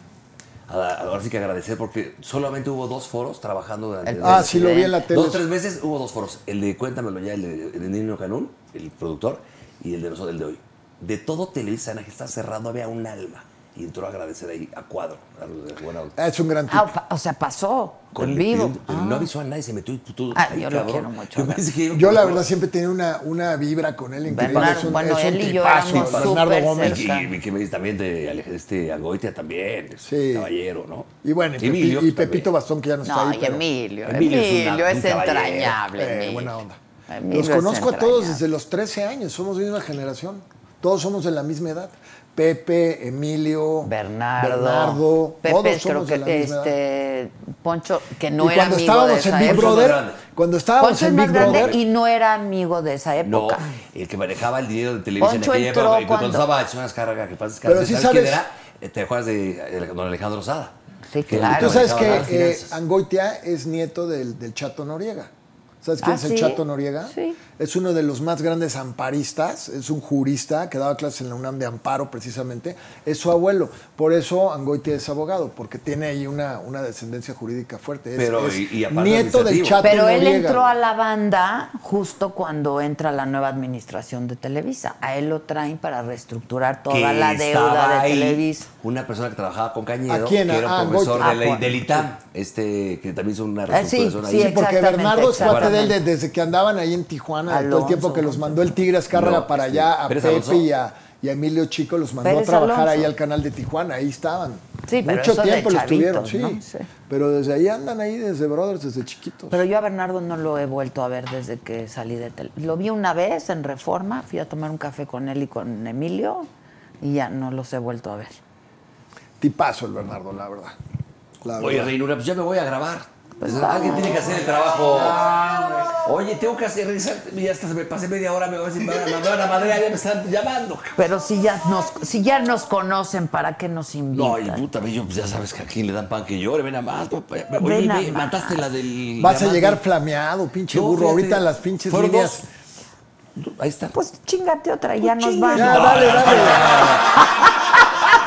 Speaker 4: A- Ahora sí que agradecer porque solamente hubo dos foros trabajando durante
Speaker 1: El-
Speaker 2: Ah, sí, lo vi en la tele.
Speaker 4: Dos, tres meses hubo dos foros. El de Cuéntamelo ya, el de, el de Nino Canún, el productor, y el de nosotros, el de hoy. De todo Televisa Ana, que está cerrado, había un alma. Y entró a agradecer ahí a cuadro. a los de Buena Onda.
Speaker 2: Es un gran tipo.
Speaker 1: ah, o pa- o sea, pasó
Speaker 4: Con
Speaker 1: en
Speaker 4: el
Speaker 1: vivo.
Speaker 4: cliente, pero No
Speaker 1: Ah.
Speaker 4: avisó a nadie, se metió y tú- tú.
Speaker 1: Ah,
Speaker 4: ay,
Speaker 1: yo lo quiero mucho,
Speaker 4: Yo, pensé que era un
Speaker 2: Yo la
Speaker 4: productor.
Speaker 2: verdad siempre tenía una, una vibra con él increíble.
Speaker 1: Bernardo,
Speaker 2: es un,
Speaker 1: bueno,
Speaker 2: es un
Speaker 1: él y yo
Speaker 2: tipazo,
Speaker 1: éramos
Speaker 2: Bernardo
Speaker 1: súper
Speaker 2: Gómez.
Speaker 4: Y,
Speaker 1: cerca.
Speaker 4: y- y que me dice también de Ale- este Agoitia también, es
Speaker 2: Sí.
Speaker 4: caballero, ¿no?
Speaker 2: Y bueno, y, Pepi-
Speaker 4: Emilio,
Speaker 2: y
Speaker 4: que
Speaker 2: Pepito
Speaker 4: también.
Speaker 2: Bastón, que ya no está
Speaker 1: No,
Speaker 2: ahí.
Speaker 1: y
Speaker 2: pero,
Speaker 1: Emilio, Emilio,
Speaker 4: Emilio es una-
Speaker 1: es,
Speaker 4: un caballero.
Speaker 1: entrañable.
Speaker 2: eh,
Speaker 1: Emilio.
Speaker 2: buena onda.
Speaker 1: Emilio
Speaker 2: los
Speaker 1: es
Speaker 2: conozco a todos
Speaker 1: entrañable.
Speaker 2: desde los 13 años, somos de misma generación. Todos somos de la misma edad. Pepe, Emilio,
Speaker 1: Bernardo,
Speaker 2: Bernardo,
Speaker 1: Pepe,
Speaker 2: todos
Speaker 1: creo
Speaker 2: somos de la
Speaker 1: que
Speaker 2: misma edad.
Speaker 1: este Poncho, que no
Speaker 2: y
Speaker 1: era amigo
Speaker 2: cuando
Speaker 1: de
Speaker 2: estábamos
Speaker 1: esa
Speaker 2: en Big
Speaker 1: época.
Speaker 2: Brother,
Speaker 4: grande.
Speaker 2: cuando estábamos
Speaker 1: Poncho es
Speaker 2: en Big
Speaker 1: más grande
Speaker 2: Brother,
Speaker 1: y no era amigo de esa
Speaker 4: No,
Speaker 1: época.
Speaker 4: el que manejaba el dinero de televisión
Speaker 1: Poncho
Speaker 4: en aquella
Speaker 1: entró
Speaker 4: época, y cuando
Speaker 1: cuando-
Speaker 4: estaba hecho unas cargas que pasas
Speaker 2: Pero
Speaker 4: cargas,
Speaker 2: sí
Speaker 4: quién
Speaker 2: sabes-
Speaker 4: era? Eh, ¿Te acuerdas de eh, don Alejandro Sada?
Speaker 1: Sí,
Speaker 4: Que
Speaker 1: claro.
Speaker 2: Tú
Speaker 1: Claro,
Speaker 2: sabes
Speaker 4: manejaba las
Speaker 2: que eh,
Speaker 4: finanzas.
Speaker 2: Angoitia es nieto del, del Chato Noriega. ¿Sabes quién
Speaker 1: Ah,
Speaker 2: es el
Speaker 1: ¿sí?
Speaker 2: Chato Noriega?
Speaker 1: Sí.
Speaker 2: Es uno de los más grandes amparistas, es un jurista que daba clases en la UNAM de amparo precisamente, es su abuelo. Por eso Angoitia es abogado, porque tiene ahí una, una descendencia jurídica fuerte. Es,
Speaker 4: Pero,
Speaker 2: es
Speaker 4: y- y aparte
Speaker 2: nieto del
Speaker 4: administrativo.
Speaker 2: Chato
Speaker 1: Pero él
Speaker 2: Noriega.
Speaker 1: entró a la banda justo cuando entra la nueva administración de Televisa. A él lo traen para reestructurar toda
Speaker 4: que
Speaker 1: la
Speaker 4: estaba
Speaker 1: deuda de
Speaker 4: ahí
Speaker 1: Televisa.
Speaker 4: Una persona que trabajaba con Cañedo,
Speaker 2: ¿A quién?
Speaker 4: que era
Speaker 2: Ah,
Speaker 4: un profesor
Speaker 1: Goiti.
Speaker 4: de la-
Speaker 1: Ah,
Speaker 4: del ITAM, este, que también hizo una
Speaker 1: Ah, sí,
Speaker 4: reestructuración
Speaker 1: sí,
Speaker 4: ahí.
Speaker 2: Sí, porque
Speaker 1: Exactamente,
Speaker 2: Bernardo es cuate de él
Speaker 1: exactamente.
Speaker 2: de- desde que andaban ahí en Tijuana, de todo el tiempo
Speaker 1: Alonso,
Speaker 2: que los mandó el Tigre Azcárraga
Speaker 4: No,
Speaker 2: para
Speaker 4: este,
Speaker 2: allá, a
Speaker 4: Pérez
Speaker 2: Pepe
Speaker 4: Alonso.
Speaker 2: y a, y a Emilio Chico, los mandó
Speaker 1: Pérez
Speaker 2: a trabajar
Speaker 1: Alonso.
Speaker 2: ahí al canal de Tijuana, ahí estaban.
Speaker 1: Sí, pero
Speaker 2: Mucho
Speaker 1: eso de
Speaker 2: tiempo los
Speaker 1: chavitos,
Speaker 2: tuvieron, sí.
Speaker 1: ¿no? Sí.
Speaker 2: Pero desde ahí andan ahí, desde Brothers, desde chiquitos.
Speaker 1: Pero yo a Bernardo no lo he vuelto a ver desde que salí de tele. Lo vi una vez en Reforma, fui a tomar un café con él y con Emilio y ya no los he vuelto a ver.
Speaker 2: Tipazo el Bernardo, la verdad. La
Speaker 4: Oye,
Speaker 2: verdad.
Speaker 4: Reinura, pues ya me voy a grabar. Pues,
Speaker 1: Ah,
Speaker 4: alguien tiene que hacer el trabajo. Oye, tengo que hacer regresar. Ya hasta se me pasé media hora, me voy a decir, me van a- me van a madrear, ya me están llamando.
Speaker 1: Pero si ya nos, si ya nos conocen, ¿para qué nos
Speaker 4: No, y
Speaker 1: invitan?
Speaker 4: puta, ve, yo, pues ya sabes que aquí le dan pan que llore, ven a más. papá. Oye,
Speaker 1: Ven a
Speaker 4: ve,
Speaker 1: más.
Speaker 4: mataste la del.
Speaker 2: Vas a
Speaker 4: diamante.
Speaker 2: llegar flameado, pinche
Speaker 4: No,
Speaker 2: burro.
Speaker 4: fíjate,
Speaker 2: Ahorita las pinches
Speaker 4: fueron
Speaker 2: líneas.
Speaker 4: dos. Ahí está.
Speaker 1: pues chingate otra, ya nos
Speaker 2: Ya,
Speaker 1: vamos.
Speaker 2: dale, dale.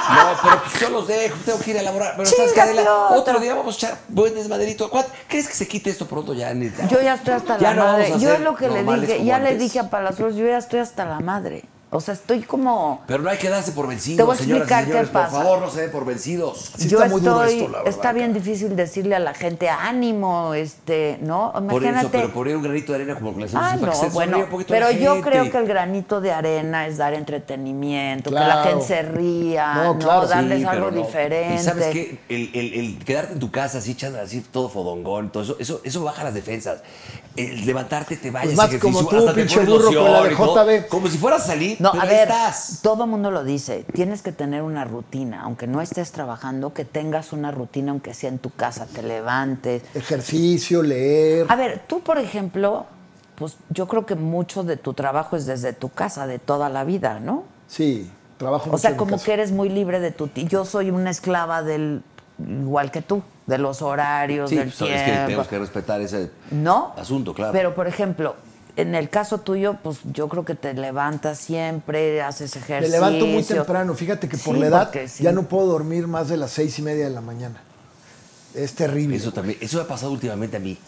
Speaker 4: No, pero pues yo los dejo, tengo que ir a elaborar. Pero sabes que
Speaker 1: Chíngate
Speaker 4: Adela,
Speaker 1: otro.
Speaker 4: otro día vamos a echar buen desmaderito. ¿Cuánto- ¿Crees que se quite esto pronto ya? Ni-
Speaker 1: Yo ya estoy hasta
Speaker 4: Ya
Speaker 1: la
Speaker 4: no vamos
Speaker 1: madre.
Speaker 4: a
Speaker 1: Yo
Speaker 4: ser
Speaker 1: es lo que le
Speaker 4: normales
Speaker 1: dije,
Speaker 4: como
Speaker 1: ya le
Speaker 4: antes.
Speaker 1: dije a Palazuelos, yo ya estoy hasta la madre. O sea, estoy como
Speaker 4: Pero no hay que darse por vencidos,
Speaker 1: Te voy a
Speaker 4: señoras y
Speaker 1: explicar qué
Speaker 4: señores,
Speaker 1: pasa.
Speaker 4: Por favor, no se den por vencidos.
Speaker 2: Sí
Speaker 1: yo
Speaker 2: está muy
Speaker 1: estoy
Speaker 2: duro esto, la verdad,
Speaker 1: está bien difícil decirle a la gente ánimo, este, ¿no?
Speaker 4: Por
Speaker 1: Imagínate.
Speaker 4: eso, pero poner un granito de arena como que le hacemos
Speaker 1: Ah,
Speaker 4: así para que
Speaker 1: no,
Speaker 4: se sonríe
Speaker 1: bueno,
Speaker 4: un poquito
Speaker 1: pero
Speaker 4: la
Speaker 1: yo
Speaker 4: gente.
Speaker 1: creo que el granito de arena es dar entretenimiento, que la
Speaker 2: Claro.
Speaker 1: gente se ría,
Speaker 2: No,
Speaker 1: Ah, ¿no?
Speaker 2: claro, sí,
Speaker 1: darles
Speaker 4: Sí, pero
Speaker 1: algo
Speaker 4: no.
Speaker 1: diferente.
Speaker 4: Y sabes qué, el, el- el quedarte en tu casa así echando así todo fodongón, todo eso, eso, eso baja las defensas. El levantarte te vayas,
Speaker 2: Pues más
Speaker 4: ejercicio,
Speaker 2: como tú,
Speaker 4: hasta te
Speaker 2: pinche
Speaker 4: pones
Speaker 2: burro, con la de
Speaker 4: loción y todo,
Speaker 2: JB.
Speaker 4: Como si fueras a salir,
Speaker 1: No,
Speaker 4: pero
Speaker 1: a
Speaker 4: ahí
Speaker 1: ver,
Speaker 4: estás.
Speaker 1: todo mundo lo dice, tienes que tener una rutina, aunque no estés trabajando, que tengas una rutina, aunque sea en tu casa, te levantes.
Speaker 2: Ejercicio, leer.
Speaker 1: A ver, tú, por ejemplo, pues yo creo que mucho de tu trabajo es desde tu casa, de toda la vida, ¿no?
Speaker 2: Sí, trabajo
Speaker 1: O
Speaker 2: mucho en
Speaker 1: sea,
Speaker 2: mi
Speaker 1: como
Speaker 2: casa.
Speaker 1: que eres muy libre de tu... ti- Yo soy una esclava del igual que tú, de los horarios,
Speaker 4: Sí,
Speaker 1: del
Speaker 4: pues, es que
Speaker 1: tiempo.
Speaker 4: tenemos que respetar ese
Speaker 1: ¿No?
Speaker 4: asunto, claro.
Speaker 1: Pero, por ejemplo, en el caso tuyo, pues yo creo que te levantas siempre, haces
Speaker 2: Me
Speaker 1: ejercicio.
Speaker 2: levanto muy temprano. Fíjate que por
Speaker 1: Sí,
Speaker 2: la edad
Speaker 1: porque sí.
Speaker 2: ya no puedo dormir más de las seis y media de la mañana. Es terrible.
Speaker 4: Eso también, eso me ha pasado últimamente a mí.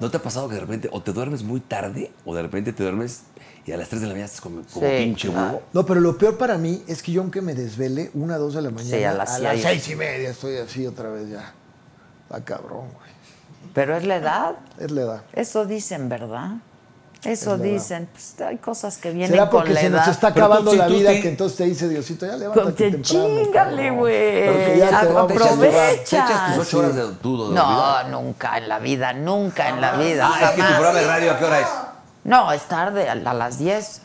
Speaker 4: ¿No te ha pasado que de repente o te duermes muy tarde o de repente te duermes y a las 3 de la mañana estás como, como
Speaker 1: Sí,
Speaker 4: pinche
Speaker 1: claro.
Speaker 4: huevo?
Speaker 2: No, pero lo peor para mí es que yo aunque me desvele una dos de la mañana,
Speaker 1: a las seis.
Speaker 2: seis y media estoy así otra vez ya. Está cabrón, güey.
Speaker 1: Ah, Pero es la edad.
Speaker 2: Es la edad.
Speaker 1: Eso dicen, ¿verdad? Eso
Speaker 2: Es la edad.
Speaker 1: dicen. Pues, hay cosas que vienen
Speaker 2: ¿Será
Speaker 1: con
Speaker 2: porque
Speaker 1: la
Speaker 2: se
Speaker 1: edad.
Speaker 2: nos está
Speaker 4: Pero tú,
Speaker 2: acabando
Speaker 4: si
Speaker 2: la
Speaker 4: tú
Speaker 2: vida
Speaker 4: te-
Speaker 2: que entonces te dice Diosito, ya
Speaker 1: Con-
Speaker 2: levántate
Speaker 1: te-
Speaker 2: temprano?
Speaker 1: Chíngale,
Speaker 2: cabrón"?
Speaker 1: güey.
Speaker 2: Porque ya te va-
Speaker 4: te echas tus- te echas
Speaker 1: Aprovecha.
Speaker 4: tus 8 horas de
Speaker 2: Sí.
Speaker 4: dudo.
Speaker 1: No, nunca en la vida, nunca en la vida.
Speaker 4: Ah, es que tu
Speaker 1: jamás.
Speaker 4: programa de radio, ¿a qué hora es?
Speaker 1: No, es tarde, a, a las 10.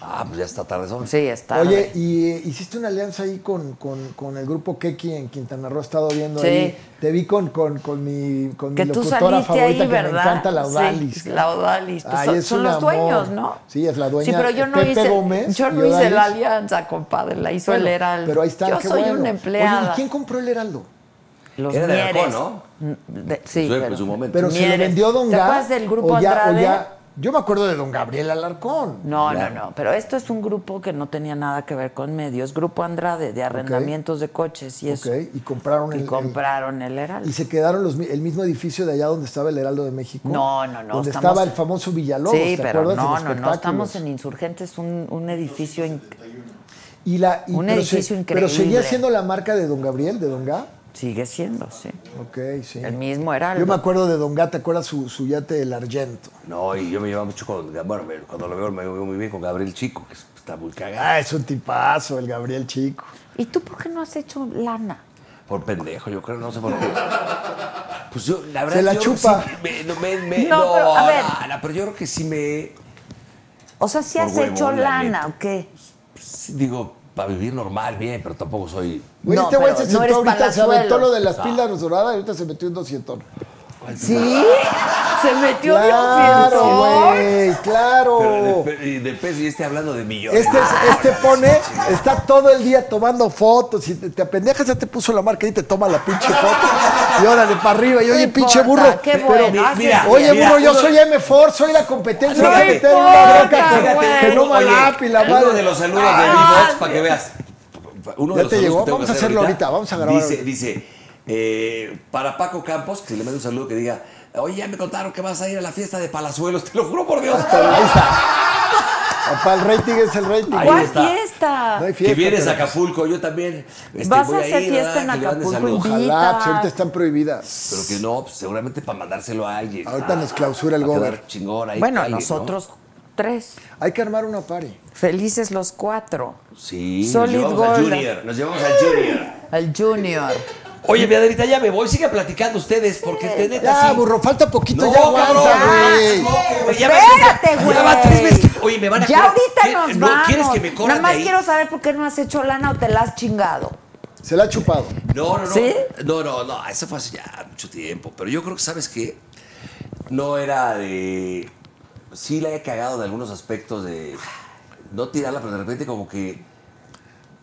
Speaker 4: Ah, pues ya está tarde, son.
Speaker 1: Sí, es tarde.
Speaker 2: Oye, y eh, hiciste una alianza ahí con, con- con el grupo Keki en Quintana Roo, he estado viendo
Speaker 1: Sí.
Speaker 2: ahí. Te vi con, con, con mi, con mi
Speaker 1: que tú
Speaker 2: locutora
Speaker 1: saliste
Speaker 2: favorita
Speaker 1: ahí,
Speaker 2: que
Speaker 1: ¿verdad?
Speaker 2: me encanta, la Odalis.
Speaker 1: Sí, la Odalis. Pues
Speaker 2: Ay,
Speaker 1: son
Speaker 2: es
Speaker 1: son
Speaker 2: un
Speaker 1: los
Speaker 2: amor.
Speaker 1: dueños, ¿no?
Speaker 2: Sí, es la dueña.
Speaker 1: Sí, pero yo no
Speaker 2: Pepe
Speaker 1: hice,
Speaker 2: Gómez
Speaker 1: yo
Speaker 2: y
Speaker 1: no hice la
Speaker 2: Odalis.
Speaker 1: alianza, compadre. La hizo
Speaker 2: Bueno,
Speaker 1: el Heraldo.
Speaker 2: Pero ahí está,
Speaker 1: Yo
Speaker 2: qué
Speaker 1: soy
Speaker 2: bueno.
Speaker 1: una empleada.
Speaker 2: Oye, ¿y quién compró el Heraldo?
Speaker 1: Los
Speaker 4: Era de Alarcón,
Speaker 1: Mieres.
Speaker 4: ¿no?
Speaker 1: De- sí,
Speaker 4: Su- en
Speaker 1: pero-
Speaker 4: su momento.
Speaker 2: Pero se
Speaker 1: Mieres.
Speaker 2: le vendió Don
Speaker 1: ¿Te
Speaker 2: Ga,
Speaker 1: acuerdas del grupo
Speaker 2: o ya- o
Speaker 1: Andrade?
Speaker 2: ya- yo me acuerdo de Don Gabriel Alarcón.
Speaker 1: No,
Speaker 4: Claro.
Speaker 1: no, no. Pero esto es un grupo que no tenía nada que ver con medios. Grupo Andrade, de arrendamientos de coches y eso.
Speaker 2: Ok, y compraron el-
Speaker 1: Y
Speaker 2: el-
Speaker 1: compraron el Heraldo.
Speaker 2: Y se quedaron los mi- el mismo edificio de allá donde estaba el Heraldo de México.
Speaker 1: No, no, no,
Speaker 2: Donde
Speaker 1: estamos-
Speaker 2: estaba el famoso Villalobos,
Speaker 1: sí,
Speaker 2: ¿te
Speaker 1: pero
Speaker 2: acuerdas?
Speaker 1: no, no,
Speaker 2: los
Speaker 1: no. Estamos
Speaker 2: espectáculos.
Speaker 1: en Insurgentes, un, un edificio. en-
Speaker 2: Y la, y-
Speaker 1: un
Speaker 2: pero
Speaker 1: edificio
Speaker 2: Pero seguía
Speaker 1: increíble.
Speaker 2: siendo la marca de Don Gabriel, de Don Ga.
Speaker 1: Sigue siendo, sí.
Speaker 2: Ok, sí.
Speaker 1: El mismo Heraldo.
Speaker 2: Yo me acuerdo de Don Ga, ¿te acuerdas su, su yate El Argento?
Speaker 4: No, y yo me llevaba mucho con. Bueno, me- cuando lo veo, me veo muy bien con Gabriel Chico, que está muy cagado.
Speaker 2: Ah, es un tipazo, el Gabriel Chico.
Speaker 1: ¿Y tú por qué no has hecho lana?
Speaker 4: Por pendejo, yo creo, no sé por
Speaker 1: <laughs>
Speaker 4: qué. Pues yo, la verdad.
Speaker 2: Se la
Speaker 4: yo
Speaker 2: chupa.
Speaker 4: sí me- no, me- me-
Speaker 1: No,
Speaker 4: no,
Speaker 1: pero, a ver.
Speaker 4: no, no, pero yo creo que sí me.
Speaker 1: O sea, si
Speaker 4: Por
Speaker 1: has
Speaker 4: huevón,
Speaker 1: hecho
Speaker 4: la
Speaker 1: lana
Speaker 4: neta.
Speaker 1: o qué.
Speaker 4: sí, digo, para vivir normal, bien, pero tampoco soy.
Speaker 2: Güey,
Speaker 1: No,
Speaker 2: este güey
Speaker 1: pero
Speaker 2: se
Speaker 1: no
Speaker 2: sentó
Speaker 1: eres
Speaker 2: ahorita, se aventó
Speaker 1: palazuelos.
Speaker 2: lo de las
Speaker 4: No.
Speaker 2: pilas doradas y ahorita se metió un 200.
Speaker 4: Pues
Speaker 1: Sí, se metió
Speaker 2: Claro,
Speaker 1: Dios
Speaker 2: güey, claro.
Speaker 4: Pero de, pe- y de peso, y este hablando de millones.
Speaker 2: Este, es-
Speaker 4: Ah,
Speaker 2: este
Speaker 4: no,
Speaker 2: pone,
Speaker 4: sí, chingada.
Speaker 2: está todo el día tomando fotos y te, te apendejas, ya te puso la marca y te toma la pinche foto. Y órale, para arriba. Y oye, pinche
Speaker 1: importa,
Speaker 2: burro.
Speaker 1: qué
Speaker 2: pero-
Speaker 1: bueno, Ah, haces
Speaker 4: mira, <laughs>
Speaker 1: bien.
Speaker 2: oye,
Speaker 4: mira,
Speaker 2: burro, yo
Speaker 4: uno-
Speaker 2: soy M4, soy la competencia.
Speaker 1: No
Speaker 2: voy a meter
Speaker 1: importa,
Speaker 2: una bronca que-
Speaker 1: güey.
Speaker 2: que no me
Speaker 4: Oye,
Speaker 2: lap y la
Speaker 4: Uno
Speaker 2: madre.
Speaker 4: de los saludos de
Speaker 1: Ah,
Speaker 4: B-Box para que veas. Uno
Speaker 2: Ya
Speaker 4: de los
Speaker 2: te llegó,
Speaker 4: saludos que tengo
Speaker 2: vamos
Speaker 4: que
Speaker 2: a
Speaker 4: hacer
Speaker 2: hacerlo ahorita, vamos a grabar
Speaker 4: Dice,
Speaker 2: ahorita.
Speaker 4: dice eh, para Paco Campos, que le mande un saludo que diga, oye, ya me contaron que vas a ir a la fiesta de Palazuelos, te lo juro por Dios.
Speaker 2: Pero ahí está.
Speaker 4: <laughs>
Speaker 2: Para el rating es el rating.
Speaker 4: Ahí
Speaker 1: ¿Cuál
Speaker 4: está.
Speaker 1: fiesta?
Speaker 2: No hay
Speaker 4: que
Speaker 2: fiesta,
Speaker 4: vienes a
Speaker 2: pero-
Speaker 4: Acapulco, yo también. este,
Speaker 1: Vas
Speaker 4: voy
Speaker 1: a hacer
Speaker 4: ir,
Speaker 1: fiesta
Speaker 4: ¿verdad?
Speaker 1: en
Speaker 4: Que le manden
Speaker 1: Acapulco,
Speaker 4: saludos.
Speaker 1: invita.
Speaker 2: Ojalá, pues ahorita están prohibidas.
Speaker 4: Pero que no, pues, seguramente para mandárselo a alguien. Ah,
Speaker 2: Ahorita nos clausura el
Speaker 4: Va a quedar
Speaker 2: gober.
Speaker 4: chingón ahí
Speaker 1: Bueno,
Speaker 4: alguien, ¿no?
Speaker 1: nosotros tres.
Speaker 2: Hay que armar una party.
Speaker 1: Felices los cuatro.
Speaker 4: Sí,
Speaker 1: Solid
Speaker 4: nos llevamos al
Speaker 1: Gold.
Speaker 4: Junior. Nos llevamos al Junior.
Speaker 1: El Junior.
Speaker 4: Oye, Beatriz, ya me voy. Sigue platicando ustedes, porque de neta
Speaker 2: Ya,
Speaker 4: sí.
Speaker 2: burro, falta poquito,
Speaker 4: No,
Speaker 2: ya aguanta,
Speaker 4: cabrón,
Speaker 2: güey.
Speaker 4: No, güey, Pues ya me-
Speaker 1: Espérate,
Speaker 4: ya
Speaker 1: güey.
Speaker 4: va tres veces que- oye, me van a
Speaker 1: Ya
Speaker 4: cobrar-
Speaker 1: ahorita
Speaker 4: ¿Qué?
Speaker 1: nos
Speaker 4: No,
Speaker 1: vamos.
Speaker 4: ¿quieres que me corran
Speaker 1: Nada más
Speaker 4: de ahí?
Speaker 1: quiero saber por qué no has hecho lana o te la has chingado.
Speaker 2: Se la ha chupado.
Speaker 4: No, no, no.
Speaker 1: ¿Sí?
Speaker 4: No, no, no. Eso fue hace ya mucho tiempo. Pero yo creo que, ¿sabes qué? No era de. Sí, la he cagado de algunos aspectos de. No tirarla, pero de repente, como que.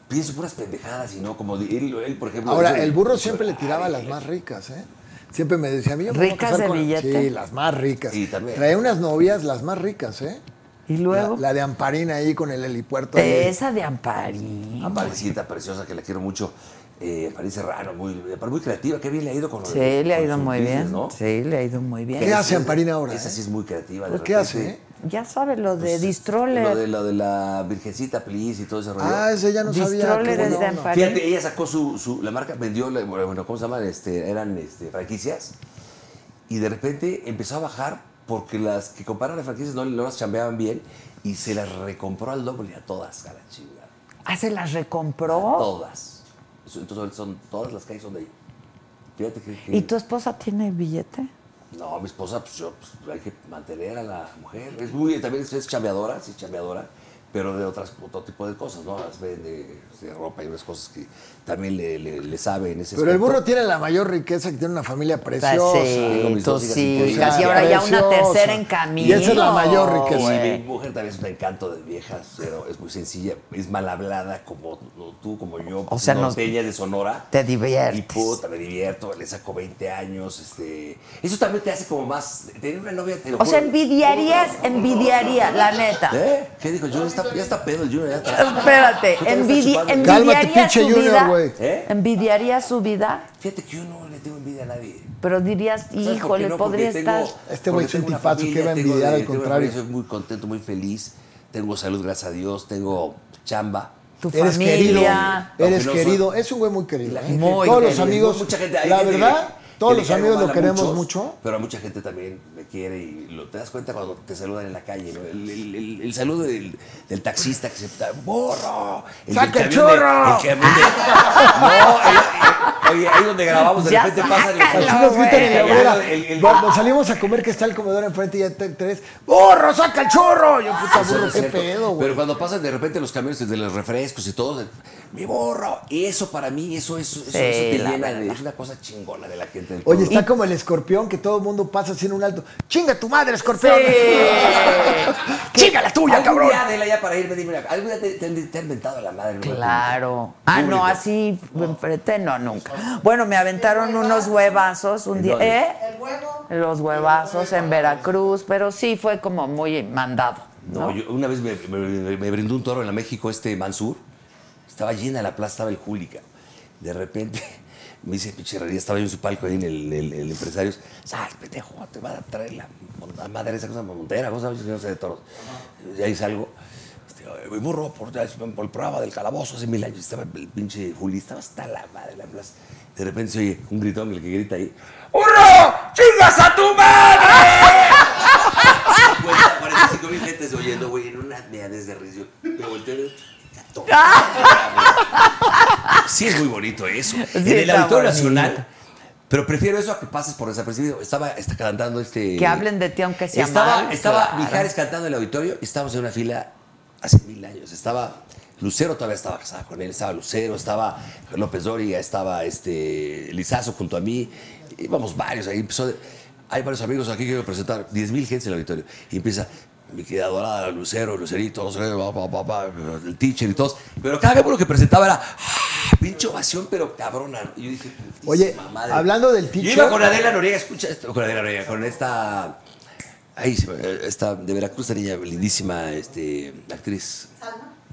Speaker 4: Pienso puras pendejadas y no, como de- él, él, por ejemplo.
Speaker 2: Ahora,
Speaker 4: dice-
Speaker 2: el burro siempre le tiraba las más ricas, ¿eh? Siempre me decía, a mí yo me voy a
Speaker 1: ¿Ricas
Speaker 2: casar
Speaker 1: de
Speaker 2: con-
Speaker 1: billete?
Speaker 2: Sí, las más ricas.
Speaker 4: Sí, también.
Speaker 2: Traía unas novias, las más ricas, ¿eh?
Speaker 1: Y
Speaker 2: La,
Speaker 1: luego.
Speaker 2: la de Amparina ahí con el helipuerto. ahí.
Speaker 1: de esa de Ampari.
Speaker 4: Ah, Aparecita preciosa, que la quiero mucho. Eh, París Serrano, muy, muy creativa. Qué bien le ha ido con los
Speaker 1: Sí, le ha
Speaker 4: con
Speaker 1: ido
Speaker 4: sus
Speaker 1: muy
Speaker 4: business,
Speaker 1: bien.
Speaker 4: ¿no?
Speaker 1: Sí, le ha ido muy bien.
Speaker 2: ¿Qué hace Amparina ahora,
Speaker 4: Esa
Speaker 2: eh?
Speaker 4: sí es muy creativa. de
Speaker 2: ¿Qué hace, eh?
Speaker 4: repente.
Speaker 1: Ya sabes lo de
Speaker 4: Pues,
Speaker 1: Distroller.
Speaker 4: Lo de, lo de la Virgencita Please y todo ese rollo.
Speaker 2: Ah, ese ya no sabía.
Speaker 1: Distroller
Speaker 2: qué
Speaker 1: es de
Speaker 2: buena onda.
Speaker 1: Ampari.
Speaker 4: Fíjate, ella sacó su, su- la marca, vendió, la- bueno, ¿cómo se llaman? Este, eran este, franquicias. Y de repente empezó a bajar porque las que compraron las franquicias no, no las chambeaban bien y se las recompró al doble a todas, a la chingada.
Speaker 1: Ah, se las recompró.
Speaker 4: Todas. Eso- Entonces ahorita son, todas las calles son de ella. Fíjate que... que-
Speaker 1: ¿Y tu esposa tiene billete?
Speaker 4: No, mi esposa, pues yo, pues, hay que mantener a la mujer. Es muy, también es, es chambeadora, sí, chambeadora. pero de otras, otro tipo de cosas, ¿no? Las vende de ropa y unas cosas que también le, le, le sabe en ese
Speaker 2: Pero el
Speaker 4: aspecto.
Speaker 2: burro tiene la mayor riqueza que tiene una familia preciosa.
Speaker 4: Con
Speaker 1: Pues, sí,
Speaker 4: mis
Speaker 1: tú
Speaker 4: dos hijas
Speaker 1: sí,
Speaker 4: increíbles.
Speaker 1: hijas, y ahora ya una
Speaker 2: Preciosa.
Speaker 1: tercera en camino.
Speaker 2: Y esa es la mayor riqueza.
Speaker 4: Y
Speaker 1: güey.
Speaker 4: mi mujer también es un encanto de viejas, pero es muy sencilla, es mal hablada como tú, como yo, pues,
Speaker 1: O sea, nos-
Speaker 4: norteña de Sonora.
Speaker 1: Te
Speaker 4: Y
Speaker 1: diviertes.
Speaker 4: puta, me divierto, le saco 20 años, este... Eso también te hace como más... Tener una novia, te lo
Speaker 1: O sea,
Speaker 4: juro.
Speaker 1: envidiarías, envidiaría, la neta.
Speaker 4: ¿Eh? ¿Qué dijo? Yo ya está, ya está pedo el Junior, ya está.
Speaker 1: Espérate,
Speaker 4: Puta, ya está
Speaker 1: envidi
Speaker 4: chupando.
Speaker 2: Cálmate,
Speaker 1: envidiaría
Speaker 2: pinche
Speaker 1: su
Speaker 2: Junior,
Speaker 1: vida.
Speaker 2: güey.
Speaker 4: ¿Eh?
Speaker 1: Envidiaría su vida,
Speaker 4: Fíjate que yo no le tengo envidia a nadie.
Speaker 1: pero dirías,
Speaker 4: ¿Sabes por qué
Speaker 1: híjole,
Speaker 4: no? Porque
Speaker 1: podría
Speaker 4: tengo-
Speaker 1: estar.
Speaker 4: <laughs>
Speaker 2: Este güey
Speaker 4: porque
Speaker 2: es
Speaker 4: tengo
Speaker 2: un
Speaker 4: una
Speaker 2: tipazo,
Speaker 4: familia,
Speaker 2: ¿qué va a
Speaker 4: tengo
Speaker 2: envidiar? Al
Speaker 4: dinero, tengo una
Speaker 2: contrario.
Speaker 4: familia, Soy muy contento, muy feliz. Tengo salud, gracias a Dios. Tengo chamba.
Speaker 1: Tu
Speaker 2: Eres querido,
Speaker 1: familia.
Speaker 2: eres
Speaker 4: Aunque no
Speaker 2: querido,
Speaker 4: soy-
Speaker 2: es un güey muy querido.
Speaker 4: La
Speaker 2: ¿eh?
Speaker 4: gente-
Speaker 1: Muy
Speaker 2: todos los
Speaker 1: querido.
Speaker 2: amigos,
Speaker 4: Mucha gente- hay
Speaker 2: la
Speaker 4: gente que-
Speaker 2: verdad,
Speaker 4: que
Speaker 2: todos
Speaker 4: le
Speaker 2: los
Speaker 4: caigo
Speaker 2: amigos
Speaker 4: mal
Speaker 2: lo
Speaker 4: a
Speaker 2: queremos
Speaker 4: muchos,
Speaker 2: mucho.
Speaker 4: Pero a mucha gente también me quiere y lo, te das cuenta cuando te saludan en la calle. ¿no? El, el- el- el saludo del, del taxista que se está ¡Borro! El
Speaker 2: ¡Saca
Speaker 4: del
Speaker 2: el
Speaker 4: camión de-
Speaker 2: churro!
Speaker 4: el camión de- no, el- el- oye, ahí donde grabamos, de
Speaker 1: Ya
Speaker 4: repente pasan los-
Speaker 2: Así nos gritan en la
Speaker 4: el-
Speaker 2: abuela.
Speaker 4: el- el-
Speaker 2: Nos nos salimos a comer que está el comedor enfrente y ya te tres. ¡Burro, saca el chorro! Yo, puta
Speaker 4: Eso Ah, no
Speaker 2: burro,
Speaker 4: es
Speaker 2: qué
Speaker 4: cierto.
Speaker 2: pedo, güey.
Speaker 4: Pero cuando pasan de repente los camiones de los refrescos y todo, de- mi borro, eso para mí, eso, eso, eso, eso te
Speaker 1: la
Speaker 4: llena,
Speaker 1: verdad.
Speaker 4: es una cosa chingona de la gente del
Speaker 2: Oye,
Speaker 4: pueblo.
Speaker 2: está como el escorpión que todo el mundo pasa así en un alto. ¡Chinga tu madre,
Speaker 4: <laughs>
Speaker 2: escorpión! ¡Chinga la tuya,
Speaker 4: Algún
Speaker 2: cabrón!
Speaker 4: día, Adela, ya para irme, dime, una- algún día te, te han- te han inventado la madre. güey?
Speaker 1: Claro. Ah, no, así enfrente, no, nunca. Bueno, me aventaron unos huevazos un
Speaker 4: ¿En
Speaker 1: día.
Speaker 4: dónde?
Speaker 1: ¿Eh?
Speaker 9: El huevo.
Speaker 1: Los huevazos en Veracruz, pero sí fue como muy mandado.
Speaker 4: No, yo una vez me, me- me- me brindó un toro en la México este Mansur. Estaba llena la plaza, estaba el Júlica. De repente <laughs> me dice, pinche herrería, estaba yo en su palco ahí en el, el- el Empresarios. Sal, pendejo, te van a traer la, mon- la madre esa cosa montera, cosa yo no sé de toros. Y ahí salgo. Este, "Oye, voy burro por, por el programa del calabozo hace mil años. Estaba el pinche Juli, estaba hasta la madre la plaza. De repente se oye un gritón, el que grita ahí, ¡Burro! ¡Oh, ¡Chingas a tu madre! 50, 45 mil gentes oyendo, güey, en una meadez de risa. Yo Me volteo y digo, "Ya,
Speaker 1: <laughs>
Speaker 4: toma". Sí, es muy bonito eso. en el
Speaker 1: Ah. está
Speaker 4: Auditorio
Speaker 1: bonito.
Speaker 4: Nacional. Pero prefiero eso a que pases por desapercibido. Estaba está cantando este.
Speaker 1: Que hablen de ti aunque sea
Speaker 4: Estaba,
Speaker 1: mal,
Speaker 4: estaba
Speaker 1: claro.
Speaker 4: Mijares cantando en el auditorio. y Estábamos en una fila hace mil años. Estaba. Lucero todavía estaba casada con él. Estaba Lucero, estaba López Doria, estaba este Lizazo junto a mí. Íbamos varios. Ahí empezó. de- hay varios amigos aquí que quiero presentar. 10.000 mil gentes en el auditorio. Y empieza. Mi querida dorada, Lucero, Lucerito, no sé qué, pa, pa, pa, pa, el teacher y todos. Pero cada vez lo que presentaba era. "Ah, Pinche ovación, pero cabrona. Y yo dije, "Putísima
Speaker 2: Oye, hablando del
Speaker 4: Yo
Speaker 2: teacher-
Speaker 4: iba con Adela Noriega, escucha esto, con Adela Noriega, con esta. Ahí se me- Eh, esta de Veracruz, esta niña lindísima, este, actriz.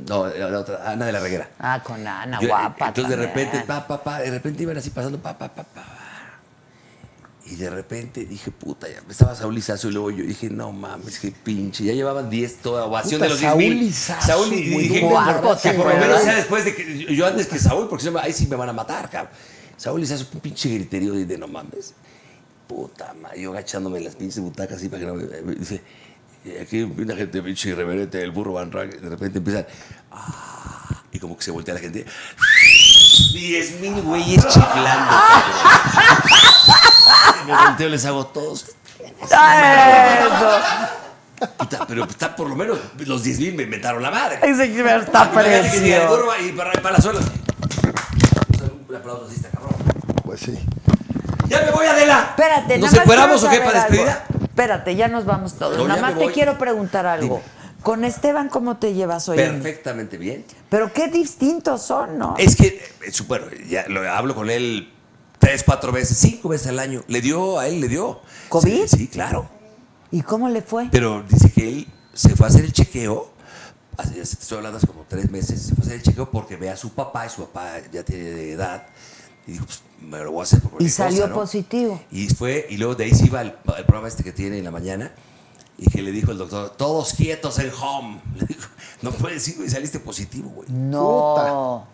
Speaker 4: No, la la otra, Ana de la Reguera.
Speaker 1: Ah, con Ana,
Speaker 4: Yo, eh,
Speaker 1: guapa.
Speaker 4: Entonces de
Speaker 1: también.
Speaker 4: repente, pa, pa, pa, de repente iban así pasando, pa, pa, pa, pa. Y de repente dije, puta, ya estaba Saúl Lizazo y luego yo dije, no mames, qué pinche. Ya llevaban 10, toda ovación
Speaker 2: Puta,
Speaker 4: de los 10 mil.
Speaker 2: Saúl Lizazo,
Speaker 4: Saúl y
Speaker 2: güey,
Speaker 4: dije,
Speaker 2: no
Speaker 4: que
Speaker 1: mames,
Speaker 4: por, que
Speaker 1: sí,
Speaker 4: por lo
Speaker 1: güey.
Speaker 4: menos sea después de que yo antes que Saúl, porque si no, ahí sí me van a matar, cabrón. Saúl Lizazo, un pinche griterío de, de no mames. Puta madre, yo agachándome en las pinches butacas así para que no me- me- Dice, "Eh, aquí una gente pinche irreverente, el burro Van Rank, de repente empiezan, "Ah", y como que se voltea la gente. 10 mil güeyes chiflando. Y me volteo, les hago todos.
Speaker 1: Eso.
Speaker 4: Puta, pero está por lo menos los 10 mil me inventaron la madre.
Speaker 1: Ese que está
Speaker 4: Imagínate que diga el
Speaker 1: precioso.
Speaker 4: gorro y para, para la suela. Un aplauso así, está cabrón.
Speaker 2: Pues sí.
Speaker 4: ¡Ya me voy, Adela!
Speaker 1: Espérate,
Speaker 4: ¿Nos
Speaker 1: nada más
Speaker 4: separamos o
Speaker 1: quiero
Speaker 4: qué para
Speaker 1: saber
Speaker 4: despedida?
Speaker 1: algo. Espérate, ya nos vamos todos.
Speaker 4: No,
Speaker 1: nada
Speaker 4: ya me
Speaker 1: más te
Speaker 4: voy.
Speaker 1: quiero preguntar algo. Con Esteban, ¿cómo te llevas hoy? en-
Speaker 4: Perfectamente bien.
Speaker 1: Pero qué distintos son, ¿no?
Speaker 4: Es que, eh, su- bueno, ya lo hablo con él tres, cuatro veces, cinco veces al año. Le dio, a él le dio.
Speaker 1: ¿Covid?
Speaker 4: Sí, sí, claro.
Speaker 1: ¿Y cómo le fue?
Speaker 4: Pero dice que él se fue a hacer el chequeo. Hace, ya estoy hablando hace como tres meses. Se fue a hacer el chequeo porque ve a su papá y su papá ya tiene edad. Y dijo, pues me lo voy a hacer
Speaker 1: Y
Speaker 4: por cualquier
Speaker 1: salió
Speaker 4: cosa, ¿no?
Speaker 1: positivo.
Speaker 4: Y fue, y luego de ahí se iba al, al programa este que tiene en la mañana y que le dijo el doctor, todos quietos en home. <laughs> Le dijo, no puedes ir, güey, saliste positivo, güey.
Speaker 1: No.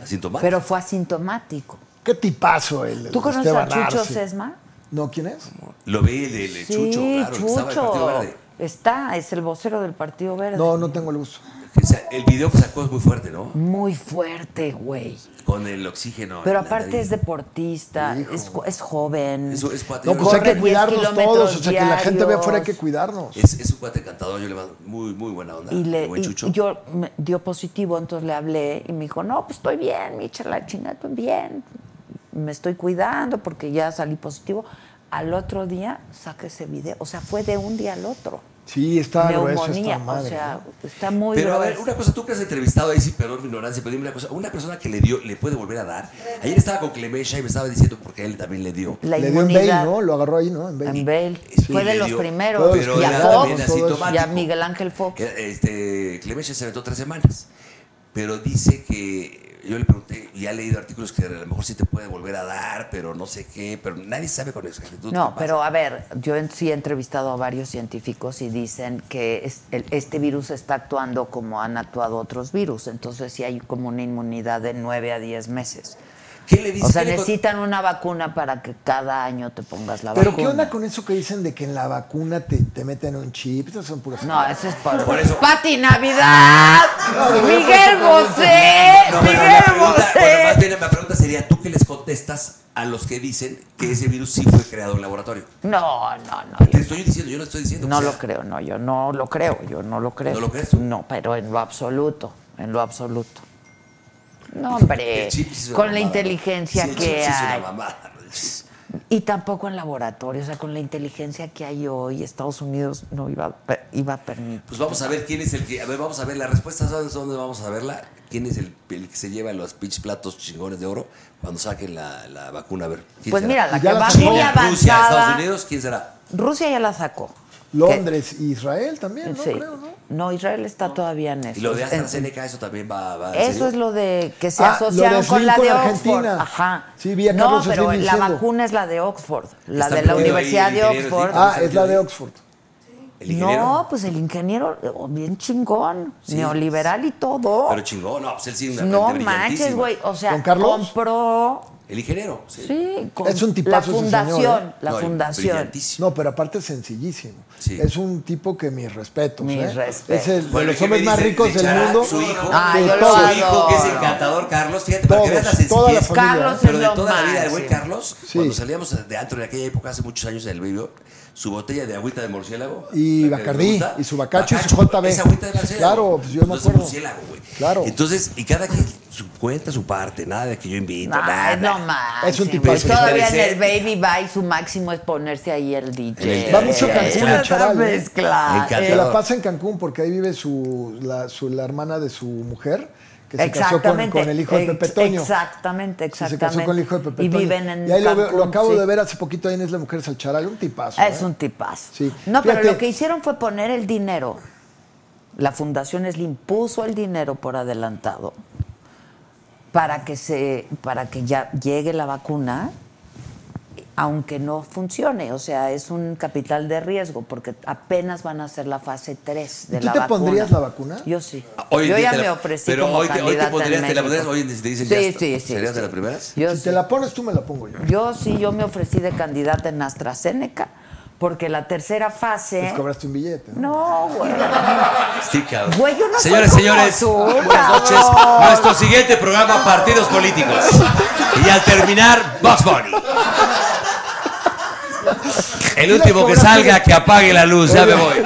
Speaker 4: Asintomático.
Speaker 1: Pero fue asintomático.
Speaker 2: <laughs> Qué tipazo él.
Speaker 1: ¿Tú
Speaker 2: el
Speaker 1: conoces a
Speaker 2: Esteban
Speaker 1: Chucho
Speaker 4: ah,
Speaker 2: Arce.
Speaker 1: Sesma?
Speaker 2: No, ¿quién es?
Speaker 4: Lo ve el, el Chucho, claro, que estaba en el Partido Verde.
Speaker 1: Está, es el vocero del Partido Verde.
Speaker 2: No, no tengo el gusto.
Speaker 4: O sea, el video que sacó es muy fuerte, ¿no?
Speaker 1: Muy fuerte, güey.
Speaker 4: Con el oxígeno.
Speaker 1: Pero
Speaker 4: en la
Speaker 1: aparte
Speaker 4: nariz.
Speaker 1: es deportista, es, cu- es joven.
Speaker 4: Es- es cuate-
Speaker 2: No, pues
Speaker 1: Corre
Speaker 2: hay que
Speaker 1: 10
Speaker 2: cuidarnos
Speaker 1: kilómetros
Speaker 2: todos. O sea, que la gente ve afuera hay que
Speaker 1: diarios.
Speaker 2: cuidarnos.
Speaker 4: Es, es un cuate encantador, yo le mando muy, muy buena onda.
Speaker 1: Y, le,
Speaker 4: buen
Speaker 1: y-
Speaker 4: chucho.
Speaker 1: y yo me dio positivo, entonces le hablé y me dijo, no, pues estoy bien, mi la chingada, estoy bien. Me estoy cuidando porque ya salí positivo. Al otro día saqué ese video. O sea, fue de un día al otro.
Speaker 2: Sí, está grueso
Speaker 1: Neumonía.
Speaker 2: esta madre.
Speaker 1: o sea,
Speaker 2: ¿no?
Speaker 1: está muy
Speaker 4: pero a ver,
Speaker 1: grueso.
Speaker 4: una cosa, tú que has entrevistado ahí, sí, perdón mi ignorancia, pero dime una cosa, una persona que le dio, ¿le puede volver a dar? Ayer estaba con Clemencia y me estaba diciendo porque a él también le dio.
Speaker 1: La
Speaker 2: Le dio en Bale,
Speaker 1: inmunidad
Speaker 2: ¿no? Lo agarró ahí, ¿no? En Bale.
Speaker 1: en Bale.
Speaker 4: Sí,
Speaker 1: fue de
Speaker 4: le
Speaker 1: los
Speaker 4: dio.
Speaker 1: primeros.
Speaker 4: Pero
Speaker 1: y a
Speaker 4: era
Speaker 1: Fox,
Speaker 4: también
Speaker 1: y a
Speaker 4: asintomático.
Speaker 1: Miguel Ángel Fox.
Speaker 4: Eh, Este, Clemencia se aventó tres semanas, pero dice que yo le pregunté, y ha leído artículos que a lo mejor sí te puede volver a dar, pero no sé qué, pero nadie sabe con exactitud. qué
Speaker 1: No,
Speaker 4: pasa.
Speaker 1: pero a ver, yo en- sí he entrevistado a varios científicos y dicen que es- el- este virus está actuando como han actuado otros virus, entonces sí hay como una inmunidad de 9 a 10 meses.
Speaker 4: ¿Qué le dice?
Speaker 1: O sea,
Speaker 4: ¿Qué le con-
Speaker 1: necesitan una vacuna para que cada año te pongas la
Speaker 2: Pero
Speaker 1: vacuna.
Speaker 2: ¿qué onda con eso que dicen de que en la vacuna te, te meten un chip? Esas son puras.
Speaker 1: No, eso es por,
Speaker 4: Por eso-
Speaker 1: Pati Navidad, Miguel Bosé,
Speaker 4: No, pero la
Speaker 1: Miguel
Speaker 4: pregunta, bueno, más
Speaker 1: Bosé.
Speaker 4: bien la pregunta sería, ¿tú qué les contestas a los que dicen que ese virus sí fue creado en laboratorio?
Speaker 1: No, no, no.
Speaker 4: Te
Speaker 1: yo-
Speaker 4: estoy diciendo, yo no estoy diciendo.
Speaker 1: No
Speaker 4: o sea,
Speaker 1: lo creo, no, yo no lo creo, yo no lo creo.
Speaker 4: ¿No lo crees tú?
Speaker 1: No, pero en lo absoluto, en lo absoluto. No, hombre,
Speaker 4: el chip sí es una
Speaker 1: con la
Speaker 4: mamada, ¿no?
Speaker 1: inteligencia
Speaker 4: Sí, el chip sí
Speaker 1: que
Speaker 4: es una
Speaker 1: hay.
Speaker 4: mamada, Pues el chip.
Speaker 1: Y tampoco en laboratorio, o sea, con la inteligencia que hay hoy, Estados Unidos no iba, a per- iba a permitir.
Speaker 4: Pues vamos a ver quién es el que. A ver, vamos a ver la respuesta. ¿Sabes dónde vamos a verla? ¿Quién es el, el que se lleva los pinches platos chingones de oro cuando saquen la, la vacuna? A ver. ¿quién
Speaker 1: Pues
Speaker 4: será?
Speaker 1: mira, la
Speaker 2: Ya
Speaker 1: que
Speaker 2: la
Speaker 1: va
Speaker 2: sacó.
Speaker 1: muy
Speaker 4: China, Rusia,
Speaker 1: avanzada.
Speaker 4: Estados Unidos, ¿quién será?
Speaker 1: Rusia ya la sacó.
Speaker 2: Londres, Israel también, ¿no?
Speaker 1: Sí.
Speaker 2: Creo, ¿no?
Speaker 1: No, Israel está todavía en eso.
Speaker 4: Y lo de
Speaker 1: En-
Speaker 4: AstraZeneca, eso también va. va ¿en
Speaker 1: Eso
Speaker 4: serio?
Speaker 1: es lo de que se
Speaker 2: Ah, lo
Speaker 1: asociaron
Speaker 2: de
Speaker 1: con la de
Speaker 2: Slim con
Speaker 1: Oxford.
Speaker 2: Argentina.
Speaker 1: Ajá.
Speaker 2: Sí, vi a
Speaker 1: no,
Speaker 2: Carlos
Speaker 1: pero
Speaker 2: Slim
Speaker 1: la
Speaker 2: diciendo.
Speaker 1: vacuna es la de Oxford, la
Speaker 4: Están
Speaker 1: de la
Speaker 4: poniendo ahí
Speaker 1: Universidad de
Speaker 4: ingenieros
Speaker 1: Oxford.
Speaker 4: de-
Speaker 2: Ah, es la de Oxford.
Speaker 4: El ingeniero.
Speaker 1: No, pues el ingeniero, oh, bien chingón,
Speaker 4: Sí.
Speaker 1: neoliberal y todo.
Speaker 4: Pero chingón, no, pues él sí, una
Speaker 1: Oh. no
Speaker 4: mente
Speaker 1: manches,
Speaker 4: brillantísima.
Speaker 1: güey. O sea,
Speaker 2: ¿Don Carlos?
Speaker 1: compró.
Speaker 4: El ingeniero, sí.
Speaker 1: Sí, con
Speaker 2: Es un tipazo
Speaker 1: La
Speaker 2: ese señor,
Speaker 1: fundación,
Speaker 2: ¿eh?
Speaker 1: la
Speaker 4: No, y
Speaker 1: fundación.
Speaker 4: brillantísimo.
Speaker 2: No, pero aparte es sencillísimo.
Speaker 4: Sí.
Speaker 2: Es un tipo que mis respetos.
Speaker 1: Mis
Speaker 2: ¿eh?
Speaker 1: respetos.
Speaker 2: Es el,
Speaker 4: Bueno,
Speaker 2: de
Speaker 4: ¿y
Speaker 2: los
Speaker 4: qué me
Speaker 2: hombres más
Speaker 4: dices
Speaker 2: ricos
Speaker 4: de
Speaker 2: del
Speaker 4: Chara,
Speaker 2: mundo.
Speaker 4: Su hijo,
Speaker 1: Ah,
Speaker 2: de
Speaker 1: yo lo
Speaker 2: todos.
Speaker 1: adoro.
Speaker 4: su hijo que es encantador, Carlos. Fíjate, para que veas la
Speaker 2: Todos, toda la
Speaker 4: sencillez.
Speaker 2: familia.
Speaker 1: Carlos
Speaker 4: Pero
Speaker 1: es
Speaker 4: de
Speaker 1: lo
Speaker 4: toda la vida del buen
Speaker 1: máximo.
Speaker 4: Carlos,
Speaker 2: Sí.
Speaker 4: cuando salíamos de antro en aquella época, hace muchos años en el vivo, su botella de agüita de murciélago.
Speaker 2: Y
Speaker 4: la que
Speaker 2: Bacardí,
Speaker 4: le gusta,
Speaker 2: y su Bacacho, y su JB.
Speaker 4: Esa agüita de murciélago.
Speaker 2: Claro, pues yo me
Speaker 4: No es
Speaker 2: acuerdo.
Speaker 4: murciélago, güey.
Speaker 2: Claro.
Speaker 4: Entonces, y cada quien su cuenta su parte, nada de que yo invito, nada.
Speaker 1: Ay, no manches.
Speaker 2: Es un tipazo.
Speaker 1: pues, Todavía en
Speaker 4: Parece-
Speaker 1: el Baby Bye su máximo es ponerse ahí el DJ.
Speaker 4: Va mucho
Speaker 1: Eh,
Speaker 2: Cancún,
Speaker 1: esa
Speaker 2: chaval, ¿eh?
Speaker 1: mezcla.
Speaker 4: Me encanta.
Speaker 2: Se la pasa en Cancún porque ahí vive su la, su- la hermana de su mujer, que se casó con, con el hijo de
Speaker 1: Ex-
Speaker 2: Pepe Toño.
Speaker 1: Exactamente,
Speaker 2: Que se
Speaker 1: exactamente.
Speaker 2: casó con el hijo de Pepe
Speaker 1: Y
Speaker 2: Toño.
Speaker 1: viven en
Speaker 2: Y ahí lo, veo- lo
Speaker 1: Cancún,
Speaker 2: acabo
Speaker 1: sí.
Speaker 2: de ver hace poquito ahí en Isla Mujer Salcharal, un tipazo.
Speaker 1: Es
Speaker 2: ¿eh?
Speaker 1: un tipazo.
Speaker 2: Sí.
Speaker 1: No, pero
Speaker 2: Fíjate.
Speaker 1: lo que hicieron fue poner el dinero. La Fundación Slim puso el dinero por adelantado para que se, para que ya llegue la vacuna, aunque no funcione. O sea, es un capital de riesgo, porque apenas van a hacer la fase 3 de
Speaker 2: ¿Tú
Speaker 1: la
Speaker 2: te
Speaker 1: vacuna.
Speaker 2: pondrías la vacuna?
Speaker 1: Yo sí.
Speaker 4: Hoy en
Speaker 1: Yo
Speaker 4: día
Speaker 1: ya
Speaker 4: te la-
Speaker 1: me ofrecí
Speaker 4: pero
Speaker 1: como
Speaker 4: hoy te- hoy te
Speaker 1: candidata en
Speaker 4: pondrías, te la
Speaker 1: México.
Speaker 4: pondrías, hoy te dicen,
Speaker 1: sí,
Speaker 4: ya
Speaker 1: sí,
Speaker 4: está.
Speaker 1: sí,
Speaker 4: ¿Serías
Speaker 1: sí.
Speaker 4: de las primeras?
Speaker 1: Yo
Speaker 2: si
Speaker 1: sí. ¿Eh?
Speaker 2: te la pones tú, me la pongo yo.
Speaker 1: Yo sí, yo me ofrecí de candidata en AstraZeneca, porque la tercera fase.
Speaker 2: Les cobraste un billete. ¿no?
Speaker 1: No, güey.
Speaker 4: Sí, cabrón.
Speaker 1: Güey, yo no soy
Speaker 4: señores,
Speaker 1: como
Speaker 4: señores,
Speaker 1: tú,
Speaker 4: buenas noches.
Speaker 1: cabrón.
Speaker 4: Nuestro siguiente programa, Partidos Políticos. Y al terminar, Box Bunny. El último que salga, que apague la luz, ya me voy.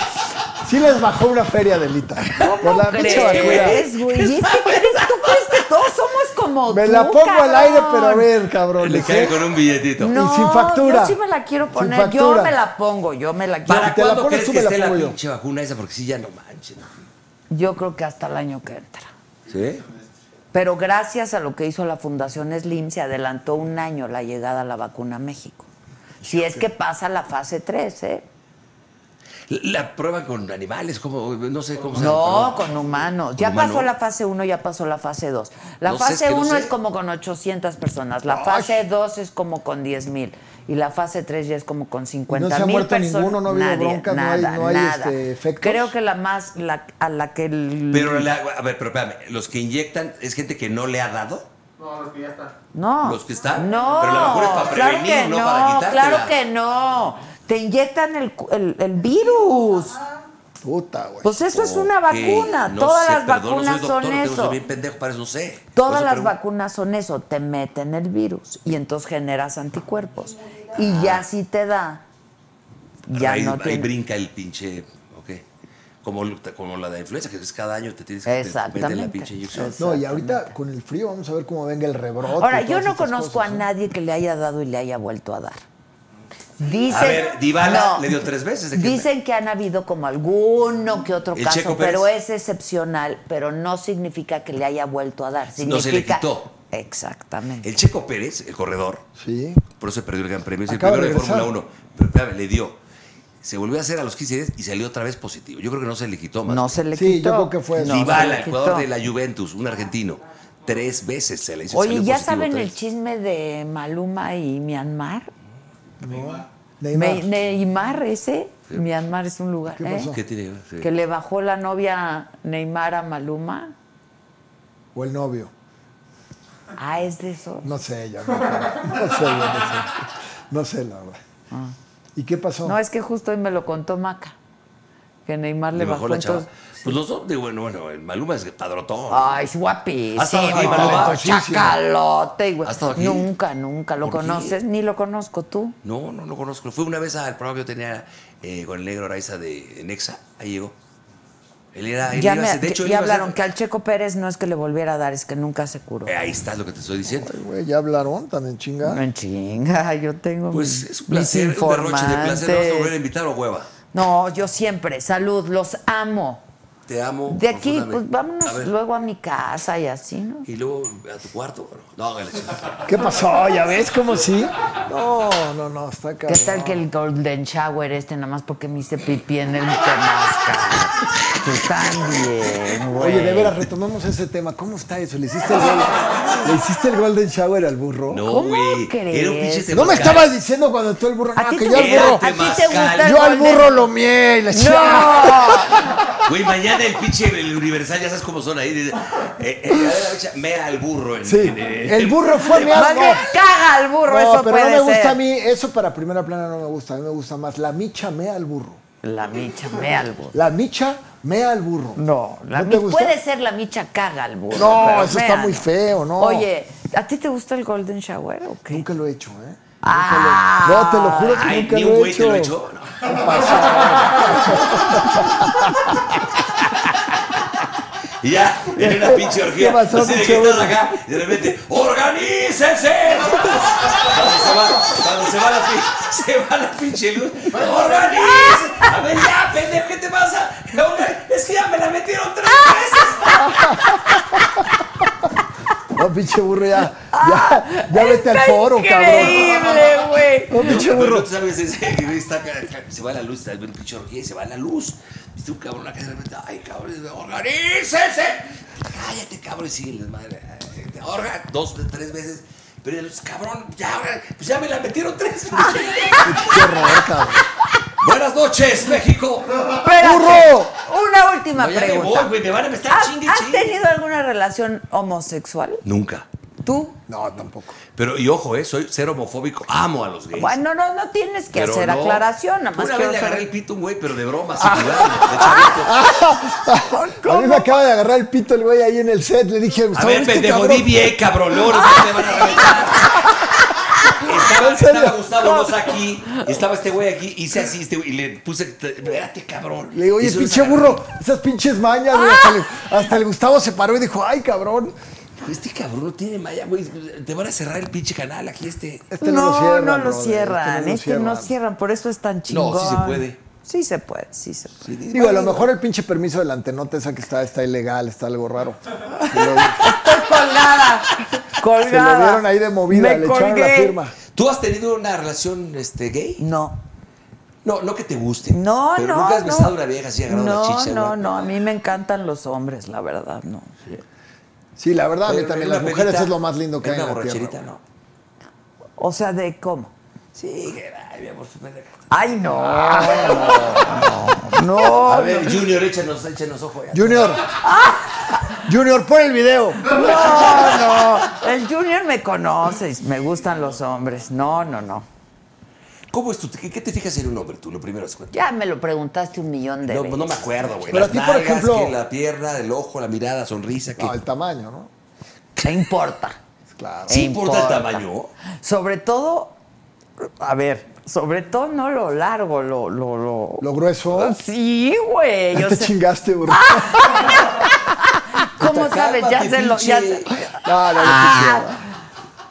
Speaker 2: Sí les bajó una feria de lita. Por la pinche vacuna.
Speaker 1: ¿Crees, güey? ¿Y este crees? ¿Tú crees que todos somos como
Speaker 2: Me
Speaker 1: tú,
Speaker 2: la pongo al aire, pero a
Speaker 1: cabrón?
Speaker 2: ver, cabrón.
Speaker 4: Le cae con un billetito.
Speaker 1: No,
Speaker 2: Y sin factura.
Speaker 1: Yo sí me la quiero
Speaker 2: Sin
Speaker 1: poner. Yo
Speaker 2: factura.
Speaker 1: me la pongo, yo me la quiero.
Speaker 4: ¿Para
Speaker 2: te la
Speaker 4: cuándo
Speaker 2: pones
Speaker 4: crees
Speaker 2: tú,
Speaker 4: que
Speaker 2: me la
Speaker 4: esté la
Speaker 2: pongo yo.
Speaker 4: pinche vacuna esa? Porque sí, ya no manches.
Speaker 1: Yo creo que hasta el año que entra.
Speaker 4: ¿Sí?
Speaker 1: Pero gracias a lo que hizo la Fundación Slim, se adelantó un año la llegada a la vacuna a México. Si es que pasa la fase 3, ¿eh?
Speaker 4: La prueba con animales, como, no sé cómo se
Speaker 1: No,
Speaker 4: llama, pero-
Speaker 1: con humanos. Ya
Speaker 4: humano.
Speaker 1: pasó la fase 1, ya pasó la fase 2. La
Speaker 4: No sé, es
Speaker 1: fase
Speaker 4: que no
Speaker 1: 1
Speaker 4: sé.
Speaker 1: es como con 800 personas, la fase 2 es como con 10 mil y la fase 3 ya es como con 50 mil.
Speaker 2: No se ha muerto
Speaker 1: personas.
Speaker 2: ninguno, no ha habido
Speaker 1: Nadie,
Speaker 2: bronca, no hay-
Speaker 1: nada,
Speaker 2: no hay,
Speaker 1: nada.
Speaker 2: este, efectos.
Speaker 1: Creo que la más, la, a la que... el-
Speaker 4: Pero, la- a ver, pero espérame, los que inyectan es gente que no le ha dado.
Speaker 10: No, los que ya están.
Speaker 1: No.
Speaker 4: Los que están.
Speaker 1: No.
Speaker 4: Pero la vacuna es para
Speaker 1: claro
Speaker 4: prevenir,
Speaker 1: que
Speaker 4: no para quitártela.
Speaker 1: Claro que no. Te inyectan el, cu- el- el virus.
Speaker 2: Puta, güey.
Speaker 1: Pues eso es una vacuna. Todas las vacunas son eso.
Speaker 4: bien pendejo, para eso no sé. Por
Speaker 1: Todas
Speaker 4: eso
Speaker 1: las
Speaker 4: pregunto.
Speaker 1: vacunas son eso, te meten el virus y entonces generas anticuerpos.
Speaker 4: Ah.
Speaker 1: Y ya si te da, ya
Speaker 4: ahí,
Speaker 1: no
Speaker 4: ahí
Speaker 1: tiene-
Speaker 4: brinca el pinche. Ok. Como, lo- como la de influenza, que es cada año te tienes que te meten la
Speaker 1: Exactamente.
Speaker 4: pinche inyección.
Speaker 1: Exacto.
Speaker 2: No, y ahorita con el frío vamos a ver cómo venga el rebrote.
Speaker 1: Ahora,
Speaker 2: y
Speaker 1: yo
Speaker 2: todas
Speaker 1: no
Speaker 2: estas
Speaker 1: conozco
Speaker 2: cosas,
Speaker 1: a
Speaker 2: ¿no?
Speaker 1: nadie que le haya dado y le haya vuelto a dar. Dicen,
Speaker 4: A ver, Dybala
Speaker 1: No.
Speaker 4: le dio tres veces. ¿de qué?
Speaker 1: Dicen que han habido como alguno que otro
Speaker 4: El
Speaker 1: caso,
Speaker 4: Checo Pérez.
Speaker 1: pero es excepcional, pero no significa que le haya vuelto a dar. Significa...
Speaker 4: No se le quitó.
Speaker 1: Exactamente.
Speaker 4: El Checo Pérez, el corredor,
Speaker 2: Sí.
Speaker 4: por eso perdió el Gran Premio, es
Speaker 2: Acaba
Speaker 4: el
Speaker 2: de
Speaker 4: primero de Fórmula
Speaker 2: regresar.
Speaker 4: 1. Pero espérame, le dio. Se volvió a hacer a los 15 días y salió otra vez positivo. Yo creo que no se le quitó más.
Speaker 1: No se le
Speaker 2: Sí,
Speaker 1: quitó.
Speaker 2: yo creo que fue eso.
Speaker 1: No, se
Speaker 4: Dybala,
Speaker 1: le
Speaker 4: el jugador
Speaker 1: quitó.
Speaker 4: de la Juventus, un argentino, tres veces se le hizo.
Speaker 1: Oye,
Speaker 4: salió
Speaker 1: ¿ya
Speaker 4: positivo
Speaker 1: saben
Speaker 4: otra
Speaker 1: el
Speaker 4: vez.
Speaker 1: chisme de Maluma y Myanmar?
Speaker 2: Neymar.
Speaker 1: Me- Neymar ese, Myanmar es un lugar,
Speaker 2: ¿Qué
Speaker 1: ¿eh?
Speaker 2: pasó?
Speaker 4: ¿Qué tiene que ver? Sí.
Speaker 1: Que le bajó la novia Neymar a Maluma.
Speaker 2: O el novio.
Speaker 1: Ah, es de eso.
Speaker 2: No sé, yo no, no sé, yo no sé. No sé, la verdad. ¿Y qué pasó?
Speaker 1: Ah. No, es que justo hoy me lo contó Maca. Que Neymar le,
Speaker 4: Le bajó la chava.
Speaker 1: entonces-
Speaker 4: Pues los dos, digo, bueno, bueno, el Maluma es padrotón.
Speaker 1: Ay, es
Speaker 4: ¿Ha estado aquí,
Speaker 1: guapísimo.
Speaker 4: Maluma?
Speaker 1: Chacalote, güey.
Speaker 4: ¿Ha estado aquí?
Speaker 1: Nunca, nunca lo
Speaker 4: ¿Por qué?
Speaker 1: conoces, ni lo conozco tú.
Speaker 4: No, no lo conozco. Fue una vez al programa que yo tenía eh, con el negro Araiza de Nexa. Ahí llegó. Él era. Él
Speaker 1: Ya,
Speaker 4: iba a
Speaker 1: me-
Speaker 4: ser- de hecho, él
Speaker 1: ya
Speaker 4: iba a ser-
Speaker 1: hablaron que al Checo Pérez no es que le volviera a dar, es que nunca se curó.
Speaker 4: Eh, ahí está lo que te estoy diciendo.
Speaker 2: Güey, ya hablaron tan en chinga.
Speaker 1: No en chinga, yo tengo
Speaker 4: Pues
Speaker 1: mis-
Speaker 4: es un
Speaker 1: mis
Speaker 4: placer, un derroche de placer. ¿No vas a volver a
Speaker 1: informantes.
Speaker 4: invitar o hueva?
Speaker 1: No, yo siempre, salud, los amo.
Speaker 4: Te amo.
Speaker 1: De aquí,
Speaker 4: profundamente.
Speaker 1: pues vámonos
Speaker 4: A ver,
Speaker 1: luego a mi casa y así, ¿no?
Speaker 4: Y luego a tu cuarto. bueno. No, hágale, chica.
Speaker 2: ¿Qué pasó? ¿Ya ves cómo sí? No, no, no, está
Speaker 1: ¿Qué
Speaker 2: cabrón.
Speaker 1: tal que el Golden Shower este nada más porque me hice pipí en el Temazcal? Tú también, güey.
Speaker 2: Oye, de veras, retomamos ese tema. ¿Cómo está eso? ¿Le hiciste el, gol- ¿le hiciste el Golden Shower al burro?
Speaker 4: No,
Speaker 1: ¿Cómo
Speaker 4: güey.
Speaker 1: crees?
Speaker 4: Era un pinche
Speaker 2: No me
Speaker 4: temazcal.
Speaker 2: estabas diciendo cuando tú el burro.
Speaker 1: ¿A
Speaker 2: No,
Speaker 1: ti
Speaker 2: Ah, que
Speaker 1: te
Speaker 2: yo al
Speaker 1: gusta,
Speaker 2: burro.
Speaker 1: ¿a ti te
Speaker 4: Temazcal.
Speaker 1: gusta el
Speaker 2: Yo al
Speaker 1: Golden-
Speaker 2: burro lo mié y la chingada.
Speaker 4: Güey, mañana el pinche el Universal, ya sabes cómo son ahí. dice, Eh, eh, a ver, la bicha, mea al burro. En,
Speaker 2: Sí,
Speaker 4: en- en-
Speaker 2: el burro fue mi
Speaker 1: Más bien,
Speaker 2: algo.
Speaker 1: caga al burro,
Speaker 2: No,
Speaker 1: eso
Speaker 2: pero
Speaker 1: puede
Speaker 2: no me gusta
Speaker 1: ser.
Speaker 2: a mí, eso para primera plana no me gusta, a mí me gusta más la micha mea al burro.
Speaker 1: La micha, me al burro.
Speaker 2: La micha mea al burro.
Speaker 1: No, la
Speaker 2: ¿No
Speaker 1: mi-
Speaker 2: te gusta?
Speaker 1: puede ser la micha caga al burro.
Speaker 2: No,
Speaker 1: pero
Speaker 2: eso está muy feo, no.
Speaker 1: Oye, ¿a ti te gusta el Golden Shower o qué?
Speaker 2: Nunca lo he hecho, ¿eh?
Speaker 1: Ah.
Speaker 2: Nunca lo- No, te lo juro que
Speaker 4: Ay,
Speaker 2: nunca
Speaker 4: ni
Speaker 2: lo
Speaker 4: un
Speaker 2: he
Speaker 4: güey
Speaker 2: hecho.
Speaker 4: te lo echó.
Speaker 2: <laughs>
Speaker 4: No. Y <laughs> ya, en una pinche orgía.
Speaker 2: ¿Qué pasó,
Speaker 4: así de
Speaker 2: pinche
Speaker 4: que estás
Speaker 2: burro?
Speaker 4: acá, y de repente, ¡organícense! Cuando se va, cuando se va la pinche, se va la pinche luz, ¡organícense! A ver, ya, pendejo, ¿qué te pasa? Orga- Es que ya me la metieron tres veces.
Speaker 2: No, pinche burro, ya, ya, ya vete al foro, cabrón.
Speaker 1: Ah, Increíble, güey.
Speaker 2: No, pinche
Speaker 4: Pero
Speaker 2: burro.
Speaker 4: tú sabes, es- está acá, acá, se va la luz, está en pinche orgía y se va la luz. Viste un cabrón acá de repente, ¡ay, cabrón! ¡Organícense! Cállate, cabrón, y sigue el desmadre. Ay, te Orga, dos, tres veces. Pero ya la luz, cabrón, ya, pues ya me la metieron tres veces.
Speaker 2: Qué horror, cabrón.
Speaker 4: Buenas noches, México.
Speaker 1: Espérate,
Speaker 2: ¡Burro!
Speaker 1: Una última
Speaker 4: No, ya me
Speaker 1: pregunta.
Speaker 4: voy, güey, me van a estar
Speaker 1: ¿Has,
Speaker 4: chingue,
Speaker 1: has
Speaker 4: chingue.
Speaker 1: tenido alguna relación homosexual?
Speaker 4: Nunca.
Speaker 1: ¿Tú?
Speaker 2: No, tampoco.
Speaker 4: Pero, y ojo, eh, soy ser homofóbico. Amo a los gays.
Speaker 1: Bueno, no, no tienes que
Speaker 4: Pero
Speaker 1: hacer
Speaker 4: no.
Speaker 1: aclaración, nada más
Speaker 4: Una vez
Speaker 1: quiero
Speaker 4: le agarré el
Speaker 1: saber.
Speaker 4: pito a un güey, pero de
Speaker 1: <laughs>
Speaker 4: broma, sin cuidarlo, de chavito.
Speaker 2: A mí me acaba de agarrar el pito el güey ahí en el set. Le dije,
Speaker 4: A
Speaker 2: Gustavo,
Speaker 4: ver,
Speaker 2: ¿viste,
Speaker 4: pendejo,
Speaker 2: cabrón?
Speaker 4: di bien, cabrón. Luego no te van a reventar.
Speaker 2: <laughs>
Speaker 4: Estaba, estaba Gustavo Loza aquí, estaba este güey aquí, hice así este güey, y le puse, espérate, cabrón.
Speaker 2: Le digo,
Speaker 4: Y
Speaker 2: oye,
Speaker 4: solo
Speaker 2: pinche
Speaker 4: se agarró.
Speaker 2: burro, esas pinches mañas, güey. Hasta, el, hasta el Gustavo se paró y dijo, ay, cabrón,
Speaker 4: Dijo, Este cabrón no tiene malla, güey, te van a cerrar el pinche canal aquí este.
Speaker 2: este no,
Speaker 1: no,
Speaker 2: lo cierran.
Speaker 1: no lo
Speaker 2: brother, este
Speaker 1: cierran,
Speaker 2: lo
Speaker 1: este no cierran, por eso es tan chingón.
Speaker 4: sí se puede.
Speaker 1: Sí se puede, sí se puede.
Speaker 2: Digo, a lo mejor el pinche permiso de la antenota esa que está, está ilegal, está
Speaker 1: <laughs>
Speaker 2: algo raro. Se lo,
Speaker 1: Estoy colgada,
Speaker 2: se lo
Speaker 1: colgada.
Speaker 2: dieron ahí de movida,
Speaker 1: Me
Speaker 2: le echaron la
Speaker 1: colgué.
Speaker 2: firma.
Speaker 4: ¿Tú has tenido una relación este, gay?
Speaker 1: No,
Speaker 4: No, no que te guste.
Speaker 1: no,
Speaker 4: pero
Speaker 1: no.
Speaker 4: nunca has
Speaker 1: no.
Speaker 4: besado a una vieja así agarrado
Speaker 1: No,
Speaker 4: una chicha.
Speaker 1: no,
Speaker 4: güey.
Speaker 1: no, a mí me encantan los hombres, la verdad, no.
Speaker 2: Sí, la verdad, a mí
Speaker 4: Pero
Speaker 2: también
Speaker 4: en
Speaker 2: las
Speaker 4: una
Speaker 2: mujeres
Speaker 4: pedita,
Speaker 2: es lo más lindo que
Speaker 4: en
Speaker 2: hay en
Speaker 4: una
Speaker 2: la tierra.
Speaker 4: borracherita,
Speaker 2: güey.
Speaker 4: no.
Speaker 1: O sea, ¿de cómo?
Speaker 4: Sí, que ay, mi amor, su pendeja.
Speaker 1: Ay, no,
Speaker 2: Ah,
Speaker 1: no, no.
Speaker 4: A ver, Junior, échanos, échanos ojo. ya.
Speaker 2: Junior.
Speaker 4: Ah.
Speaker 2: Junior, pon el video.
Speaker 1: No, no. El Junior me conoce, me gustan los hombres. No, no, no.
Speaker 4: ¿Cómo es tu, qué, qué te fijas en un hombre tú? Lo primero es cuenta.
Speaker 1: Ya me lo preguntaste un millón de
Speaker 4: No, pues
Speaker 1: veces.
Speaker 4: no me acuerdo, güey.
Speaker 2: Pero a
Speaker 4: Las
Speaker 2: ti, por
Speaker 4: nalgas,
Speaker 2: ejemplo-
Speaker 4: que la pierna, el ojo, la mirada, sonrisa. Que...
Speaker 2: No, el tamaño, ¿no?
Speaker 1: No importa.
Speaker 2: Claro.
Speaker 4: ¿Sí importa el
Speaker 1: importa.
Speaker 4: tamaño?
Speaker 1: Sobre todo, a ver, sobre todo no lo largo, lo... lo, lo-
Speaker 2: Lo grueso.
Speaker 4: Ah,
Speaker 1: Sí, güey.
Speaker 2: Ya
Speaker 1: yo
Speaker 2: te
Speaker 4: Este
Speaker 1: sé-
Speaker 2: chingaste, bro.
Speaker 1: ¿Cómo sabes? Ya
Speaker 4: Cálmate,
Speaker 1: se lo... ya se-
Speaker 4: pinche.
Speaker 2: No, no, no,
Speaker 1: Ah.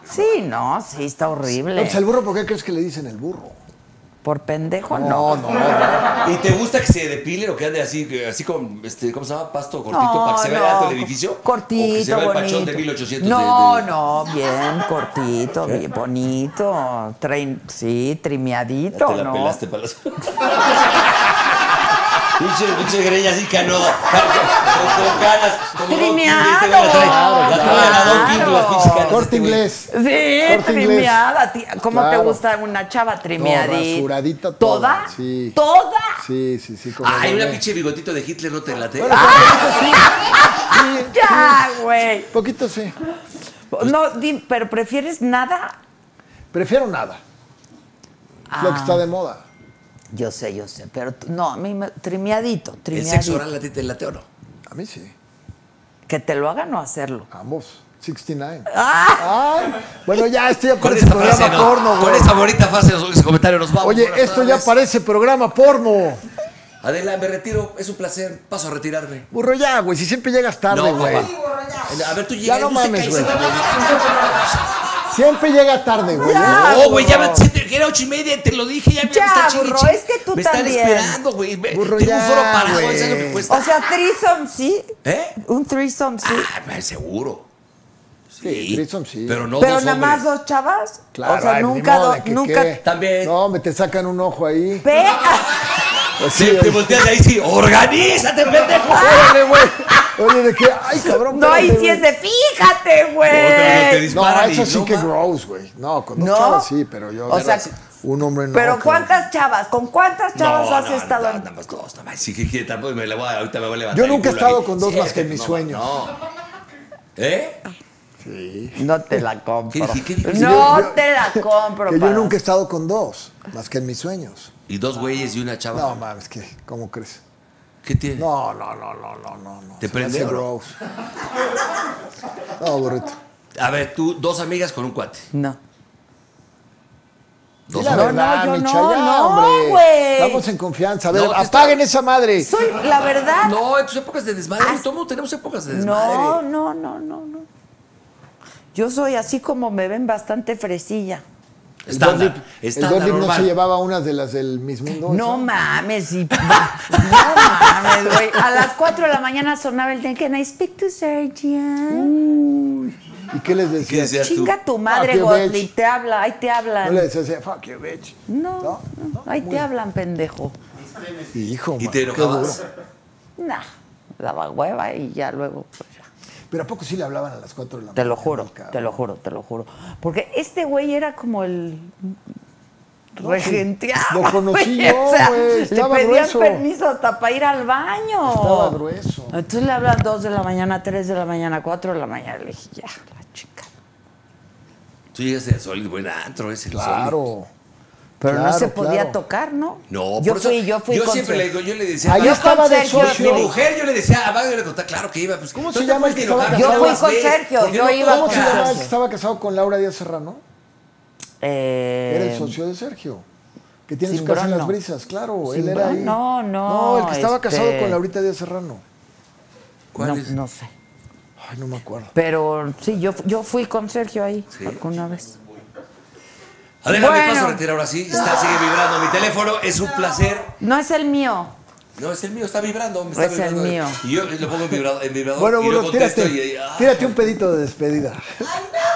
Speaker 1: Sí, no, sí, está
Speaker 2: no,
Speaker 1: horrible.
Speaker 2: pues, al burro, ¿por qué crees que le dicen el burro?
Speaker 1: Por pendejo, no.
Speaker 2: no. no.
Speaker 4: ¿Y te gusta que se depile o que ande así, que- así con, este, ¿cómo se llama? Pasto cortito
Speaker 1: No,
Speaker 4: para que se vea
Speaker 1: no.
Speaker 4: alto el edificio?
Speaker 1: Cortito,
Speaker 4: ¿O que se vea el
Speaker 1: bonito.
Speaker 4: pachón de 1800?
Speaker 1: No,
Speaker 4: de- de-
Speaker 1: no, bien cortito, bien bonito. train- sí,
Speaker 4: Ya
Speaker 1: trimeadito,
Speaker 4: te la
Speaker 1: ¿no?
Speaker 4: pelaste <laughs> para las... Pinche, pinche greña así <laughs> canoda. Con, con canas. Como Don King,
Speaker 1: Trimeado.
Speaker 4: este güey la trae. La trae a Don King,
Speaker 1: Claro.
Speaker 4: las pinches canas.
Speaker 2: Corte
Speaker 4: este güey.
Speaker 2: inglés.
Speaker 1: Sí,
Speaker 2: Corte inglés.
Speaker 1: trimeada. ti- ¿Cómo
Speaker 2: Claro.
Speaker 1: te gusta una chava trimeadita?
Speaker 2: rasuradita toda,
Speaker 1: toda.
Speaker 2: sí.
Speaker 1: ¿Toda?
Speaker 2: Sí, sí, sí. Como
Speaker 4: Ay, una
Speaker 2: bebé.
Speaker 4: pinche bigotito de Hitler no te late.
Speaker 2: Sí,
Speaker 1: Ya, güey.
Speaker 2: poquito sí.
Speaker 4: Pues
Speaker 1: No, di- pero prefieres nada.
Speaker 2: Prefiero nada. Es
Speaker 1: Ah.
Speaker 2: Lo que está de moda.
Speaker 1: Yo sé, yo sé, pero tú- no, a mí me, trimeadito,
Speaker 4: ¿El
Speaker 1: trimeadito.
Speaker 4: sexo oral a ti te late o no?
Speaker 2: A mí sí.
Speaker 1: Que te lo hagan o hacerlo.
Speaker 2: Ambos. 69.
Speaker 1: Ah.
Speaker 2: Ay, bueno, ya esto ya
Speaker 4: Con
Speaker 2: parece
Speaker 4: esta frase,
Speaker 2: programa
Speaker 4: no.
Speaker 2: porno,
Speaker 4: Con
Speaker 2: güey.
Speaker 4: esa bonita frase, nos- ese comentario nos vamos.
Speaker 2: Oye,
Speaker 4: Buenas
Speaker 2: esto ya
Speaker 4: tardes.
Speaker 2: parece programa porno.
Speaker 4: Adela, me retiro. Es un placer. Paso a retirarme.
Speaker 2: Burro ya, güey. Si siempre llegas tarde,
Speaker 4: No,
Speaker 2: güey.
Speaker 4: papá. A ver, tú llegas.
Speaker 2: no
Speaker 4: tú te
Speaker 2: mames,
Speaker 4: caes,
Speaker 2: güey.
Speaker 4: te vas.
Speaker 2: Siempre llega tarde, güey. ¿eh?
Speaker 4: No, güey, ya me siete- que era ocho y media, te lo dije, ya, me
Speaker 1: Ya,
Speaker 4: está chingui,
Speaker 1: burro,
Speaker 4: chingui.
Speaker 1: es que tú
Speaker 4: Me
Speaker 1: también.
Speaker 4: están esperando, güey. Me-
Speaker 2: Burro,
Speaker 4: Tengo un
Speaker 2: ya,
Speaker 4: foro parado,
Speaker 2: güey.
Speaker 4: ¿sabes lo que cuesta?
Speaker 1: O sea, threesome, sí.
Speaker 4: ¿Eh?
Speaker 1: Un threesome, sí.
Speaker 4: Ah, me- seguro.
Speaker 2: Sí, threesome, sí.
Speaker 4: Pero no
Speaker 1: pero
Speaker 4: dos
Speaker 1: nada más
Speaker 4: hombres.
Speaker 1: dos chavas.
Speaker 2: Claro,
Speaker 1: o sea,
Speaker 2: ay, pues, ni
Speaker 1: nunca,
Speaker 2: modo
Speaker 1: do-
Speaker 2: de que
Speaker 1: nunca.
Speaker 2: qué.
Speaker 4: También.
Speaker 2: No, me te sacan un ojo ahí.
Speaker 1: Ve-
Speaker 2: Pues
Speaker 4: Sí,
Speaker 2: sí,
Speaker 4: te
Speaker 2: oye.
Speaker 4: volteas de ahí, sí. ¡Organízate, pendejo!
Speaker 2: Órale, güey. Oye, de qué. Ay,
Speaker 1: <laughs>
Speaker 2: cabrón.
Speaker 1: No, y
Speaker 2: espérate,
Speaker 1: si
Speaker 2: güey.
Speaker 1: es de fíjate,
Speaker 4: Otra, te
Speaker 1: güey.
Speaker 4: dis-
Speaker 2: No,
Speaker 4: Disparan
Speaker 2: eso
Speaker 4: y
Speaker 2: sí
Speaker 4: no
Speaker 2: que
Speaker 4: ma-
Speaker 2: gross, güey. No, con dos
Speaker 1: No.
Speaker 2: chavas sí, pero yo.
Speaker 1: O sea,
Speaker 2: un hombre no.
Speaker 1: Pero
Speaker 2: claro.
Speaker 1: ¿cuántas chavas? ¿Con cuántas chavas
Speaker 4: No,
Speaker 1: has
Speaker 4: no,
Speaker 1: estado
Speaker 4: no,
Speaker 1: en-
Speaker 4: Nada más dos, nada más. Sí, que, que tampoco me la voy a, ahorita me voy a levantar.
Speaker 2: Yo
Speaker 4: el
Speaker 2: nunca he
Speaker 4: culo
Speaker 2: estado
Speaker 4: aquí.
Speaker 2: con dos
Speaker 4: Sí,
Speaker 2: más que en mis
Speaker 4: no,
Speaker 2: sueños.
Speaker 4: No. ¿Eh?
Speaker 1: No te la compro.
Speaker 4: ¿Qué dije? ¿Qué dije?
Speaker 1: No
Speaker 2: Yo- yo-
Speaker 1: te la compro.
Speaker 2: Que yo
Speaker 1: Paz.
Speaker 2: nunca he estado con dos, más que en mis sueños.
Speaker 4: Y dos güeyes y una chava.
Speaker 2: No, mames, que, ¿cómo crees?
Speaker 4: ¿Qué tiene?
Speaker 2: No, no, no, no, no, no. no.
Speaker 4: ¿Te
Speaker 2: Se me
Speaker 4: prende
Speaker 2: hace
Speaker 4: o no?
Speaker 2: gross. No, burrito.
Speaker 4: A ver, tú, dos amigas con un cuate.
Speaker 1: No.
Speaker 4: Dos
Speaker 2: La
Speaker 1: No,
Speaker 4: hombres.
Speaker 2: verdad,
Speaker 1: no, yo
Speaker 2: Micha,
Speaker 1: no,
Speaker 2: ya,
Speaker 1: no,
Speaker 2: hombre.
Speaker 1: güey.
Speaker 2: Vamos en confianza. A ver,
Speaker 4: No, te está-
Speaker 2: apaguen esa madre.
Speaker 1: Soy, la verdad. No,
Speaker 4: No, en tus épocas de
Speaker 2: Ah,
Speaker 4: desmadre. Todo mundo tenemos épocas de desmadre.
Speaker 1: no, no, no, no. Yo soy así como me ven bastante fresilla.
Speaker 2: El
Speaker 4: Estándar.
Speaker 2: Dudley- El
Speaker 4: Estándar
Speaker 2: Dudley no se
Speaker 4: normal.
Speaker 2: llevaba unas de las del mismo mundo.
Speaker 1: No mames, y, no mames, güey. A las 4 de la mañana sonaba el de Can I speak to Sergio?
Speaker 2: ¿Y qué les
Speaker 4: ¿Qué
Speaker 2: decías?
Speaker 4: decías? tú.
Speaker 1: Chinga tu madre,
Speaker 2: qué
Speaker 1: Gottlieb,
Speaker 2: bitch.
Speaker 1: te habla, ahí te
Speaker 2: No le
Speaker 1: hablan.
Speaker 2: decías, fuck you, bitch.
Speaker 1: No, no, ahí
Speaker 2: muy-
Speaker 1: te hablan, pendejo.
Speaker 2: Hijo,
Speaker 4: Y
Speaker 2: man,
Speaker 4: te
Speaker 2: qué
Speaker 4: enojabas.
Speaker 2: duro.
Speaker 1: Nah, daba hueva y ya luego, pues ya.
Speaker 2: Pero ¿a poco sí le hablaban a las 4 de la mañana?
Speaker 1: Te lo juro,
Speaker 2: cabrón?
Speaker 1: te lo juro, te lo juro. Porque este güey era como el regenteado.
Speaker 2: lo conocí yo, güey,
Speaker 1: Le
Speaker 2: estaba
Speaker 1: pedían
Speaker 2: grueso.
Speaker 1: permiso hasta para ir al baño.
Speaker 2: Estaba grueso.
Speaker 1: Entonces le hablan 2 de la mañana, 3 de la mañana, 4 de la mañana. Le dije, ya, la chica.
Speaker 4: Tú llegaste al sol, buen antro ese. el Sol.
Speaker 2: Claro.
Speaker 1: Pero no
Speaker 2: Claro,
Speaker 1: se podía
Speaker 2: claro.
Speaker 1: tocar, ¿no?
Speaker 4: No,
Speaker 1: yo
Speaker 4: por eso-
Speaker 1: fui, yo fui con Ah,
Speaker 4: siempre
Speaker 1: su-
Speaker 4: le digo, yo le decía.
Speaker 2: Ahí
Speaker 4: a-
Speaker 1: está
Speaker 2: estaba
Speaker 1: con
Speaker 2: de
Speaker 1: Sergio,
Speaker 2: socio.
Speaker 4: Mi mujer, yo le decía, "Ah, a Mario le contaba, claro que iba. Pues,
Speaker 2: ¿Cómo
Speaker 4: no
Speaker 2: se
Speaker 4: te
Speaker 2: llama el
Speaker 4: puedes
Speaker 2: que estaba
Speaker 4: enojar,
Speaker 1: Yo
Speaker 4: no
Speaker 1: fui
Speaker 4: las
Speaker 1: con
Speaker 4: ves,
Speaker 1: Sergio,
Speaker 4: ¿por qué
Speaker 1: yo
Speaker 4: no
Speaker 1: iba
Speaker 2: ¿Cómo
Speaker 1: con
Speaker 2: se
Speaker 4: tocas?
Speaker 2: llamaba el
Speaker 1: Sergio.
Speaker 2: que estaba casado con Laura Díaz Serrano?
Speaker 1: Eh,
Speaker 2: Era el socio de Sergio. Que tiene su
Speaker 1: Simbrón,
Speaker 2: casa en
Speaker 1: no.
Speaker 2: las brisas, claro. Él
Speaker 1: Simbrón,
Speaker 2: era ahí.
Speaker 1: no, no,
Speaker 2: No, el que estaba
Speaker 1: este-
Speaker 2: casado con Laurita Díaz Serrano.
Speaker 4: ¿Cuál
Speaker 1: no,
Speaker 4: es?
Speaker 1: no sé.
Speaker 2: Ay, no me acuerdo.
Speaker 1: Pero sí, yo, yo fui con Sergio ahí alguna vez.
Speaker 4: Adela, me
Speaker 1: Bueno.
Speaker 4: paso a retirar ahora sí. Está, sigue vibrando mi teléfono. Es un placer.
Speaker 1: No es el mío.
Speaker 4: No, es el mío, está vibrando. Me está
Speaker 1: Es el
Speaker 4: vibrando.
Speaker 1: mío.
Speaker 4: Y yo lo pongo en vibrador. En vibrador
Speaker 2: Bueno,
Speaker 4: y yo
Speaker 2: Burro,
Speaker 4: contesto
Speaker 2: tírate,
Speaker 4: y. ah,
Speaker 2: tírate un pedito de despedida.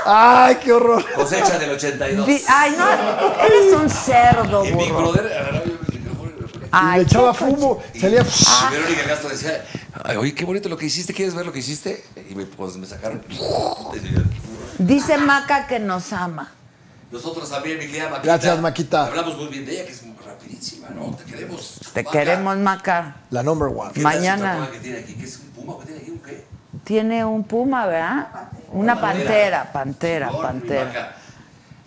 Speaker 2: Ay, qué horror.
Speaker 4: cosecha del 82.
Speaker 1: Di- Ay, no, eres un cerdo,
Speaker 4: En mi
Speaker 1: ah, burro. Ah,
Speaker 4: brother, agarraba yo el micrófono.
Speaker 2: Y
Speaker 1: Ay,
Speaker 2: le echaba
Speaker 1: qué coche-
Speaker 2: fumo, salía.
Speaker 1: Ah.
Speaker 4: Y Verónica Castro decía, "Ay, oye, qué bonito lo que hiciste, ¿quieres ver lo que hiciste? Y me, pues, me sacaron.
Speaker 1: Dice Maca que nos ama.
Speaker 4: Nosotros también, mi querida Maquita.
Speaker 2: Gracias, Maquita.
Speaker 4: Hablamos muy bien de ella, que es rapidísima, ¿no? Te queremos.
Speaker 1: Te
Speaker 4: Maca.
Speaker 1: queremos, Maca.
Speaker 2: La number one.
Speaker 4: ¿Qué tal
Speaker 1: Mañana.
Speaker 4: su tatuaje que tiene aquí? ¿Qué es un puma? ¿Qué tiene aquí? ¿Un qué?
Speaker 1: Tiene un puma, ¿verdad? Una pantera, pantera,
Speaker 4: Gol, mi
Speaker 1: pantera.
Speaker 4: Maca.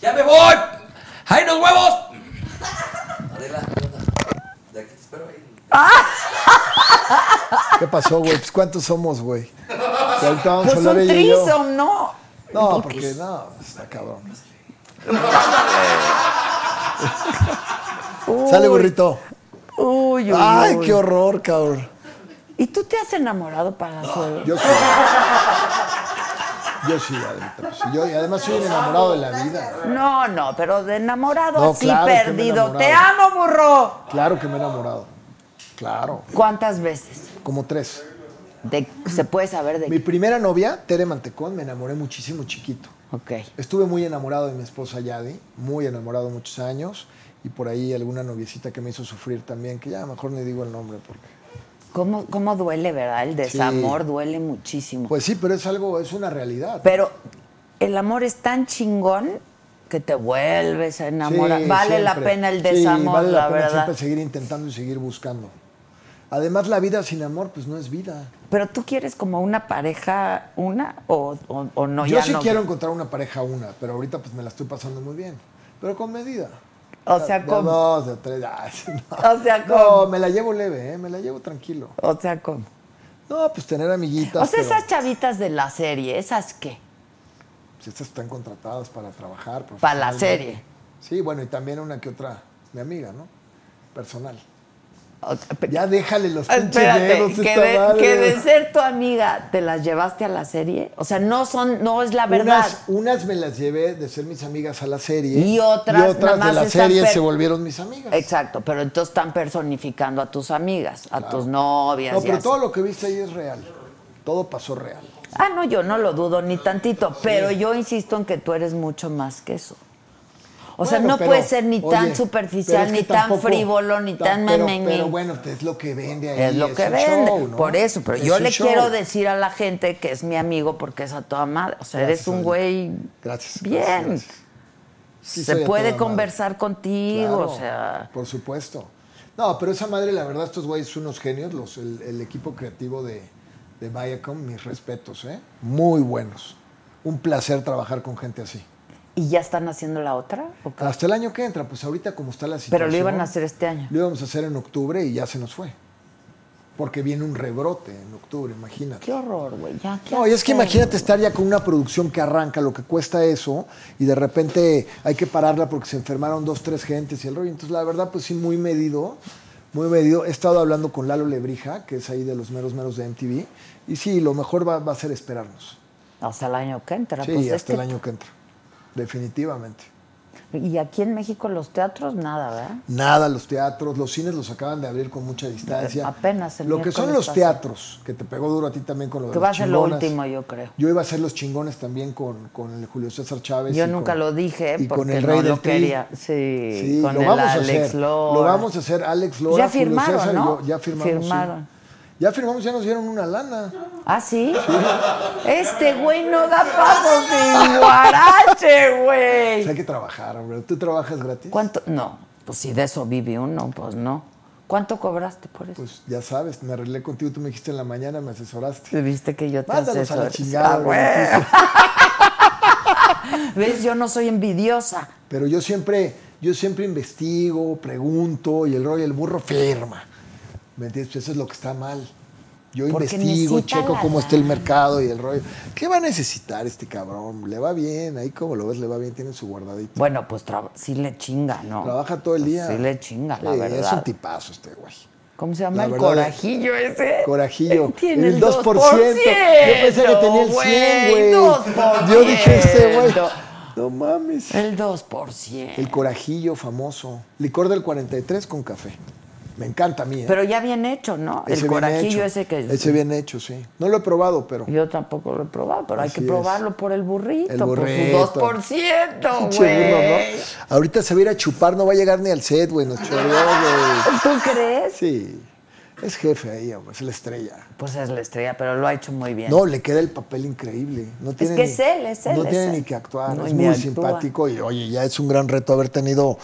Speaker 4: ¡Ya me voy! ¡Ay, los huevos!
Speaker 2: <laughs>
Speaker 4: Adela, de aquí te espero ahí.
Speaker 2: ¿Qué pasó, güey? Pues ¿cuántos somos,
Speaker 4: <laughs>
Speaker 2: güey? Te ahorita
Speaker 1: Pues
Speaker 2: vamos a
Speaker 1: un
Speaker 2: hablar ella y yo.
Speaker 1: trisom, ¿no?
Speaker 2: No,
Speaker 1: Porque
Speaker 2: porque no, está cabrón.
Speaker 1: Uy,
Speaker 2: Sale burrito.
Speaker 1: Uy, uy,
Speaker 2: Ay,
Speaker 1: uy.
Speaker 2: qué horror, cabrón.
Speaker 1: ¿Y tú te has enamorado, Palazuelo?
Speaker 2: Yo sí. Yo sí, Adrita. sí, yo, y además soy un enamorado de la vida.
Speaker 1: No, no, pero de enamorado
Speaker 2: No,
Speaker 1: sí,
Speaker 2: claro que me he
Speaker 1: perdido.
Speaker 2: enamorado.
Speaker 1: ¡Te amo, burro!
Speaker 2: Claro que me he enamorado. Claro.
Speaker 1: ¿Cuántas veces?
Speaker 2: Como tres.
Speaker 1: De- ¿Se puede saber de
Speaker 2: Mi
Speaker 1: qué?
Speaker 2: primera novia, Tere Mantecón, me enamoré muchísimo chiquito.
Speaker 1: Ok.
Speaker 2: Estuve muy enamorado de mi esposa Yadi, muy enamorado muchos años. Y por ahí alguna noviecita que me hizo sufrir también, que ya mejor ni digo el nombre porque.
Speaker 1: ¿Cómo, cómo duele, verdad? El desamor duele muchísimo.
Speaker 2: Pues sí, pero es algo, es una realidad.
Speaker 1: Pero el amor es tan chingón que te vuelves a enamorar.
Speaker 2: Sí,
Speaker 1: vale la
Speaker 2: siempre.
Speaker 1: pena el
Speaker 2: Sí,
Speaker 1: desamor,
Speaker 2: vale la,
Speaker 1: la,
Speaker 2: pena
Speaker 1: verdad.
Speaker 2: siempre seguir intentando y seguir buscando. Además, la vida sin amor, pues no es vida.
Speaker 1: Pero tú quieres como una pareja, una o, o- o no.
Speaker 2: Yo
Speaker 1: ya
Speaker 2: sí
Speaker 1: no?
Speaker 2: quiero encontrar una pareja una, pero ahorita pues me la estoy pasando muy bien. Pero con medida.
Speaker 1: O sea,
Speaker 2: De
Speaker 1: ¿cómo?
Speaker 2: dos, de tres. ay, <laughs> no.
Speaker 1: O sea,
Speaker 2: No,
Speaker 1: ¿cómo?
Speaker 2: me la llevo leve, ¿eh? me la llevo tranquilo.
Speaker 1: O sea, ¿cómo?
Speaker 2: No, pues tener amiguitas.
Speaker 1: O sea,
Speaker 2: pero,
Speaker 1: esas chavitas de la serie, ¿esas qué?
Speaker 2: pues, estas están contratadas para trabajar.
Speaker 1: Para la
Speaker 2: profesionalmente.
Speaker 1: serie.
Speaker 2: Sí, bueno, y también una que otra, mi amiga, ¿no? Personal.
Speaker 1: O-
Speaker 2: Ya déjale los pinches
Speaker 1: Espérate,
Speaker 2: dedos,
Speaker 1: que
Speaker 2: esta
Speaker 1: de,
Speaker 2: madre.
Speaker 1: que de ser tu amiga te las llevaste a la serie. O sea, no son, no es la verdad.
Speaker 2: Unas, unas me las llevé de ser mis amigas a la serie.
Speaker 1: Y otras
Speaker 2: y
Speaker 1: nada
Speaker 2: otras de
Speaker 1: más
Speaker 2: la
Speaker 1: están
Speaker 2: serie
Speaker 1: per-
Speaker 2: se volvieron mis amigas.
Speaker 1: Exacto, pero entonces están personificando a tus amigas, a tus novias.
Speaker 2: No,
Speaker 1: y
Speaker 2: pero
Speaker 1: así.
Speaker 2: todo lo que viste ahí es real. Todo pasó real.
Speaker 1: Ah, no, yo no lo dudo
Speaker 2: Ah,
Speaker 1: ni tantito, pero yo insisto en que tú eres mucho más que eso. O sea,
Speaker 2: Bueno,
Speaker 1: no
Speaker 2: pero,
Speaker 1: puedes ser ni
Speaker 2: oye,
Speaker 1: tan
Speaker 2: pero
Speaker 1: superficial,
Speaker 2: es
Speaker 1: ni
Speaker 2: que
Speaker 1: tan
Speaker 2: tampoco-
Speaker 1: frívolo, ni
Speaker 2: ta-
Speaker 1: tan
Speaker 2: pero,
Speaker 1: memeñe.
Speaker 2: pero bueno, es lo que vende ahí.
Speaker 1: es lo que
Speaker 2: un
Speaker 1: vende.
Speaker 2: show, ¿no?
Speaker 1: Por eso, pero
Speaker 2: Es
Speaker 1: yo
Speaker 2: un
Speaker 1: le
Speaker 2: show.
Speaker 1: quiero decir a la gente que es mi amigo porque es a toda madre. O sea, eres
Speaker 2: Gracias,
Speaker 1: un
Speaker 2: Adela.
Speaker 1: güey.
Speaker 2: Gracias,
Speaker 1: Bien.
Speaker 2: gracias, gracias.
Speaker 1: Se
Speaker 2: Sí, soy a toda
Speaker 1: puede
Speaker 2: madre.
Speaker 1: conversar contigo,
Speaker 2: Claro,
Speaker 1: o sea.
Speaker 2: Por supuesto. No, pero esa madre, la verdad, estos güeyes son unos genios. Los, el, el equipo creativo de, de Viacom, mis respetos, ¿eh? Muy buenos. Un placer trabajar con gente así.
Speaker 1: ¿Y ya están haciendo la otra? ¿O qué?
Speaker 2: Hasta el año que entra, pues ahorita como está la situación.
Speaker 1: Pero lo iban a hacer este año.
Speaker 2: Lo íbamos a hacer en octubre y ya se nos fue. Porque viene un rebrote en octubre, imagínate.
Speaker 1: Qué horror, güey. Ya, ¿qué
Speaker 2: No, y es que
Speaker 1: hacemos?
Speaker 2: imagínate estar ya con una producción que arranca, lo que cuesta eso, y de repente hay que pararla porque se enfermaron dos, tres gentes y el rollo. Entonces, la verdad, pues sí, muy medido, muy medido. He estado hablando con Lalo Lebrija, que es ahí de los meros, meros de MTV, y sí, lo mejor va, va a ser esperarnos.
Speaker 1: Hasta el año que entra.
Speaker 2: Sí,
Speaker 1: pues,
Speaker 2: hasta
Speaker 1: este-
Speaker 2: el año que entra, definitivamente.
Speaker 1: Y aquí en México los teatros, nada, ¿verdad?
Speaker 2: Nada, los teatros, los cines los acaban de abrir con mucha distancia.
Speaker 1: Apenas el
Speaker 2: Lo que son
Speaker 1: miércoles
Speaker 2: los
Speaker 1: pasado.
Speaker 2: teatros, que te pegó duro a ti también con lo de
Speaker 1: Que
Speaker 2: los
Speaker 1: va a ser lo
Speaker 2: chingonas.
Speaker 1: último, yo creo.
Speaker 2: Yo iba a hacer los chingones también con, con el Julio César Chávez.
Speaker 1: Yo
Speaker 2: y
Speaker 1: nunca
Speaker 2: con-
Speaker 1: lo dije
Speaker 2: y con
Speaker 1: porque
Speaker 2: el Rey
Speaker 1: no
Speaker 2: del
Speaker 1: lo
Speaker 2: Tri.
Speaker 1: quería. Sí,
Speaker 2: Sí,
Speaker 1: con
Speaker 2: lo
Speaker 1: el
Speaker 2: vamos a
Speaker 1: Alex
Speaker 2: hacer.
Speaker 1: Lora. Pues
Speaker 2: Lo vamos a hacer Alex Lora.
Speaker 1: Ya
Speaker 2: Julio
Speaker 1: firmaron,
Speaker 2: César y
Speaker 1: ¿no?
Speaker 2: yo. Ya firmamos. sí.
Speaker 1: Firmaron.
Speaker 2: Ya firmamos, ya nos dieron una lana.
Speaker 1: ¿Ah, sí? Este güey no da pasos sin guarache,
Speaker 2: O sea, Pues hay
Speaker 1: güey.
Speaker 2: que trabajar, hombre. ¿Tú trabajas gratis?
Speaker 1: ¿Cuánto? No, pues si de eso vive uno, pues no. ¿Cuánto cobraste por eso?
Speaker 2: Pues ya sabes, me arreglé contigo, tú me dijiste en la mañana, me asesoraste.
Speaker 1: Viste que yo te
Speaker 2: Mándanos a la
Speaker 1: asesoré.
Speaker 2: chingada.
Speaker 1: Ah,
Speaker 2: güey.
Speaker 1: güey. ¿Ves? Yo no soy envidiosa.
Speaker 2: Pero yo siempre, yo siempre investigo, pregunto y el rollo, el burro firma. ¿Me entiendes? Pues eso es lo que está mal. Yo
Speaker 1: Porque
Speaker 2: investigo,
Speaker 1: necesita
Speaker 2: checo
Speaker 1: la
Speaker 2: cómo está el mercado y el rollo. ¿Qué va a necesitar este cabrón? Le va bien, ahí como lo ves, le va bien, tiene su guardadito.
Speaker 1: Bueno, pues traba- sí le chinga, ¿no? pues
Speaker 2: Trabaja todo el día.
Speaker 1: Sí le chinga, la
Speaker 2: Sí,
Speaker 1: verdad.
Speaker 2: Es un tipazo este güey.
Speaker 1: ¿Cómo se llama?
Speaker 2: La
Speaker 1: el
Speaker 2: verdad,
Speaker 1: corajillo ese.
Speaker 2: Corajillo.
Speaker 1: Él <laughs> Tiene
Speaker 2: el 2%. Yo pensé que tenía el 100, güey.
Speaker 1: 2%.
Speaker 2: Yo dije, este güey. No mames.
Speaker 1: El 2%.
Speaker 2: El corajillo famoso. Licor del 43 con café. Me encanta a mí, ¿eh?
Speaker 1: Pero ya bien hecho, ¿no?
Speaker 2: Ese
Speaker 1: el
Speaker 2: bien
Speaker 1: corajillo
Speaker 2: hecho.
Speaker 1: ese que.
Speaker 2: Ese bien hecho, sí. No lo he probado, pero.
Speaker 1: Yo tampoco lo he probado, pero hay
Speaker 2: Así
Speaker 1: que
Speaker 2: es.
Speaker 1: probarlo por el burrito.
Speaker 2: El
Speaker 1: Por
Speaker 2: burrito.
Speaker 1: su 2%,
Speaker 2: Pinche burro,
Speaker 1: güey.
Speaker 2: ¿no? Ahorita se va a ir a chupar, no va a llegar ni al set, güey. Nos chorreó, güey.
Speaker 1: ¿Tú crees?
Speaker 2: Sí. Es jefe ahí, güey. Es la estrella.
Speaker 1: Pues es la estrella, pero lo ha hecho muy bien.
Speaker 2: No, le queda el papel increíble. No tiene
Speaker 1: que
Speaker 2: ni-
Speaker 1: es él, es él,
Speaker 2: No
Speaker 1: es
Speaker 2: tiene
Speaker 1: él.
Speaker 2: ni que actuar.
Speaker 1: No,
Speaker 2: es
Speaker 1: ni
Speaker 2: muy
Speaker 1: actúa.
Speaker 2: simpático. Y oye, ya es un gran reto haber tenido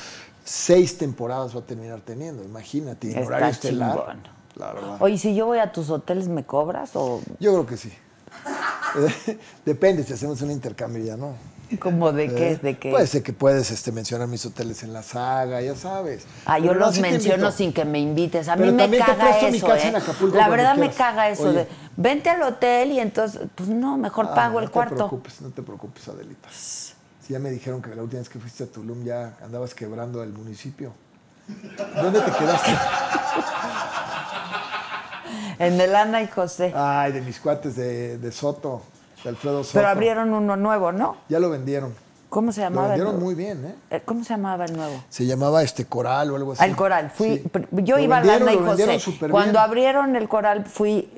Speaker 2: seis temporadas, va a terminar teniendo. Imagínate, en
Speaker 1: Está
Speaker 2: horario estelar.
Speaker 1: chingón.
Speaker 2: La verdad.
Speaker 1: Oye, si yo voy a tus hoteles, ¿me cobras? O
Speaker 2: <laughs> Yo creo que sí. Depende si hacemos un intercambio ya, ¿no?
Speaker 1: ¿Como de qué?
Speaker 2: ¿eh?
Speaker 1: ¿De qué?
Speaker 2: Puede ser que puedes este, mencionar mis hoteles en la saga, ya sabes.
Speaker 1: Ah, yo
Speaker 2: Pero no,
Speaker 1: los
Speaker 2: sí te
Speaker 1: menciono
Speaker 2: invito.
Speaker 1: sin que me invites. A mí
Speaker 2: Pero
Speaker 1: me
Speaker 2: también te
Speaker 1: caga
Speaker 2: presto mi
Speaker 1: eso,
Speaker 2: casa
Speaker 1: ¿eh?
Speaker 2: en Acapulco
Speaker 1: La
Speaker 2: cuando
Speaker 1: verdad me
Speaker 2: quieras.
Speaker 1: caga eso
Speaker 2: Oye.
Speaker 1: de vente al hotel y entonces, pues no, mejor
Speaker 2: Ah,
Speaker 1: pago el
Speaker 2: No te
Speaker 1: cuarto.
Speaker 2: preocupes, no te preocupes, Adelita. Si ya me dijeron que la última vez que fuiste a Tulum ya andabas quebrando el municipio. ¿Dónde te
Speaker 1: <laughs>
Speaker 2: quedaste?
Speaker 1: En el Ana y José.
Speaker 2: Ay, de mis cuates de, de Soto, de Alfredo Soto.
Speaker 1: Pero abrieron uno nuevo, ¿no?
Speaker 2: Ya lo vendieron.
Speaker 1: ¿Cómo se
Speaker 2: Lo
Speaker 1: llamaba? el
Speaker 2: vendieron
Speaker 1: nuevo?
Speaker 2: muy bien, ¿eh?
Speaker 1: Eh, ¿Cómo se llamaba el nuevo?
Speaker 2: Se llamaba este Coral o algo así.
Speaker 1: Al coral. Fui,
Speaker 2: Sí.
Speaker 1: pr- Yo
Speaker 2: Lo
Speaker 1: iba al
Speaker 2: vendieron,
Speaker 1: Ana y
Speaker 2: lo vendieron
Speaker 1: José.
Speaker 2: súper
Speaker 1: Cuando
Speaker 2: bien.
Speaker 1: abrieron el coral, fui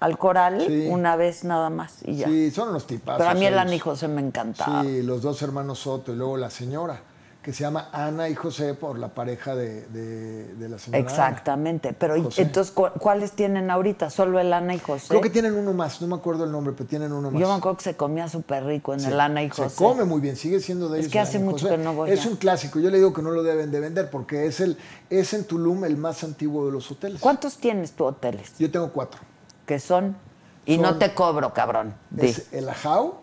Speaker 1: al coral
Speaker 2: Sí.
Speaker 1: una vez nada más y ya.
Speaker 2: Sí, son unos tipazos.
Speaker 1: Pero a mí el
Speaker 2: ellos.
Speaker 1: Ana y José me encantaba.
Speaker 2: Sí, los dos hermanos Soto y luego la señora, que se llama Ana y José por la pareja de, de- de la señora. Ana.
Speaker 1: Exactamente. Pero y-
Speaker 2: José.
Speaker 1: entonces, ¿cu- ¿cuáles tienen ahorita? ¿Solo el Ana y José?
Speaker 2: Creo que tienen uno más, no me acuerdo el nombre, pero tienen uno más.
Speaker 1: Yo me acuerdo que se comía súper rico en el Ana y José.
Speaker 2: Se come muy bien, sigue siendo de
Speaker 1: Es
Speaker 2: ellos.
Speaker 1: que
Speaker 2: el
Speaker 1: hace
Speaker 2: Ana y
Speaker 1: mucho
Speaker 2: José.
Speaker 1: que no voy
Speaker 2: Es
Speaker 1: ya.
Speaker 2: un clásico, yo le digo que no lo deben de vender porque es el es en Tulum el más antiguo de los hoteles.
Speaker 1: ¿Cuántos tienes tú hoteles?
Speaker 2: Yo tengo cuatro.
Speaker 1: Que son. Y
Speaker 2: Son-
Speaker 1: no te cobro, cabrón. Di.
Speaker 2: Es el Ajao,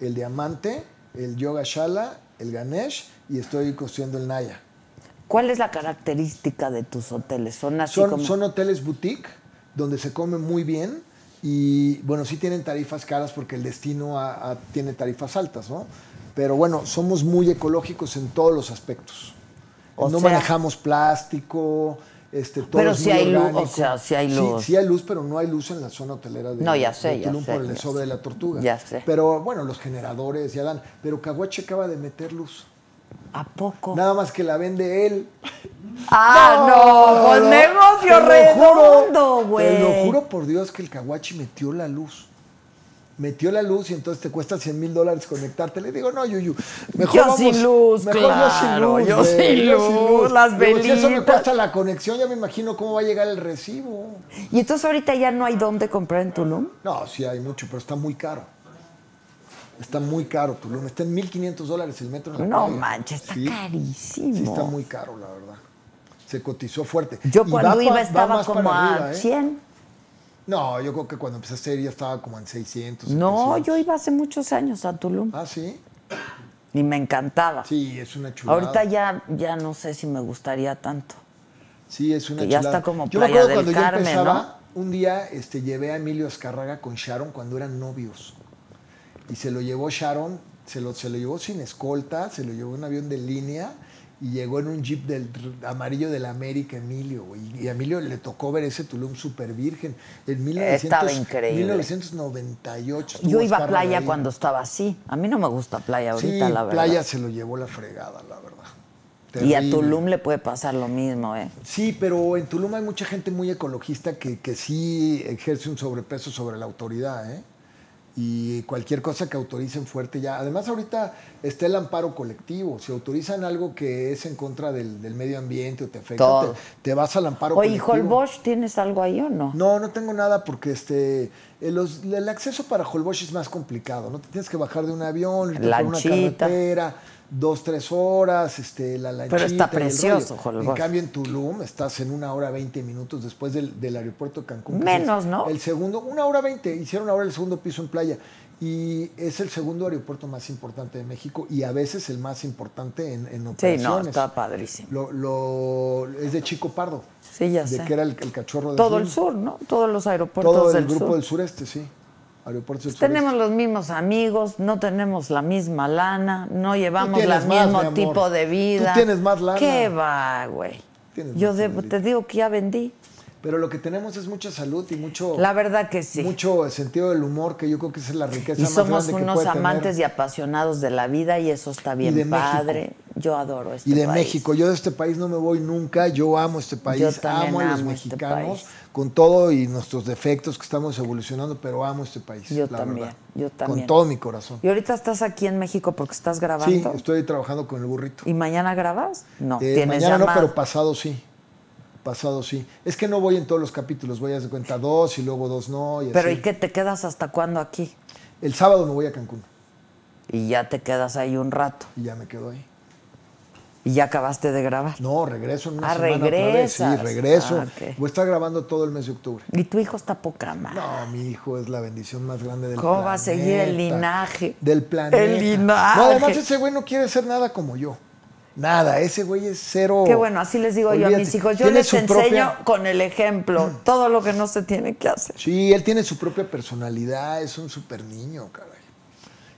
Speaker 2: el Diamante, el Yoga Shala, el Ganesh y estoy construyendo el Naya.
Speaker 1: ¿Cuál es la característica de tus hoteles? Son así
Speaker 2: Son,
Speaker 1: como.
Speaker 2: son hoteles boutique donde se come muy bien y bueno, sí tienen tarifas caras porque el destino a- a- tiene tarifas altas, ¿no? Pero bueno, somos muy ecológicos en todos los aspectos.
Speaker 1: O
Speaker 2: no
Speaker 1: sea-
Speaker 2: manejamos plástico, este, todo
Speaker 1: Pero
Speaker 2: es
Speaker 1: sí
Speaker 2: muy
Speaker 1: hay luz, o
Speaker 2: orgánico.
Speaker 1: sea, sí hay
Speaker 2: Sí,
Speaker 1: luz.
Speaker 2: sí hay luz, pero no hay luz en la zona hotelera de,
Speaker 1: No, ya sé,
Speaker 2: de
Speaker 1: ya
Speaker 2: Tulum
Speaker 1: sé,
Speaker 2: por el
Speaker 1: ya
Speaker 2: desove
Speaker 1: sé.
Speaker 2: de la tortuga.
Speaker 1: Ya sé.
Speaker 2: Pero bueno, los generadores ya dan. Pero Caguache acaba de meter luz.
Speaker 1: ¿A poco?
Speaker 2: Nada más que la vende él.
Speaker 1: ¡Ah, no! ¡Con negocio
Speaker 2: te lo juro,
Speaker 1: redondo, güey!
Speaker 2: Te lo juro por Dios que el Caguachi metió la luz. Metió la luz y entonces te cuesta 100 mil dólares conectarte. Le digo, no, Yuyu, mejor
Speaker 1: Yo
Speaker 2: vamos-
Speaker 1: sin luz,
Speaker 2: mejor
Speaker 1: claro, yo
Speaker 2: yo sin luz. güey,
Speaker 1: sin
Speaker 2: yo
Speaker 1: luz, las
Speaker 2: Digo, Si eso me
Speaker 1: velitas.
Speaker 2: cuesta la conexión, ya me imagino cómo va a llegar el recibo.
Speaker 1: Y entonces ahorita ya no hay dónde comprar en Tulum.
Speaker 2: No, sí hay mucho, pero está muy caro. Está muy caro Tulum. Está en 1.500 dólares el metro. en la
Speaker 1: No
Speaker 2: playa.
Speaker 1: manches, está
Speaker 2: Sí.
Speaker 1: carísimo.
Speaker 2: Sí, está muy caro, la verdad. Se cotizó fuerte.
Speaker 1: Yo
Speaker 2: Y
Speaker 1: cuando
Speaker 2: va
Speaker 1: iba
Speaker 2: pa- va
Speaker 1: estaba
Speaker 2: más
Speaker 1: como
Speaker 2: para
Speaker 1: a
Speaker 2: arriba, ¿eh?
Speaker 1: 100.
Speaker 2: No, yo creo que cuando empezaste a ir ya estaba como en 600.
Speaker 1: No,
Speaker 2: 700.
Speaker 1: yo iba hace muchos años a Tulum
Speaker 2: Ah, sí.
Speaker 1: y me encantaba.
Speaker 2: Sí, es una chulada.
Speaker 1: ahorita ya, ya no sé si me gustaría tanto.
Speaker 2: Sí, es una
Speaker 1: que ya
Speaker 2: chulada.
Speaker 1: está como
Speaker 2: yo me
Speaker 1: Playa
Speaker 2: acuerdo
Speaker 1: del
Speaker 2: cuando yo
Speaker 1: Carmen,
Speaker 2: empezaba, un día este, llevé a Emilio Azcárraga con Sharon cuando eran novios. Y se lo llevó Sharon, se lo, se lo llevó sin escolta, se lo llevó en un avión de línea y llegó en un jeep del r- amarillo del América Emilio. güey. Y a Emilio le tocó ver ese Tulum super virgen. En 1900,
Speaker 1: Estaba increíble.
Speaker 2: 1998.
Speaker 1: Yo
Speaker 2: estuvo
Speaker 1: iba a
Speaker 2: Azcárraga
Speaker 1: playa
Speaker 2: ahí.
Speaker 1: cuando estaba así. A mí no me gusta playa ahorita,
Speaker 2: sí,
Speaker 1: la verdad.
Speaker 2: playa se lo llevó la fregada, la verdad.
Speaker 1: y a
Speaker 2: Terrible.
Speaker 1: Tulum le puede pasar lo mismo, ¿eh?
Speaker 2: Sí, pero en Tulum hay mucha gente muy ecologista que, que sí ejerce un sobrepeso sobre la autoridad, ¿eh? Y cualquier cosa que autoricen fuerte ya. Además, ahorita está el amparo colectivo. Si autorizan algo que es en contra del, del medio ambiente o te afecta,
Speaker 1: Todo.
Speaker 2: te, te vas al amparo
Speaker 1: Oye,
Speaker 2: colectivo.
Speaker 1: Holbox, ¿tienes algo ahí o no?
Speaker 2: No, no tengo nada porque este eh, los- el acceso para Holbox es más complicado, ¿no? Te tienes que bajar de un avión, irte por una
Speaker 1: Lanchita.
Speaker 2: carretera, dos, tres horas, este, la lanchita.
Speaker 1: Pero está
Speaker 2: y el rollo.
Speaker 1: precioso Holbox.
Speaker 2: En cambio, en Tulum estás en una hora veinte minutos después del, del aeropuerto de Cancún. que
Speaker 1: Menos,
Speaker 2: es
Speaker 1: ¿no?
Speaker 2: El segundo, una hora veinte, hicieron ahora el segundo piso en playa. Y es el segundo aeropuerto más importante de México y a veces el más importante en, en
Speaker 1: Sí,
Speaker 2: operaciones.
Speaker 1: no, está padrísimo.
Speaker 2: Lo- lo- es de Chico Pardo.
Speaker 1: Sí, ya
Speaker 2: de
Speaker 1: sé.
Speaker 2: que era el, el cachorro de
Speaker 1: Todo el
Speaker 2: Slim.
Speaker 1: sur, ¿no? Todos los aeropuertos
Speaker 2: Todo el
Speaker 1: del
Speaker 2: grupo
Speaker 1: sur.
Speaker 2: del sureste, sí. Aeropuertos del
Speaker 1: Tenemos
Speaker 2: sureste.
Speaker 1: los mismos amigos, no tenemos la misma lana, no llevamos el
Speaker 2: tienes más, mi
Speaker 1: mismo
Speaker 2: amor.
Speaker 1: tipo de vida.
Speaker 2: Tú tienes más lana.
Speaker 1: ¿Qué va, güey?
Speaker 2: Tienes
Speaker 1: Yo
Speaker 2: más
Speaker 1: debo-
Speaker 2: lanita.
Speaker 1: te digo que ya vendí.
Speaker 2: Pero lo que tenemos es mucha salud y mucho,
Speaker 1: La verdad que sí.
Speaker 2: mucho sentido del humor, que yo creo que esa es la riqueza
Speaker 1: y
Speaker 2: más
Speaker 1: somos
Speaker 2: grande que
Speaker 1: unos
Speaker 2: puede
Speaker 1: amantes
Speaker 2: tener.
Speaker 1: y apasionados de la vida y eso está bien
Speaker 2: de México.
Speaker 1: padre. Yo adoro este
Speaker 2: Y de
Speaker 1: país.
Speaker 2: México. Yo de este país no me voy nunca. Yo amo este país.
Speaker 1: Yo también
Speaker 2: amo a los
Speaker 1: amo este
Speaker 2: mexicanos
Speaker 1: país.
Speaker 2: con todo y nuestros defectos que estamos evolucionando, pero amo este país.
Speaker 1: Yo
Speaker 2: la
Speaker 1: también,
Speaker 2: verdad.
Speaker 1: yo también.
Speaker 2: Con todo mi corazón.
Speaker 1: Y ahorita estás aquí en México porque estás
Speaker 2: Sí,
Speaker 1: grabando.
Speaker 2: estoy trabajando con el burrito.
Speaker 1: ¿Y mañana grabas? No,
Speaker 2: Eh,
Speaker 1: tienes
Speaker 2: mañana
Speaker 1: llamada.
Speaker 2: no, pero pasado sí. Pasado sí. Es que no voy en todos los capítulos, voy a hacer cuenta dos y luego dos no. Y
Speaker 1: Pero
Speaker 2: así.
Speaker 1: ¿y qué te quedas hasta cuándo aquí?
Speaker 2: El sábado me voy a Cancún
Speaker 1: Y ya te quedas ahí un rato.
Speaker 2: y ya me quedo ahí.
Speaker 1: Y ya acabaste de grabar.
Speaker 2: No, regreso en una
Speaker 1: Ah,
Speaker 2: semana otra vez. Sí,
Speaker 1: regresas.
Speaker 2: regreso.
Speaker 1: Ah, ok.
Speaker 2: Voy a estar grabando todo el mes de octubre.
Speaker 1: Y tu hijo está poca madre.
Speaker 2: No, mi hijo es la bendición más grande del planeta.
Speaker 1: ¿Cómo va a seguir el linaje?
Speaker 2: Del planeta.
Speaker 1: El linaje.
Speaker 2: No, además ese güey no quiere ser nada como yo. Nada, ese güey es cero.
Speaker 1: Qué bueno, así les digo yo a
Speaker 2: Olvídate,
Speaker 1: mis hijos. Yo
Speaker 2: tiene
Speaker 1: les
Speaker 2: su
Speaker 1: enseño
Speaker 2: propia-
Speaker 1: con el ejemplo todo lo que no se tiene que hacer.
Speaker 2: Sí, él tiene su propia personalidad, es un super niño, caray.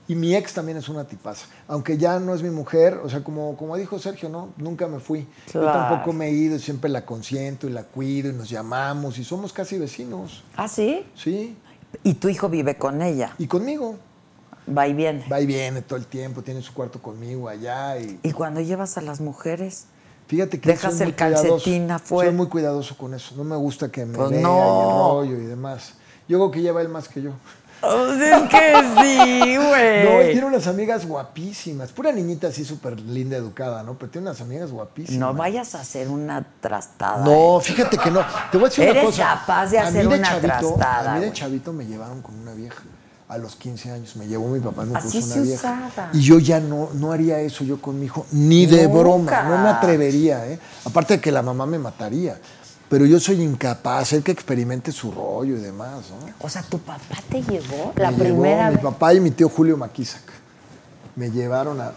Speaker 2: Y mi ex también es una tipaza. Aunque ya no es mi mujer, o sea, como, como dijo Sergio, ¿no? Nunca me fui. Yo
Speaker 1: Claro.
Speaker 2: tampoco me he ido, siempre la consiento y la cuido y nos llamamos y somos casi vecinos,
Speaker 1: ¿Ah, sí?
Speaker 2: ¿sí?
Speaker 1: Y tu hijo vive con ella.
Speaker 2: Y conmigo.
Speaker 1: Va y viene.
Speaker 2: Va y viene todo el tiempo, tiene su cuarto conmigo allá y
Speaker 1: Y cuando llevas a las mujeres,
Speaker 2: Fíjate que
Speaker 1: Dejas
Speaker 2: soy muy
Speaker 1: el calcetín
Speaker 2: cuidadoso.
Speaker 1: afuera.
Speaker 2: Soy muy cuidadoso con eso. No me gusta que me
Speaker 1: Pues
Speaker 2: vea
Speaker 1: no.
Speaker 2: y el rollo y demás. Yo creo que lleva él más que yo.
Speaker 1: O sea, es que <laughs> sí,
Speaker 2: No, él
Speaker 1: güey.
Speaker 2: tiene unas amigas guapísimas. Pura niñita así súper linda, educada, ¿no? Pero tiene unas amigas guapísimas.
Speaker 1: No vayas a hacer una trastada. ¿eh?
Speaker 2: No, fíjate que no. Te voy a decir
Speaker 1: Eres
Speaker 2: una cosa.
Speaker 1: capaz de
Speaker 2: A mí
Speaker 1: hacer
Speaker 2: de
Speaker 1: una trastada,
Speaker 2: A mí de
Speaker 1: güey.
Speaker 2: chavito me llevaron con una vieja. A los 15 años me llevó mi papá y me
Speaker 1: Así
Speaker 2: puso una
Speaker 1: se
Speaker 2: vieja.
Speaker 1: usaba.
Speaker 2: Y yo ya no, no haría eso yo con mi hijo, ni de
Speaker 1: Nunca.
Speaker 2: broma. No me atrevería, ¿eh? Aparte de que la mamá me mataría. Pero yo soy incapaz, el que experimente su rollo y demás, ¿no?
Speaker 1: O sea, tu papá te llevó la
Speaker 2: Me llevó
Speaker 1: primera
Speaker 2: Mi
Speaker 1: vez.
Speaker 2: papá y mi tío Julio Maquisac. Me llevaron a.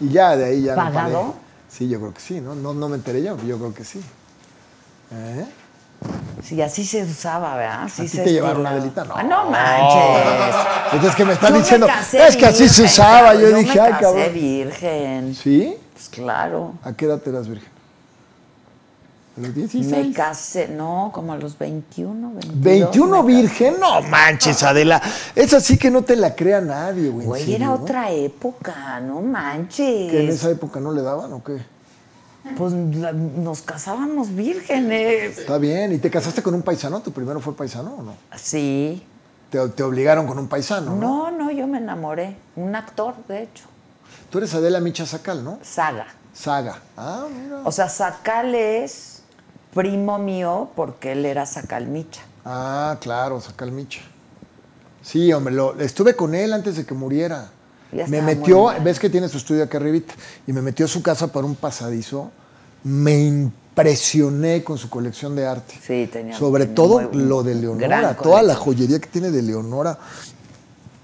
Speaker 2: Y ya de ahí ya. no paré.
Speaker 1: ¿Pagado?
Speaker 2: sí, yo creo que sí, ¿no? No, no me enteré yo, yo creo que sí. ¿Eh?
Speaker 1: Sí, así se usaba, ¿verdad? Así
Speaker 2: ¿A ti
Speaker 1: se
Speaker 2: te llevaron
Speaker 1: estilaba.
Speaker 2: Adelita? No.
Speaker 1: Ah, no manches.
Speaker 2: Entonces que me están
Speaker 1: Yo me
Speaker 2: diciendo.
Speaker 1: casé
Speaker 2: es que así se
Speaker 1: virgen,
Speaker 2: usaba.
Speaker 1: cabrón,
Speaker 2: Yo, dije,
Speaker 1: me
Speaker 2: ay,
Speaker 1: casé
Speaker 2: cabrón.
Speaker 1: virgen.
Speaker 2: ¿Sí?
Speaker 1: Pues claro.
Speaker 2: ¿A qué edad te eras virgen? ¿A los 16?
Speaker 1: Me casé, no, como a los 21, 22.
Speaker 2: 21
Speaker 1: me casé.
Speaker 2: virgen, no manches, Adela. Es así que no te la crea nadie, güey. ¿en
Speaker 1: Güey,
Speaker 2: serio? eh?
Speaker 1: era otra época, no manches.
Speaker 2: ¿Que en esa época no le daban o qué?
Speaker 1: Pues la- nos casábamos vírgenes.
Speaker 2: Está bien. ¿Y te casaste con un paisano? ¿Tu primero fue paisano o no?
Speaker 1: Sí.
Speaker 2: Te, te obligaron con un paisano,
Speaker 1: No,
Speaker 2: ¿no?
Speaker 1: no, yo me enamoré. Un actor, de hecho.
Speaker 2: Tú eres Adela Micha Sacal, ¿no?
Speaker 1: Saga.
Speaker 2: Saga. Ah, mira.
Speaker 1: O sea, Sacal es primo mío porque él era Sacal Micha.
Speaker 2: Ah, claro, Sacal Micha. Sí, hombre, lo- estuve con él antes de que muriera.
Speaker 1: Ya
Speaker 2: Me
Speaker 1: estaba
Speaker 2: metió,
Speaker 1: muy mal.
Speaker 2: ves que tiene su estudio aquí arribita, y me metió a su casa para un pasadizo. Me impresioné con su colección de arte.
Speaker 1: Sí, tenía-
Speaker 2: Sobre
Speaker 1: tenía
Speaker 2: todo
Speaker 1: muy-
Speaker 2: lo de
Speaker 1: gran
Speaker 2: Leonora, toda la
Speaker 1: colección.
Speaker 2: joyería que tiene de Leonora.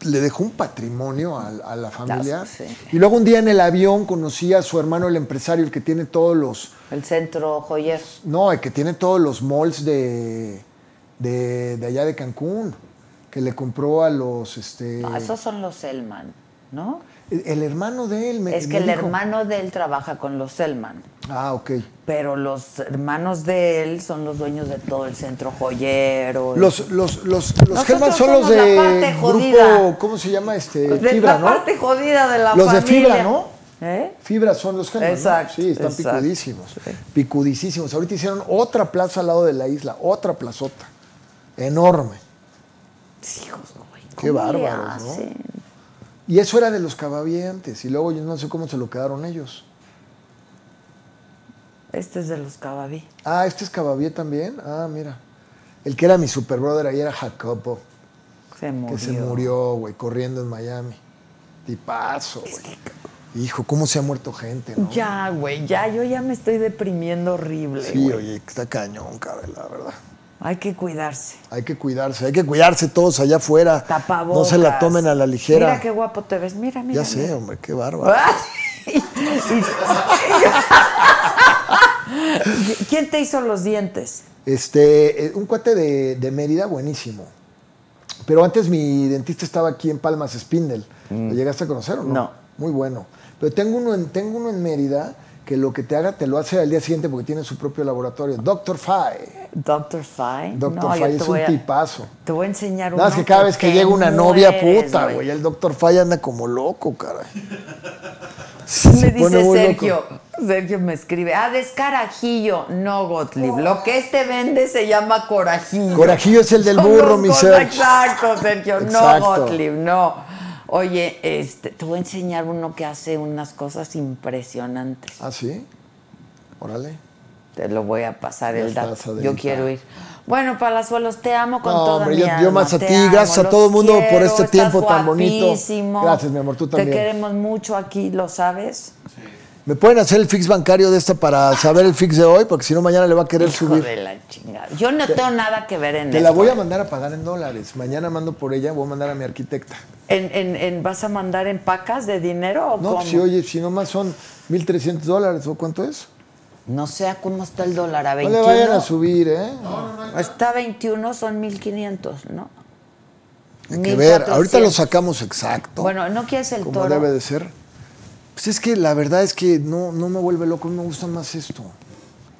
Speaker 2: Le dejó un patrimonio a, a la familia.
Speaker 1: sí.
Speaker 2: Y luego un día en el avión conocí a su hermano, el empresario, el que tiene todos los,
Speaker 1: El centro joyer.
Speaker 2: no, el que tiene todos los malls de, de, de allá de Cancún, que le compró a los... Este,
Speaker 1: Ah, esos son los Selman, ¿no?
Speaker 2: el, el hermano de él me
Speaker 1: es
Speaker 2: me
Speaker 1: que el
Speaker 2: dijo.
Speaker 1: hermano de él trabaja con los Selman.
Speaker 2: Ah, ok.
Speaker 1: Pero los hermanos de él son los dueños de todo el centro joyero. y-
Speaker 2: Los, eh, los, los, los
Speaker 1: Nosotros
Speaker 2: Hellman son los
Speaker 1: somos la
Speaker 2: de
Speaker 1: parte jodida.
Speaker 2: grupo, ¿cómo se llama? Este,
Speaker 1: de
Speaker 2: fibra,
Speaker 1: la
Speaker 2: ¿no?
Speaker 1: parte jodida de la
Speaker 2: Los de
Speaker 1: familia.
Speaker 2: fibra, ¿no?
Speaker 1: ¿Eh?
Speaker 2: Fibra son los Hellman, ¿no?
Speaker 1: Exacto,
Speaker 2: Sí, están
Speaker 1: exacto.
Speaker 2: picudísimos.
Speaker 1: Sí.
Speaker 2: Picudísimos. Ahorita hicieron otra plaza al lado de la isla, otra plazota. Enorme.
Speaker 1: Hijos, güey.
Speaker 2: Qué
Speaker 1: ¿cómo le
Speaker 2: bárbaros, ¿no?
Speaker 1: hacen?
Speaker 2: Y eso era de los cabavientes. Y luego yo no sé cómo se lo quedaron ellos.
Speaker 1: Este es de los Cavabí.
Speaker 2: Ah, este es Cabavier también. Ah, mira. El que era mi super brother ahí era Jacopo,
Speaker 1: Se murió.
Speaker 2: que se murió, güey, corriendo en Miami. Tipazo, güey. Hijo, ¿cómo se ha muerto gente, no?
Speaker 1: Ya, güey, ya, yo ya me estoy deprimiendo horrible.
Speaker 2: Sí,
Speaker 1: güey.
Speaker 2: oye, está cañón, cabrón, la verdad.
Speaker 1: Hay que cuidarse.
Speaker 2: Hay que cuidarse, hay que cuidarse todos allá afuera.
Speaker 1: Tapabocas.
Speaker 2: No se la tomen a la ligera.
Speaker 1: Mira qué guapo te ves. Mira, mira.
Speaker 2: ya sé,
Speaker 1: mira.
Speaker 2: hombre, qué bárbaro.
Speaker 1: Y- <laughs> ¿Quién te hizo los dientes?
Speaker 2: Este, eh, un cuate de, de Mérida buenísimo. Pero antes mi dentista estaba aquí en Palmas Spindle. ¿Lo llegaste a conocer o no?
Speaker 1: No.
Speaker 2: Muy bueno. Pero tengo uno en, tengo uno en Mérida que lo que te haga te lo hace al día siguiente porque tiene su propio laboratorio. Doctor Fay.
Speaker 1: Doctor Fine.
Speaker 2: Doctor
Speaker 1: No, yo
Speaker 2: Fay
Speaker 1: te
Speaker 2: es
Speaker 1: voy
Speaker 2: un
Speaker 1: a-
Speaker 2: tipazo.
Speaker 1: Te voy a enseñar un.
Speaker 2: Nada más que
Speaker 1: pues
Speaker 2: cada vez que llega una novia puta, güey,
Speaker 1: Le
Speaker 2: el doctor Fay anda como loco,
Speaker 1: <laughs>
Speaker 2: caray. Se
Speaker 1: dice
Speaker 2: pone muy loco.
Speaker 1: Sergio. Sergio me escribe. Ah, descarajillo. No, Gottlieb. Lo que este vende se llama corajillo.
Speaker 2: Corajillo es el del
Speaker 1: Son
Speaker 2: burro,
Speaker 1: dos
Speaker 2: mi
Speaker 1: cosas-
Speaker 2: Sergio.
Speaker 1: Exacto, Sergio. No,
Speaker 2: Exacto.
Speaker 1: Gottlieb, no. Oye, este, te voy a enseñar uno que hace unas cosas impresionantes.
Speaker 2: Ah, sí. Órale.
Speaker 1: Te lo voy a pasar
Speaker 2: Ya
Speaker 1: el dato.
Speaker 2: estás, Adelita.
Speaker 1: Yo quiero ir. Bueno, Palazuelos, te amo con
Speaker 2: No,
Speaker 1: toda
Speaker 2: hombre,
Speaker 1: mi
Speaker 2: yo- yo
Speaker 1: alma.
Speaker 2: más a
Speaker 1: te
Speaker 2: ti,
Speaker 1: amo,
Speaker 2: gracias a
Speaker 1: los
Speaker 2: todo el mundo por este
Speaker 1: estás
Speaker 2: tiempo tan bonito.
Speaker 1: guapísimo.
Speaker 2: Gracias, mi amor, tú también.
Speaker 1: Te queremos mucho aquí, lo sabes.
Speaker 2: ¿Me pueden hacer el fix bancario de esta para saber el fix de hoy? Porque si no, mañana le va a querer
Speaker 1: Hijo
Speaker 2: subir.
Speaker 1: de la chingada. Yo no tengo nada que ver en
Speaker 2: Te la
Speaker 1: esto.
Speaker 2: voy a mandar a pagar en dólares. Mañana mando por ella, voy a mandar a mi arquitecta.
Speaker 1: ¿En, en, en- ¿Vas a mandar en pacas de dinero o
Speaker 2: No,
Speaker 1: cómo?
Speaker 2: pues, si oye, si nomás son 1.300 dólares, ¿o cuánto es?
Speaker 1: No sé a cómo está el dólar, a
Speaker 2: No
Speaker 1: 21.
Speaker 2: le vayan a subir, ¿eh?
Speaker 1: Está 21, son 1.500, ¿no?
Speaker 2: Hay que ver,
Speaker 1: 1,400.
Speaker 2: ahorita lo sacamos exacto.
Speaker 1: Bueno, ¿no quieres el
Speaker 2: como
Speaker 1: toro?
Speaker 2: debe de ser. Pues es que la verdad es que no, no me vuelve loco, me gusta más esto.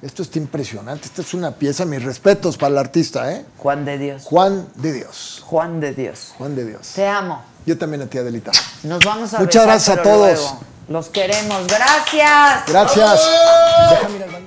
Speaker 2: Esto está impresionante, esta es una pieza, mis respetos para el artista, ¿eh?
Speaker 1: Juan de Dios.
Speaker 2: Juan de Dios,
Speaker 1: Juan de Dios.
Speaker 2: Juan de Dios.
Speaker 1: Te amo.
Speaker 2: Yo también a ti, Adelita.
Speaker 1: Nos vamos a
Speaker 2: Muchas
Speaker 1: besar,
Speaker 2: gracias a
Speaker 1: pero
Speaker 2: todos.
Speaker 1: luego. Los queremos. Gracias.
Speaker 2: Gracias. Déjame ir al baño.